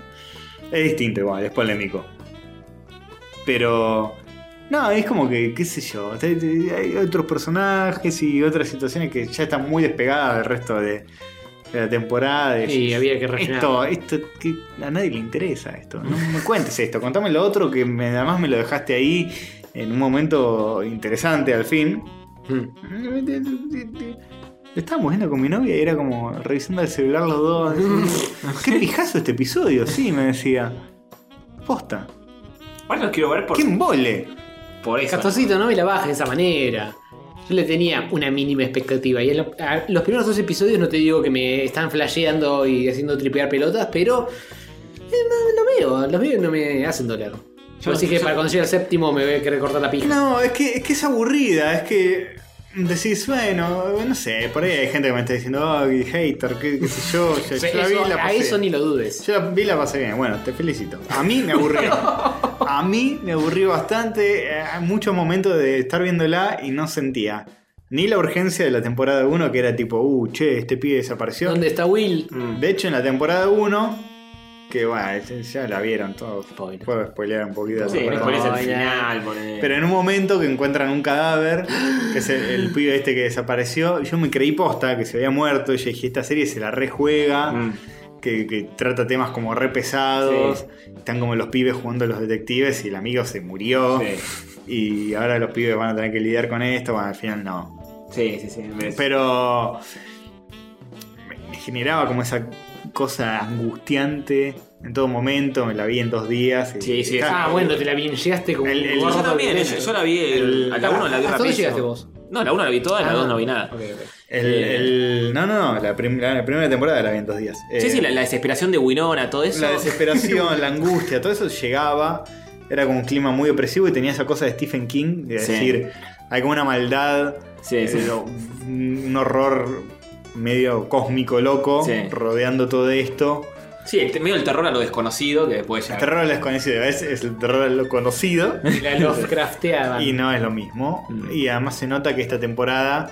Es distinto igual, es polémico. Pero. No, es como que, qué sé yo, te- te- hay otros personajes y otras situaciones que ya están muy despegadas del resto de, de la temporada. de-
Y había que rellenar.
esto, esto, que a nadie le interesa esto. No me cuentes esto, contame lo otro que me, además me lo dejaste ahí en un momento interesante al fin.
Mm.
Estábamos viendo con mi novia y era como revisando el celular los dos. *laughs* Qué pijazo este episodio, sí, me decía. Posta.
Ahora los quiero ver por,
¡Qué embole!
por eso.
Castorcito, no me la bajes de esa manera. Yo le tenía una mínima expectativa. Y en lo- a- los primeros dos episodios no te digo que me están flasheando y haciendo tripear pelotas, pero eh, no, lo veo, los veo y no me hacen doler. Así que para cuando llegue el séptimo me voy a querer cortar la pija.
No, es que, es que es aburrida, es que. decís, bueno, no sé, por ahí hay gente que me está diciendo, ay, hater, qué, qué sé yo. Yo, yo la vi,
Eso-
la
a
pasé.
eso ni lo dudes.
Yo la vi la pasé bien, bueno, te felicito. A mí me aburrió. A mí me aburrió bastante. eh, Hay muchos momentos de estar viéndola y no sentía ni la urgencia de la temporada 1, que era tipo, uh, che, este pibe desapareció.
¿Dónde está Will?
De hecho, en la temporada 1, que bueno, ya la vieron todos.
Spoiler.
Puedo spoilear un poquito. la
Sí,
temporada
ponés el
Ay,
final, ponés-
pero en un momento que encuentran un cadáver, que es el, el pibe este que desapareció, yo me creí posta que se había muerto. Y yo dije, esta serie se la rejuega,
Mm.
que, que trata temas como re pesados. Están como los pibes jugando a los detectives y el amigo se murió. Y ahora los pibes van a tener que lidiar con esto. Bueno, al final no.
Sí, sí, sí. me-
Pero me- me generaba como esa cosa angustiante en todo momento. Me la vi en dos días. y-
Sí, sí,
y-
Ah, bueno, te la llegaste como
El- el-
gordo
Yo también,
de-
yo, yo la vi. el- a la 1 la vi
¿Hasta dónde
rapidísimo.
llegaste vos?
No, la 1 la vi toda, la
Ah.
2 no vi nada.
Ok, ok.
El,
Eh.
el- no, no, no, la, prim- la- la primera temporada la vi en dos días. Eh,
Sí, sí, la, la desesperación de Winona, todo eso.
la
*laughs*
desesperación, la angustia, todo eso llegaba. Era como un clima muy opresivo y tenía esa cosa de Stephen King, de
Sí.
decir, hay como una maldad,
Sí, sí.
eh, un un horror medio cósmico loco
Sí.
rodeando todo esto.
Sí, el, te- medio el terror a lo desconocido que después ya.
El terror a lo desconocido, es, es el terror a
*laughs*
lo conocido
Y La Lovecrafteaban.
y no es lo mismo.
Mm.
Y además se nota que esta temporada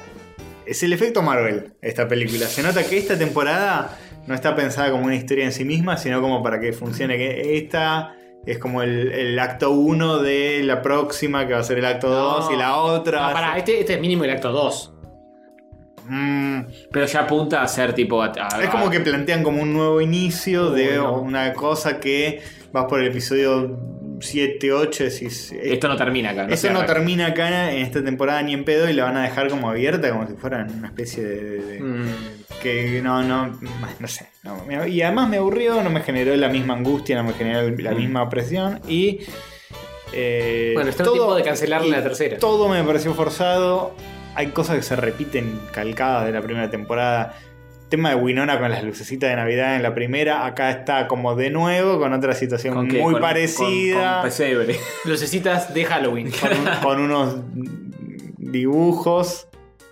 es el efecto Marvel, esta película. Se nota que esta temporada no está pensada como una historia en sí misma, sino como para que funcione. Que esta es como el, el acto 1 de la próxima, que va a ser el acto 2, y la otra.
No, pará, este, este es mínimo el acto 2.
Mm,
Pero ya apunta a ser tipo. a- a-
es como
a-
que plantean como un nuevo inicio de
no.
una cosa que vas por el episodio 7, 8, decís.
Esto no termina acá.
Eso
se
no
arranca.
termina acá en esta temporada ni en pedo y la van a dejar como abierta, como si fueran una especie de. de- de-
Mm.
Que no, no, no sé. no, me- y además me aburrió, no me generó la misma angustia, no me generó la misma opresión y. eh,
Mm. Bueno, está a tiempo de cancelar
y
la tercera.
Todo me pareció forzado. Hay cosas que se repiten calcadas de la primera temporada. Tema de Winona con las lucecitas de Navidad en la primera. Acá está como de nuevo con otra situación
¿Con qué?
muy
Con-
parecida
Con, con pesebre.
Lucecitas de Halloween.
con,
*laughs*
un- con unos dibujos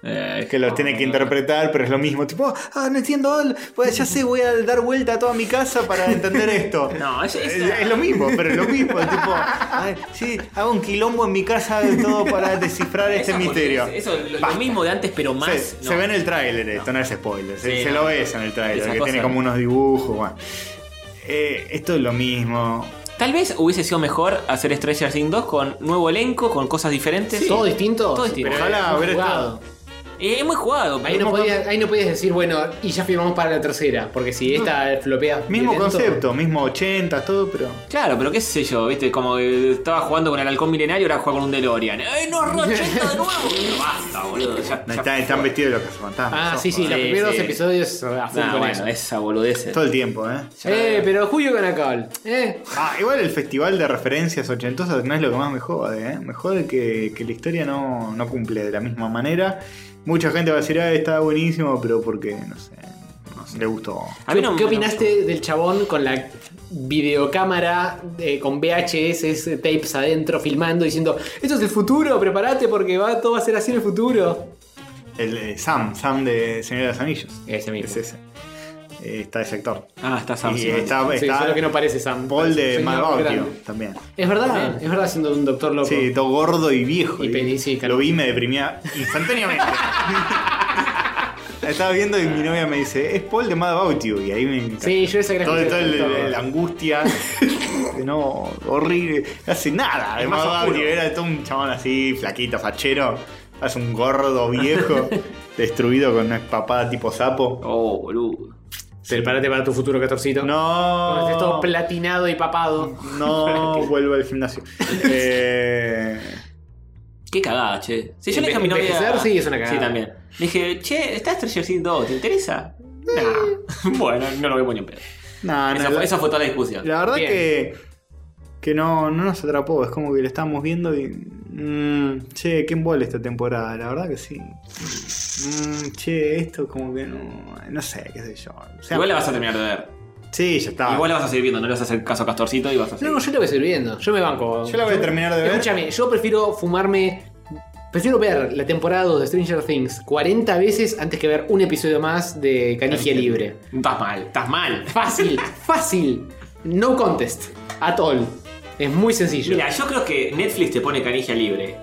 Eh,
que los tiene que interpretar, pero es lo mismo. Tipo, ah, no entiendo, pues ya sé, voy a dar vuelta a toda mi casa para entender esto.
*laughs* No, es- es-
es lo mismo, pero es
*laughs*
lo mismo. tipo, "Ay, sí, hago un quilombo en mi casa de todo para descifrar este
esa
misterio.
boludez, Eso, lo- lo,
Basta.
mismo de antes, pero más.
se,
no.
se ve en el tráiler esto, no, es spoiler. Se,
Sí,
se
no,
lo ves en el tráiler,
esa
que tiene
cosa.
como unos dibujos. bueno. Eh, esto es lo mismo.
Tal vez hubiese sido mejor hacer Stranger Things 2 con nuevo elenco, con cosas diferentes.
¿Todo distinto?
Todo distinto.
Pero
Ojalá
hemos
hubiera
jugado.
Eh, es muy jugado.
Ahí no, podías, ahí no podías decir, bueno, y ya firmamos para la tercera. Porque si esta flopea.
Mismo
violento-
concepto, mismo 80, todo, pero.
Claro, pero qué sé yo, viste, como que estaba jugando con el halcón milenario, ahora juega con un DeLorean. ¡Ay,
*laughs*
no, Rochetta de nuevo! Pero basta, boludo. Ya,
No,
ya-
Están, están vestidos de los cazafantasmas.
Ah,
ojo,
sí, sí,
eh.
los
Sí,
primeros
sí.
dos episodios a full con
Nah, Ah, bueno,
eso.
esa boludez.
Todo el tiempo, ¿eh?
Eh, pero Julio Canacal. Eh.
Ah, igual el festival de referencias ochentosas no es lo que más me jode, ¿eh? Me jode que, que la historia no, no cumple de la misma manera. Mucha gente va a decir, ah, está buenísimo, pero porque, no sé, no sé, le gustó.
A mí
¿Qué-
no-
¿Qué
no-
opinaste del chabón con la videocámara eh, con VHS tapes adentro filmando diciendo esto es el futuro prepárate porque va todo va a ser así en el futuro
El eh, Sam, Sam de Señor de los Anillos.
ese mismo
Es ese. Eh, está de sector.
Ah, está Sam.
y
sí, sí.
está,
Sí,
está
solo que no parece Sam parece
Paul
un
de
señor
Malvautio
grande.
también.
es verdad es verdad siendo un doctor loco
Sí, todo gordo y viejo.
Y peli- sí, claro.
Lo vi y me deprimía
*laughs*
instantáneamente. La Estaba viendo y mi novia me dice, es Paul de Mad About You. Y ahí me.
Sí, yo esa gran
Todo, todo el-
todo.
la
*laughs*
angustia. de no, horrible. No hace nada. De
más
Mad About
oscuro.
You. Era todo un chabón así, flaquito, fachero. Hace un
*laughs*
gordo viejo, destruido con una papada tipo sapo.
Oh, boludo.
prepárate para tu futuro catorcito Cuando
No.
estés este todo platinado y papado *laughs*
no, vuelvo al gimnasio. Eh.
Qué cagada, che. Si yo le dije a mi novia.
Envejecer, sí, es una cagada.
Sí, también. Le dije, che, ¿está Stranger Things 2? ¿Te interesa?
Eh.
Nah. *laughs* bueno, no lo vemos ni en pedo.
Ah,
No, no,
Esa,
la-
fue, esa fue toda la discusión.
La verdad
Bien.
que, que no, no nos atrapó, es como que lo estábamos viendo y. mm, che, qué embole esta temporada, la verdad que sí. Mm, che, esto como que no. No sé, qué sé yo. O sea,
Igual la vas a terminar de ver.
Sí, ya
Ah.
está.
Igual la vas a seguir viendo, no le vas a hacer caso a Castorcito y vas a seguir.
no yo la voy a seguir viendo yo me banco
Yo la voy a terminar de ver.
escúchame yo prefiero fumarme Prefiero ver la temporada 2 de Stranger Things 40 veces antes que ver un episodio más de Canigia Libre.
Estás mal, estás mal.
*laughs* Fácil, fácil. No contest. At all. Es muy sencillo.
Mira, yo creo que Netflix te pone canilla libre.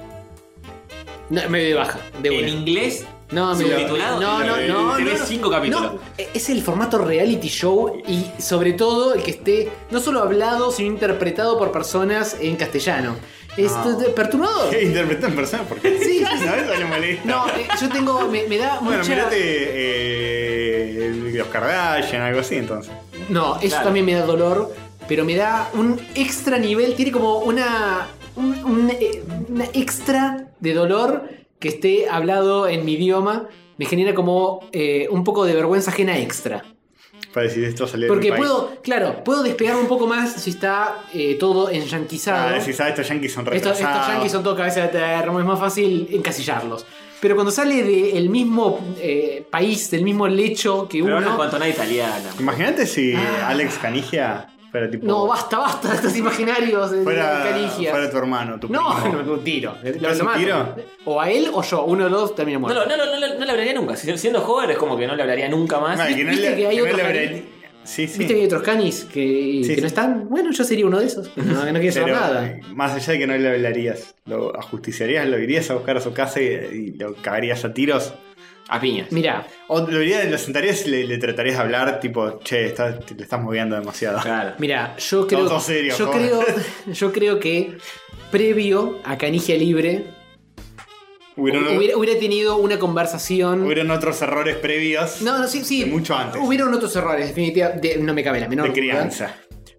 No, me doy baja, de
En
una.
inglés,
No, me doy-
subtitulado.
No, no,
y
no,
Tenés
no, no.
cinco capítulos.
No, eh, es el formato reality show y sobre todo el que esté no solo hablado, sino interpretado por personas en castellano. Es eh, perturbador.
*laughs* ¿Qué interpretó en persona? Porque
Sí.
no eso le molesta.
No, eh, yo tengo. Me, me da
Bueno,
mucha.
mirate eh, los Kardashian, algo así entonces.
No, eso
Claro.
también me da dolor, pero me da un extra nivel, tiene como una, un- un, eh, una extra de dolor que esté hablado en mi idioma, me genera como eh, un poco de vergüenza ajena extra.
Para decir esto salió de
Porque
mi país.
puedo, claro, puedo despegar un poco más si está eh, todo
Ah,
enyanquizado.
decís, ah, estos yankees son
Estos,
retrasados.
estos yankees son todo cabeza de termo, es más fácil encasillarlos. Pero cuando sale del mismo eh, país, del mismo lecho que
Pero
uno.
no en cuanto a nada italiana.
Imagínate si
Ah.
Alex Canigia fuera tipo.
No, basta, basta de estos imaginarios de
fuera,
de canigias.
fuera tu hermano, tu
No,
primo.
*laughs* no, un tiro.
¿Te
Lo-
das
lo
un
mato.
tiro?
O a él o yo, uno de los dos termina
No,
muerto.
lo- no, lo- no, lo- no le hablaría nunca. Si- Siendo joven es como que no le hablaría nunca más.
No, que no
¿Viste
le-
que hay
no
otros
le
cani-
hablaría- Sí, sí.
¿Viste que hay otros canis que,
Sí,
que no
sí.
están? Bueno, yo sería uno de esos. No, que no quiere saber
Pero,
nada.
eh, más allá de que no le hablarías, lo ajusticiarías, lo irías a buscar a su casa y, y lo cagarías a tiros.
A piñas.
Mirá,
O lo irías, lo sentarías y le, le tratarías de hablar, tipo, che, estás- te, te estás moviendo demasiado.
Claro.
mirá, yo creo.
Todo serio,
yo
joder.
creo. *laughs* Yo creo que previo a Canigia Libre
*laughs* Hubieron,
hubiera, hubiera tenido una conversación.
hubieron otros errores previos
no, no, sí, sí.
de mucho antes.
Hubieron otros errores, definitivamente. No me cabe la menor.
de
duda.
crianza.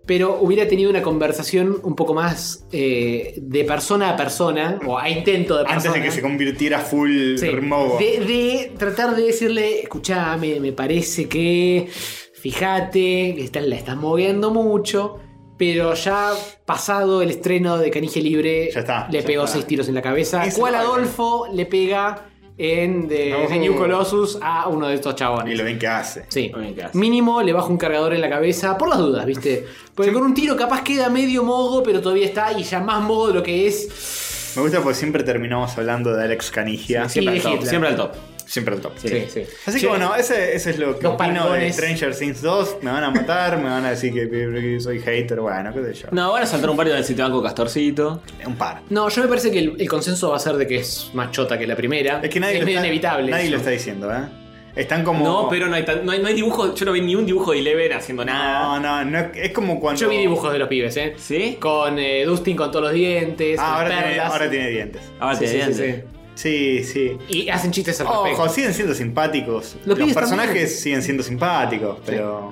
pero hubiera tenido una conversación un poco más eh, de persona a persona o a intento de
Antes
persona.
de que se convirtiera full
Sí.
removo.
de, de tratar de decirle, escuchame, me parece que, fíjate, que estás- la estás moviendo mucho, pero ya pasado el estreno de Canije Libre,
Ya está,
le
ya
pegó
está.
seis tiros en la cabeza.
Es
¿Cuál
normal.
Adolfo le pega en de,
No.
de New Colossus a uno de estos
Y
chabones?
lo bien que hace.
Sí.
Bueno, ¿qué hace?
Mínimo le bajo un cargador en la cabeza, por las dudas, ¿viste? Porque con un tiro capaz queda medio mogo, pero todavía está y ya más mogo de lo que es.
Me gusta porque siempre terminamos hablando de Alex Canigia.
Sí,
Siempre
de
al top.
Hitler.
Siempre al top.
Siempre el top.
Sí, sí.
Así
Che,
que bueno, ese, ese es lo que
Los
opino de
palones.
Stranger Things 2. Me van a matar, me van a decir que- que soy hater, bueno, qué sé yo.
No, van a saltar un par de del banco Castorcito.
Un par.
No, yo me parece que el, el consenso va a ser de que es más chota que la primera.
Es que nadie, lo
medio
está,
inevitable.
nadie
eso.
lo está diciendo, ¿eh? Están como.
No, pero no hay, tan- no hay, no hay dibujos. Yo no vi ni un dibujo de Eleven haciendo nada.
No, no, no, es como cuando.
Yo vi dibujos de los pibes, ¿eh?
¿Sí?
Con eh, Dustin con todos los dientes,
Ah,
con
ahora
las
tiene,
perlas.
ahora tiene dientes.
Ahora
Sí,
te
sí, sí,
entiendes.
Sí, sí.
sí. Y hacen chistes al respecto.
Ojo, siguen siendo simpáticos.
Los
Los,
pibes
personajes
también. Mm.
siguen siendo simpáticos, pero.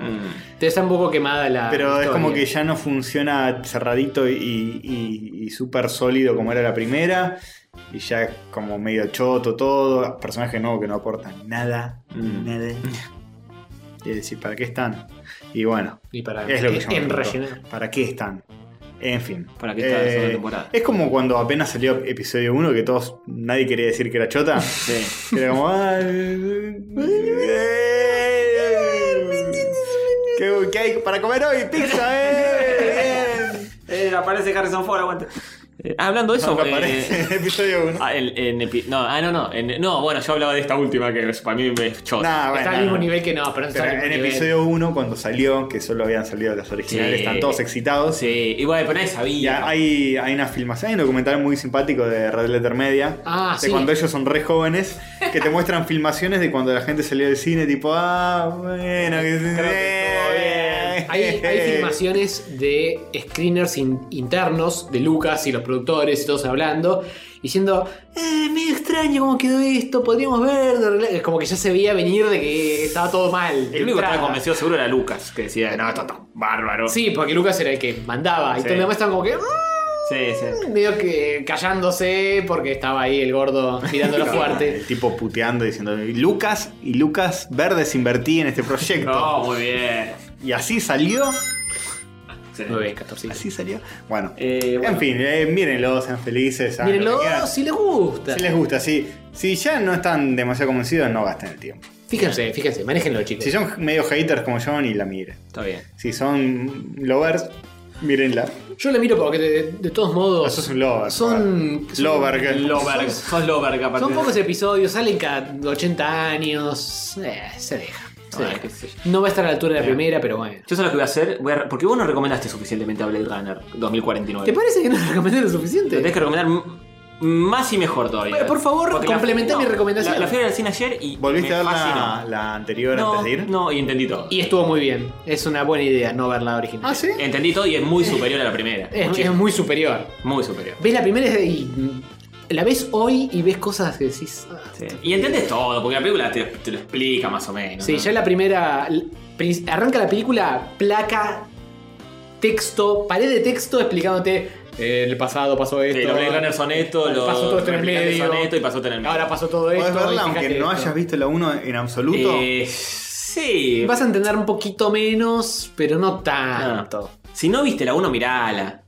Te está un poco quemada la.
Pero es
historia.
como que ya no funciona cerradito y, y- y súper sólido como era la primera. Y ya como medio choto todo. Personajes nuevos que no aportan nada. Nada. Y decir, ¿para qué están? Y bueno,
Y para
es lo que yo me pregunto.
enrellenar.
¿Para qué están? En fin.
¿Para qué está la segunda
Eh,
temporada?
Es como cuando apenas salió episodio 1 que todos nadie quería decir que era chota.
Sí.
Que Era como. eh, "Ah, ¿Qué, qué hay para comer hoy? Pizza, eh. Bien.
Eh, aparece Harrison Ford, aguante. Eh, ah, hablando de eso,
No, no
eh,
*laughs*
aparece en episodio 1.
ah, en- en epi- no, ah, no, no. en- no, bueno, yo hablaba de esta última que es- para mí me chota.
Nah, bueno,
Está al
no,
mismo
no.
nivel que no, pero no está
Pero
al mismo
en
nivel.
episodio 1, cuando salió, que solo habían salido las originales,
Sí.
están todos excitados.
Sí, y bueno, pero nadie
Y
sabía.
hay, hay una filmación, hay un documental muy simpático de Red Letter Media.
Ah,
de
sí.
cuando ellos son re jóvenes, que te muestran filmaciones de cuando la gente salió del cine, tipo, ah, bueno, que,
que
Hay, hay
*laughs*
filmaciones de screeners in- internos de Lucas y los productores y todos hablando, diciendo, eh, medio extraño cómo quedó esto, podríamos ver, de arreglar". Es como que ya se veía venir de que estaba todo mal. de
El único que
entrada.
estaba convencido seguro era Lucas, que decía, no, esto está bárbaro.
Sí, porque Lucas era el que mandaba, y
Sí.
todos los demás estaban como que... "Mm",
sí. sí.
Medio que callándose porque estaba ahí el gordo
*laughs*
mirándolo fuerte.
El tipo puteando diciendo, "Y Lucas y Lucas Verdes invertí en
*laughs*
este proyecto.
No, muy bien.
Y así salió.
Sí.
Muy bien, 14.
Así salió. Bueno.
Eh, bueno.
En fin, eh, mírenlo, sean felices. hagan lo
Mírenlo,
que quieran.
si les gusta.
Si les gusta, sí. Si ya no están demasiado convencidos, no gasten el tiempo.
Fíjense, fíjense, manéjenlo, chicos.
Si son medio haters como yo, ni la miren.
Está bien.
Si son lovers, Mírenla.
Yo la miro porque de, de todos modos.
Sos un lover.
Son. son-
Lover.
Loberg, sos Loberg aparte.
Son
de-
pocos episodios, salen cada 80 años. eh, se deja. se
Ah,
deja.
qué sé yo.
No va a estar a la altura de la primera, pero bueno.
Yo sé lo que voy a hacer. Voy a re- porque vos no recomendaste suficientemente a Blade Runner 2049.
¿Te parece que no recomendé lo
Lo tenés
suficiente?
que recomendar m- más y mejor todavía.
Bueno, por favor,
Porque la-
complementa mi recomendación.
La, la fui a ver al cine ayer y.
¿Volviste
me
a ver la,
fascinó.
la anterior antes
No,
de ir?
no, y entendí todo.
Y estuvo muy bien. Es una buena idea no ver la original.
Ah, ¿sí?
Entendí todo y es muy superior a la primera.
Es, es
Muchísimo.
muy superior.
Muy superior.
Ves la primera y. mm, La ves hoy y ves cosas que decís. ah,
Sí. Y entendés todo, porque la película te, te lo explica más o menos.
Sí,
¿no?
ya la primera. l- prin- Arranca la película, placa, texto, pared de texto explicándote. eh, el pasado pasó esto.
Sí, los Blade Runner son esto, los
pasó todo esto en el
Replicantes
medio. Ah,
son esto y pasó todo en el medio.
Ahora pasó todo esto.
Podés verla
y
aunque
fíjate
no
esto.
hayas visto la 1 en absoluto.
Eh, sí.
Vas a entender un poquito menos, pero no tanto.
Si no viste la 1, mirala.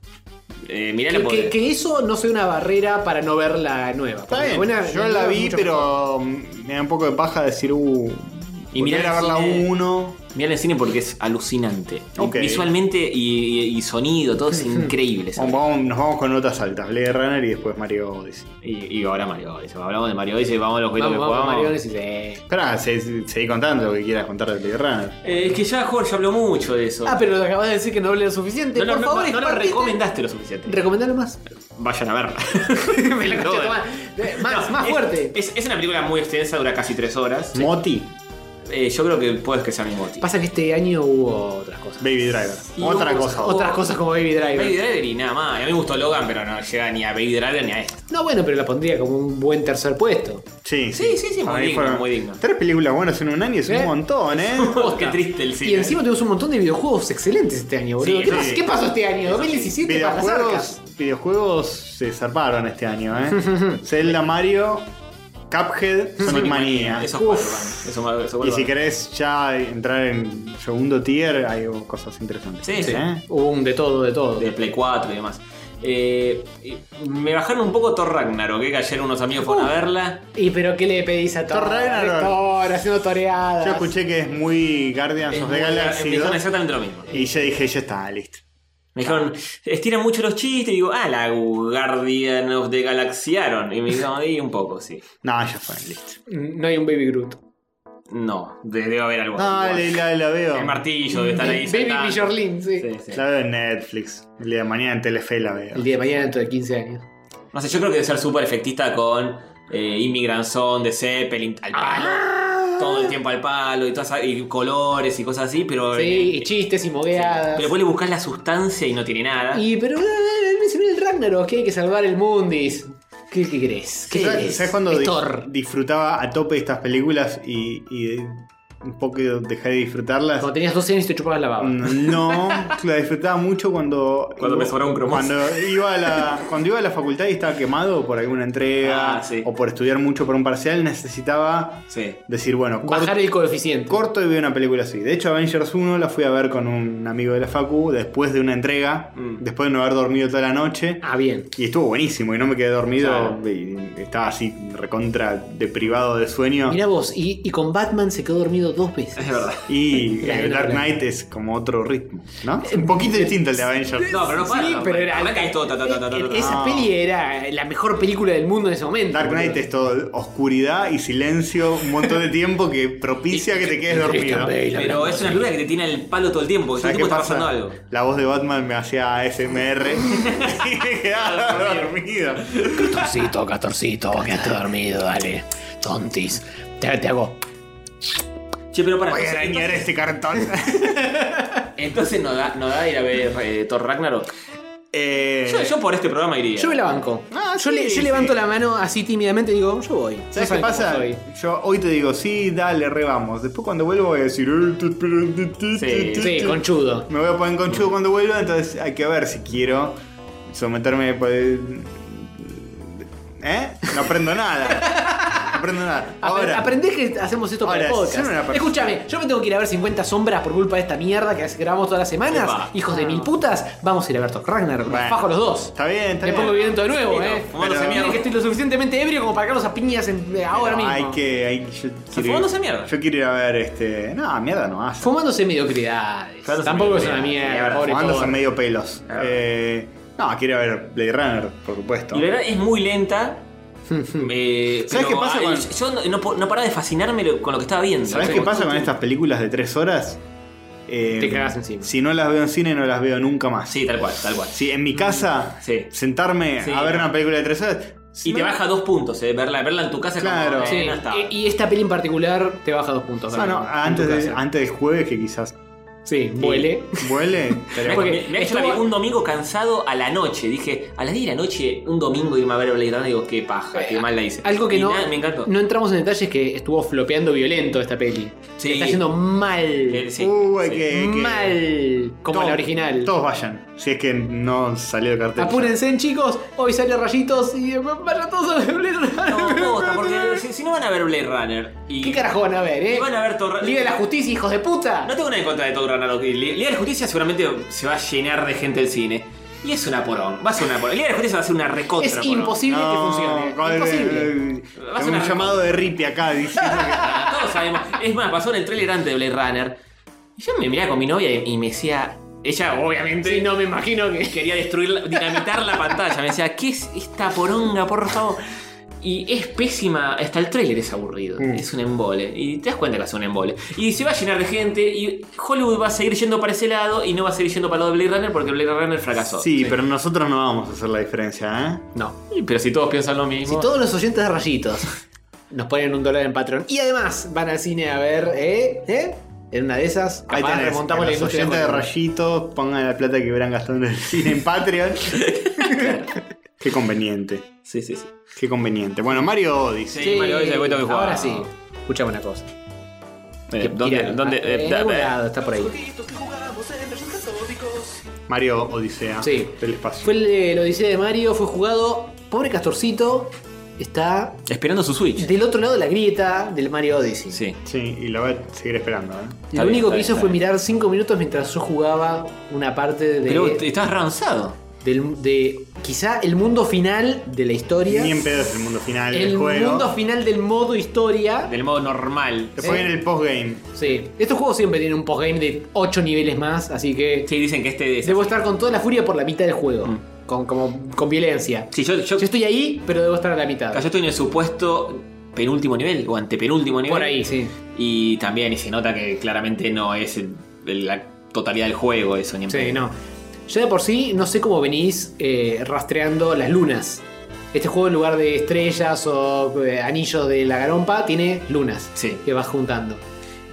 Eh, mirala
Que,
porque.
que- que eso no sea una barrera para no ver la nueva.
Está
porque
bien,
buena-
yo la vi,
mucho
pero mm, me da un poco de paja decir, uh.
Y
volver
mirá
a ver
el
la
cine.
1.
Mirala en cine porque es alucinante.
Ok.
Visualmente y, y- y sonido, todo es increíble. ¿sabes?
nos vamos con notas altas. Blade Runner y después Mario Odyssey.
Y, y ahora Mario Odyssey. Hablamos de Mario Odyssey, vamos a los juegos
Vamos,
que
vamos,
jugamos.
Mariones, y sí.
Espera, se- seguí contando lo que quieras contar de Blade Runner.
Eh, es que ya Jorge habló mucho de eso.
Ah, pero acabas de decir que no hablé lo suficiente.
no, lo-
Por
no-
favor,
no lo
expandite.
recomendaste lo suficiente.
Recomendalo más.
Vayan a verla.
Me la caché,
No,
tomá. Eh, Más,
no,
más
es-
fuerte.
Es, es una película muy extensa, dura casi tres horas.
Moti,
Eh, yo creo que puedes que sea mi motivo.
Pasa que este año hubo otras cosas.
Baby Driver.
Y
Otra
vamos-
cosa.
Otras cosas como Baby Driver.
Baby Driver y nada más. Y a mí me gustó Logan, pero no llega ni a Baby Driver ni a esto.
No, bueno, pero la pondría como un buen tercer puesto.
Sí,
Sí, sí, sí, muy
Ahí
digno, muy digno.
Tres películas buenas en un año es
¿Eh?
un
*laughs*
montón, ¿eh?
Qué triste el
eh.
cine.
Y encima tenemos un montón de videojuegos excelentes este año, boludo.
Sí,
¿Qué,
sí.
pas- qué pasó este año? 2017 para las
videojuegos,
arcas.
videojuegos se zarparon este año, ¿eh?
*laughs*
Zelda, Mario, Cuphead, Sonic Manía.
Eso
Uf.
es Eso es
Y si querés ya entrar en segundo tier, hay cosas interesantes.
Sí, sí.
¿eh?
Hubo un de todo, de todo.
De Play 4 y demás. Eh, y me bajaron un poco Thor Ragnarok, ¿eh? que ayer unos amigos fueron a verla.
¿Y pero qué le pedís a Thor?
Thor Ragnarok.
Thor, haciendo toreadas.
Yo escuché que es muy Guardians
Es
of
muy-
the
me
Galaxy
dijeron
2,
exactamente lo mismo.
y ya dije, ya está, listo.
Me dijeron, estiran mucho los chistes. Y digo, ah, la Guardian of the Galaxiaron. Y me dijeron, ahí un poco, sí.
No, ya fue, listo.
No hay un Baby Groot.
No, de- debe haber algo.
Dale, la, la veo.
El martillo debe estar ahí.
Baby
saltando.
Pillorlin, sí.
Sí, sí.
La veo en Netflix. El día de mañana en Telefe la veo.
El día de mañana dentro de 15 años.
No sé, yo creo que debe ser súper efectista con eh, Immigrant Song, de Zeppelin, al palo.
Ah.
Todo el tiempo al palo y, todas, esa- y colores y cosas así, pero.
Sí,
eh,
y chistes y mogueadas.
pero después le buscas la sustancia y no tiene nada.
Y pero eh, eh, se viene el Ragnarok, que hay que salvar el Mundis. ¿Qué, qué crees? ¿Qué
¿Sabes-
crees?
¿Sabes cuando
Es
dis-
Thor.
disfrutaba a tope estas películas y, y un poco dejé de disfrutarlas? Mm,
Cuando tenías 12 años y te chupabas la
Mm.
baba.
No, *laughs* la disfrutaba mucho cuando.
Cuando me sobraba un cromoso.
Cuando iba, a la, cuando iba a la facultad y estaba quemado por alguna entrega
Ah, sí.
o por estudiar mucho por un parcial, necesitaba
Sí.
decir, bueno, cor-
Bajar el coeficiente.
corto y veo una película así. De hecho, Avengers 1 la fui a ver con un amigo de la Facu después de una entrega,
Mm.
después de no haber dormido toda la noche.
Ah, bien.
Y estuvo buenísimo y no me quedé dormido y estaba así recontra deprivado de sueño.
Mirá vos, y, y con Batman se quedó dormido dos veces.
Es verdad.
Y
Claro,
el Dark
claro.
Knight es como otro ritmo, ¿no? Un poquito distinto al de Avengers.
No, pero no para.
Sí,
no,
pero era-
Arranca y todo, ta, ta, ta, ta, ta, ta.
Esa
No.
peli era la mejor película del mundo en ese momento.
Dark Knight es todo oscuridad y silencio, un montón de tiempo que propicia que te quedes dormido.
Pero es una película que te tiene el palo todo el tiempo, que todo el
¿Sabes qué
tiempo está pasando
pasa?
algo.
La voz de Batman me hacía ASMR y me quedaba dormido.
Castorcito, Castorcito, quedaste dormido, dale. Tontis. Te, te hago.
Che, pero para.
Voy a
entonces-
dañar este cartón.
Entonces no da, no da ir a ver eh, Thor Ragnarok.
Eh,
Yo, yo por este programa iría.
Yo me la banco.
Ah,
yo,
sí,
le- yo
sí.
levanto la mano así tímidamente y digo, yo voy.
¿Sabes
No saben
qué
cómo
pasa?
soy.
Yo hoy te digo, sí, dale, re vamos. Después cuando vuelvo voy a decir. "Eh, tu, tu, tu, tu,
Sí,
tu,
Sí,
tu".
conchudo.
Me voy a poner conchudo cuando vuelva, entonces hay que ver si quiero pues, someterme. por el- ¿Eh? No aprendo nada. No
*laughs*
aprendo nada.
Apre-
Ahora,
Aprendés que hacemos esto para
Ahora,
el
si no
podcast.
era para-
Escúchame, yo me tengo que ir a ver 50 sombras por culpa de esta mierda que grabamos todas las semanas.
Epa.
Hijos de mil putas, vamos a ir a ver Thor Ragnar. Nos
Bueno.
fajo los dos.
Está bien, está
Me
bien.
pongo violento de nuevo,
Sí, no,
eh.
fumándose
Pero-
mierda.
que estoy lo suficientemente ebrio como para carlos a piñas en- eh, ahora mismo.
Hay que. Hay, yo quiero
fumando
ir-
esa mierda.
Yo quiero ir a ver este. No, mierda no hace.
Fumándose mediocridades.
Fumándose
Tampoco es una
mediocridades.
mierda, pobre
Fumándose
Thor.
medio pelos. Eh, no, quiero ver Blade Runner, por supuesto.
Y la verdad es muy
*laughs*
lenta. eh,
¿Sabes
pero
qué pasa
a-
con-
Yo no, no, po- no paraba de fascinarme lo- con lo que estaba viendo.
¿Sabes
Sí.
qué pasa con estas películas de tres horas? Eh,
Te cagás encima.
Si no las veo en cine, no las veo nunca más.
Sí, tal cual, tal cual.
Si en mi casa,
Sí.
sentarme
Sí.
a ver una película de tres horas. si
Y te
no-
baja dos puntos, eh, verla, verla en tu casa es
Claro.
como, eh,
Sí,
no está.
y- y esta peli en particular te baja dos puntos.
Ah, no,
Dani, en
antes,
tu
de-
casa.
antes del jueves, que quizás
Sí, *laughs* vuele.
vuele. pero-
Me-
porque
me- me- yo la
estuvo-
vi un domingo cansado a la noche. Dije, a las 10 de la noche, un domingo irme a ver Blade Runner. Digo, qué paja, qué mal la hice.
Eh, Algo que
Y
no,
nada, me
*laughs*
encantó.
no entramos en detalles que estuvo flopeando violento esta peli.
Sí.
Está yendo mal.
Eh, sí,
Uh, hay
sí.
que- hay que-
mal. Como
Todos-
la original.
Todos vayan. Si es que no salió de cartel.
Apúrense, chicos. Hoy sale rayitos y vayan todos a ver Blade *laughs* Runner.
No, posta, porque si, si no van a ver Blade Runner y.
¿Qué carajo van a ver, eh?
Y van a ver Thor-
Liga de la Justicia, hijos de puta.
No tengo nada en contra de Thor Ragnarok. Li- Liga de la Justicia seguramente se va a llenar de gente del cine. Y es una porón. Va a ser una porón. Liga de la Justicia va a ser una recontra.
es
porón.
imposible que funcione.
con-
Imposible.
eh,
Vas a
un
una-
llamado de Rippy
*laughs*
acá diciendo que.
Todos sabemos. Es más, pasó en el trailer antes de Blade Runner. Y yo me miraba con mi novia y y me decía. Ella, obviamente.
Sí, no, me imagino que.
quería destruir, la- dinamitar la pantalla. Me decía, ¿qué es esta poronga, por favor? Y es pésima, hasta el tráiler es aburrido, es un embole, y te das cuenta que es un embole. Y se va a llenar de gente, y Hollywood va a seguir yendo para ese lado, y no va a seguir yendo para el lado de Blade Runner porque Blade Runner fracasó.
Sí, pero nosotros no vamos a hacer la diferencia, ¿eh?
No.
Y- Pero si todos piensan lo
Si
mismo...
todos los oyentes de rayitos nos ponen un dólar en Patreon y además van al cine a ver, ¿eh? ¿Eh? En una de esas,
Ahí
capaz
tenés,
remontamos
a
la
los
industria.
oyentes de
Hollywood.
rayitos, pongan la plata que hubieran gastado en el *laughs* cine
*laughs*
en Patreon. Qué conveniente.
Sí, sí, sí.
Qué conveniente. Bueno, Mario Odyssey.
Sí, Mario, hoy se cuenta que jugaba.
Ahora sí, escuchame una cosa.
Eh, ¿Dónde?
Mirá,
dónde-
en
eh, da-
algún
eh,
lado, está por ahí.
Jueguitos que jugábamos en los catódicos.
Mario Odisea.
Sí.
Del espacio.
Fue el, el Odisea de Mario, fue jugado. Pobre Castorcito está
Esperando su Switch.
del otro lado de la grieta del Mario Odyssey.
Sí.
Sí, y la voy a seguir esperando, ¿eh?
Lo
Está bien,
único que
está
hizo
bien, está
fue
bien.
mirar 5 minutos mientras yo jugaba una parte de,
Pero te- estás avanzado.
del- de quizá el mundo final de la historia.
Ni en pedo es el mundo final
el
del juego.
mundo final del modo historia.
Del modo normal.
Después
Sí.
viene el postgame.
Sí. Estos juegos siempre tienen un postgame de 8 niveles más, así que
Sí, dicen que este es... Mm.
debo estar con toda la furia por la mitad del juego. Con, como, con violencia.
Sí, yo, yo,
Yo estoy ahí, pero debo estar a la
yo
mitad.
estoy en el supuesto penúltimo nivel, o antepenúltimo nivel.
Por ahí, sí.
Y también, y se nota que claramente no es el- el- la totalidad del juego eso, ni en
Sí,
pedo.
no. Yo de por sí no sé cómo venís eh, rastreando las lunas. Este juego en lugar de estrellas o eh, anillos de la garompa tiene lunas
Sí.
que vas juntando.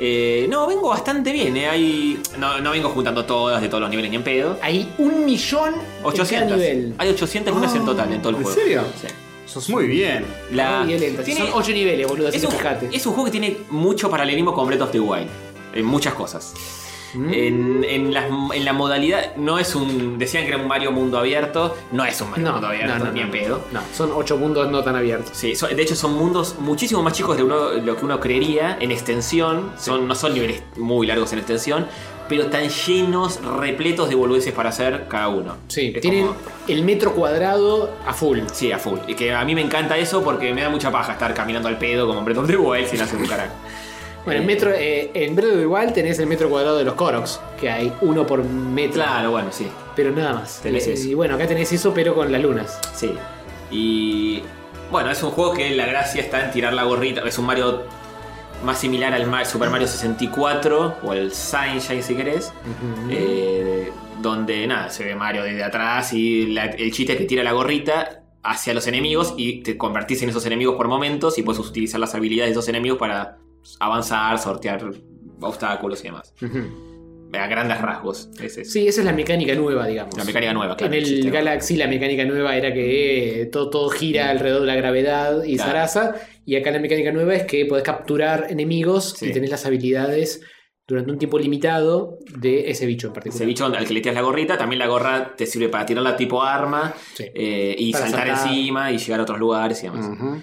Eh, no, vengo bastante bien, eh, hay- no, no vengo juntando todas de todos los niveles ni en pedo.
Hay un millón en
800.
cada nivel.
Hay 800 lunas en total en todo el
¿en
juego.
serio?
Sí.
Sos muy bien.
La-
Muy violenta.
tiene-
Son 8 niveles, boludo, así
es,
que
un,
fijate.
es un juego que tiene mucho paralelismo con Breath of the Wild. En muchas cosas. En, en las- en la modalidad. No es un. Decían que era un Mario mundo abierto. No es un Mario
No,
mundo
no,
abierto,
no, no,
ni en
no.
pedo.
No, son 8 mundos no tan abiertos.
Sí, so- de hecho son mundos muchísimo más chicos de uno- lo que uno creería en extensión. Son, no son niveles muy largos en extensión, pero tan llenos, repletos de boludeces para hacer cada uno.
Sí,
Es
tienen
como-
el metro cuadrado a full.
Sí, a full. Y que a mí me encanta eso porque me da mucha paja estar caminando al pedo como en Breath of the Wild sin hacer un carajo.
Bueno, en metro, eh, en Breath of the Wild tenés el metro cuadrado de los Koroks, que hay uno por metro.
Claro, bueno, sí.
Pero nada más.
Tenés
y,
eso.
y bueno, acá tenés eso, pero con las lunas.
Sí. Y. Bueno, es un juego que la gracia está en tirar la gorrita. Es un Mario más similar al Ma- Super Mario 64 o al Sunshine, si querés.
Mm.
Eh, donde nada, se ve Mario desde atrás y la- el chiste es que tira la gorrita hacia los enemigos y te convertís en esos enemigos por momentos y puedes utilizar las habilidades de esos enemigos para avanzar, sortear obstáculos y demás. A grandes rasgos. Es eso.
Sí, esa es la mecánica nueva, digamos.
La mecánica nueva, claro.
Pues, En el
chiste.
Galaxy la mecánica nueva era que eh, todo, todo gira alrededor de la gravedad y
Claro.
zaraza. Y acá la mecánica nueva es que podés capturar enemigos
Sí.
y tenés las habilidades durante un tiempo limitado de ese bicho en particular.
Ese bicho al que le tiras la gorrita, también la gorra te sirve para tirarla tipo arma
Sí.
eh, y
Para
saltar,
saltar.
encima y llegar a otros lugares y demás.
Ujú.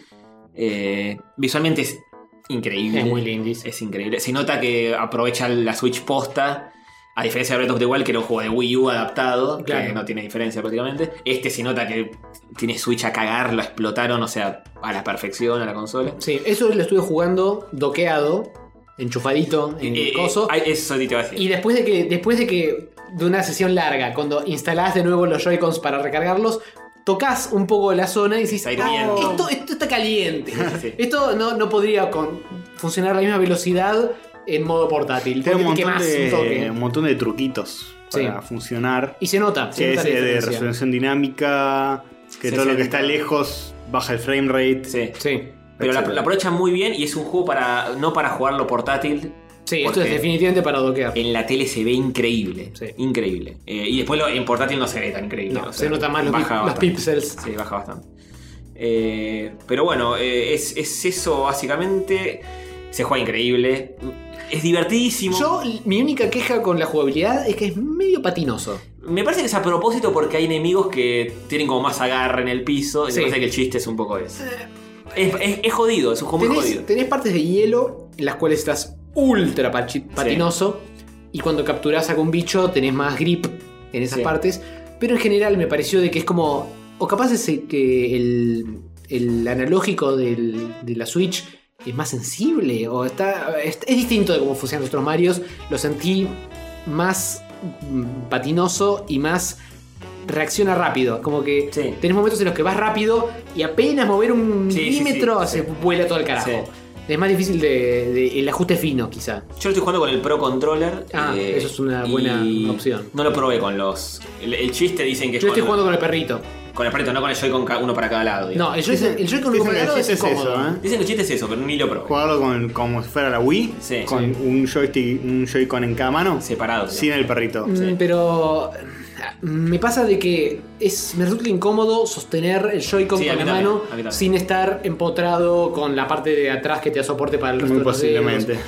Eh, visualmente es increíble.
Es muy lindis.
Es increíble. Se nota que aprovecha la Switch posta. A diferencia de Breath of the Wild, que era un juego de Wii U adaptado, que
Claro.
no tiene diferencia prácticamente. Este se nota que tiene Switch a cagar, lo explotaron, o sea, a la perfección, a la consola.
Sí, eso lo estuve jugando doqueado, enchufadito en
Eh,
el coso.
eh, eso te iba a decir.
Y después de que, después de que, de una sesión larga, cuando instalás de nuevo los Joy-Cons para recargarlos, tocas un poco la zona y decís,
Está hirviendo.
"Ah, esto, esto está caliente.
sí.
Esto no, no podría con- funcionar a la misma velocidad en modo portátil.
Tiene un
porque te quemás
montón,
un
de,
toque.
un montón de truquitos para funcionar.
Y se nota. se
Que es
nota la
eh, de
diferencia.
resolución dinámica, que
Sí,
todo
sí.
lo que está lejos baja el frame rate.
Sí.
Sí.
Pero la,
etcétera.
la aprovechan muy bien y es un juego para no para jugarlo portátil.
Sí, esto es
Porque-
definitivamente para doquear.
En la tele se ve increíble.
Sí.
Increíble. Eh, y después lo, en portátil no se ve tan increíble.
No,
o
se
sea,
nota más los,
baja
pi- los
bastante.
pixels.
Sí, baja bastante. Eh, pero bueno, eh, es, es eso básicamente. Se juega increíble. Es divertidísimo.
Yo, mi única queja con la jugabilidad es que es medio patinoso.
Me parece que es a propósito porque hay enemigos que tienen como más agarre en el piso. Y
Sí. Eh,
me parece que el chiste es un poco eso. Es, es- es jodido, es un juego muy jodido.
Tenés, tenés partes de hielo en las cuales estás ultra pachi- patinoso. Y cuando capturás algún bicho tenés más grip en esas
Sí.
partes. Pero en general me pareció de que es como. O capaz es el- que el, el analógico del- de la Switch es más sensible. O está. Es, es distinto de cómo funcionan los otros Marios. Lo sentí más mm, patinoso y más. Reacciona rápido. Como que
Sí.
tenés momentos en los que vas rápido y apenas mover un
Sí, sí, sí,
milímetro
sí.
se vuela todo el carajo.
Sí.
Es más difícil de, de- el ajuste fino, quizá.
Yo lo estoy jugando con el Pro Controller. eh,
Ah, eso es una
y
buena opción.
No lo probé con los. El, el chiste dicen que es
Yo estoy
con-
jugando con el perrito.
Con el perrito, no con el Joy-Con ca- uno para cada lado. digamos.
No, eh, el Joy-Con el Joy-Con
Dicen que
recuperado
el
es,
chiste es
cómodo.
eso, ¿eh?
Dicen que el chiste es eso, pero ni lo probé.
Jugarlo con, como si fuera la Wii,
Sí.
con un joystick, un Joy-Con en cada mano,
Separado. digamos.
sin el perrito.
Mm, Pero mm, me pasa de que es, me resulta incómodo sostener el Joy-Con
Sí, a
con
mí
la
también,
mano
a mí también.
sin estar empotrado con la parte de atrás que te da soporte para el resto
Muy
de los
posiblemente.
dedos.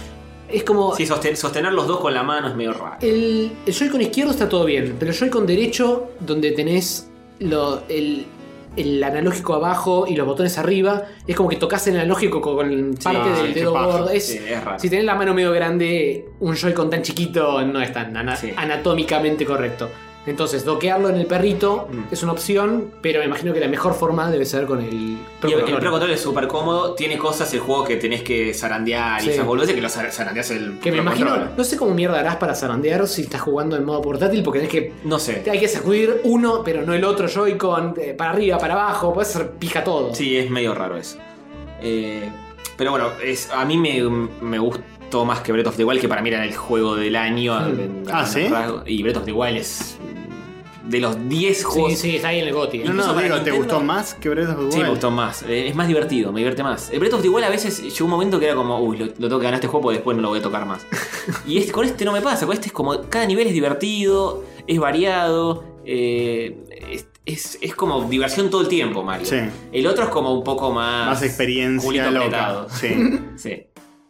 Es como.
Sí, sosten- sostener los dos con la mano es medio raro.
El, el Joy-Con izquierdo está todo bien, pero el Joy-Con derecho, donde tenés lo- el, el analógico abajo y los botones arriba, es como que tocas el analógico con, con parte
sí,
del
qué
dedo
paja.
gordo. Es-
Sí, Eh, es raro.
si tenés la mano medio grande, un Joy-Con tan chiquito no es tan ana-
Sí.
anatómicamente correcto. Entonces, doquearlo en el perrito
Mm.
es una opción, pero me imagino que la mejor forma debe ser con el Pro
Y el, el
Controller.
Pro Controller es súper cómodo, tiene cosas el juego que tenés que zarandear
Sí.
y esas boludeces que lo zar- zarandeas el
Que me
Pro
imagino,
Controller.
no sé cómo mierda harás para zarandear si estás jugando en modo portátil, porque tenés que
No sé.
Hay que sacudir uno, pero no el otro Joy-Con, eh, para arriba, para abajo, puede ser pija todo.
Sí, es medio raro eso. Eh, pero bueno, es, a mí me, me gustó más que Breath of the Wild, que para mí era el juego del año. en-
Ah,
en
¿sí?
rasgo. Y Breath of the Wild es de los 10
sí,
juegos.
sí, está ahí en el GOTI. ¿eh?
No,
Incluso
no,
para
digo, ¿te
Nintendo-
gustó más que Breath of the Wild?
Sí, me gustó más. Eh, Es más divertido, me divierte más. El Breath of the Wild a veces llegó un momento que era como, uy, lo, lo tengo que ganar este juego porque después no lo voy a tocar
*laughs*
más. y este, con este no me pasa, con este es como, cada nivel es divertido, es variado, eh, es, es- es como diversión todo el tiempo, Mario.
Sí.
El otro es como un poco más...
Más experiencia
culito
loca.
apretado. *laughs*
Sí.
Sí.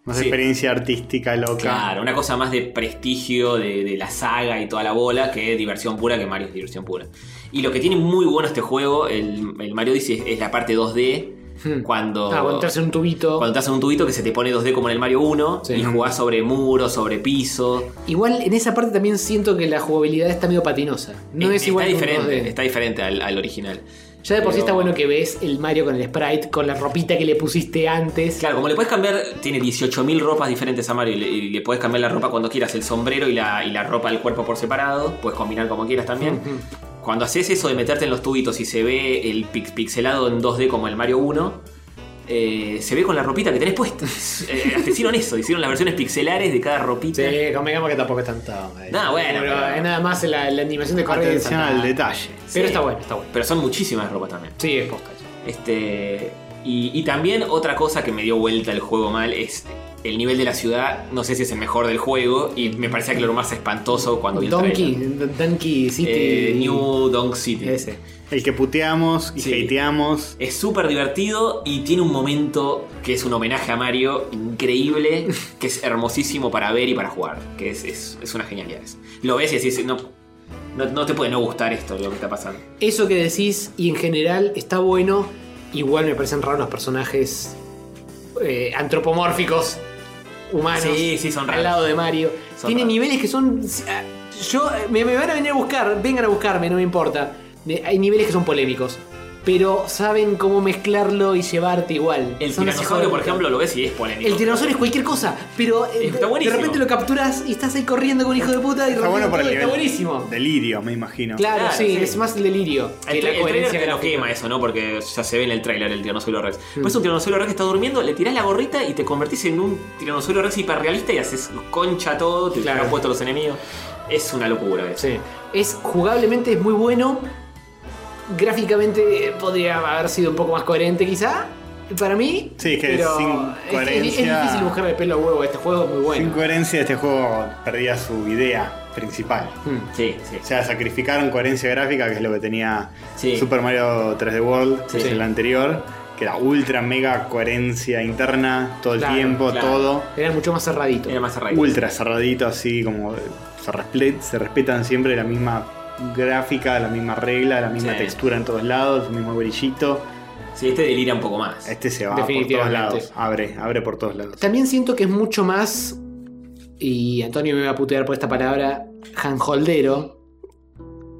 Más
Sí.
experiencia artística loca.
Claro, una cosa más de prestigio de, de la saga y toda la bola que diversión pura, que Mario es diversión pura. Y lo que tiene muy bueno este juego, el, el Mario dice, es, es la parte 2D.
Hmm.
Cuando,
Ah, bueno, entras en un tubito.
cuando te hacen un tubito que se te pone 2D como en el Mario 1
Sí.
y jugás sobre muros, sobre piso.
Igual en esa parte también siento que la jugabilidad está medio patinosa. No
Eh,
es igual que
está
un
diferente,
2D.
está diferente al, al original.
Ya de por sí
pero-
está bueno que ves el Mario con el sprite, con la ropita que le pusiste antes.
Claro, como le puedes cambiar, tiene 18.000 ropas diferentes a Mario y le, y le puedes cambiar la ropa cuando quieras, el sombrero y la, y la ropa del cuerpo por separado, puedes combinar como quieras también. Cuando haces eso de meterte en los tubitos y se ve el pix- pixelado en 2D como el Mario 1, eh, se ve con la ropita que tenés puesta. *laughs* Eh, hasta hicieron eso, hicieron las versiones pixelares de cada ropita.
Sí, convengamos que tampoco es tanto. eh.
No, bueno,
Pero,
pero-
eh, Nada más la, la animación de correr.
Atención
está-
al detalle.
Pero
Sí.
está bueno, está bueno.
Pero son muchísimas ropas también.
Sí, es posta. eso.
Este. Y, y también otra cosa que me dio vuelta el juego mal es el nivel de la ciudad. No sé si es el mejor del juego. Y me parecía que lo más espantoso cuando vi el
Donkey,
trailer.
Donkey City.
Eh, New Donk City.
Ese.
El que puteamos y
Sí.
hateamos.
Es súper divertido y tiene un momento que es un homenaje a Mario
*laughs*
increíble, que es hermosísimo para ver y para jugar. Que es, es- es una genialidad. eso. Lo ves y decís, no, no, no te puede no gustar esto, lo que está pasando.
Eso que decís y en general está bueno. Igual me parecen raros los personajes eh, antropomórficos humanos.
Sí, sí, son
Al
raros.
lado de Mario.
Son
Tiene
raros.
niveles que son. ah, Yo me, me van a venir a buscar, vengan a buscarme, no me importa. Eh, Hay niveles que son polémicos. Pero saben cómo mezclarlo y llevarte igual.
El
Son unos hijos
tiranosaurio,
de
por
puta.
ejemplo, lo ves y es polémico.
El tiranosaurio es cualquier cosa, pero eh,
Está
de
buenísimo.
repente lo capturas y estás ahí corriendo con un hijo de puta y
Está
rompiendo
bueno por el
todo,
nivel.
está buenísimo.
Delirio, me imagino.
Claro,
Claro,
sí,
sí.
es más el delirio
El,
que
tra-
la
el trailer
coherencia
te lo
gráfica.
quema eso, ¿no? Porque ya se ve en el trailer el tiranosaurio rex. Pero es un tiranosaurio rex que está durmiendo, le tirás la gorrita y te convertís en un tiranosaurio rex hiperrealista y haces concha todo, te
Claro.
claro. puesto los enemigos. Es una locura eso.
Sí. Es jugablemente es muy bueno. Gráficamente eh, podría haber sido un poco más coherente quizá. Para mí.
Sí, que
pero
sin
es- es- Es,
coherencia-
difícil buscarle pelo a huevo a este juego, es muy bueno.
Sin coherencia, este juego perdía su idea principal.
Mm.
Sí, sí.
O sea, sacrificaron coherencia gráfica, que es lo que tenía
Sí.
Super Mario 3D World,
Sí.
que es el anterior, que era ultra mega coherencia interna, todo el
Claro,
tiempo,
claro.
todo.
Era mucho más cerradito.
Era más arraigo.
Ultra cerradito, así como eh, se, resple- se respetan siempre la misma gráfica, la misma regla, la misma
Sí.
textura en todos lados, el mismo brillito.
Sí, este delira un poco más.
Este se va por todos
Definitivamente.
lados, abre, abre por todos lados.
También siento que es mucho más. Y Antonio me va a putear por esta palabra. Hanholdero.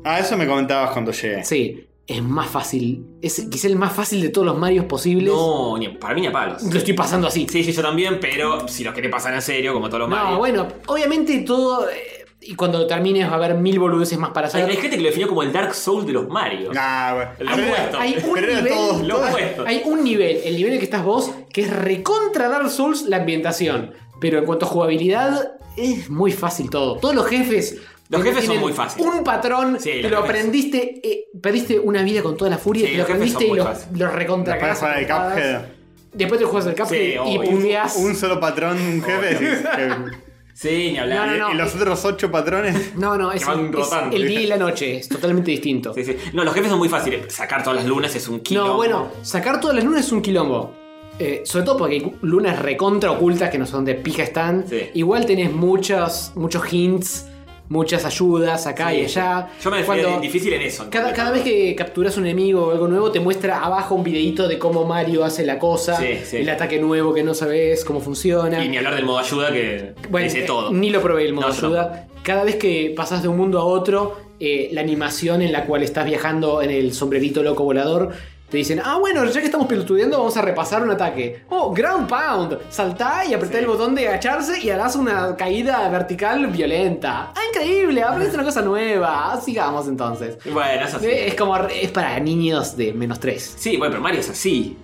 Ah, eso me comentabas cuando llegué.
Sí. Es más fácil. Es quizá el más fácil de todos los Marios posibles.
No, ni, para mí ni a palos.
Lo estoy pasando así.
Sí, sí, yo también, pero si los querés pasar en serio, como todos los
No,
Mario.
bueno, obviamente todo. eh, y cuando lo termines va a haber mil boludeces más para
Hay,
hacer.
hay gente que lo definió como el Dark Soul de los Mario.
Ah, bueno.
Lo
Pero era-
opuesto.
Hay un
pero era
nivel-
todo-
Lo
todo-
opuesto.
Hay un nivel, el nivel en el que estás vos, que es recontra Dark Souls la ambientación. Pero en cuanto a jugabilidad, es muy fácil todo. Todos los jefes.
Los jefes son
tienen
muy fáciles.
Un patrón,
Sí,
te
los
lo
jefes.
aprendiste, eh, perdiste una vida con toda la furia,
Sí,
te lo
los jefes son
aprendiste y
muy
los,
fáciles.
los recontra
Después jugar al
cagás a trompadas.
Cuphead.
Después te juegas el
Sí,
Cuphead y
obvio.
puteás.
Un solo patrón, un jefe. sí, que-
Sí, ni
No,
hablar.
no, no.
Y los otros ocho patrones.
No, no, es,
van
un- es
rotando.
el día y la noche, es totalmente distinto.
Sí, sí. No, los jefes son muy fáciles. Sacar todas las lunas es un kilo.
No, bueno, sacar todas las lunas es un quilombo. Eh, sobre todo porque hay cu- lunas recontra ocultas que no son de pija están.
Sí.
Igual tenés muchos, muchos hints, muchas ayudas acá y allá.
Yo me defendí
Cuando-
difícil en eso.
Cada, cada vez que capturas un enemigo o algo nuevo, te muestra abajo un videito de cómo Mario hace la cosa,
Sí, sí.
el ataque nuevo que no sabes cómo funciona.
Y ni hablar del modo ayuda que
Bueno,
dice
eh,
todo.
Ni lo probé el modo
No, yo
ayuda. Cada vez que pasas de un mundo a otro, eh, la animación en la cual estás viajando en el sombrerito loco volador, te dicen, ah, bueno, ya que estamos pelotudeando, vamos a repasar un ataque. Oh, ground pound. Saltá y apretá el botón de agacharse y harás una caída vertical violenta. Ah, increíble, aprendiste una cosa nueva. Sigamos entonces.
Bueno, eso sí.
Eh, Es como, es para niños de menos 3.
Sí, bueno, pero Mario es así.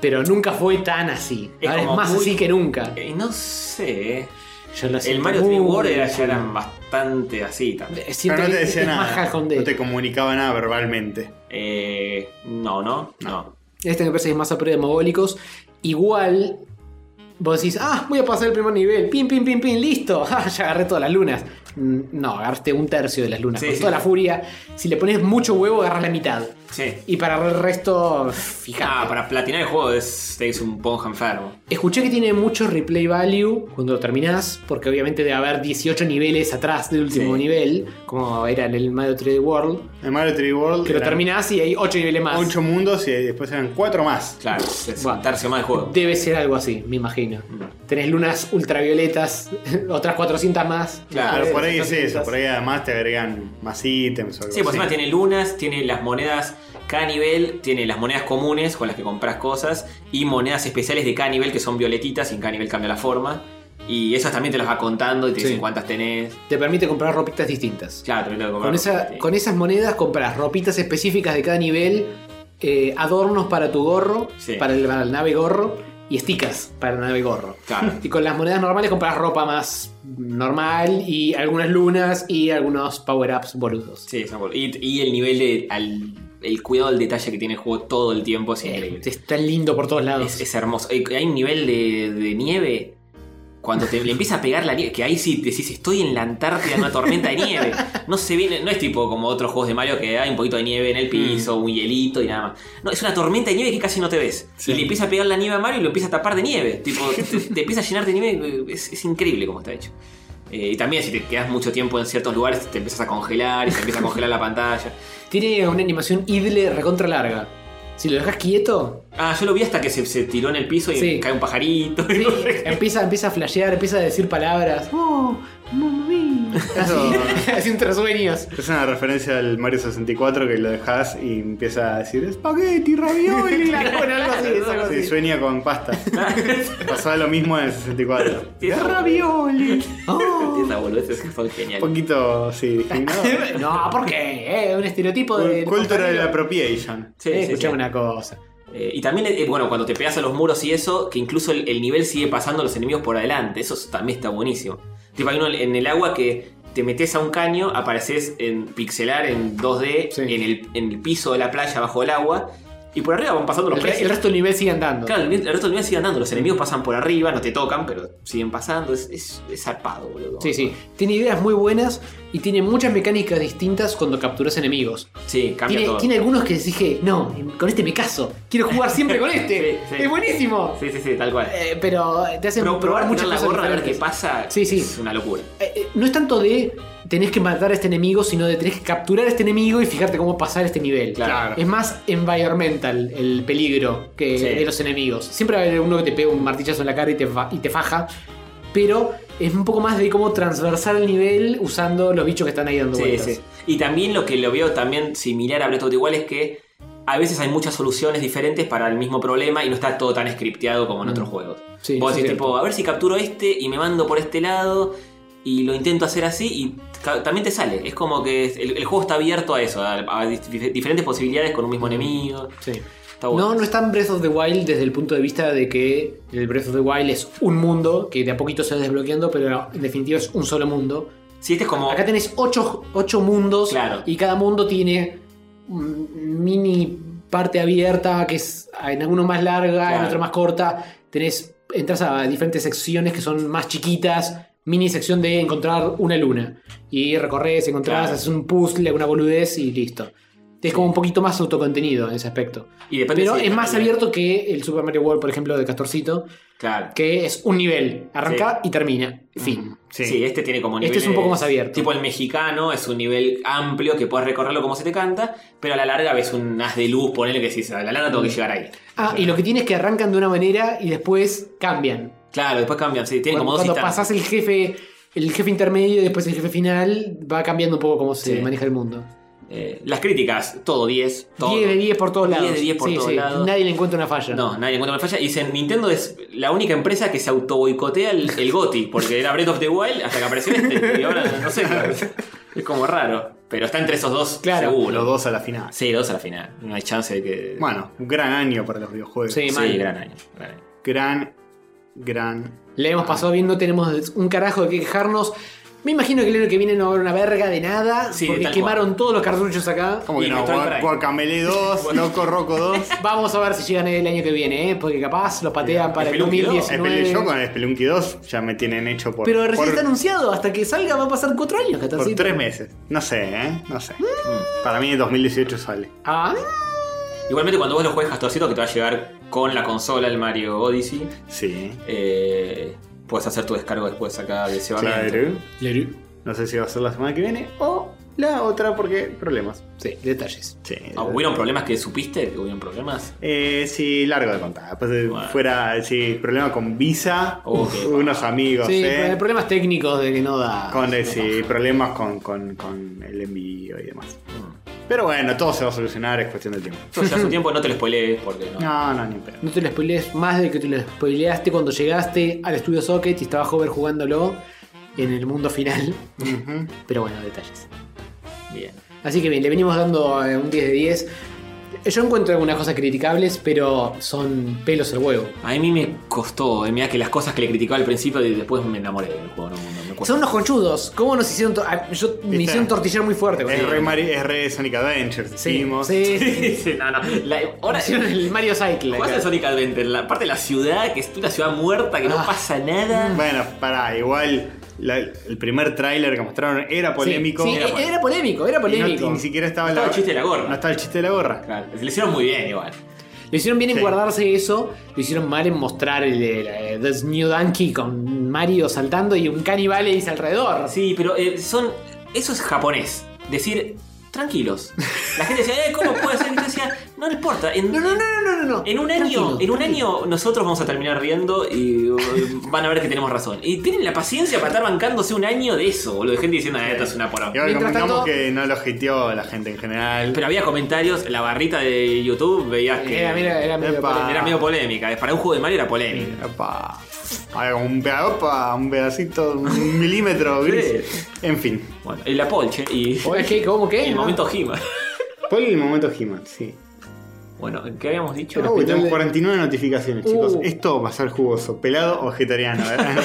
Pero nunca fue tan así.
Es
Ahora Es,
como
más
muy-
así que nunca.
Eh, no sé.
Yo lo
El
siento Uh,
Mario
muy
3 World era,
así.
ya eran bastante así también.
Siento
Pero no
que
te
este
decía
es más
nada.
jajón de-
No te comunicaba nada verbalmente.
Eh, no, no, no.
Este me parece que es más a prueba de mogólicos. Igual, vos decís, ah, voy a pasar el primer nivel. Pin, pin, pin, pin, listo. *laughs* Ah, ya agarré todas las lunas. Mm, No, agarraste un tercio de las lunas.
Sí,
con
sí.
toda la furia. Si le pones mucho huevo, agarras la mitad.
Sí.
Y para el resto, fijate.
Ah, para platinar el juego es, es un ponja enfermo.
Escuché que tiene mucho replay value cuando lo terminás, porque obviamente debe haber 18 niveles atrás del último
Sí.
nivel, como era en el Mario 3D World.
En Mario 3D World.
Que lo
eran
terminás y hay 8 niveles más.
Ocho mundos y después eran cuatro más.
Claro, es
Bueno.
un tercio más del juego.
Debe ser algo así, me imagino.
Mm.
Tenés lunas ultravioletas, *laughs* otras 400 más.
Claro,
Pero por ahí es
400.
eso. Por ahí además te agregan más ítems o algo
Sí, pues, por
así.
encima tiene lunas, tiene las monedas. Cada nivel tiene las monedas comunes con las que compras cosas y monedas especiales de cada nivel que son violetitas y en cada nivel cambia la forma. Y esas también te las va contando y te
Sí.
dicen cuántas tenés.
Te permite comprar ropitas distintas.
Claro, también tengo que
Con,
comprar.
esa-
Sí.
con esas monedas compras ropitas específicas de cada nivel, eh, adornos para tu gorro,
Sí.
para, el, para el nave gorro y esticas para el nave gorro.
Claro.
Y con las monedas normales compras ropa más normal y algunas lunas y algunos power-ups boludos.
Sí, es una bol- y, y el nivel de. al- el cuidado del detalle que tiene el juego todo el tiempo es
Eh,
increíble.
es tan lindo por todos lados.
Es, es hermoso. Hay, hay un nivel de, de nieve. Cuando te le empieza a pegar la nieve, que ahí sí decís, estoy en la Antártida en una tormenta de nieve. No se ve, no es tipo como otros juegos de Mario que hay un poquito de nieve en el piso,
Mm.
un hielito y nada más. No, es una tormenta de nieve que casi no te ves. Y le empieza a pegar la nieve a Mario y lo empieza a tapar de nieve. Tipo,
*laughs*
te, te empieza a llenar de nieve. Es, es increíble como está hecho. Eh, y también si te quedas mucho tiempo en ciertos lugares, te empiezas a congelar y se empieza a congelar la pantalla.
Tiene una animación idle recontra larga. Si lo dejas quieto,
Ah, yo lo vi hasta que se, se tiró en el piso y
Sí.
cae un pajarito.
sí, empieza, empieza a flashear, empieza a decir palabras. Oh, mamma *laughs* mia.
Eso-
Así, así entre sueños.
*laughs*
Es una referencia al Mario 64 que lo dejas y empieza a decir espagueti, ravioli.
*laughs* Bueno, algo así, es algo
Sí,
así.
sueña con
*laughs*
pasta. Pasaba lo mismo en el 64.
Esa-
Ravioli. Oh.
*laughs* Esa boludez es- son
Un
genial.
poquito, sí,
*laughs*
discriminado.
No, ¿por qué? Eh, un estereotipo de.
Cultural
compañero.
appropriation.
Sí,
Eh,
sí,
escuchame
sí.
una cosa.
Eh, y también, eh, bueno, cuando te pegas a los muros y eso, que incluso el, el nivel sigue pasando a los enemigos por adelante. Eso es- también está buenísimo. Tipo, hay uno en el agua que te metes a un caño, apareces en pixelar en 2D,
Sí.
en, el, en el piso de la playa bajo el agua, y por arriba van pasando los
El, re-
peces.
el resto del nivel sigue andando.
Claro, el, el resto del nivel sigue andando. Los enemigos pasan por arriba, no te tocan, pero siguen pasando. Es, es, es zarpado, boludo.
Sí, sí. Tiene ideas muy buenas y tiene muchas mecánicas distintas cuando capturas enemigos.
Sí, cambia
Tiene,
todo.
tiene algunos que dije, no, con este me caso. Quiero jugar siempre con este.
*laughs* Sí, sí.
Es buenísimo.
Sí, sí, sí, tal cual.
Eh, pero te hacen
Pero probar mucho
muchas
la
cosas
gorra a ver qué
diferentes.
pasa
Sí, sí.
es una locura.
Eh, eh, no es tanto de tenés que matar a este enemigo, sino de tenés que capturar a este enemigo y fijarte cómo pasar este nivel.
Claro.
Es más environmental el peligro que
Sí.
de los enemigos. Siempre va a haber uno que te pega un martillazo en la cara y te, fa- y te faja, pero es un poco más de cómo transversar el nivel usando los bichos que están ahí dando
Sí,
vueltas.
sí. Y también lo que lo veo también similar a Breath of the Wild es que a veces hay muchas soluciones diferentes para el mismo problema y no está todo tan scripteado como en
Mm.
otros juegos.
Sí,
Vos
sí,
decís,
cierto.
tipo, a ver si capturo este y me mando por este lado y lo intento hacer así y ca- también te sale. Es como que es- el, el juego está abierto a eso, a, a dif- diferentes posibilidades con un mismo enemigo.
Sí.
Está bueno.
Mm. No, no está en Breath of the Wild desde el punto de vista de que el Breath of the Wild es un mundo que de a poquito se va desbloqueando, pero en definitiva es un solo mundo.
Sí, este es como...
Acá tenés ocho, ocho mundos
Claro.
y cada mundo tiene mm, mini parte abierta que es en alguno más larga, en
Claro.
otro más corta. Tenés, entras a diferentes secciones que son más chiquitas, mini sección de encontrar una luna. Y recorres, encontrás,
Claro.
haces un puzzle, alguna boludez y listo. Es como un poquito más autocontenido en ese aspecto.
y depende
Pero
si-
es más abierto que el Super Mario World, por ejemplo, de Castorcito,
Claro.
que es un nivel. Arranca y termina. Fin.
Sí. este tiene como
Este es un
niveles-
poco más abierto.
Tipo el mexicano, es un nivel amplio que puedes recorrerlo como se te canta, pero a la larga ves un haz de luz, ponele que decís, a la larga tengo que llegar ahí.
Ah, y lo que tiene es que arrancan de una manera y después cambian.
Claro, después cambian, sí, tienen como
cuando
dos
cuando
instancias.
pasás el jefe, el jefe intermedio y después el jefe final, va cambiando un poco cómo se
Sí.
maneja el mundo.
Eh, las críticas, todo 10. Todo.
10 de 10 por todos
10
lados.
de 10 por
Sí,
todos
sí.
lados.
Nadie le encuentra una falla.
No, nadie encuentra una falla. Y dicen, Nintendo es la única empresa que se auto boicotea el, el GOTI, porque era Breath of the Wild hasta que apareció este. Y ahora no sé. claro, Es como raro. Pero está entre esos dos,
Claro,
seguro.
Los dos a la final.
Sí, dos a la final. No hay chance de que.
Bueno, Este, un gran año para los videojuegos.
Sí,
sí,
mal.
gran año. gran año.
Gran, gran.
Le hemos pasado bien, no tenemos un carajo de qué quejarnos. Me imagino que el año que viene no va a haber una verga de nada,
Sí,
porque
tal
quemaron todos los cartuchos acá.
¿Cómo que
Y
no?
Metroid
Gua-
Prime.
Guacamele 2, Loco
*laughs*
Roco 2.
Vamos a ver si llegan el año que viene, ¿eh? porque capaz lo patean para el
Spelunky dos.
Espel- Yo
2019.
con el Spelunky 2 ya me tienen hecho por.
Pero recién
por-
está anunciado, hasta que salga va a pasar cuatro años,
Por
Catorcito.
tres meses. No sé, ¿eh? No sé. Para mí en 2018 sale.
Ah,
Igualmente, cuando vos lo juegues Castorcito, que te va a llegar con la consola el Mario Odyssey,
Sí.
eh, puedes hacer tu descargo después acá de ese barrio.
Claro. No sé si va a ser la semana que viene o la otra porque problemas.
sí, detalles.
Sí.
Ah, ¿Hubieron problemas que supiste? que ¿Hubieron problemas?
Eh, sí, largo de contar. Pues eh,
Bueno.
fuera, sí, problema con visa,
Ok, pues,
uf,
va.
unos amigos,
Sí,
eh.
pero problemas técnicos de que no da.
Con eh, sí, problemas con, con- con el envío y demás. Pero bueno, todo se va a solucionar, es cuestión de tiempo.
Yo ya hace un tiempo no te lo spoilees porque no.
No, no, ni un pedo.
No te lo spoilees más de que te lo spoileaste cuando llegaste al estudio Socket y estaba Hover jugándolo en el mundo final.
Ujú.
*laughs* Pero bueno, detalles.
Bien.
Así que bien, le venimos dando eh, un 10 de 10. Yo encuentro algunas cosas criticables, pero son pelos al huevo.
A mí me costó, eh, mirá que las cosas que le criticaba al principio y después me enamoré del juego, no, no me cuesta.
Son unos conchudos. ¿Cómo nos hicieron? to- ah, Yo me
¿Viste?
hicieron tortillar muy fuerte. con
Es
eso.
re, Mari- es re Sonic Adventures,
sí,
hicimos.
sí, *laughs* sí.
*laughs*
Sí, no, no. La-
Me
ahora,
hicieron el Mario Cycle.
¿Cuál
acá.
es Sonic Adventure? La parte de la ciudad, que es una ciudad muerta, que no
Ah.
pasa nada.
Bueno, pará, igual la- el primer tráiler que mostraron era
Sí,
polémico.
sí,
Era
era, polémico, era
Y no-
polémico.
y ni siquiera estaba,
No estaba
la-
el chiste de la gorra.
No estaba el chiste de la gorra.
Claro, Le hicieron muy bien igual.
Lo hicieron bien en
Sí.
guardarse eso, lo hicieron mal en mostrar el, el, el This New Donkey con Mario saltando y un caníbal le dice alrededor.
Sí, pero eh, son. Eso es japonés. Decir. "Tra- tranquilos. La gente decía, eh, ¿cómo puede ser? Y yo decía, no le importa. En,
No, no, no, no, no, no.
En un
Tranquilo,
año, en un
tranquilo.
año nosotros vamos a terminar riendo y uh, van a ver que tenemos razón. Y tienen la paciencia para estar bancándose un año de eso, boludo. De gente diciendo, ah, esto es una
Y
poronga.
ahora
Mientras
convengamos
tanto-
que no lo hiteó la gente en general.
Pero había comentarios, en la barrita de YouTube veías que
Era, mira, era medio
Epa.
polémico.
era medio polémica. Para un juego de Mario era polémica.
Opa. Ahora como un, peda- opa, un pedacito, un milímetro gris. En fin.
Bueno, y la polche y *laughs*
Oye, ¿qué? ¿Cómo qué?
el momento Hima.
Por el momento He-Man, sí.
Bueno, ¿qué habíamos dicho?
Uy, tenemos 49 notificaciones, chicos.
Uh.
Esto va a ser jugoso, pelado o vegetariano, ¿verdad?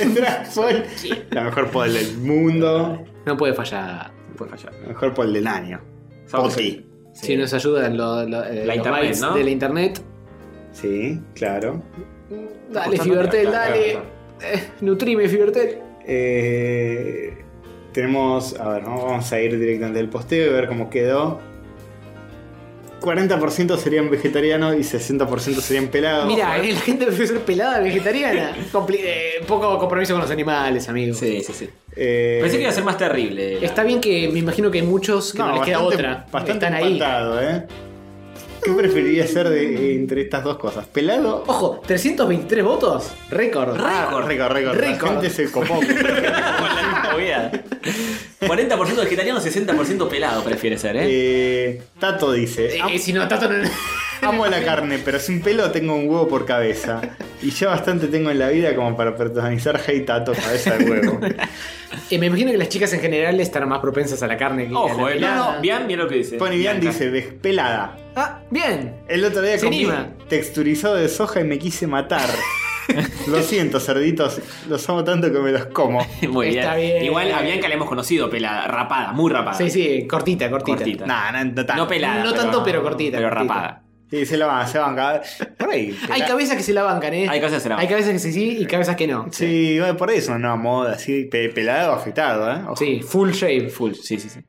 Entra Sol, la mejor poll del mundo,
No puede fallar.
Puede fallar.
la mejor poll del año.
Sabemos
Poti.
Si nos ayudan lo- lo- eh,
La
los
internet,
bytes
¿no?
de la internet.
Sí, claro.
Dale, Fibertel,
claro,
dale.
claro,
Eh, nutrime, Fibertel.
Eh, tenemos, a ver, ¿no? vamos a ir directamente del posteo y ver cómo quedó. 40% serían vegetarianos y 60% serían pelados.
Mira, eh, la gente *laughs* prefiere ser pelada vegetariana. Compli- eh, poco compromiso con los animales, amigo.
Sí, sí, sí.
Eh,
Pensé que iba a ser más terrible. la-
Está bien que me imagino que hay muchos que no, les queda
bastante-
otra.
Bastante
Están ahí.
empatado, ¿eh? ¿Qué preferirías ser de, eh, entre estas dos cosas? ¿Pelado o
Ojo, 323 votos. Récord.
Récord.
rico, rico? La
Récord.
gente se
*laughs*
copó.
Obvia. 40% vegetariano, 60% pelado prefiere ser, ¿eh?
Eh, Tato dice:
Eh,
"Am-
eh, si no,
Ah.
Tato no. *laughs*
Amo la carne, pero sin pelo tengo un huevo por cabeza. Y ya bastante tengo en la vida como para protagonizar Hey Tato, cabeza de huevo.
Eh, me imagino que las chicas en general están más propensas a la carne que a
Ojo,
la
eh.
pelada.
No, no, bien, bien lo que dice.
Pony Bian
Bianca.
dice: "Ve- Pelada.
Ah, bien.
El otro día
Se
comí
anima.
texturizado de soja y me
*laughs*
quise matar. Lo siento, cerditos. Los amo tanto que me
*laughs*
los como.
Muy
Está bien.
Igual a Bianca la hemos conocido pelada, rapada, muy rapada.
Sí, sí, cortita, cortita.
Cortita.
Nah, no, no,
No pelada.
No tanto, pero cortita,
Pero
cortita.
rapada.
Sí, se la van, se van. cada- Por ahí.
Hay cabezas que se la bancan, ¿eh?
Hay cabezas que se la bancan.
Hay cabezas que sí, sí y cabezas que no.
Sí, bueno, por ahí es una nueva moda, así, pe- pelado o afectado, ¿eh? Ojo.
Sí, full shape.
Full, sí, sí, sí.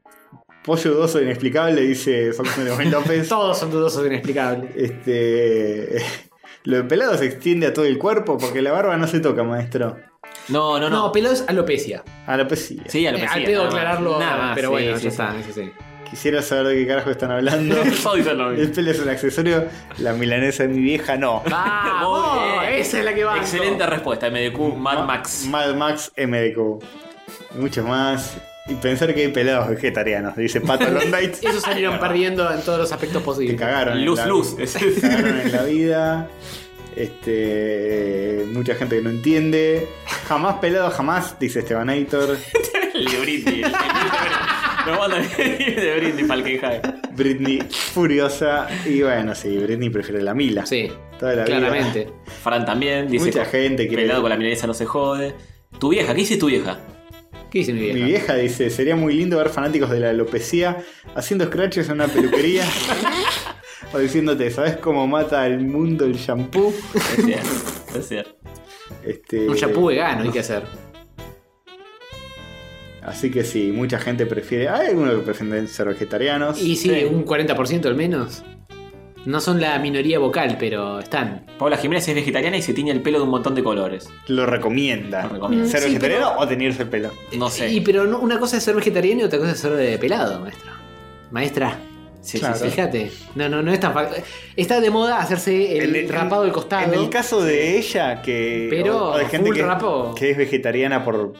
Pollo dudoso e inexplicable, dice Facundo León
*laughs*
López.
Todos son dudosos e inexplicables.
este. *laughs* Lo de pelado se extiende a todo el cuerpo porque la barba no se toca, maestro. Ah, pues
No, no,
No,
no.
pelado es alopecia.
A la pesilla.
sí, a lo
Eh,
que
al
sea,
pedo
nada más.
aclararlo,
Nada más,
pero
sí,
bueno,
sí,
ya
sí.
está.
*laughs*
sí, sí.
Quisiera saber de qué carajo están hablando.
Soy solo.
el pelo es un accesorio, la milanesa de mi vieja no.
¡Vamos! eh.
Muy bien.
Esa es la que va.
Excelente respuesta, MDQ Mad Max.
Mad Max MDQ. Muchos más. Y pensar que hay pelados vegetarianos,
*laughs*
dice Pato Londite.
Esos salieron perdiendo en todos los aspectos
Te
posibles.
cagaron. en
Luz,
la-
luz. *laughs*
Te cagaron en la vida. Este. Mucha gente que no entiende. Jamás pelado, jamás, dice Estebanator.
El de Britney. el- el- Nos mandan el de Britney para el que cae.
Britney furiosa. Y bueno, sí, Britney prefiere la Mila.
Sí,
Toda la vida.
claramente.
Fran también dice.
Mucha
que
gente quiere-
Pelado con la milanesa no se jode. Tu vieja, ¿qué dice tu vieja?
¿Qué dice mi vieja?
Mi vieja dice: sería muy lindo ver fanáticos de la alopecia haciendo scratches en una peluquería. *laughs* o diciéndote, ¿sabes cómo mata al mundo el shampoo?
Es cierto, es cierto.
Este,
Un shampoo vegano hay que hacer.
Así que sí, mucha gente prefiere. Hay algunos que prefieren ser vegetarianos.
Y sí,
Sí.
un 40% al menos. No son la minoría vocal, pero están.
Paula Jiménez es vegetariana y se tiñe el pelo de un montón de colores.
lo recomienda.
Lo recomienda.
¿Ser
Sí,
vegetariano o tenerse pelo?
No sé.
Y pero no- una cosa es ser vegetariano y otra cosa es ser de pelado, maestro. Maestra.
Sí, sí,
Claro.
sí.
Fíjate, no, no, no es tan fácil. Está de moda hacerse el,
En- en-
rapado del costado.
En el caso de ella, que.
Pero,
o de gente
full
que,
rapo.
que es vegetariana por,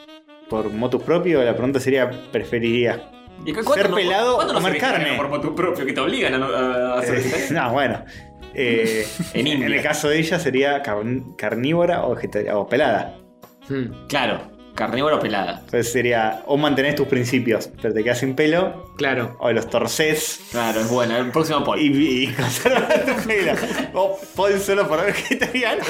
por motus propio, la pregunta sería: ¿preferirías?
¿Y cu-
Ser
cuándo no-
pelado
cuándo no
comer
se vegetariano
carne.
Por motu propio, que te obligan a, no- a- a hacer
Eh, *laughs* no, bueno. Eh,
En India.
el caso de ella sería carn- carnívora o, vegetariana, o pelada.
Mm,
Claro, carnívoro pelada.
Entonces sería: o mantenés tus principios, pero te quedas sin pelo,
claro.
o los torcés.
Claro, es bueno. El próximo poll.
Y, *laughs* y conservar tu pelo. O pon solo para vegetariano.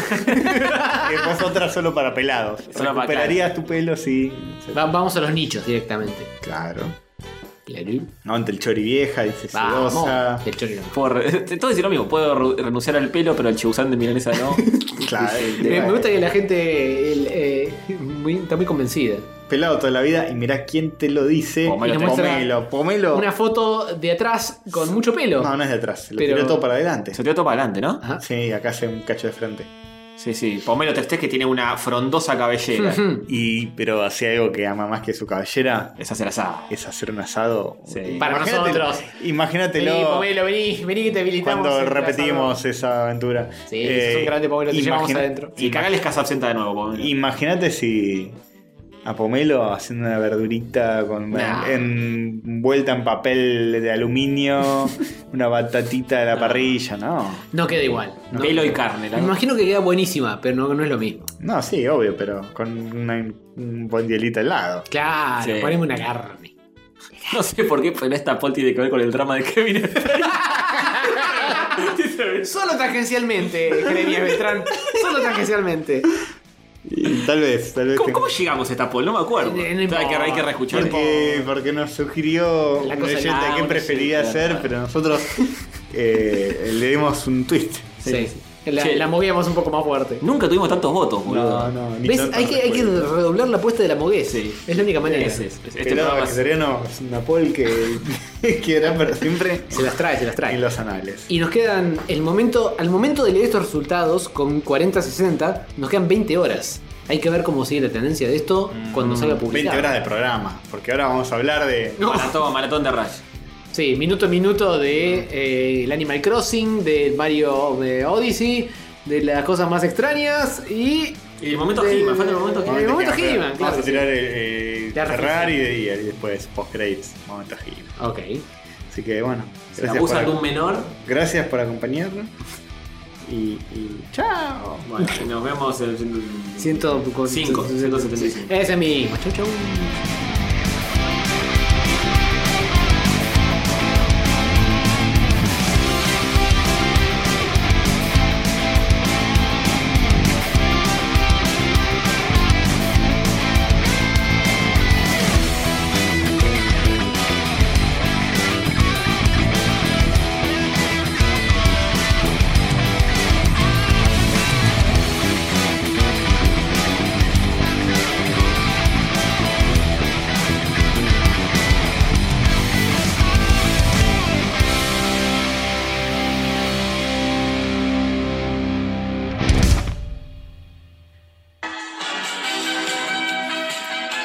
y después otra solo para pelados.
Solo para-
Recuperarías tu pelo, sí.
Va- vamos a los nichos directamente.
Claro.
Claro.
No, ante el chori vieja, dice sedosa.
Vamos. El chorino.
Por, *laughs* todo decir lo mismo. Puedo ru- renunciar al pelo, pero el chibuzán de milanesa
*laughs*
no.
Claro.
Me, me gusta que la gente el, eh, muy- está muy convencida.
Pelado toda la vida y mirá quién te lo dice.
Pomelo
Y
te-
pomelo. pomelo.
Una foto de atrás con mucho pelo.
No, no es de atrás. Se lo
Pero-
tiró todo para adelante.
Se te va todo para adelante, ¿no?
Ajá.
Sí, acá hace un cacho de frente.
Sí, sí. Pomelo Testés que tiene *laughs* una frondosa cabellera.
Y, pero hacía algo que ama más que su cabellera.
Esa se la sabe.
Es hacer un asado. Eh,
Sí.
Para
Imagínate-
nosotros.
Imagínatelo.
Vení, Pomelo, vení, vení que te habilitamos.
Cuando
el
repetimos eh,
asado.
esa aventura.
Sí, sos un grande, Pomelo, te llevamos adentro.
Y cagales casa absenta de nuevo, Pomelo.
Imagínate si a Pomelo haciendo una verdurita con
Nah.
en- envuelta en papel de
*laughs*
aluminio, una batatita de la parrilla, no.
No queda igual. No.
Pelo y carne. la-
Me imagino que queda buenísima, pero no, no es lo mismo.
No, sí, obvio, pero con una- un buen hielito al lado.
Claro,
Sí.
poneme una carne.
No sé por qué, pero esta pol tiene que ver con el drama de
*laughs*
Kevin.
Solo tangencialmente, Jeremías Beltrán. Solo tangencialmente.
Y tal vez, tal vez.
¿Cómo,
tenga-
cómo llegamos a esta pol? No me acuerdo.
Eh, no
Hay que, hay que reescuchar.
Porque, porque nos sugirió
La
un
cosa
oyente
del
qué
agua,
prefería
sí,
hacer,
claro.
pero nosotros eh, le dimos un twist.
Sí.
sí.
La,
Che.
la movíamos un poco más fuerte.
Nuntos. Nunca tuvimos tantos votos, boludo.
No, no, ni
¿Ves?
tanto
Hay que, hay que
recuerdo.
redoblar la apuesta de la moguez.
Sí.
Es la única manera.
Ese es- este
Pelado
programa es-
vegetariano es una pol que *laughs* quedará
*laughs*
para siempre
Se las trae, se las trae.
en los anales.
Y nos quedan, el momento, al momento de leer estos resultados, con 40-60, nos quedan 20 horas. Hay que ver cómo sigue la tendencia de esto cuando salga publicado.
20 Mm, horas de programa, porque ahora vamos a hablar de.
No.
Maratón, maratón de Rush.
Sí, minuto a minuto de eh, el Animal Crossing, del Mario eh, Odyssey, de las cosas más extrañas y...
Y el momento
del-
He-Man, falta el momento
El
He-Man.
momento
que-
He-Man, claro.
Vamos a tirar el, eh,
La
Ferrari y, y después post-credits, momento He-Man.
Ok.
Así que bueno,
Se
gracias por,
abusa de
ac-
un menor.
gracias por acompañarnos. Y, y chao.
Bueno, nos vemos el. el-
100
Cinco, 175.
Ese mismo. Chau, chau.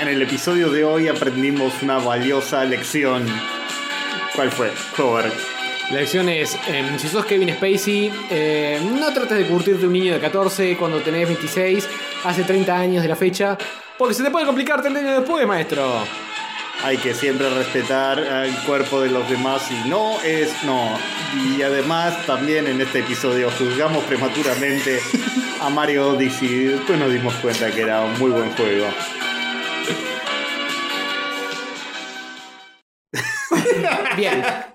En el episodio de hoy aprendimos una valiosa lección. ¿Cuál fue? Hover.
La lección es, em, si sos Kevin Spacey, eh, no trates de curtirte un niño de 14 cuando tenés 26, hace 30 años de la fecha, porque se te puede complicar 30 años después, maestro.
Hay que siempre respetar el cuerpo de los demás y no es no. Y además también en este episodio juzgamos prematuramente a Mario Odyssey. Después nos dimos cuenta que era un muy buen juego.
Bien,